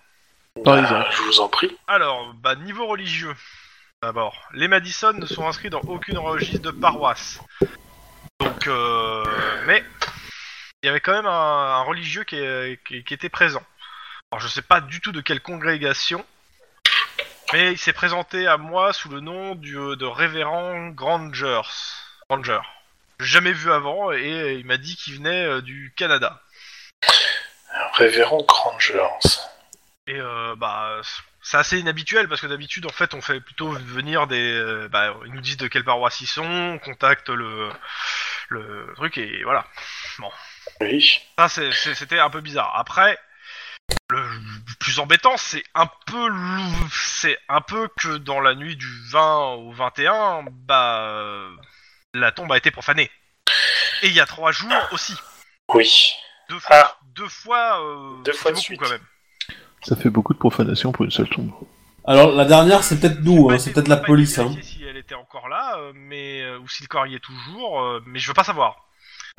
[SPEAKER 4] Par
[SPEAKER 3] Bah,
[SPEAKER 4] exemple.
[SPEAKER 3] Je vous en prie.
[SPEAKER 1] Alors, bah niveau religieux. D'abord, les Madison ne sont inscrits dans aucune registre de paroisse. Donc, euh, mais il y avait quand même un, un religieux qui, est- qui- qui était présent. Alors, je sais pas du tout de quelle congrégation, mais il s'est présenté à moi sous le nom du, de révérend Granger. Granger. Jamais vu avant et il m'a dit qu'il venait euh, du Canada.
[SPEAKER 3] Révérend Granger.
[SPEAKER 1] Et euh, bah, c'est assez inhabituel parce que d'habitude, en fait, on fait plutôt venir des. euh, Bah, ils nous disent de quelle paroisse ils sont, on contacte le, le truc et voilà.
[SPEAKER 3] Oui.
[SPEAKER 1] Ça, c'est- c'est- c'était un peu bizarre. Après, le plus embêtant, c'est un peu, lou- c'est un peu que dans la nuit du 20 au 21, bah, euh, la tombe a été profanée. Et il y a trois jours aussi.
[SPEAKER 3] Oui.
[SPEAKER 1] Deux fois.
[SPEAKER 3] Ah.
[SPEAKER 1] Deux fois. euh,
[SPEAKER 3] Deux
[SPEAKER 1] c'est
[SPEAKER 3] fois de
[SPEAKER 1] beaucoup,
[SPEAKER 3] suite.
[SPEAKER 1] quand même.
[SPEAKER 4] Ça fait beaucoup de profanation pour une seule tombe.
[SPEAKER 7] Alors la dernière, c'est peut-être nous, hein, c'est peut-être la
[SPEAKER 1] J'ai pas
[SPEAKER 7] police.
[SPEAKER 1] été
[SPEAKER 7] Hein.
[SPEAKER 1] vérifier Si elle était encore là, euh, mais euh, ou si le corps y est toujours, euh, mais je veux pas savoir.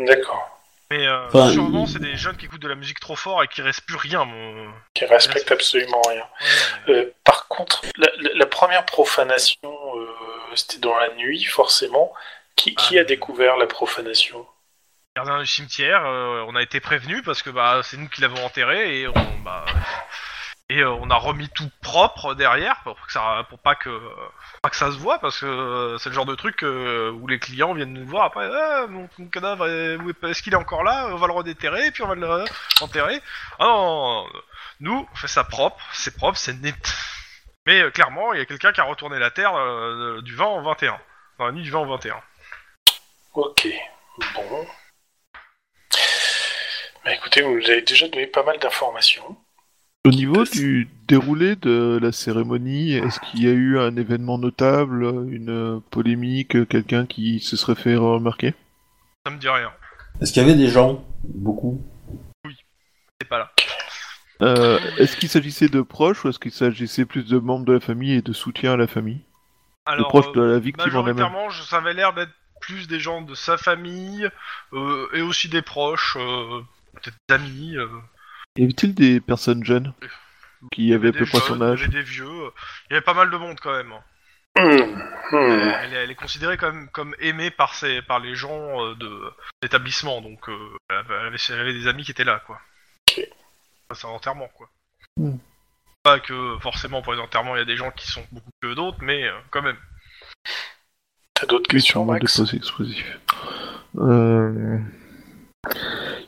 [SPEAKER 3] D'accord.
[SPEAKER 1] Mais euh,
[SPEAKER 7] Enfin,
[SPEAKER 1] sûrement,
[SPEAKER 7] il-
[SPEAKER 1] c'est des jeunes qui écoutent de la musique trop fort et qui restent plus rien. Mon... Ouais,
[SPEAKER 3] Qui respecte absolument rien.
[SPEAKER 1] ouais.
[SPEAKER 3] Euh, par contre, la, la- la première profanation, euh, c'était dans la nuit, forcément. Qui, qui
[SPEAKER 1] Ah.
[SPEAKER 3] a découvert la profanation
[SPEAKER 1] Gardien du cimetière, euh, on a été prévenu parce que bah c'est nous qui l'avons enterré et on bah, et euh, on a remis tout propre derrière pour que ça pour pas que pour pas que ça se voit parce que euh, c'est le genre de truc euh, où les clients viennent nous voir après Ah, mon, mon cadavre est- où est- est-ce qu'il est encore là on va le redéterrer et puis on va le euh, enterrer ah non, non, non, non. nous on fait ça propre c'est propre c'est net mais euh, clairement il y a quelqu'un qui a retourné la terre euh, du 20 au 21 dans la nuit du 20 au 21
[SPEAKER 3] Ok. Bon. Bah, écoutez, vous nous avez déjà donné pas mal d'informations.
[SPEAKER 4] Au niveau du déroulé de la cérémonie, est-ce qu'il y a eu un événement notable, une euh, polémique, quelqu'un qui se serait fait remarquer
[SPEAKER 1] ça me dit rien
[SPEAKER 7] Est-ce qu'il y avait des gens Beaucoup.
[SPEAKER 1] c'est pas là
[SPEAKER 4] Euh, Est-ce qu'il s'agissait de proches ou est-ce qu'il s'agissait plus de membres de la famille et de soutien à la famille De
[SPEAKER 1] Alors,
[SPEAKER 4] proches de
[SPEAKER 1] euh,
[SPEAKER 4] la victime en elle-même
[SPEAKER 1] majoritairement, je- ça avait l'air d'être plus des gens de sa famille euh, et aussi des proches, euh, peut-être des amis. euh,
[SPEAKER 4] Y avait-il des personnes jeunes qui avaient à
[SPEAKER 1] des
[SPEAKER 4] peu près
[SPEAKER 1] jeunes,
[SPEAKER 4] son
[SPEAKER 1] il y
[SPEAKER 4] âge
[SPEAKER 1] avait des vieux. euh, Il y avait pas mal de monde quand même.
[SPEAKER 3] Hmm, hmm.
[SPEAKER 1] Elle, est- elle est considérée quand même comme aimée par ses, par les gens euh, de l'établissement, donc euh, elle, avait, elle avait- elle avait des amis qui étaient là, quoi.
[SPEAKER 3] Ok.
[SPEAKER 1] C'est un enterrement, quoi.
[SPEAKER 4] Hmm.
[SPEAKER 1] Pas que forcément pour les enterrements, il y a des gens qui sont beaucoup que d'autres, mais euh, quand même.
[SPEAKER 3] T'as d'autres
[SPEAKER 4] Oui,
[SPEAKER 3] questions,
[SPEAKER 4] sûrement des
[SPEAKER 3] Max
[SPEAKER 4] postes explosifs. Euh...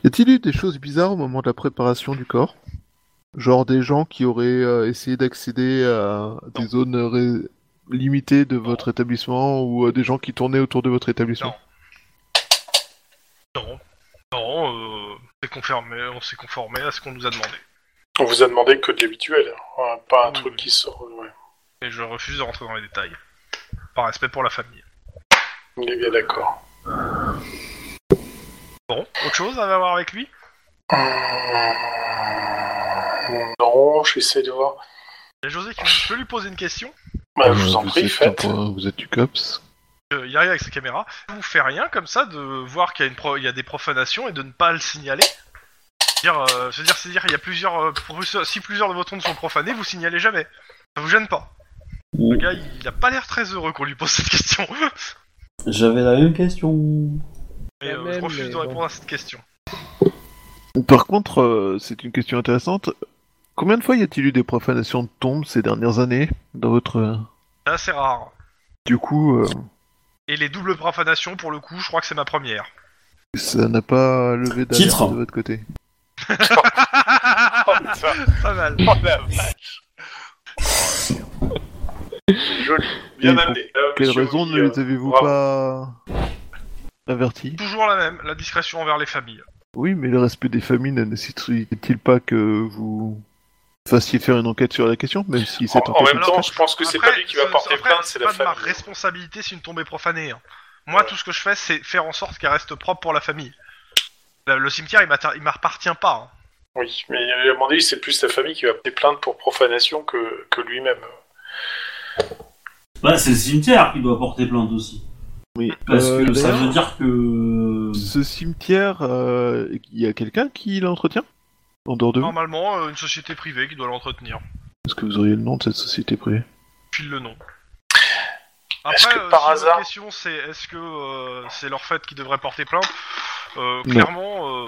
[SPEAKER 4] Y a-t-il eu des choses bizarres au moment de la préparation du corps Genre des gens qui auraient euh, essayé d'accéder à des zones ré- limitées de votre établissement ou euh, des gens qui tournaient autour de votre établissement
[SPEAKER 1] Non, non, euh, on s'est confirmé- on s'est conformé à ce qu'on nous a demandé.
[SPEAKER 3] On vous a demandé que de l'habituel, hein, pas un
[SPEAKER 1] Oui,
[SPEAKER 3] truc
[SPEAKER 1] oui.
[SPEAKER 3] qui sort. euh, ouais.
[SPEAKER 1] Et je refuse de rentrer dans les détails. Par respect pour la famille.
[SPEAKER 3] On est bien d'accord.
[SPEAKER 1] Bon, autre chose à voir avec lui
[SPEAKER 3] Euh, Hmm. Non, j'essaie de voir.
[SPEAKER 1] Il y a José qui me dit, je peux lui poser une question
[SPEAKER 3] Bah, je vous en
[SPEAKER 4] Euh,
[SPEAKER 3] prie,
[SPEAKER 4] êtes
[SPEAKER 3] faites.
[SPEAKER 4] temporaire, vous êtes du COPS.
[SPEAKER 1] Euh, Il arrive avec sa caméra. Ça vous fait rien comme ça de voir qu'il y, a une pro- il y a des profanations et de ne pas le signaler dire, euh, C'est-à-dire, c'est-à-dire, il y a plusieurs... euh, pro- si plusieurs de vos tombes sont profanées, vous signalez jamais. Ça vous gêne pas Le gars, il a pas l'air très heureux qu'on lui pose cette question.
[SPEAKER 6] J'avais la même question.
[SPEAKER 1] Mais, euh,
[SPEAKER 2] Quand même,
[SPEAKER 1] je refuse
[SPEAKER 2] mais
[SPEAKER 1] de
[SPEAKER 2] bon.
[SPEAKER 1] répondre à cette question.
[SPEAKER 4] Par contre, euh, c'est une question intéressante. Combien de fois y a-t-il eu des profanations de tombes ces dernières années dans votre... euh,
[SPEAKER 1] Ça, c'est rare.
[SPEAKER 4] Du coup, euh,
[SPEAKER 1] Et les doubles profanations, pour le coup, je crois que c'est ma première.
[SPEAKER 4] ça n'a pas levé
[SPEAKER 6] Titre.
[SPEAKER 4] d'alerte de votre côté.
[SPEAKER 10] Oh, putain.
[SPEAKER 1] Pas mal.
[SPEAKER 10] Oh, la vache. Joli.
[SPEAKER 4] Et
[SPEAKER 10] Bien
[SPEAKER 4] pour
[SPEAKER 3] Ah,
[SPEAKER 10] amené. Euh,
[SPEAKER 4] Quelle
[SPEAKER 10] monsieur
[SPEAKER 4] raison
[SPEAKER 10] Oli,
[SPEAKER 4] ne
[SPEAKER 10] euh,
[SPEAKER 4] les avez-vous
[SPEAKER 10] bravo.
[SPEAKER 4] pas avertis
[SPEAKER 1] Toujours la même, la discrétion envers les familles.
[SPEAKER 4] Oui, mais le respect des familles ne nécessite-t-il pas que vous fassiez faire une enquête sur la question, même si cette
[SPEAKER 3] En, en
[SPEAKER 4] enquête...
[SPEAKER 3] même temps, je pense que c'est
[SPEAKER 1] Après,
[SPEAKER 3] pas lui qui va
[SPEAKER 1] ce-
[SPEAKER 3] porter
[SPEAKER 1] après,
[SPEAKER 3] plainte, c'est la
[SPEAKER 1] pas de ma
[SPEAKER 3] famille.
[SPEAKER 1] responsabilité si une tombe est profanée. hein. Moi, tout ce que je fais, c'est faire en sorte qu'elle reste propre pour la famille. Le, le cimetière, il m'atta- il m'appartient pas. hein.
[SPEAKER 3] Oui, mais à un moment donné, c'est plus la famille qui va porter plainte pour profanation que, que lui-même.
[SPEAKER 6] Bah, c'est le cimetière qui doit porter plainte aussi.
[SPEAKER 4] Oui.
[SPEAKER 6] Parce
[SPEAKER 4] Euh,
[SPEAKER 6] que ça
[SPEAKER 4] d'ailleurs,
[SPEAKER 6] veut dire que.
[SPEAKER 4] euh, Ce cimetière, euh, il y a quelqu'un qui l'entretient En dehors de vous
[SPEAKER 1] Normalement, euh, une société privée qui doit l'entretenir.
[SPEAKER 4] Est-ce que vous auriez le nom de cette société privée
[SPEAKER 1] Pile le nom.
[SPEAKER 3] Est-ce
[SPEAKER 1] Après,
[SPEAKER 3] que
[SPEAKER 1] euh,
[SPEAKER 3] par
[SPEAKER 1] si votre
[SPEAKER 3] hasard-
[SPEAKER 1] question c'est est-ce que euh, c'est leur fait qui devrait porter plainte Euh,
[SPEAKER 4] Non.
[SPEAKER 1] Clairement, euh,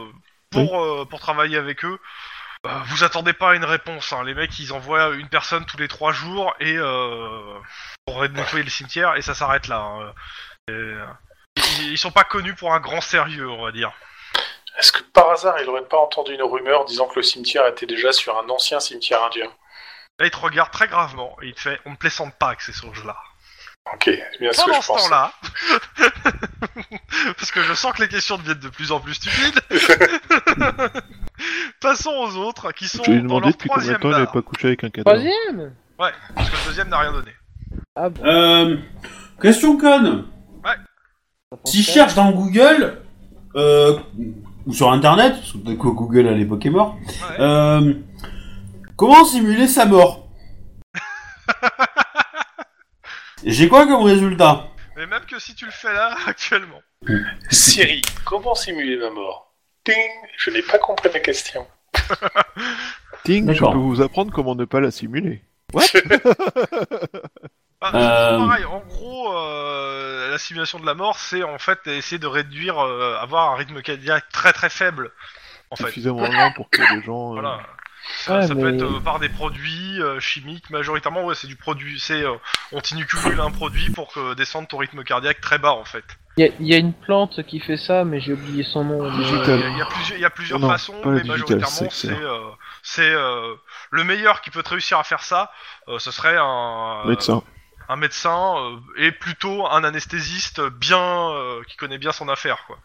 [SPEAKER 1] pour, euh, pour travailler avec eux, euh, vous attendez pas à une réponse. hein. Les mecs, ils envoient une personne tous les trois jours et euh, pour nettoyer le cimetière et ça s'arrête là. hein. Et, euh, ils, ils sont pas connus pour un grand sérieux, on va dire.
[SPEAKER 3] Est-ce que par hasard, il n'aurait pas entendu une rumeur disant que le cimetière était déjà sur un ancien cimetière indien
[SPEAKER 1] Là, ils te regardent très gravement et il te fait on ne plaisante pas avec ces choses-là.
[SPEAKER 3] Ok, c'est bien ce que
[SPEAKER 1] Pendant ce
[SPEAKER 3] je pense.
[SPEAKER 1] temps-là, hein. parce que je sens que les questions deviennent de plus en plus stupides. Passons aux autres qui sont
[SPEAKER 4] Je lui ai
[SPEAKER 1] dans
[SPEAKER 4] demandé
[SPEAKER 1] leur
[SPEAKER 4] depuis combien de
[SPEAKER 1] troisième
[SPEAKER 4] temps il n'avait
[SPEAKER 1] bar,
[SPEAKER 4] pas couché avec un cadavre.
[SPEAKER 2] Troisième
[SPEAKER 1] parce que le deuxième n'a rien donné.
[SPEAKER 2] Ah bon
[SPEAKER 6] Euh, question conne.
[SPEAKER 2] ça pense
[SPEAKER 6] Si je
[SPEAKER 2] pas.
[SPEAKER 6] cherche dans Google, euh, ou sur Internet, parce que peut-être que Google à l'époque est mort,
[SPEAKER 1] Ouais.
[SPEAKER 6] euh, comment simuler sa mort J'ai quoi comme résultat
[SPEAKER 1] Mais même que si tu le fais là actuellement,
[SPEAKER 3] Siri, comment simuler ma mort Ting Je n'ai pas compris ma question.
[SPEAKER 4] Ting, je
[SPEAKER 6] D'accord.
[SPEAKER 4] peux vous apprendre comment ne pas la simuler.
[SPEAKER 1] Ah,
[SPEAKER 6] Euh.
[SPEAKER 1] c'est pareil. En gros, euh, la simulation de la mort, c'est en fait essayer de réduire, euh, avoir un rythme cardiaque très très faible, en fait.
[SPEAKER 4] Suffisamment lent pour que les gens... euh,
[SPEAKER 1] Voilà. Ça,
[SPEAKER 2] Ouais,
[SPEAKER 1] ça peut
[SPEAKER 2] mais-
[SPEAKER 1] être euh, par des produits euh, chimiques majoritairement. Ouais, c'est du produit. C'est euh, on t'inoccule un produit pour que descende ton rythme cardiaque très bas en fait.
[SPEAKER 2] Il y, a- il y a une plante qui fait ça, mais j'ai oublié son nom. mais- euh,
[SPEAKER 1] Euh, Il
[SPEAKER 4] Digital.
[SPEAKER 1] y a plusieurs, il y a plusieurs
[SPEAKER 4] Oh. Non,
[SPEAKER 1] façons,
[SPEAKER 4] pas le
[SPEAKER 1] mais
[SPEAKER 4] digital,
[SPEAKER 1] majoritairement
[SPEAKER 4] c'est
[SPEAKER 1] c'est
[SPEAKER 4] excellent.
[SPEAKER 1] euh, c'est euh, le meilleur qui peut te réussir à faire ça. euh, ce serait un
[SPEAKER 4] Médecin.
[SPEAKER 1] un médecin euh, et plutôt un anesthésiste bien euh, qui connaît bien son affaire quoi.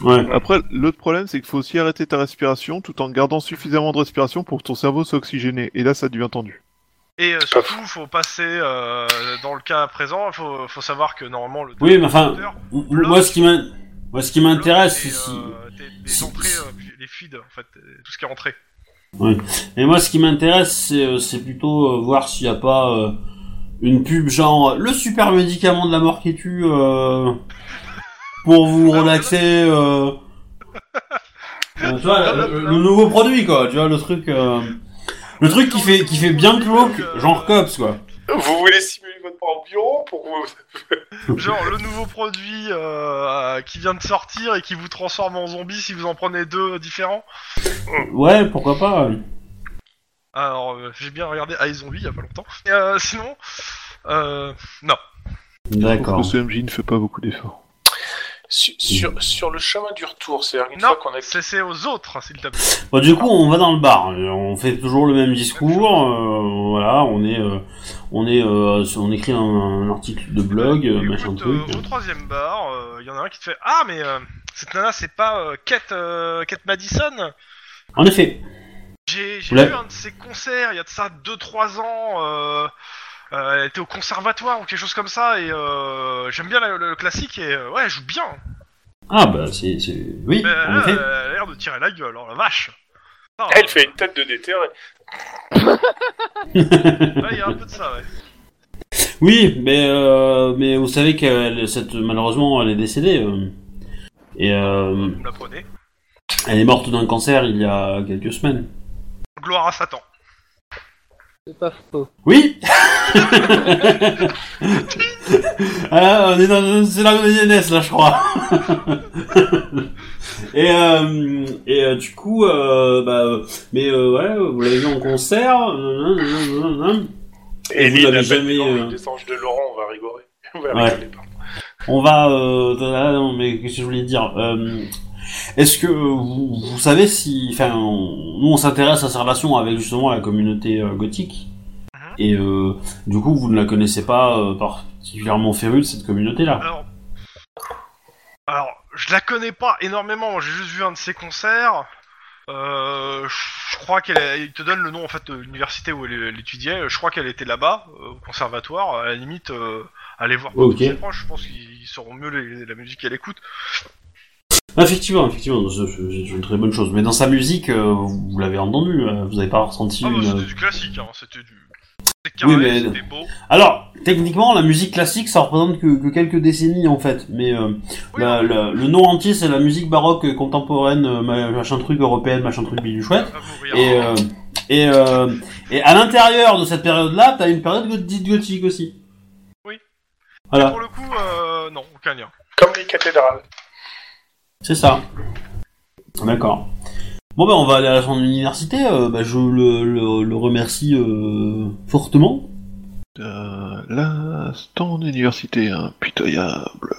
[SPEAKER 6] Ouais.
[SPEAKER 4] Après, l'autre problème, c'est qu'il faut aussi arrêter ta respiration tout en gardant suffisamment de respiration pour que ton cerveau soit oxygéné. Et là, ça devient tendu.
[SPEAKER 1] Et euh, surtout, faut passer euh, dans le cas présent, faut, faut savoir que normalement le
[SPEAKER 6] Oui, mais enfin,
[SPEAKER 1] docteur-
[SPEAKER 6] Moi, ce qui m'in- moi, ce qui m'intéresse, c'est
[SPEAKER 1] Et,
[SPEAKER 6] si...
[SPEAKER 1] euh, tes- les
[SPEAKER 6] si-
[SPEAKER 1] entrées,
[SPEAKER 6] si-
[SPEAKER 1] euh, puis les feeds, en fait, euh, tout ce qui est entré.
[SPEAKER 6] Mais moi, ce qui m'intéresse, c'est, euh, c'est plutôt euh, voir s'il n'y a pas euh, une pub genre euh, le super médicament de la mort qui tue euh, pour vous
[SPEAKER 1] Ah,
[SPEAKER 6] relaxer. euh, euh, tu vois, le, le nouveau produit, quoi. Tu vois, le truc, euh, le truc qui fait, qui fait bien glauque, genre cops, quoi.
[SPEAKER 3] Vous voulez simuler votre mort au bureau pour que vous-
[SPEAKER 1] Genre le nouveau produit euh, qui vient de sortir et qui vous transforme en zombie si vous en prenez deux différents.
[SPEAKER 6] Ouais, pourquoi pas. ouais.
[SPEAKER 1] Alors, euh, j'ai bien regardé I Zombie il y a pas longtemps. Et, euh, sinon, euh, non.
[SPEAKER 6] D'accord.
[SPEAKER 4] Parce que ce MJ ne fait pas beaucoup d'efforts.
[SPEAKER 3] Sur, sur, sur le chemin du retour, c'est-à-dire une
[SPEAKER 1] Non,
[SPEAKER 3] fois qu'on a
[SPEAKER 1] c'est c'est aux autres, hein, s'il te plaît.
[SPEAKER 6] Bon, Bah, du coup, on va dans le bar. On fait toujours le même discours. euh, voilà, on est, euh, on est, euh, sur- on écrit un, un article de blog, euh,
[SPEAKER 1] Écoute,
[SPEAKER 6] machin truc.
[SPEAKER 1] euh, au troisième bar, euh, il y en a un qui te fait Ah, mais euh, cette nana, c'est pas euh, Kate, euh, Kate Madison
[SPEAKER 6] En effet.
[SPEAKER 1] J'ai j'ai
[SPEAKER 6] Ouais.
[SPEAKER 1] vu un de ses concerts il y a de ça 2-3 ans. euh, euh, elle était au conservatoire ou quelque chose comme ça. Et euh, j'aime bien la- le, classique. Et euh, ouais, elle joue bien.
[SPEAKER 6] Ah bah c'est, c'est... oui.
[SPEAKER 1] Mais
[SPEAKER 6] en
[SPEAKER 1] là,
[SPEAKER 6] effet.
[SPEAKER 1] elle a l'air de tirer la gueule. Alors la vache. Non,
[SPEAKER 3] Elle fait une tête de déterré.
[SPEAKER 1] euh, ouais, il y a un peu de ça, ouais.
[SPEAKER 6] Oui, mais euh, mais vous savez qu'elle, cette malheureusement, elle est décédée. euh, et euh,
[SPEAKER 1] Vous me la prenez.
[SPEAKER 6] elle est morte d'un cancer il y a quelques semaines.
[SPEAKER 1] Gloire à Satan.
[SPEAKER 2] C'est pas faux.
[SPEAKER 6] Oui Ah, on est dans c'est dans le DNS là, je crois. et euh, et euh, du coup, euh, bah, euh, mais euh, ouais, vous l'avez vu en concert. euh, euh, euh, euh, euh.
[SPEAKER 3] Et
[SPEAKER 6] vous
[SPEAKER 3] lui,
[SPEAKER 6] l'avez
[SPEAKER 3] la
[SPEAKER 6] jamais,
[SPEAKER 3] jamais,
[SPEAKER 6] euh,
[SPEAKER 3] des anges de Laurent, on va rigoler. On va
[SPEAKER 6] Ouais.
[SPEAKER 3] rigoler, pardon.
[SPEAKER 6] On va. Euh, ah, non, mais qu'est-ce que je voulais dire Euh, Est-ce que vous, vous savez si, enfin, on- nous on s'intéresse à sa relation avec justement la communauté euh, gothique. Et euh, du coup, vous ne la connaissez pas euh, particulièrement férue de cette communauté-là.
[SPEAKER 1] Alors, alors, je la connais pas énormément. J'ai juste vu un de ses concerts. Euh, je crois qu'elle, est- il te donne le nom en fait de l'université où elle, elle étudiait. Je crois qu'elle était là-bas, euh, au conservatoire. À la limite, euh, aller voir
[SPEAKER 6] Ok.
[SPEAKER 1] ses proches. Je pense qu'ils sauront mieux les- la musique qu'elle écoute. Ah,
[SPEAKER 6] Ah, Effectivement, effectivement, c'est c'est une très bonne chose. Mais dans sa musique, euh, vous vous l'avez entendu, euh, vous n'avez pas ressenti
[SPEAKER 1] Ah bah,
[SPEAKER 6] une. euh,
[SPEAKER 1] c'était du classique, hein. C'était du, c'était carré,
[SPEAKER 6] Oui, mais-
[SPEAKER 1] c'était beau.
[SPEAKER 6] Alors, techniquement, la musique classique, ça représente que, que quelques décennies en fait. Mais euh,
[SPEAKER 1] Oui,
[SPEAKER 6] la- la- le nom entier, c'est la musique baroque contemporaine, euh, ma- machin truc européenne, machin truc bidu chouette.
[SPEAKER 1] va mourir.
[SPEAKER 6] Et euh, et euh, et à l'intérieur de cette période-là, t'as une période go- dite gothique aussi.
[SPEAKER 1] Oui.
[SPEAKER 6] Voilà,
[SPEAKER 1] Pour le coup, euh, non, aucun lien.
[SPEAKER 3] Comme les cathédrales.
[SPEAKER 6] c'est ça. D'accord. Bon ben on va aller à son université. euh, bah, je le, le, le remercie euh, fortement.
[SPEAKER 4] Euh, là, c'est ton université hein. impitoyable.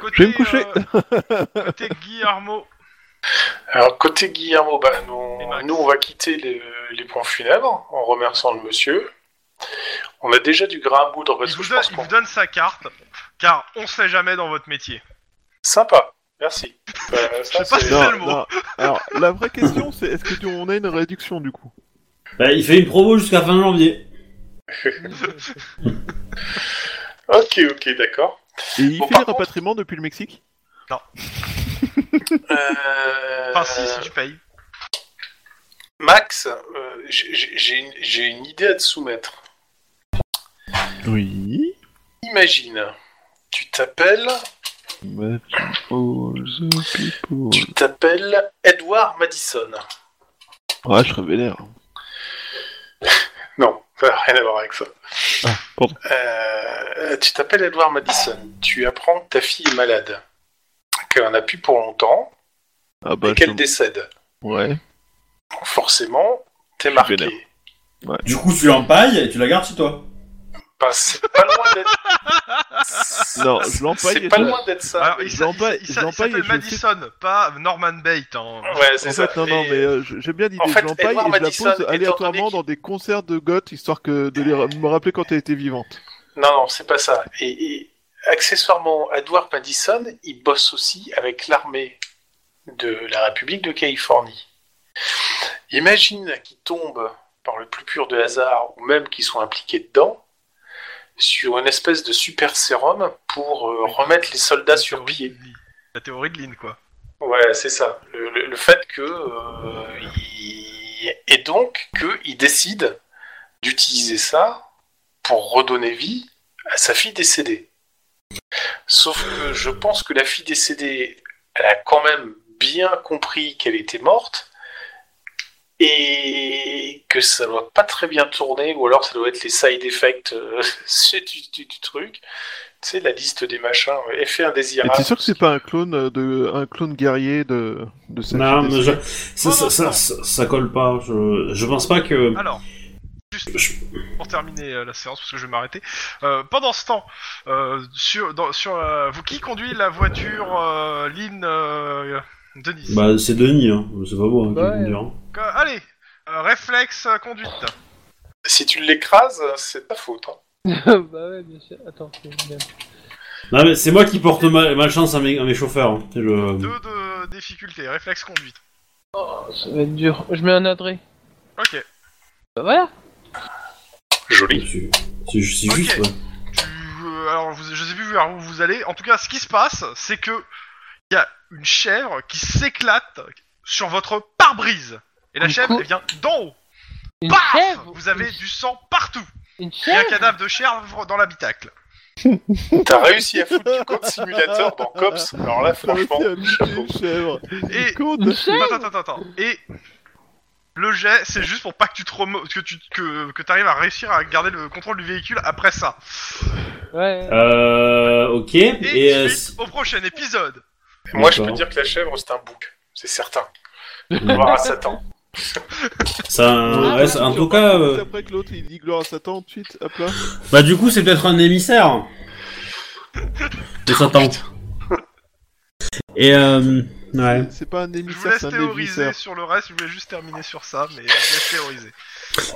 [SPEAKER 1] Côté,
[SPEAKER 4] Je vais me coucher.
[SPEAKER 1] euh, côté Guillermo.
[SPEAKER 3] Alors, côté Guillermo, bah,
[SPEAKER 1] Et
[SPEAKER 3] nous,
[SPEAKER 1] Max.
[SPEAKER 3] nous, on va quitter les, les points funèbres en remerciant le monsieur. On a déjà du grain à moudre parce
[SPEAKER 1] il
[SPEAKER 3] que
[SPEAKER 1] vous,
[SPEAKER 3] je
[SPEAKER 1] donne,
[SPEAKER 3] pense
[SPEAKER 1] il
[SPEAKER 3] qu'on...
[SPEAKER 1] vous donne sa carte, car on sait jamais dans votre métier.
[SPEAKER 3] Sympa, merci. Bah, ça,
[SPEAKER 1] sais pas
[SPEAKER 3] c'est-
[SPEAKER 1] si- le mot.
[SPEAKER 4] Alors, la vraie question, c'est est-ce que tu- on a une réduction du coup
[SPEAKER 11] Ben,
[SPEAKER 6] Bah, il fait une promo jusqu'à fin janvier.
[SPEAKER 3] Ok, ok, d'accord.
[SPEAKER 4] Et il
[SPEAKER 3] Bon,
[SPEAKER 4] fait
[SPEAKER 3] par
[SPEAKER 4] les
[SPEAKER 3] contre-
[SPEAKER 4] rapatriements depuis le Mexique
[SPEAKER 3] Euh,
[SPEAKER 1] Enfin, Ah, si, si tu payes.
[SPEAKER 3] Max, euh, j'ai- j'ai j'ai une- j'ai une idée à te soumettre.
[SPEAKER 4] Oui.
[SPEAKER 3] Imagine, tu t'appelles,
[SPEAKER 4] But all the people.
[SPEAKER 3] tu t'appelles Edward Madison.
[SPEAKER 4] Ouais, je serais vénère.
[SPEAKER 3] Non, ça n'a rien à voir avec ça.
[SPEAKER 4] Ah, pardon.
[SPEAKER 3] Euh, tu t'appelles Edward Madison. Tu apprends que ta fille est malade, qu'elle en a plus pour longtemps
[SPEAKER 4] Ah bah,
[SPEAKER 3] et qu'elle
[SPEAKER 4] je-
[SPEAKER 3] décède.
[SPEAKER 4] ouais.
[SPEAKER 3] Forcément, t'es marqué.
[SPEAKER 4] vénère.
[SPEAKER 11] Du coup, tu l'empailles et tu la gardes chez toi.
[SPEAKER 3] Bah, c'est pas loin d'être.
[SPEAKER 4] Non, je l'empaille
[SPEAKER 3] Ah, C'est
[SPEAKER 4] et
[SPEAKER 3] pas
[SPEAKER 4] je-
[SPEAKER 3] loin d'être ça.
[SPEAKER 1] Alors, il s'a- il s'a-
[SPEAKER 4] Jean-Paul-
[SPEAKER 1] il s'a- il
[SPEAKER 4] Jean-Paul,
[SPEAKER 1] s'appelle
[SPEAKER 4] je le
[SPEAKER 1] Madison, pas Norman Bate. hein.
[SPEAKER 3] Ouais,
[SPEAKER 4] En
[SPEAKER 3] c'est ça.
[SPEAKER 4] fait, non, non,
[SPEAKER 3] Et-
[SPEAKER 4] mais euh, je- j'aime bien l'idée
[SPEAKER 3] en
[SPEAKER 4] de
[SPEAKER 3] fait,
[SPEAKER 4] l'empaille et
[SPEAKER 3] Edward
[SPEAKER 4] je la
[SPEAKER 3] Madison,
[SPEAKER 4] pose
[SPEAKER 3] étant
[SPEAKER 4] aléatoirement
[SPEAKER 3] donné
[SPEAKER 4] dans des concerts de goth, histoire que de les ra- me rappeler quand elle était vivante.
[SPEAKER 3] Non, non, c'est pas ça. Et, et accessoirement, Edward Madison, il bosse aussi avec l'armée de la République de Californie. Imagine qu'il tombe, par le plus pur de hasard, ou même qu'ils sont impliqués dedans, sur une espèce de super sérum pour euh, remettre les soldats
[SPEAKER 1] La
[SPEAKER 3] sur
[SPEAKER 1] théorie
[SPEAKER 3] pied.
[SPEAKER 1] de Lynn. La théorie de Lynn, quoi.
[SPEAKER 3] Ouais, c'est ça. Le, le- le fait que. euh, il- Et donc, qu'il décide d'utiliser ça pour redonner vie à sa fille décédée. Sauf que je pense que la fille décédée, elle a quand même bien compris qu'elle était morte et que ça doit pas très bien tourner, ou alors ça doit être les side effects euh, du, du- du truc. Tu sais, la liste des machins, effet
[SPEAKER 4] Et
[SPEAKER 3] indésirable.
[SPEAKER 4] t'es sûr que c'est pas un clone euh, de un clone guerrier de de sa
[SPEAKER 11] Non,
[SPEAKER 4] fille
[SPEAKER 11] mais je-
[SPEAKER 4] décédée
[SPEAKER 11] ça, ça, ça, ça- ça colle pas. Je, je pense pas que.
[SPEAKER 1] Alors, juste pour terminer euh, la séance, parce que je vais m'arrêter. euh, pendant ce temps, euh, sur, dans- sur, euh, vous, qui conduit la voiture euh, Lynn euh, Denis
[SPEAKER 11] Bah, c'est Denis, hein. c'est pas moi hein, qui
[SPEAKER 2] Ouais.
[SPEAKER 11] vais le dire. hein.
[SPEAKER 1] Euh, Allez, euh, réflexe euh, conduite.
[SPEAKER 3] Si tu l'écrases, c'est de ta faute. hein.
[SPEAKER 2] bah ouais, bien sûr. Attends, c'est bien.
[SPEAKER 11] Non, mais c'est moi qui porte ma, malchance à mes, à mes chauffeurs. hein. C'est le-
[SPEAKER 1] Deux de difficultés, réflexe conduite.
[SPEAKER 2] Oh, Ça va être dur. Je mets un adré.
[SPEAKER 1] Ok.
[SPEAKER 2] Bah voilà.
[SPEAKER 3] Joli.
[SPEAKER 11] C'est c'est ju- c'est
[SPEAKER 1] Ok.
[SPEAKER 11] juste, ouais.
[SPEAKER 1] Tu- euh, alors, vous- je sais plus vers où vous allez. En tout cas, ce qui se passe, c'est que il y a une chèvre qui s'éclate sur votre pare-brise. Et la
[SPEAKER 2] Du
[SPEAKER 1] chèvre,
[SPEAKER 2] coup-
[SPEAKER 1] elle vient d'en haut.
[SPEAKER 2] Une
[SPEAKER 1] Paf
[SPEAKER 2] chèvre
[SPEAKER 1] Bah, Vous avez
[SPEAKER 2] Une-
[SPEAKER 1] du sang partout.
[SPEAKER 2] Une
[SPEAKER 1] Et un
[SPEAKER 2] chèvre
[SPEAKER 1] cadavre de chèvre dans l'habitacle.
[SPEAKER 3] T'as réussi à foutre du code simulateur dans Cops. Alors là,
[SPEAKER 4] T'as
[SPEAKER 3] franchement,
[SPEAKER 4] réussi à
[SPEAKER 3] chapeau.
[SPEAKER 4] buter une chèvre.
[SPEAKER 1] Et-
[SPEAKER 2] Euh,
[SPEAKER 4] Con de-
[SPEAKER 2] Une chèvre
[SPEAKER 1] Attends, attends, attends, attends. Et Le jet, c'est juste pour pas que tu te remo- que tu que, que t'arrives à réussir à garder le contrôle du véhicule après ça.
[SPEAKER 2] Ouais.
[SPEAKER 12] Euh, ok.
[SPEAKER 1] Et,
[SPEAKER 12] Et, euh,
[SPEAKER 1] suite au prochain épisode.
[SPEAKER 3] Moi, je peux
[SPEAKER 12] D'accord.
[SPEAKER 3] dire que la chèvre, c'est un bouc. C'est certain. Voir à Satan.
[SPEAKER 12] ça,
[SPEAKER 1] Ah,
[SPEAKER 4] Ouais,
[SPEAKER 12] ouais, ça- en tout cas, euh,
[SPEAKER 4] Juste Après que l'autre il dit gloire à Satan, tout de suite, hop là.
[SPEAKER 12] bah du coup, c'est peut-être un émissaire.
[SPEAKER 6] De Satan.
[SPEAKER 12] Et euh, ouais.
[SPEAKER 4] C'est- C'est pas un
[SPEAKER 1] Je vous
[SPEAKER 4] émissaire,
[SPEAKER 1] laisse
[SPEAKER 4] c'est un
[SPEAKER 1] théoriser
[SPEAKER 4] déviseur.
[SPEAKER 1] sur le reste. Je voulais juste terminer sur ça, mais je vous laisse théoriser.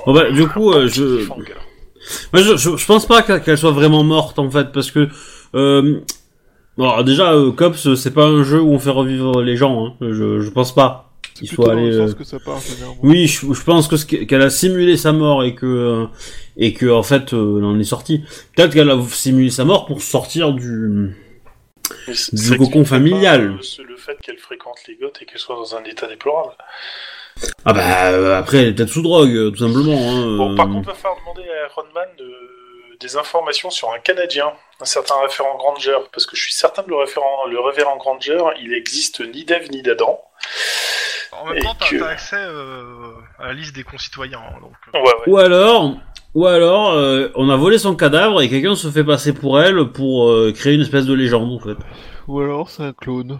[SPEAKER 6] Bon bah, du coup, euh, je... Moi, je, je, je pense pas qu'elle qu'elle soit vraiment morte en fait, parce que euh, bon, alors déjà euh, Cops, euh, c'est pas un jeu où on fait revivre les gens. Hein. Je, je pense pas.
[SPEAKER 4] C'est
[SPEAKER 6] Il
[SPEAKER 4] plutôt
[SPEAKER 6] faut
[SPEAKER 4] dans
[SPEAKER 6] aller.
[SPEAKER 4] le sens
[SPEAKER 6] euh,
[SPEAKER 4] que ça part, généralement.
[SPEAKER 6] Oui, je, je pense que ce que- qu'elle a simulé sa mort et que euh, et que en fait euh, elle en est sortie. Peut-être qu'elle a simulé sa mort pour sortir du.
[SPEAKER 3] Mais c'est-
[SPEAKER 6] Du
[SPEAKER 3] ça
[SPEAKER 6] cocon
[SPEAKER 3] explique pas,
[SPEAKER 6] familial.
[SPEAKER 3] euh, ce- le fait qu'elle fréquente les goths et qu'elle soit dans un état déplorable.
[SPEAKER 6] Ah bah euh, après elle est peut-être sous drogue, euh, tout simplement. Hein,
[SPEAKER 3] Bon,
[SPEAKER 6] euh,
[SPEAKER 3] par contre, va falloir demander à Iron Man de- des informations sur un Canadien, un certain référent Granger, parce que je suis certain que le, référent, le révérend Granger, il existe ni d'Ève ni d'Adam.
[SPEAKER 1] En même
[SPEAKER 3] Et
[SPEAKER 1] temps, t'as
[SPEAKER 3] que-
[SPEAKER 1] t'as accès euh, à la liste des concitoyens, hein, donc. euh,
[SPEAKER 3] Ouais, ouais.
[SPEAKER 6] Ou alors, ou alors, euh, on a volé son cadavre et quelqu'un se fait passer pour elle pour euh, créer une espèce de légende en fait.
[SPEAKER 4] Ou alors c'est un clone.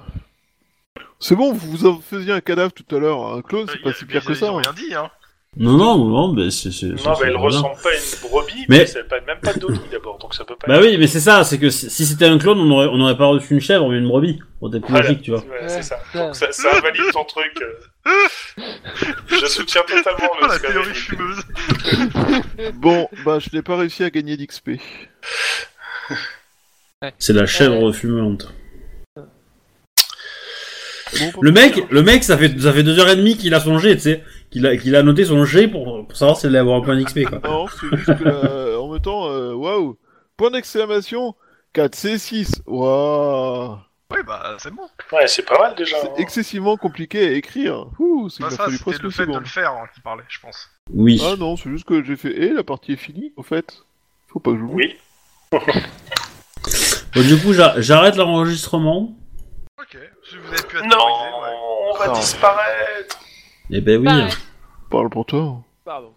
[SPEAKER 4] C'est bon, vous en faisiez un cadavre tout à l'heure. Un clone, c'est
[SPEAKER 1] ils-
[SPEAKER 4] pas si
[SPEAKER 1] mais
[SPEAKER 4] pire
[SPEAKER 1] ils-
[SPEAKER 4] que
[SPEAKER 1] ils
[SPEAKER 4] ça.
[SPEAKER 1] ont
[SPEAKER 4] hein.
[SPEAKER 1] rien dit, hein.
[SPEAKER 6] Non, non, non, mais c'est. c'est- c'est-
[SPEAKER 3] Non,
[SPEAKER 6] c'est
[SPEAKER 3] mais elle
[SPEAKER 6] bizarre.
[SPEAKER 3] ressemble pas à une brebis,
[SPEAKER 6] Mais-
[SPEAKER 3] mais elle n'a même pas de doggy d'abord, donc ça peut pas
[SPEAKER 6] Bah
[SPEAKER 3] être-
[SPEAKER 6] oui, mais c'est ça, c'est que si si c'était un clone, on aurait, on aurait pas reçu une chèvre, mais une brebis. On était plus
[SPEAKER 3] Voilà.
[SPEAKER 6] logique, tu vois.
[SPEAKER 3] Ouais, c'est ça.
[SPEAKER 2] Ouais.
[SPEAKER 3] Donc ça, ça valide ton truc. euh. Je soutiens totalement
[SPEAKER 1] Oh,
[SPEAKER 3] le
[SPEAKER 1] la
[SPEAKER 3] ce qu'avait
[SPEAKER 1] théorie
[SPEAKER 3] dit.
[SPEAKER 1] fumeuse.
[SPEAKER 4] Bon, bah je n'ai pas réussi à gagner d'XP.
[SPEAKER 6] C'est la chèvre
[SPEAKER 2] Ouais.
[SPEAKER 6] fumante.
[SPEAKER 4] Bon,
[SPEAKER 6] Le mec, le mec, ça fait, ça fait deux heures et demie qu'il a son G, tu sais. Qu'il a, qu'il a noté son G pour, pour savoir s'il allait avoir un point d'XP, quoi.
[SPEAKER 4] Non, c'est juste que la- en même temps, euh, waouh. Point d'exclamation 4C6. Waouh.
[SPEAKER 1] Oui, bah c'est bon.
[SPEAKER 3] Ouais, c'est pas mal déjà. hein.
[SPEAKER 4] C'est excessivement compliqué à écrire. Ouh, c'est
[SPEAKER 1] Bah,
[SPEAKER 4] qu'il a
[SPEAKER 1] ça,
[SPEAKER 4] fallu
[SPEAKER 1] c'était
[SPEAKER 4] presque
[SPEAKER 1] le
[SPEAKER 4] une
[SPEAKER 1] fait de le
[SPEAKER 4] seconde.
[SPEAKER 1] faire hein, qui parlait, je pense.
[SPEAKER 6] Oui.
[SPEAKER 4] Ah non, c'est juste que j'ai fait. Eh, la partie est finie, au fait. Faut pas que je vous.
[SPEAKER 3] Oui.
[SPEAKER 6] Bon, du coup, j'a- j'arrête l'enregistrement.
[SPEAKER 1] Ok. Si vous avez pu être
[SPEAKER 3] Non,
[SPEAKER 1] théorisé, ouais.
[SPEAKER 3] on va disparaître.
[SPEAKER 2] Bah,
[SPEAKER 6] Eh ben oui.
[SPEAKER 2] Pareil.
[SPEAKER 4] Parle pour toi.
[SPEAKER 2] Pardon.